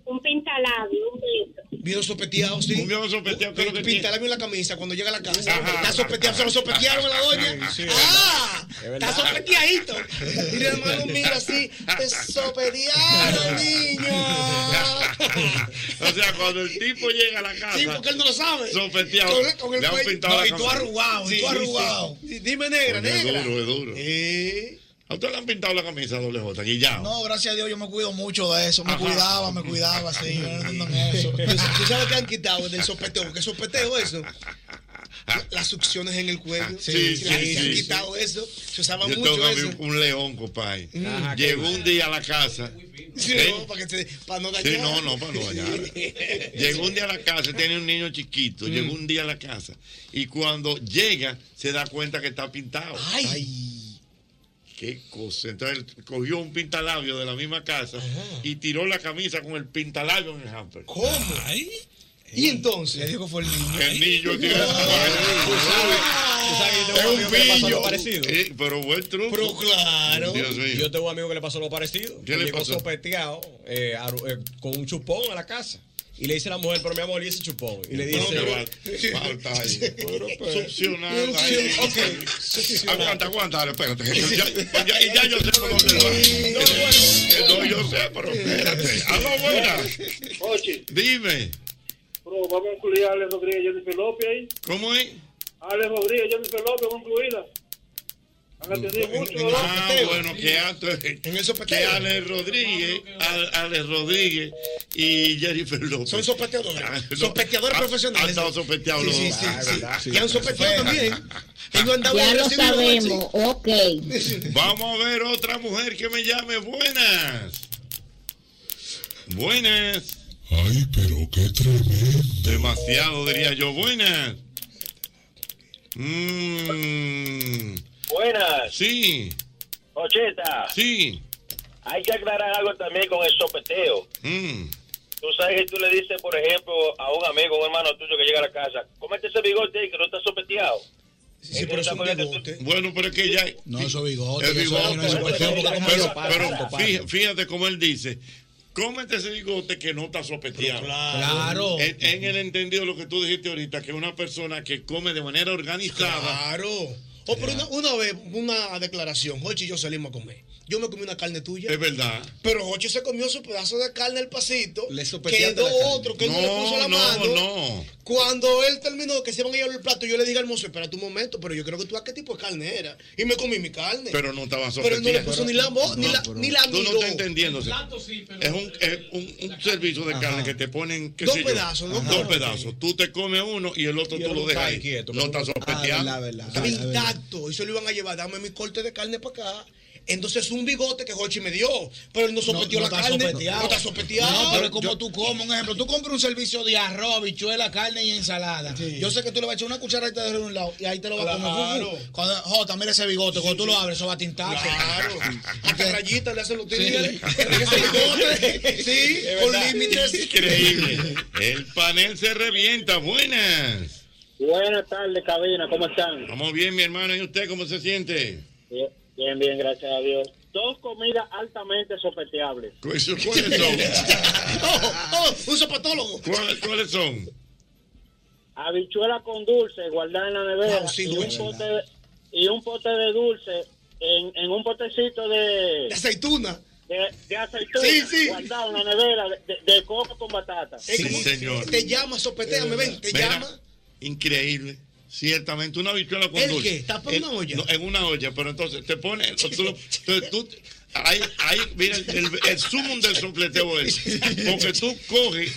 [SPEAKER 19] Un pintalabio, un beso.
[SPEAKER 28] Viejo sopeteado, sí. Un
[SPEAKER 21] viejo sopeteado,
[SPEAKER 28] que Pintarle en la camisa cuando llega a la casa. Ajá. Está sopeteado, se lo sopetearon a la doña. ¡Ah! Está sopeteadito. Y el hermano mira así. Te sopetearon, niño.
[SPEAKER 21] O sea, cuando el tipo llega a la casa.
[SPEAKER 28] Sí, porque él no lo sabe.
[SPEAKER 21] Sopeteado.
[SPEAKER 28] Con el- con el
[SPEAKER 21] le han
[SPEAKER 28] cuello.
[SPEAKER 21] pintado
[SPEAKER 28] No,
[SPEAKER 21] la
[SPEAKER 28] y tú
[SPEAKER 21] cama.
[SPEAKER 28] arrugado, y tú arrugado.
[SPEAKER 10] Dime,
[SPEAKER 28] negra,
[SPEAKER 21] Coño,
[SPEAKER 28] negra.
[SPEAKER 21] Es duro, es duro. ¿A usted le han pintado la camisa doble J? Guillao.
[SPEAKER 4] No, gracias a Dios yo me cuido mucho de eso. Me cuidaba, me cuidaba, sí. yo no ando en eso.
[SPEAKER 28] Pues, ¿Tú sabes qué han quitado del sopeteo? ¿Qué sopeteo es eso? Las succiones en el cuello.
[SPEAKER 21] Ah. Sí,
[SPEAKER 28] La-
[SPEAKER 21] sí,
[SPEAKER 28] se han
[SPEAKER 21] sí,
[SPEAKER 28] quitado eso. Se usaba
[SPEAKER 21] Yo
[SPEAKER 28] mucho
[SPEAKER 21] tengo a mí
[SPEAKER 28] eso.
[SPEAKER 21] un- un león, compadre.
[SPEAKER 28] Ajá,
[SPEAKER 21] Llegó
[SPEAKER 28] Ah, qué
[SPEAKER 21] un día a la casa.
[SPEAKER 28] Sí,
[SPEAKER 21] ¿eh?
[SPEAKER 28] no, para, que te- para no dañar.
[SPEAKER 21] Sí, no, no, para no dañar. Eh, Llegó un día a la casa, tiene un niño
[SPEAKER 28] Mm.
[SPEAKER 21] chiquito, llegó un día a la casa y cuando llega se da cuenta que está pintado. ¡Ay! Qué cosa. Entonces él cogió un pintalabio de la misma casa y tiró la camisa con el pintalabio en el hamper. ¿Cómo?
[SPEAKER 28] Y entonces. Le dijo fue el niño.
[SPEAKER 21] El niño tiró.
[SPEAKER 28] Es un
[SPEAKER 21] pillo.
[SPEAKER 28] parecido.
[SPEAKER 21] Eh, pero buen truco.
[SPEAKER 28] Pero claro.
[SPEAKER 21] Dios mío.
[SPEAKER 6] Yo tengo un amigo que le pasó lo parecido.
[SPEAKER 21] ¿Qué le
[SPEAKER 6] Llegó
[SPEAKER 21] pasó?
[SPEAKER 6] sopeteado eh, aru- eh, con un chupón a la casa. Y le dice a la mujer, pero mi amor, ¿y ese chupón? Y le
[SPEAKER 21] Pero
[SPEAKER 6] dice...
[SPEAKER 21] que va- falta ahí.
[SPEAKER 20] Ah,
[SPEAKER 21] Succionado ahí.
[SPEAKER 6] Ok.
[SPEAKER 21] Aguanta, aguanta, dale, espérate. que yo Ya, pues ya- y ya yo sé por dónde va. Eh, No, yo sé, pero espérate. Aló, buenas.
[SPEAKER 43] Oye,
[SPEAKER 21] Dime,
[SPEAKER 43] bro, vamos a incluir a Alex Rodríguez y Jennifer López ahí.
[SPEAKER 21] ¿cómo es?
[SPEAKER 43] Alex Rodríguez y Jennifer López, vamos a incluirla. Han atendido mucho, ¿no?
[SPEAKER 21] Ah, bueno, que antes. Que Alex Rodríguez, Al- Alex Rodríguez y Jennifer López. Ah, Son
[SPEAKER 28] sopeteadores.
[SPEAKER 21] Sopeteadores
[SPEAKER 28] profesionales.
[SPEAKER 21] Han estado sopeteados los
[SPEAKER 28] Sí,
[SPEAKER 21] dos.
[SPEAKER 28] sí,
[SPEAKER 21] Ah,
[SPEAKER 28] sí.
[SPEAKER 21] ¿verdad?
[SPEAKER 28] Y han sopeteado también. Y no han dado
[SPEAKER 1] ya
[SPEAKER 28] un
[SPEAKER 1] lo
[SPEAKER 28] recibido,
[SPEAKER 1] sabemos ok
[SPEAKER 21] Vamos a ver otra mujer que me llame. Buenas. Buenas.
[SPEAKER 43] Ay, pero qué tremendo.
[SPEAKER 21] Demasiado, diría yo. Buenas. Mm,
[SPEAKER 44] Buenas,
[SPEAKER 21] sí,
[SPEAKER 44] Ocheta.
[SPEAKER 21] sí.
[SPEAKER 44] Hay que aclarar algo también con el sopeteo.
[SPEAKER 21] Mm.
[SPEAKER 44] Tú sabes que tú le dices, por ejemplo, a un amigo, un hermano tuyo que llega a la casa, comete ese bigote ahí que no está sopeteado. Sí, pero es un bigote.
[SPEAKER 21] Bueno, pero es que ya.
[SPEAKER 4] No, eso bigote.
[SPEAKER 21] El
[SPEAKER 4] eso
[SPEAKER 21] bigote,
[SPEAKER 4] ahí no se puede, porque
[SPEAKER 21] pero,
[SPEAKER 4] como
[SPEAKER 21] pero-
[SPEAKER 4] que se para,
[SPEAKER 21] pero
[SPEAKER 4] para, para.
[SPEAKER 21] fí- fíjate, como él dice. Cómete ese bigote que no está sopeteado.
[SPEAKER 45] Claro.
[SPEAKER 21] En, en el entendido de lo que tú dijiste ahorita, que una persona que come de manera organizada.
[SPEAKER 28] Claro. O por una, una vez, una declaración, Jochi y yo salimos a comer. Yo me comí una carne tuya.
[SPEAKER 21] Es verdad.
[SPEAKER 28] Pero Jochi se comió su pedazo de carne al pasito. Le
[SPEAKER 21] sopeteaste
[SPEAKER 28] Quedó
[SPEAKER 21] la carne.
[SPEAKER 28] otro que él no, le
[SPEAKER 21] No,
[SPEAKER 28] puso la
[SPEAKER 21] no,
[SPEAKER 28] mano.
[SPEAKER 21] no.
[SPEAKER 28] Cuando él terminó, que se iban a llevar el plato, yo le dije al mozo, espérate un momento, pero yo creo que tú a qué tipo de carne era. Y me comí mi carne.
[SPEAKER 21] Pero no estaba
[SPEAKER 28] Pero él no le puso
[SPEAKER 21] sopeteado.
[SPEAKER 28] ni la voz, ni
[SPEAKER 21] No,
[SPEAKER 28] la,
[SPEAKER 21] pero
[SPEAKER 28] ni la
[SPEAKER 21] Tú no
[SPEAKER 28] miró.
[SPEAKER 21] estás entendiendo. o sea, es un, es un- un servicio de carne que te ponen. qué
[SPEAKER 28] Dos
[SPEAKER 21] sé yo,
[SPEAKER 28] pedazos, dos
[SPEAKER 21] dos
[SPEAKER 28] pedazos.
[SPEAKER 21] pedazos. Tú te comes uno y el otro tú lo dejas ahí. no
[SPEAKER 28] ah,
[SPEAKER 21] está sopeteado.
[SPEAKER 28] Intacto. Eso lo iban a llevar. Dame mi corte de carne para acá. Entonces un bigote que Jochi me dio. Pero él no sopeteó
[SPEAKER 4] no
[SPEAKER 28] la
[SPEAKER 4] está
[SPEAKER 28] carne.
[SPEAKER 4] sopeteado.
[SPEAKER 28] No está sopeteado.
[SPEAKER 4] No, pero es como tú comes, un ejemplo, tú compras un servicio de arroz, bichuela, carne y ensalada. Yo sé que tú le vas a echar una cucharadita de un lado y ahí te lo vas a comer.
[SPEAKER 28] Claro.
[SPEAKER 4] fu, fu. Cuando, Jota, mira ese bigote, cuando tú lo abres, eso va tintado.
[SPEAKER 28] Claro. Hasta rayitas le hacen los
[SPEAKER 4] Sí.
[SPEAKER 28] tigres. Ese bigote. Sí,
[SPEAKER 21] Es
[SPEAKER 28] con
[SPEAKER 21] verdad.
[SPEAKER 28] límites.
[SPEAKER 21] Increíble. El panel se revienta. Buenas.
[SPEAKER 46] Buenas tardes, cabina, ¿cómo están?
[SPEAKER 21] Vamos bien, mi hermano. ¿Y usted cómo se siente?
[SPEAKER 46] Bien, bien, bien, gracias a Dios. Dos comidas altamente sopeteables.
[SPEAKER 21] ¿Cuáles son?
[SPEAKER 28] Oh, oh, un sopatólogo.
[SPEAKER 21] ¿Cuáles- ¿Cuáles son?
[SPEAKER 46] Habichuela con dulce, guardada en la nevera.
[SPEAKER 28] Ah, sí,
[SPEAKER 46] y, un
[SPEAKER 28] dulce.
[SPEAKER 46] pote de, y un pote de dulce en, en un potecito de...
[SPEAKER 28] De aceituna.
[SPEAKER 46] De, de aceituna.
[SPEAKER 28] Sí, sí.
[SPEAKER 46] Guardado en la nevera, de, de- de coco con batata.
[SPEAKER 21] Sí, señor.
[SPEAKER 28] Te llama, sopeteame, ven, te
[SPEAKER 21] Eh, Mira,
[SPEAKER 28] llama.
[SPEAKER 21] Increíble. Ciertamente, una habichuela con
[SPEAKER 28] ¿El
[SPEAKER 21] dulce.
[SPEAKER 28] qué? ¿Tapa en
[SPEAKER 21] El-
[SPEAKER 28] una olla?
[SPEAKER 21] no, en una olla, pero entonces te pone. Tú, lo- entonces tú- ahí, ahí, mira, el, el, sumum del sopleteo es. Porque tú coges,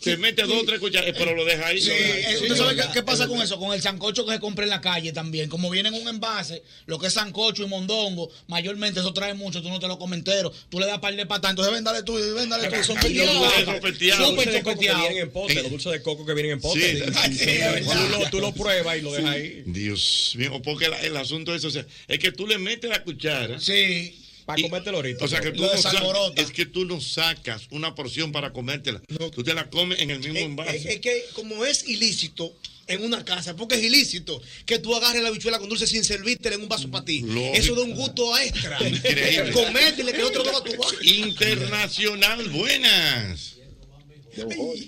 [SPEAKER 21] te metes dos o tres cucharas, pero lo dejas ahí.
[SPEAKER 4] Sí,
[SPEAKER 21] lo dejas ahí.
[SPEAKER 4] eso, ¿Tú sabes qué, qué pasa con eso? Con el sancocho que se compra en la calle también. Como viene en un envase, lo que es sancocho y mondongo, mayormente eso trae mucho, tú no te lo comes entero. Tú le das par de patas, entonces véndale tú, véndale tú. Son
[SPEAKER 6] Los dulces sopeteados.
[SPEAKER 4] Súper
[SPEAKER 6] Dulces de coco que
[SPEAKER 4] sopeteados.
[SPEAKER 6] vienen en pote, los dulces de coco que vienen en pote.
[SPEAKER 21] Sí.
[SPEAKER 6] Sí, sí,
[SPEAKER 21] Sí,
[SPEAKER 6] tú
[SPEAKER 21] verdad.
[SPEAKER 6] lo- Tú lo pruebas y lo dejas
[SPEAKER 21] Sí.
[SPEAKER 6] ahí.
[SPEAKER 21] Dios mío, porque la- el asunto es, o sea, es que tú le metes la cuchara.
[SPEAKER 4] Sí.
[SPEAKER 21] Para comértelo ahorita. O sea, que tú
[SPEAKER 4] Lo
[SPEAKER 21] no sa-
[SPEAKER 4] desalborota.
[SPEAKER 21] es que tú no sacas una porción para comértela. Tú te la comes en el
[SPEAKER 6] Eh,
[SPEAKER 21] mismo envase.
[SPEAKER 28] Es, Eh, es que como es ilícito en una casa, porque es ilícito que tú agarres la bichuela con dulce sin servírtela en un vaso para ti. Eso da un gusto extra.
[SPEAKER 6] eh,
[SPEAKER 21] Increíble.
[SPEAKER 28] Comértele que otro toma tu
[SPEAKER 21] Internacional, buenas.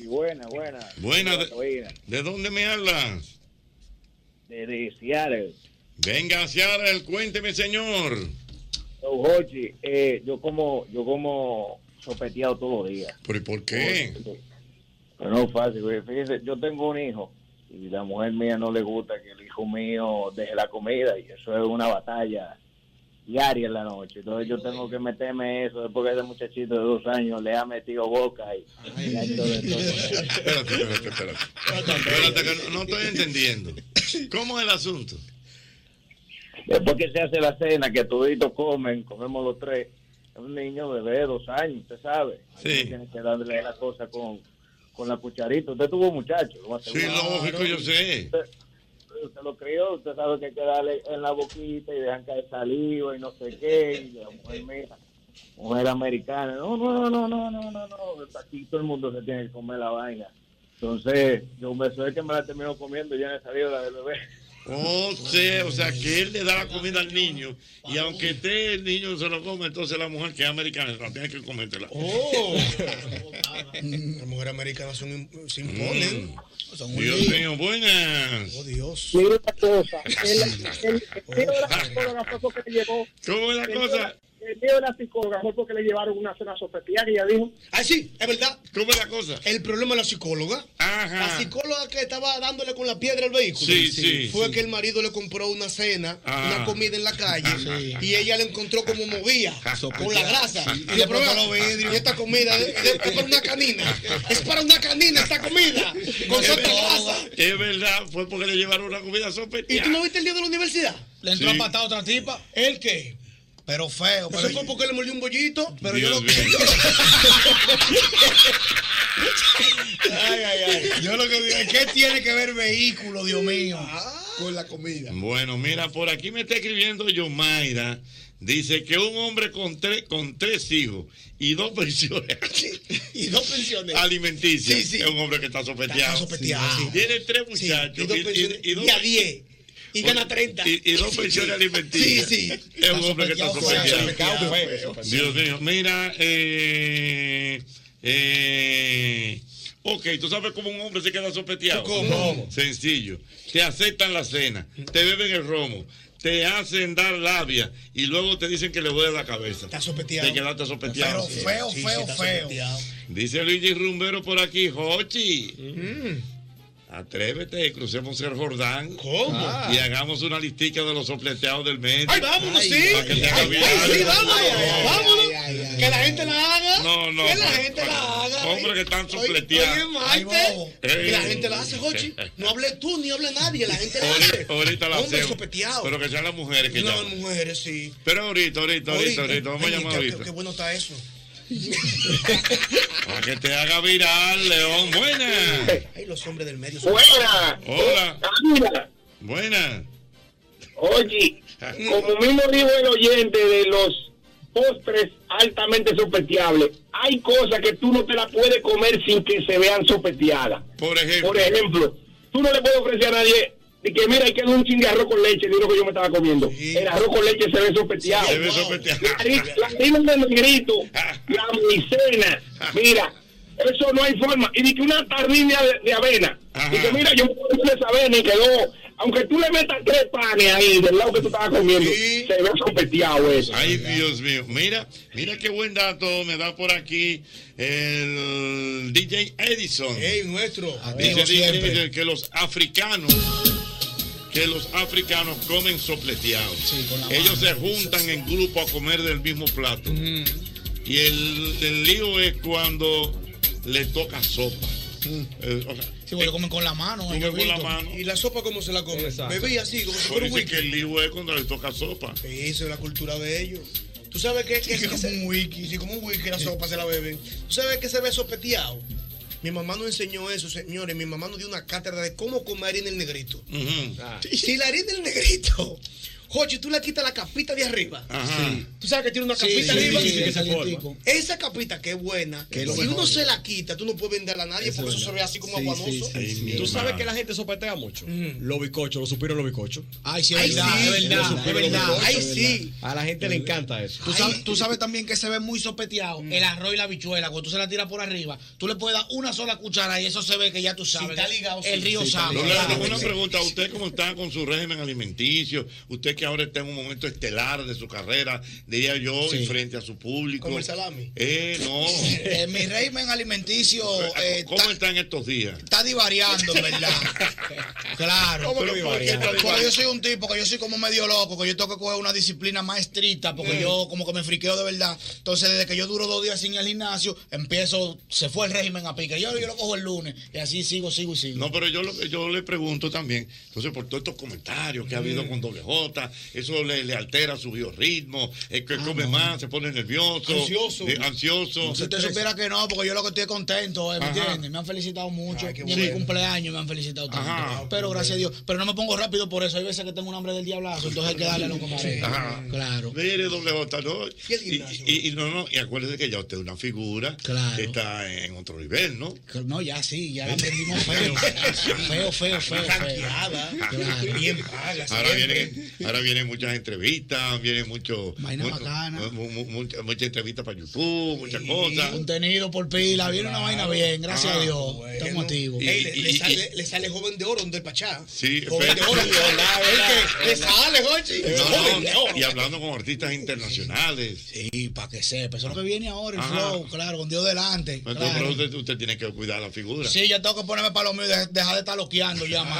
[SPEAKER 10] buena, buena.
[SPEAKER 21] Buenas. ¿De, ¿de dónde me hablas?
[SPEAKER 10] Desde Seattle.
[SPEAKER 21] Venga, Seattle, cuénteme, señor.
[SPEAKER 10] Don Jorge, eh, yo como, yo como sopeteado todos los días.
[SPEAKER 21] ¿Pero y por qué?
[SPEAKER 10] Pero no es fácil, güey. Fíjese, yo tengo un hijo y la mujer mía no le gusta que el hijo mío deje la comida y eso es una batalla diaria en la noche. Entonces yo tengo que meterme eso después que ese muchachito de dos años le ha metido boca y, y ha hecho de todo.
[SPEAKER 21] Espérate, espérate, espérate. Espérate, que no, no estoy entendiendo. ¿Cómo es el asunto?
[SPEAKER 10] Después que se hace la cena, que toditos comen, comemos los tres. Es un niño bebé de dos años, usted sabe.
[SPEAKER 21] Sí.
[SPEAKER 10] Tiene que darle la cosa con, con la cucharita. Usted tuvo muchachos.
[SPEAKER 21] Sí, lógico, yo sé.
[SPEAKER 10] Usted lo crió, usted sabe que hay que darle en la boquita y dejan caer saliva y no sé qué. Y la mujer, mira, mujer americana. No, no, no, no, no, no, no. Aquí todo el mundo se tiene que comer la vaina. Entonces, yo me soy que me la termino comiendo y ya me salió la del bebé.
[SPEAKER 21] O sea, Oh, o sea, que él le da la comida al niño y aunque esté el niño se lo come, entonces la mujer que es americana se la tiene que comértela.
[SPEAKER 28] Oh, Las mujeres americanas son im-
[SPEAKER 21] Mm.
[SPEAKER 28] se imponen. Son un
[SPEAKER 21] Dios
[SPEAKER 28] lío.
[SPEAKER 21] mío, buenas.
[SPEAKER 28] Oh, Dios.
[SPEAKER 46] Mira una cosa. El, el, el mío de la psicóloga fue porque le llevó.
[SPEAKER 21] ¿Cómo es la
[SPEAKER 46] el mío de
[SPEAKER 21] cosa?
[SPEAKER 46] El mío de la psicóloga fue porque le llevaron una cena sopeteada y ella dijo.
[SPEAKER 28] Ah, sí, es verdad.
[SPEAKER 21] ¿Cómo es la cosa?
[SPEAKER 28] El problema es la psicóloga. La psicóloga que estaba dándole con la piedra al vehículo.
[SPEAKER 21] Sí, sí,
[SPEAKER 28] Fue
[SPEAKER 21] sí.
[SPEAKER 28] que el marido le compró una cena,
[SPEAKER 21] Ah.
[SPEAKER 28] una comida en la calle,
[SPEAKER 21] Sí.
[SPEAKER 28] y ella le encontró como movía con la grasa.
[SPEAKER 21] Sí.
[SPEAKER 28] Y Ah, le probó los vidrios. Y esta comida es, es para una canina. Es para una canina esta comida. Con tanta grasa.
[SPEAKER 21] Es verdad, fue porque le llevaron una comida
[SPEAKER 28] ¿Y tú no
[SPEAKER 21] sopeteada.
[SPEAKER 28] viste el día de la universidad?
[SPEAKER 4] Le entró a patada otra tipa.
[SPEAKER 28] ¿El qué? Pero feo. Pero fue porque le mordió un bollito. Pero yo lo.
[SPEAKER 4] Ay, ay, ay. Yo lo que digo, es, ¿qué tiene que ver vehículo, Dios mío, con la comida?
[SPEAKER 21] Bueno, mira, por aquí me está escribiendo Yomaira. Dice que un hombre con tres, con tres hijos y dos pensiones.
[SPEAKER 28] y dos pensiones.
[SPEAKER 21] Alimenticias. Es un hombre que está sopeteado.
[SPEAKER 28] sopeteado, sí.
[SPEAKER 21] Tiene tres muchachos.
[SPEAKER 28] y dos
[SPEAKER 21] y- y-
[SPEAKER 28] pensiones,
[SPEAKER 21] y dos-
[SPEAKER 28] y a diez. Y gana 30.
[SPEAKER 21] Y, y dos pensiones alimenticias.
[SPEAKER 28] Sí, sí.
[SPEAKER 21] Es un hombre que está
[SPEAKER 28] Está pues. sopeteado,
[SPEAKER 21] sopeteado.
[SPEAKER 28] feo,
[SPEAKER 21] Dios mío, mira, eh, ¿Tú sabes cómo un hombre se queda sopeteado?
[SPEAKER 1] ¿Cómo? ¿Cómo?
[SPEAKER 21] Sencillo. Te aceptan la cena, te beben el romo, te hacen dar labia y luego te dicen que le duele la cabeza. Está
[SPEAKER 28] sopeteado.
[SPEAKER 21] Te quedaste sopeteado.
[SPEAKER 28] Pero feo, Sí, sí, feo, está feo. sopeteado.
[SPEAKER 21] Dice Luigi Rumbero por aquí, Jochi.
[SPEAKER 28] Mm.
[SPEAKER 21] Atrévete, crucemos el Jordán. ¿Cómo? Y hagamos una listica de los sopleteados del mes.
[SPEAKER 28] Ay, vámonos, sí.
[SPEAKER 21] Para que te haga
[SPEAKER 28] Ay,
[SPEAKER 21] viral.
[SPEAKER 28] sí, vámonos,
[SPEAKER 21] No.
[SPEAKER 28] vámonos. Que la gente la haga.
[SPEAKER 21] No, no.
[SPEAKER 28] Que la
[SPEAKER 21] pero-
[SPEAKER 28] gente la haga. eh.
[SPEAKER 21] Hombre que están Eh.
[SPEAKER 28] Oye,
[SPEAKER 21] supleteados.
[SPEAKER 28] oye, Maite.
[SPEAKER 21] Ey.
[SPEAKER 28] Que la gente la hace, Jochi. No hable tú, ni hable nadie. La gente la hace.
[SPEAKER 21] Ahorita, ahorita la
[SPEAKER 28] Hombre
[SPEAKER 21] hacemos.
[SPEAKER 28] sopeteado.
[SPEAKER 21] Pero que sean las mujeres que
[SPEAKER 28] No,
[SPEAKER 21] llaman.
[SPEAKER 28] mujeres, sí.
[SPEAKER 21] Pero ahorita, ahorita, ahorita, ahorita. Vamos a
[SPEAKER 28] Ay,
[SPEAKER 21] llamar
[SPEAKER 28] qué-
[SPEAKER 21] ahorita.
[SPEAKER 28] Qué bueno está eso.
[SPEAKER 21] Para que te haga viral, León. Buena.
[SPEAKER 28] Ay, los hombres del medio. son-
[SPEAKER 42] Buena.
[SPEAKER 21] Hola.
[SPEAKER 42] Mira,
[SPEAKER 21] Buena.
[SPEAKER 42] oye, como mismo dijo el oyente de los postres altamente sopeteables, hay cosas que tú no te las puedes comer sin que se vean sopeteadas.
[SPEAKER 21] Por ejemplo.
[SPEAKER 42] Por ejemplo, tú no le puedes ofrecer a nadie de que mira, hay que dar un chingue de arroz con leche, digo que yo me estaba comiendo. El arroz con leche se ve sopeteado.
[SPEAKER 21] Se ve sopeteado.
[SPEAKER 42] La harina- La harina de negrito, la maicena, mira, eso no hay forma. Y de que una tarrina de, de avena, y que mira, yo me puse esa avena y quedó, aunque tú le metas tres panes ahí del lado que tú estabas comiendo, se ve sopeteado eso.
[SPEAKER 21] Ay, Dios mío. Mira, mira qué buen dato me da por aquí el DJ Edison.
[SPEAKER 28] Ey, nuestro.
[SPEAKER 21] Dice, dice
[SPEAKER 28] Activo siempre.
[SPEAKER 21] que los africanos que los africanos comen sopleteados. Ellos se juntan en grupo a comer del mismo plato. Y el, el lío es cuando le toca sopa. Eh, o sea,
[SPEAKER 4] Sí, porque comen con la mano.
[SPEAKER 21] Comen
[SPEAKER 4] ellos
[SPEAKER 21] con la
[SPEAKER 4] gritos.
[SPEAKER 21] mano.
[SPEAKER 28] Mm. ¿Y la sopa cómo se la come? Bebí así, como si
[SPEAKER 21] Pero
[SPEAKER 28] fuera un
[SPEAKER 21] dice
[SPEAKER 28] wiki.
[SPEAKER 21] que el lío es cuando le toca sopa.
[SPEAKER 28] Eso es la cultura de ellos. Tú sabes que, que, que se- sí, como un wiki, la sopa se la beben. Tú sabes que se ve sopeteado. Mi mamá nos enseñó eso, señores. Mi mamá nos dio una cátedra de cómo comer harina del negrito. Si la harina del negrito, Jochi, tú le quitas la capita de arriba.
[SPEAKER 21] Ajá.
[SPEAKER 28] Tú sabes que tiene una
[SPEAKER 1] Sí,
[SPEAKER 28] capita
[SPEAKER 1] sí,
[SPEAKER 28] arriba.
[SPEAKER 1] sí, sí, que se forma.
[SPEAKER 28] Esa capita que es buena.
[SPEAKER 1] Que es lo
[SPEAKER 28] si
[SPEAKER 1] mejor.
[SPEAKER 28] uno se la quita, tú no puedes venderla a nadie porque eso se ve así como aguadoso.
[SPEAKER 1] Tú sabes que la gente sopetea mucho. Los bicochos, los suspiros, los bicochos.
[SPEAKER 28] Ay,
[SPEAKER 1] sí,
[SPEAKER 28] es Ay, verdad, sí, es verdad,
[SPEAKER 1] Los
[SPEAKER 28] es
[SPEAKER 1] suspiros, los
[SPEAKER 28] verdad.
[SPEAKER 1] bicochos,
[SPEAKER 28] Ay,
[SPEAKER 1] es
[SPEAKER 28] sí.
[SPEAKER 1] verdad. A la gente le encanta eso.
[SPEAKER 4] Tú sabes, tú sabes también que se ve muy sopeteado
[SPEAKER 28] Mm.
[SPEAKER 4] el arroz y la habichuela. Cuando tú se la tiras por arriba, tú le puedes dar una sola cuchara y eso se ve que ya tú sabes.
[SPEAKER 28] está ligado,
[SPEAKER 4] el
[SPEAKER 28] sí.
[SPEAKER 4] río
[SPEAKER 21] Sí,
[SPEAKER 4] sabe.
[SPEAKER 21] Lola,
[SPEAKER 4] Claro.
[SPEAKER 21] tengo una pregunta. ¿Usted cómo está con su régimen alimenticio? Usted que ahora está en un momento estelar de su carrera, diría yo, y frente a su público.
[SPEAKER 4] Como el salami.
[SPEAKER 21] Eh, no.
[SPEAKER 4] Eh, mi régimen alimenticio eh,
[SPEAKER 21] ¿Cómo están estos días?
[SPEAKER 4] está divariando, en verdad. Claro.
[SPEAKER 21] ¿Cómo que por qué está
[SPEAKER 4] Porque yo
[SPEAKER 21] divariando?
[SPEAKER 4] soy un tipo que yo soy como medio loco, que yo tengo que coger una disciplina más estricta, porque
[SPEAKER 28] Mm.
[SPEAKER 4] yo como que me friqueo de verdad. Entonces, desde que yo duro dos días sin ir al gimnasio, empiezo, se fue el régimen a pique. Yo, yo lo cojo el lunes y así sigo, sigo y sigo.
[SPEAKER 21] No, pero yo, lo que- yo le pregunto también, entonces por todos estos comentarios que ha habido con doble J, eso le, le altera su biorritmo, es que come más, se pone nervioso,
[SPEAKER 4] Ansioso.
[SPEAKER 21] eh, Ah, ansioso.
[SPEAKER 4] Si usted supiera que no, porque yo lo que estoy es contento, eh, ¿me
[SPEAKER 21] Ajá.
[SPEAKER 4] entiendes? Me han felicitado mucho.
[SPEAKER 21] qué
[SPEAKER 4] y en mi
[SPEAKER 21] bueno.
[SPEAKER 4] cumpleaños me han felicitado tanto.
[SPEAKER 21] Ajá.
[SPEAKER 4] Pero gracias a Dios. Pero no me pongo rápido por eso. Hay veces que tengo un hambre del diablazo, entonces hay que darle a los comadres.
[SPEAKER 21] Ajá.
[SPEAKER 4] Claro.
[SPEAKER 21] Mire, doble J, ¿no?
[SPEAKER 4] ¿Y el
[SPEAKER 21] Y, y- y no, no, y acuérdese que ya usted es una figura que está en otro nivel, ¿no?
[SPEAKER 4] No, ya sí, ya la aprendimos feo. Feo, feo, feo. feo. Claro.
[SPEAKER 21] Ahora vienen, ahora vienen muchas entrevistas, vienen mucho,
[SPEAKER 4] Vaina
[SPEAKER 21] mu-
[SPEAKER 4] bacana.
[SPEAKER 21] mu- mu- mucha- muchas entrevistas para YouTube, muchas cosas.
[SPEAKER 4] Contenido por pila, viene una vaina bien, gracias a Dios. Estamos activos.
[SPEAKER 28] Ey, le, le
[SPEAKER 21] Y- y-
[SPEAKER 28] sale, le sale joven de oro, donde el Pachá.
[SPEAKER 21] Sí,
[SPEAKER 28] Joven de
[SPEAKER 21] pero-
[SPEAKER 28] oro. Es que le sale, Jochi.
[SPEAKER 21] Eh, No,
[SPEAKER 28] Joven de
[SPEAKER 21] no,
[SPEAKER 28] oro.
[SPEAKER 21] y hablando con artistas internacionales.
[SPEAKER 4] Sí, para que sepa. Eso es lo que viene ahora, el
[SPEAKER 21] Ajá.
[SPEAKER 4] flow, claro, con Dios delante.
[SPEAKER 21] Ah, pues Entonces,
[SPEAKER 4] claro.
[SPEAKER 21] pero usted, usted tiene que cuidar la figura.
[SPEAKER 4] Sí, ya tengo que ponerme para lo mío y de- dejar de estar loqueando ya, man.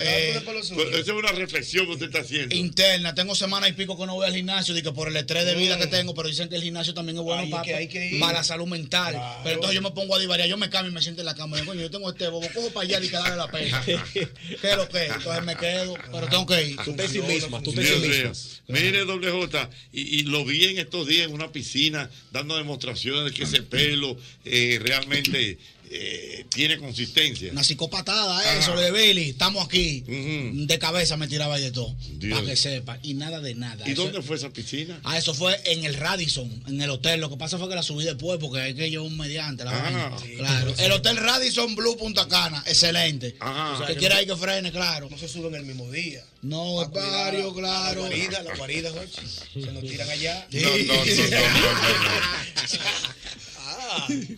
[SPEAKER 4] Eh,
[SPEAKER 21] Pues, esa es una reflexión que usted está haciendo.
[SPEAKER 4] interna, tengo semana y pico que no voy al gimnasio, digo, por el estrés de vida que tengo, pero dicen que el gimnasio también es bueno
[SPEAKER 28] Mm. Ay, es
[SPEAKER 4] para,
[SPEAKER 28] que hay que ir.
[SPEAKER 4] para la salud mental. Pero entonces yo me pongo a divariar, yo me cambio y me siento en la cama, digo, coño, yo tengo este bobo, cojo para allá y que darle la pena. ¿Qué es lo que? es? Entonces me quedo, pero tengo que ir.
[SPEAKER 1] Tú te sí misma, tú te
[SPEAKER 21] Dios
[SPEAKER 1] sí
[SPEAKER 21] mío.
[SPEAKER 1] misma.
[SPEAKER 21] Mire, doble J, y, y lo vi en estos días en una piscina dando demostraciones de que ese pelo eh, realmente eh, tiene consistencia.
[SPEAKER 4] Una psicopatada, eso, de Billy, estamos aquí. De cabeza me tiraba y de todo.
[SPEAKER 21] Dios.
[SPEAKER 4] Para que sepa. Y nada de nada.
[SPEAKER 21] ¿Y
[SPEAKER 4] Eso-
[SPEAKER 21] dónde fue esa piscina?
[SPEAKER 4] Ah, eso fue en el Radisson, en el hotel. Lo que pasa fue que la subí después porque es que yo un mediante la
[SPEAKER 21] Ah,
[SPEAKER 4] vaina.
[SPEAKER 21] sí.
[SPEAKER 4] Claro. El hotel Radisson Blue Punta Cana, excelente.
[SPEAKER 28] O sea,
[SPEAKER 4] que
[SPEAKER 28] que
[SPEAKER 4] quiera
[SPEAKER 28] no-
[SPEAKER 4] ir que frene, claro.
[SPEAKER 28] No se suben el mismo día. Ah,
[SPEAKER 4] No, es
[SPEAKER 28] Cuidado,
[SPEAKER 4] varios, claro.
[SPEAKER 28] La guarida, la guarida, Jochi. Se nos tiran allá.
[SPEAKER 21] No, no, no, no, no, no.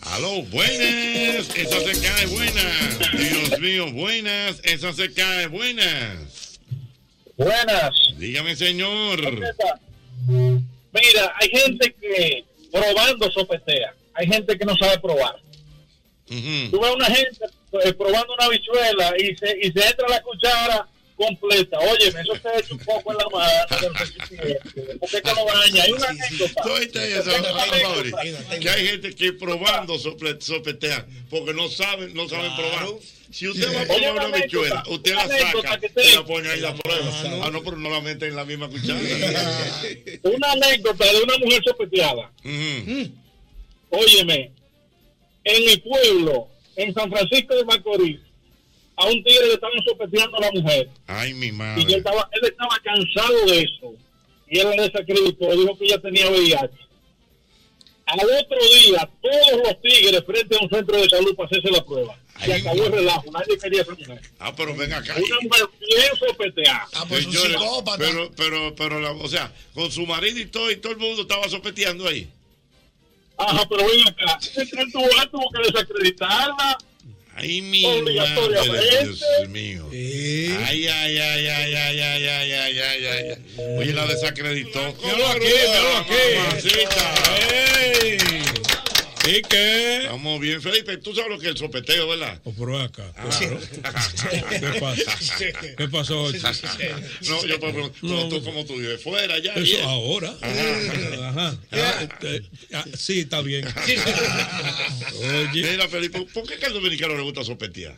[SPEAKER 21] Aló, buenas, esa se cae buenas. Dios mío, buenas, esa se cae buenas.
[SPEAKER 10] Buenas.
[SPEAKER 21] Dígame, señor.
[SPEAKER 10] Mira, hay gente que probando sopetea. Hay gente que no sabe probar. Tú ves una gente eh, probando una bichuela y se, y se entra la cuchara completa. Oye, eso te echa un poco en la mano. ¿Por qué que lo baña? Hay una anécdota.
[SPEAKER 21] Ustedes saben, por favor, que hay gente que probando sople- sopetea porque no saben, no saben probar. Si usted va a
[SPEAKER 10] Oye,
[SPEAKER 21] probar
[SPEAKER 10] una
[SPEAKER 21] una bichuela,
[SPEAKER 10] anécdota,
[SPEAKER 21] usted
[SPEAKER 10] una
[SPEAKER 21] la saca
[SPEAKER 10] anécdota que
[SPEAKER 21] y
[SPEAKER 10] te-
[SPEAKER 21] la pone ahí la prueba. Ah, no, pero no la mete en la misma cuchara.
[SPEAKER 10] una anécdota de una mujer sopeteada. Óyeme, en mi pueblo, en San Francisco de Macorís, a un tigre le estaban sopeteando a la mujer.
[SPEAKER 21] Ay, mi
[SPEAKER 10] Y yo
[SPEAKER 21] madre.
[SPEAKER 10] estaba, él estaba cansado de eso. Y él la desacreditó, dijo que ella tenía VIH. Al otro día, todos los tigres frente a un centro de salud para hacerse la prueba. Se acabó el relajo, nadie quería esa mujer.
[SPEAKER 21] Ah, pero ven acá.
[SPEAKER 10] Una mujer bien sopeteada.
[SPEAKER 21] Señores, Pero, pero, pero, la- o sea, con su marido y todo, y todo el mundo estaba sopeteando ahí.
[SPEAKER 10] Ajá, pero ven acá. Él tuvo, él tuvo que desacreditarla.
[SPEAKER 21] Ay, mi
[SPEAKER 10] Obligatoriamente.
[SPEAKER 21] madre, Dios mío. Ay, ay, ay, ay, ay, ay, ay, ay, ay, ay. Oye, la desacreditó. Míralo aquí, míralo aquí. ¿Y qué? Estamos bien, Felipe. Tú sabes lo que es el sopeteo, ¿verdad?
[SPEAKER 39] O por acá.
[SPEAKER 42] Ah,
[SPEAKER 21] Claro.
[SPEAKER 39] ¿Qué pasa? ¿Qué pasó hoy?
[SPEAKER 21] No, yo puedo preguntar. Como tú, como tú vives fuera ya.
[SPEAKER 39] Eso
[SPEAKER 21] bien.
[SPEAKER 39] ahora. Ajá. Ah, eh, ah, sí, está bien. Oye.
[SPEAKER 21] Mira, Felipe, ¿por qué que al dominicano le gusta sopetear?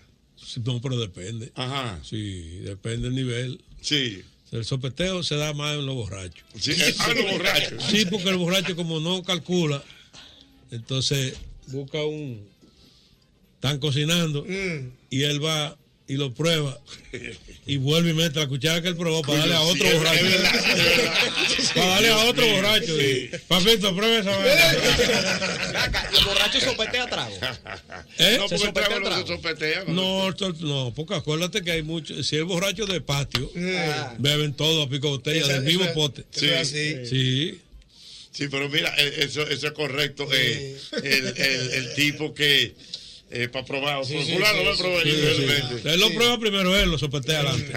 [SPEAKER 39] No, pero depende.
[SPEAKER 21] Ajá.
[SPEAKER 39] Sí, depende del nivel.
[SPEAKER 21] Sí.
[SPEAKER 39] El sopeteo se da más en los borrachos.
[SPEAKER 21] Sí, ah, en los borrachos.
[SPEAKER 39] Sí, porque el borracho como no calcula, entonces busca un... Están cocinando
[SPEAKER 42] Mm.
[SPEAKER 39] y él va y lo prueba y vuelve y mete la cuchara que él probó para darle a
[SPEAKER 21] Sí,
[SPEAKER 39] otro
[SPEAKER 21] es- es
[SPEAKER 39] borracho.
[SPEAKER 21] verdad, es verdad.
[SPEAKER 39] Para darle a
[SPEAKER 21] Dios
[SPEAKER 39] otro
[SPEAKER 21] mío,
[SPEAKER 39] borracho.
[SPEAKER 21] sí. Eh.
[SPEAKER 39] Papito, pruebe esa vaina.
[SPEAKER 21] El borracho sopetea trago.
[SPEAKER 39] ¿Eh?
[SPEAKER 21] No, porque
[SPEAKER 39] ¿Se
[SPEAKER 21] el
[SPEAKER 39] sopetea
[SPEAKER 21] trago no se
[SPEAKER 39] trago?
[SPEAKER 21] sopetea. ¿no?
[SPEAKER 39] No, esto- no, porque acuérdate que hay muchos. Si es borracho de patio, beben todo a pico de botella
[SPEAKER 21] Eh. Esa-
[SPEAKER 39] del mismo
[SPEAKER 21] esa-
[SPEAKER 39] pote.
[SPEAKER 21] eso es así.
[SPEAKER 39] Sí.
[SPEAKER 21] Sí, pero mira, eh, eso, eso es correcto. eh, el, el- el tipo que para probar,
[SPEAKER 39] Sí, sí,
[SPEAKER 21] fulano
[SPEAKER 39] sí,
[SPEAKER 21] va a
[SPEAKER 39] sí.
[SPEAKER 21] probar
[SPEAKER 39] Sí, sí.
[SPEAKER 21] individualmente.
[SPEAKER 39] Él lo prueba primero él, lo sopetea adelante.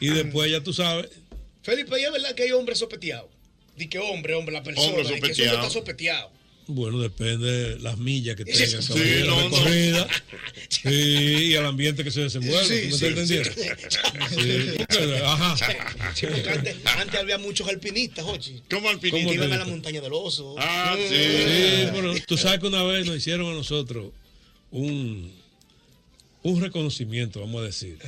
[SPEAKER 39] y después ya tú sabes.
[SPEAKER 28] Felipe, ¿y es verdad que hay hombres sopeteados? Di que hombre, hombre, la persona.
[SPEAKER 39] Hombre
[SPEAKER 28] di que ese
[SPEAKER 39] sopeteado.
[SPEAKER 28] está sopeteado.
[SPEAKER 39] Bueno, depende de las millas que tenga esa
[SPEAKER 28] Sí,
[SPEAKER 39] vaina
[SPEAKER 28] no, no.
[SPEAKER 39] recorrida. Sí, y al ambiente que se desenvuelve.
[SPEAKER 28] Sí,
[SPEAKER 39] ¿tú me
[SPEAKER 28] sí,
[SPEAKER 39] estás entendiendo? Sí, porque, ajá.
[SPEAKER 28] Sí, porque antes, antes había muchos alpinistas, Jochi.
[SPEAKER 21] ¿Cómo
[SPEAKER 28] alpinistas? Que iban a la
[SPEAKER 39] alpinistas? Ah,
[SPEAKER 28] montaña del oso. Mm.
[SPEAKER 39] Sí, pero tú sabes que una vez nos hicieron a nosotros un, un reconocimiento, vamos a decir.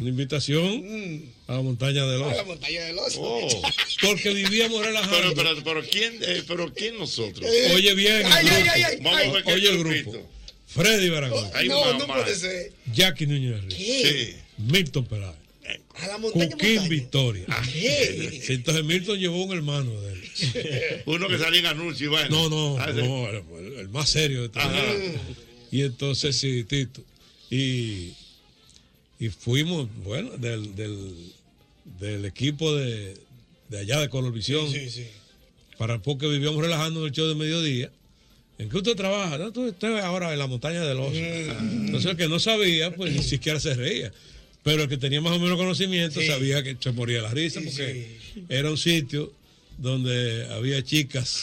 [SPEAKER 39] Una invitación a la montaña de
[SPEAKER 28] A la
[SPEAKER 39] los.
[SPEAKER 28] montaña del oso.
[SPEAKER 39] Porque vivíamos
[SPEAKER 21] Pero,
[SPEAKER 39] relajados.
[SPEAKER 21] pero, pero, ¿quién, eh, pero ¿quién nosotros?
[SPEAKER 39] Eh, Oye bien, el
[SPEAKER 28] Ay, ay,
[SPEAKER 39] grupo.
[SPEAKER 28] ay, ay,
[SPEAKER 21] Vamos a ver qué
[SPEAKER 39] oye el
[SPEAKER 21] grupito.
[SPEAKER 39] grupo. Freddy Baragón.
[SPEAKER 21] Ay,
[SPEAKER 28] no, no
[SPEAKER 21] mamá.
[SPEAKER 28] puede ser.
[SPEAKER 39] Jackie Núñez de Ríos.
[SPEAKER 28] ¿Qué?
[SPEAKER 39] Milton Peláez.
[SPEAKER 28] A la montaña.
[SPEAKER 39] Cuquín Victoria.
[SPEAKER 28] ¿Qué?
[SPEAKER 39] Sí, Entonces Milton llevó un hermano de él.
[SPEAKER 21] Uno que salía en anuncio y vaina.
[SPEAKER 39] Eh. No, no,
[SPEAKER 21] Ah, sí.
[SPEAKER 39] no, el, el más serio de todos.
[SPEAKER 21] Ajá.
[SPEAKER 39] Y entonces sí, Tito. Y, y fuimos, bueno, del, del, del equipo de, de allá de Colorvisión.
[SPEAKER 28] Sí, sí.
[SPEAKER 39] Para porque vivíamos relajando en el show de mediodía. ¿En qué usted trabaja? No, tú- usted ahora en la montaña del oso.
[SPEAKER 21] Mm.
[SPEAKER 39] Entonces el que no sabía, pues ni siquiera se reía. Pero el que tenía más o menos conocimiento sabía que se moría la risa porque era un sitio donde había chicas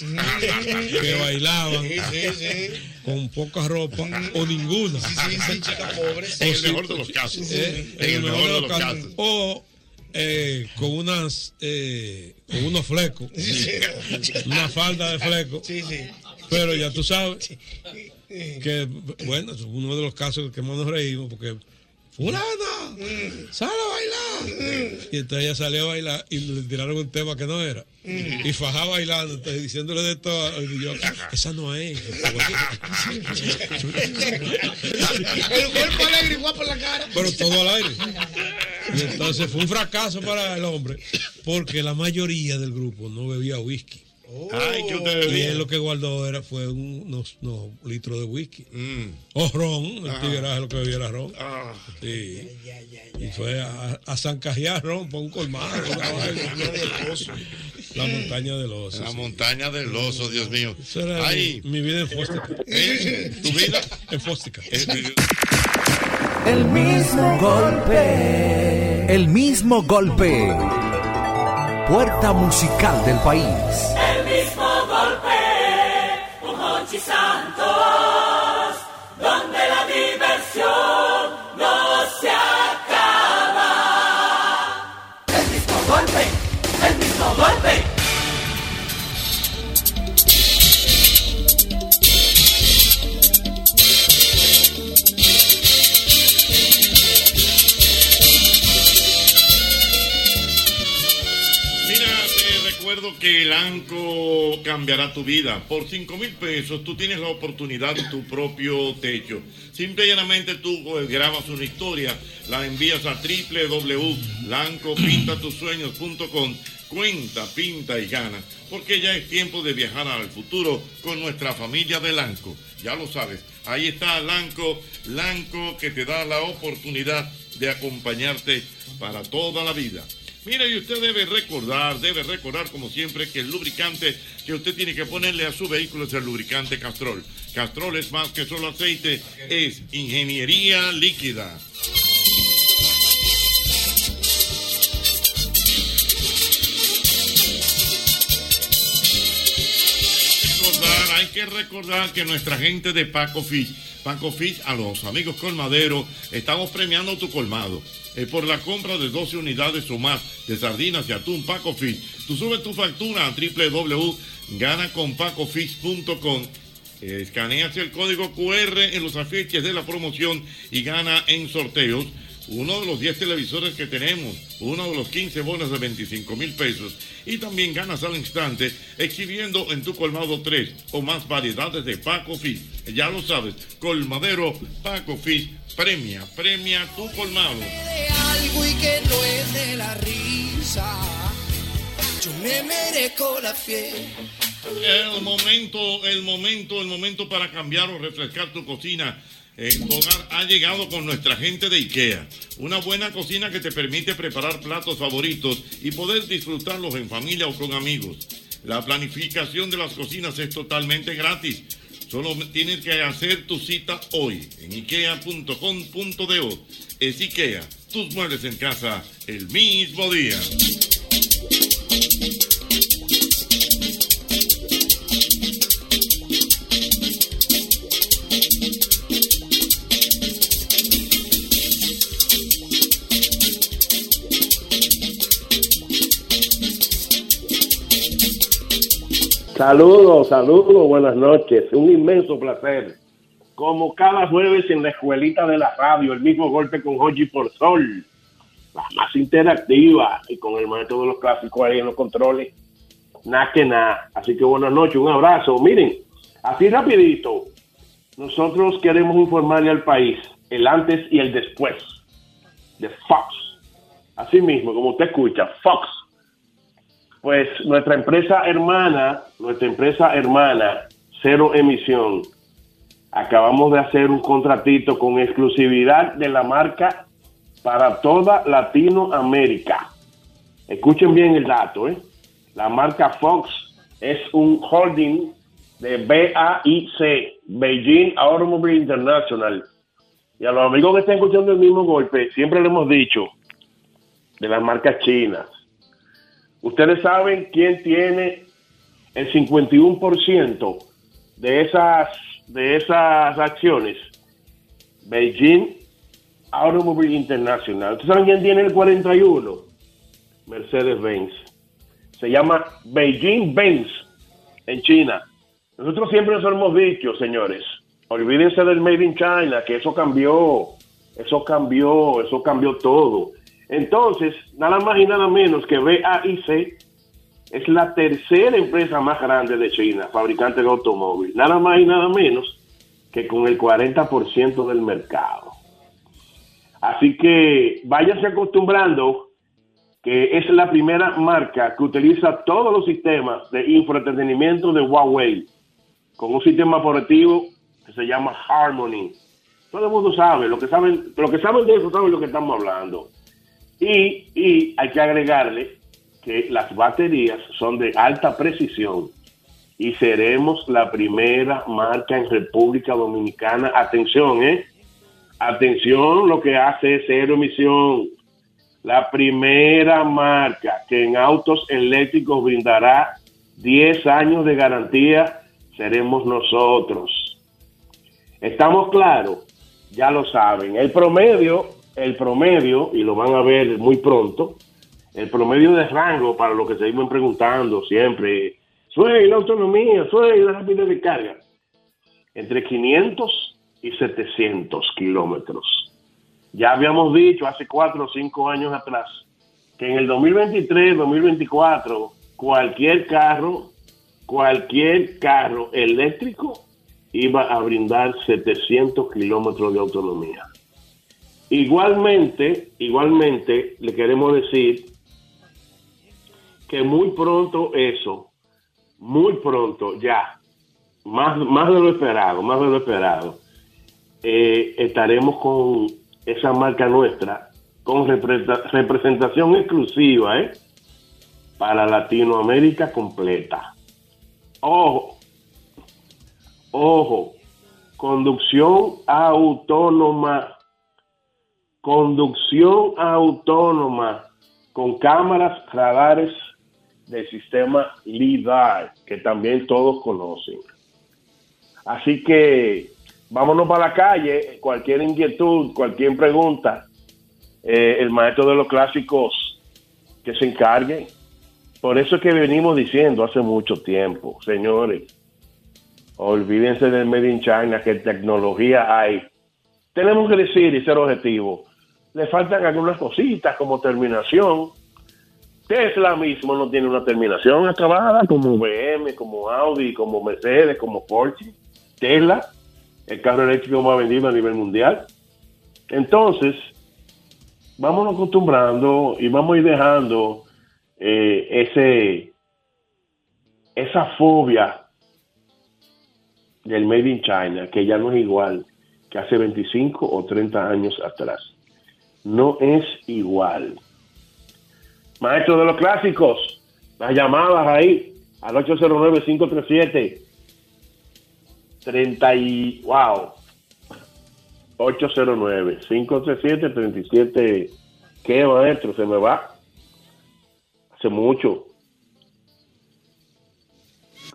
[SPEAKER 39] que bailaban
[SPEAKER 28] Sí, sí, sí.
[SPEAKER 39] con poca ropa o ninguna.
[SPEAKER 28] Sí, sí, chicas pobres.
[SPEAKER 39] O si- Eh, en el mejor de los casos. O eh, con unas eh, con unos flecos. Una falda de fleco. Pero ya tú sabes que, bueno, es uno de los casos que más nos reímos porque ¡Fulana! ¡Sal a bailar! Y entonces ella salió a bailar y le tiraron un tema que no era. Y fajaba bailando, entonces diciéndole de todo. a- Y yo, esa no es.
[SPEAKER 28] El cuerpo alegre y guapo en la cara.
[SPEAKER 39] pero todo al aire. Y entonces fue un fracaso para el hombre, porque la mayoría del grupo no bebía whisky.
[SPEAKER 21] Oh. Ay, ¿qué usted
[SPEAKER 39] Y
[SPEAKER 21] bebía?
[SPEAKER 39] él lo que guardó era fue un- unos, unos litros de whisky. O ron, el
[SPEAKER 21] Mm. Ajá.
[SPEAKER 39] tigreaje lo que bebía era ron.
[SPEAKER 21] Ah.
[SPEAKER 39] Sí. Y fue a, a zancajear ron para un colmado. una vaina. La montaña del oso.
[SPEAKER 21] Mm. La montaña del oso, Dios mío.
[SPEAKER 39] Esa era
[SPEAKER 21] Ay,
[SPEAKER 39] mi, mi vida en Fóstica.
[SPEAKER 21] tu vida.
[SPEAKER 39] En Fóstica.
[SPEAKER 1] El mismo golpe.
[SPEAKER 23] El mismo golpe. Puerta musical del país.
[SPEAKER 1] El mismo golpe. Un Hochi Santos. Donde la diversión no se acaba. El mismo golpe. El mismo golpe.
[SPEAKER 21] Mira, te recuerdo que el ANCO cambiará tu vida. Por 5 mil pesos tú tienes la oportunidad de tu propio techo. Simple y llanamente tú eh, grabas una historia, la envías a www.lancopintatusueños.com. Cuenta, pinta y gana. Porque ya es tiempo de viajar al futuro con nuestra familia de Lanco. Ya lo sabes, ahí está Lanco, Lanco que te da la oportunidad de acompañarte para toda la vida. Mira, y usted debe recordar, debe recordar como siempre que el lubricante que usted tiene que ponerle a su vehículo es el lubricante Castrol. Castrol es más que solo aceite, es ingeniería líquida. recordar, hay que recordar que nuestra gente de Paco Fish, Paco Fish a los amigos colmaderos, estamos premiando tu colmado. Eh, por la compra de 12 unidades o más de sardinas y atún Paco Fish, tú subes tu factura a www.ganaconpacofish.com. Eh, Escaneas el código QR en los afiches de la promoción y gana en sorteos uno de los 10 televisores que tenemos, uno de los 15 bonos de 25 mil pesos y también ganas al instante exhibiendo en tu colmado 3 o más variedades de Paco Fish. Ya lo sabes, colmadero Paco Fish premia, premia tu colmado.
[SPEAKER 1] de algo y que no es de la risa. Yo me merezco la fiel.
[SPEAKER 21] El momento, el momento, el momento para cambiar o refrescar tu cocina. Eh, tu hogar ha llegado con nuestra gente de IKEA. Una buena cocina que te permite preparar platos favoritos y poder disfrutarlos en familia o con amigos. La planificación de las cocinas es totalmente gratis. Solo tienes que hacer tu cita hoy en ikea.com.do. Es IKEA, tus muebles en casa el mismo día.
[SPEAKER 15] Saludos, saludos, buenas noches. Un inmenso placer. Como cada jueves en la escuelita de la radio, el mismo golpe con Hoji por Sol, la más interactiva y con el maestro de los clásicos ahí en los controles. Nada que nada. Así que buenas noches, un abrazo. Miren, así rapidito, nosotros queremos informarle al país el antes y el después de Fox. Así mismo, como usted escucha, Fox pues nuestra empresa hermana, nuestra empresa hermana, Cero Emisión, acabamos de hacer un contratito con exclusividad de la marca para toda Latinoamérica. Escuchen bien el dato, ¿eh? La marca Fox es un holding de BAIC, Beijing Automobile International. Y a los amigos que están escuchando el mismo golpe, siempre le hemos dicho de las marcas chinas. Ustedes saben quién tiene el 51% de esas, de esas acciones. Beijing Automobile International. ¿Ustedes saben quién tiene el 41? Mercedes-Benz. Se llama Beijing Benz en China. Nosotros siempre nos hemos dicho, señores, olvídense del Made in China, que eso cambió, eso cambió, eso cambió todo. Entonces, nada más y nada menos que BAIC es la tercera empresa más grande de China, fabricante de automóviles. Nada más y nada menos que con el 40% del mercado. Así que váyase acostumbrando que es la primera marca que utiliza todos los sistemas de infoentretenimiento de Huawei con un sistema operativo que se llama Harmony. Todo el mundo sabe, lo que saben, lo que saben de eso saben lo que estamos hablando. Y, y hay que agregarle que las baterías son de alta precisión y seremos la primera marca en República Dominicana. Atención, ¿eh? Atención, lo que hace es cero emisión. La primera marca que en autos eléctricos brindará 10 años de garantía seremos nosotros. ¿Estamos claros? Ya lo saben. El promedio, el promedio, y lo van a ver muy pronto, el promedio de rango para lo que seguimos preguntando siempre, soy la autonomía, soy la rapidez de carga, entre 500 y 700 kilómetros. Ya habíamos dicho hace cuatro o cinco años atrás que en el 2023, 2024, cualquier carro, cualquier carro eléctrico iba a brindar 700 kilómetros de autonomía. Igualmente, igualmente le queremos decir que muy pronto eso, muy pronto ya, más, más de lo esperado, más de lo esperado, eh, estaremos con esa marca nuestra con repreta- representación exclusiva, ¿eh? para Latinoamérica completa. Ojo, ojo, conducción autónoma, conducción autónoma con cámaras, radares del sistema LIDAR, que también todos conocen. Así que vámonos para la calle, cualquier inquietud, cualquier pregunta, eh, el maestro de los clásicos que se encargue. Por eso es que venimos diciendo hace mucho tiempo, señores, olvídense del Made in China, que tecnología hay. Tenemos que decir y ser objetivos. Le faltan algunas cositas como terminación. Tesla mismo no tiene una terminación acabada como BM, como Audi, como Mercedes, como Porsche. Tesla, el carro eléctrico más vendido a nivel mundial. Entonces, vámonos acostumbrando y vamos a ir dejando eh, ese esa fobia del Made in China, que ya no es igual que hace 25 o 30 años atrás. No es igual. Maestro de los clásicos, las llamadas ahí al 809-537. 30 y... ¡Wow! 809-537-37. ¿Qué, maestro? Se me va hace mucho.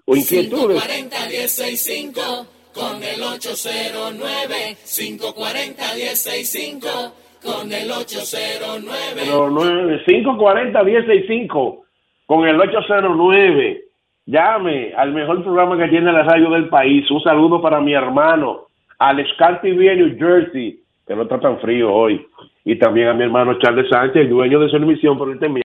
[SPEAKER 15] O inquietudes.
[SPEAKER 1] 540-1065 con el 809-540-1065 con el 809.
[SPEAKER 15] Pero nueve- 540-1065 con el 809. Llame al mejor programa que tiene la radio del país. Un saludo para mi hermano, al TV en New Jersey, que no está tan frío hoy. Y también a mi hermano Charles Sánchez, dueño de su emisión, pero este es mi-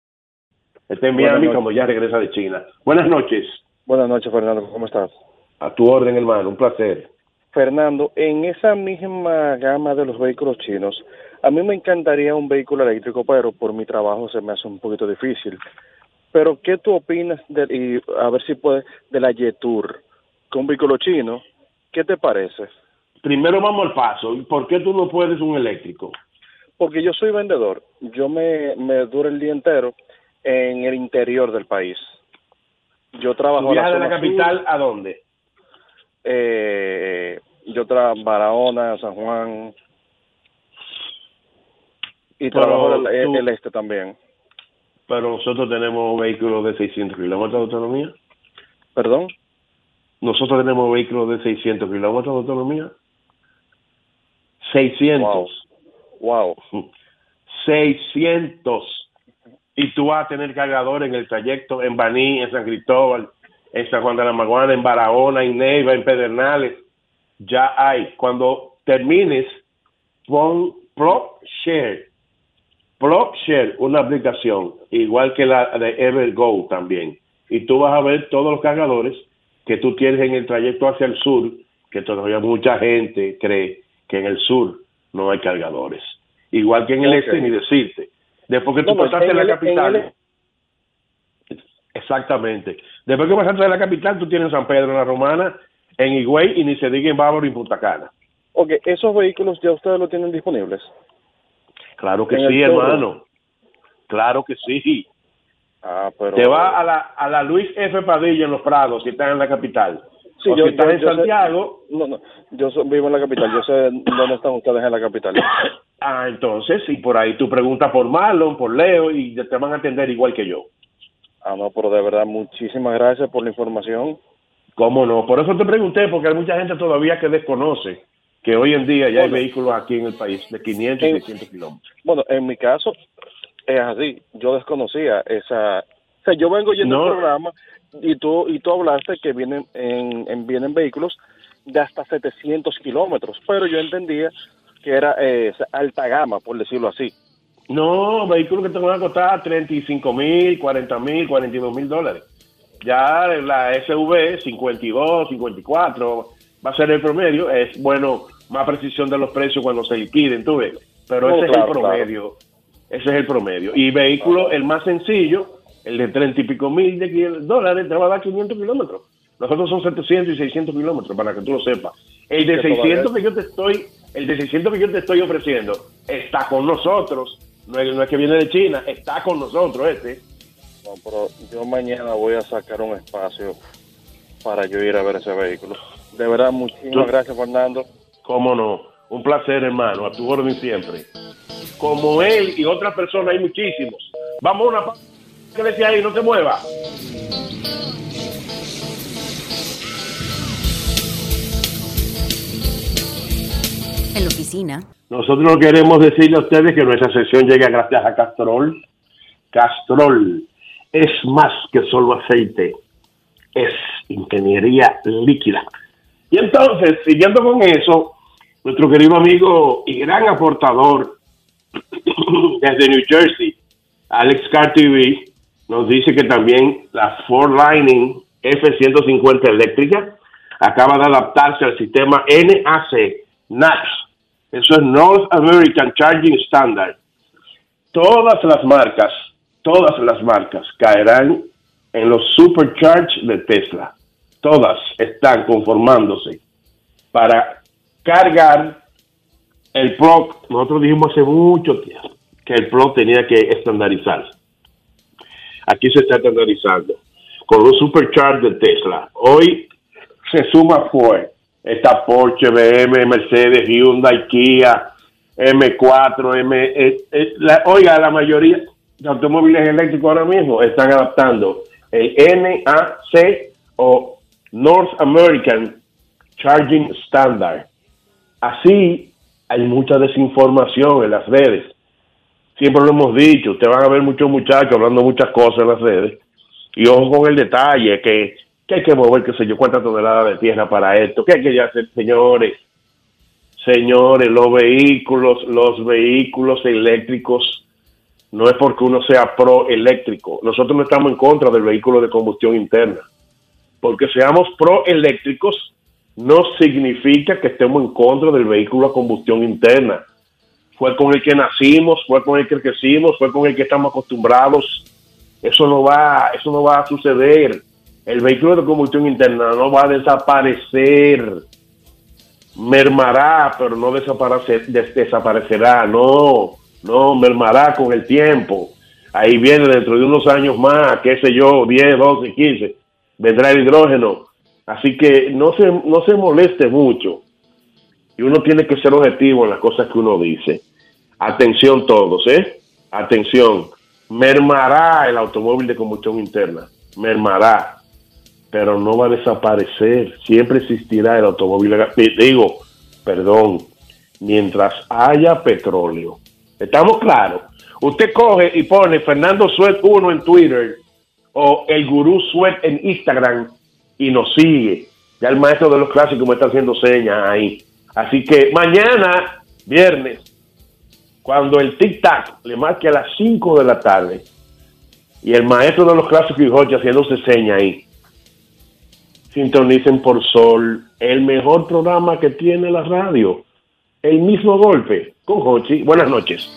[SPEAKER 15] este es
[SPEAKER 47] Buenas
[SPEAKER 15] Miami
[SPEAKER 47] noches.
[SPEAKER 15] cuando ya regresa de China. Buenas noches.
[SPEAKER 47] Buenas noches, Fernando. ¿Cómo estás?
[SPEAKER 15] A tu orden, hermano. Un placer.
[SPEAKER 47] Fernando, en esa misma gama de los vehículos chinos, a mí me encantaría un vehículo eléctrico, pero por mi trabajo se me hace un poquito difícil. Pero, ¿qué tú opinas, de, y a ver si puedes, de la Yetur, que es un vehículo chino? ¿Qué te parece?
[SPEAKER 15] Primero vamos al paso. ¿Y ¿Por qué tú no puedes un eléctrico?
[SPEAKER 47] Porque yo soy vendedor, yo me, me duro el día entero en el interior del país. Yo trabajo
[SPEAKER 15] ¿Tú viajas de la
[SPEAKER 47] zona sur.
[SPEAKER 15] capital a dónde?
[SPEAKER 47] eh, yo trabajo en Barahona, San Juan y
[SPEAKER 15] Pero
[SPEAKER 47] trabajo el,
[SPEAKER 15] tú-
[SPEAKER 47] el este también.
[SPEAKER 15] Pero nosotros tenemos vehículos de 600 kilómetros de autonomía.
[SPEAKER 47] ¿Perdón?
[SPEAKER 15] Nosotros tenemos vehículos de 600 kilómetros de autonomía. 600.
[SPEAKER 47] Wow.
[SPEAKER 15] 600. Y tú vas a tener cargador en el trayecto en Baní, en San Cristóbal, en San Juan de la Maguana, en Barahona, en Neiva, en Pedernales. Ya hay. Cuando termines, pon PropShare. PropShare, una aplicación, igual que la de Evergo también. Y tú vas a ver todos los cargadores que tú tienes en el trayecto hacia el sur, que todavía mucha gente cree que en el sur no hay cargadores. Igual que en el
[SPEAKER 47] Ok.
[SPEAKER 15] este, ni decirte. Después que tú
[SPEAKER 47] No, no,
[SPEAKER 15] pasaste
[SPEAKER 47] en
[SPEAKER 15] la
[SPEAKER 47] el-
[SPEAKER 15] capital.
[SPEAKER 47] en el-
[SPEAKER 15] Exactamente. Después que pasaste de la capital, tú tienes San Pedro en la Romana, en Higüey y ni se diga en Bávaro y en Punta Cana.
[SPEAKER 47] Ok, ¿esos vehículos ya ustedes los tienen disponibles?
[SPEAKER 15] Claro que
[SPEAKER 47] En el
[SPEAKER 15] sí,
[SPEAKER 47] sur.
[SPEAKER 15] hermano. Claro que sí.
[SPEAKER 12] Ah, pero.
[SPEAKER 15] Te va a la, a la Luis F. Padilla en Los Prados, si estás en la capital.
[SPEAKER 12] Sí,
[SPEAKER 15] o
[SPEAKER 12] yo-
[SPEAKER 15] si estás
[SPEAKER 12] yo-
[SPEAKER 15] en
[SPEAKER 12] yo sé-
[SPEAKER 15] Santiago.
[SPEAKER 12] no, no. Yo so- vivo en la capital. Yo sé dónde están ustedes en la capital.
[SPEAKER 15] Ah, entonces, y por ahí tú preguntas por Marlon, por Leo, y te van a atender igual que yo.
[SPEAKER 12] Ah, no, pero de verdad, muchísimas gracias por la información.
[SPEAKER 15] ¿Cómo no? Por eso te pregunté, porque hay mucha gente todavía que desconoce que hoy en día ya hay vehículos aquí en el país de 500 y 600 kilómetros.
[SPEAKER 12] Bueno, en mi caso es así. Yo desconocía esa. O sea, yo vengo yendo
[SPEAKER 15] No.
[SPEAKER 12] al programa y tú y tú hablaste que vienen en, en- vienen vehículos de hasta 700 kilómetros, pero yo entendía que era eh, alta gama, por decirlo así.
[SPEAKER 15] No, vehículos que te van a costar 35 mil, 40 mil, 42 mil dólares. Ya la SUV 52, 54 va a ser el promedio. Es bueno, más precisión de los precios cuando se liquiden, tú ves. Pero
[SPEAKER 12] Oh,
[SPEAKER 15] ese es
[SPEAKER 12] claro,
[SPEAKER 15] el
[SPEAKER 12] claro.
[SPEAKER 15] promedio. Ese es el promedio. Y vehículo, el más sencillo, el de 30 y pico mil de ki- dólares, te va a dar 500 kilómetros. Nosotros son 700 y 600 kilómetros, para que tú lo sepas. El de
[SPEAKER 12] Que
[SPEAKER 15] 600
[SPEAKER 12] todavía-
[SPEAKER 15] que yo te estoy, el de 600 que yo te estoy ofreciendo, está con nosotros. No es, no es que viene de China, está con nosotros este.
[SPEAKER 12] No, pero yo mañana voy a sacar un espacio para yo ir a ver ese vehículo. De verdad, muchísimas
[SPEAKER 15] Tú-
[SPEAKER 12] gracias, Fernando.
[SPEAKER 15] Cómo no. Un placer, hermano. A tu orden siempre. Como él y otras personas, hay muchísimos. Vamos a una pausa. ¿Qué decía ahí? No te muevas.
[SPEAKER 7] En la oficina.
[SPEAKER 15] Nosotros queremos decirle a ustedes que nuestra sesión llega gracias a Castrol. Castrol es más que solo aceite, es ingeniería líquida. Y entonces, siguiendo con eso, nuestro querido amigo y gran aportador desde New Jersey, Alex Car TV, nos dice que también la Ford Lightning F-150 eléctrica acaba de adaptarse al sistema NAC, NACS, eso es North American Charging Standard. Todas las marcas, todas las marcas caerán en los supercharge de Tesla. Todas están conformándose para cargar el Pro. Nosotros dijimos hace mucho tiempo que el Pro tenía que estandarizarse. Aquí se está estandarizando con los supercharge de Tesla. Hoy se suma Ford está Porsche, BM, Mercedes, Hyundai, Kia, M4, M. eh, eh, la- oiga, la mayoría de automóviles eléctricos ahora mismo están adaptando el NAC o North American Charging Standard. Así hay mucha desinformación en las redes. Siempre lo hemos dicho, ustedes van a ver muchos muchachos hablando muchas cosas en las redes. Y ojo con el detalle, que que hay que mover, qué sé yo, cuántas toneladas de tierra para esto, que hay que hacer, señores, señores, los vehículos, los vehículos eléctricos, no es porque uno sea pro eléctrico, nosotros no estamos en contra del vehículo de combustión interna, porque seamos pro eléctricos no significa que estemos en contra del vehículo a combustión interna. Fue con el que nacimos, fue con el que crecimos, fue con el que estamos acostumbrados. Eso no va, eso no va a suceder. El vehículo de combustión interna no va a desaparecer. Mermará, pero no desaparece- des- desaparecerá. No, no, mermará con el tiempo. Ahí viene dentro de unos años más, qué sé yo, 10, 12, 15, vendrá el hidrógeno. Así que no se, no se moleste mucho. Y uno tiene que ser objetivo en las cosas que uno dice. Atención todos, ¿eh? Atención. Mermará el automóvil de combustión interna. Mermará pero no va a desaparecer. Siempre existirá el automóvil. a gas. Di- Digo, perdón, mientras haya petróleo. ¿Estamos claros? Usted coge y pone Fernando Suet 1 en Twitter o el gurú Suet en Instagram y nos sigue. Ya el maestro de los clásicos me está haciendo señas ahí. Así que mañana, viernes, cuando el tic-tac le marque a las 5 de la tarde y el maestro de los clásicos y Jorge haciéndose señas ahí, sintonicen por Sol, el mejor programa que tiene la radio. El mismo golpe con Hochi. Buenas noches.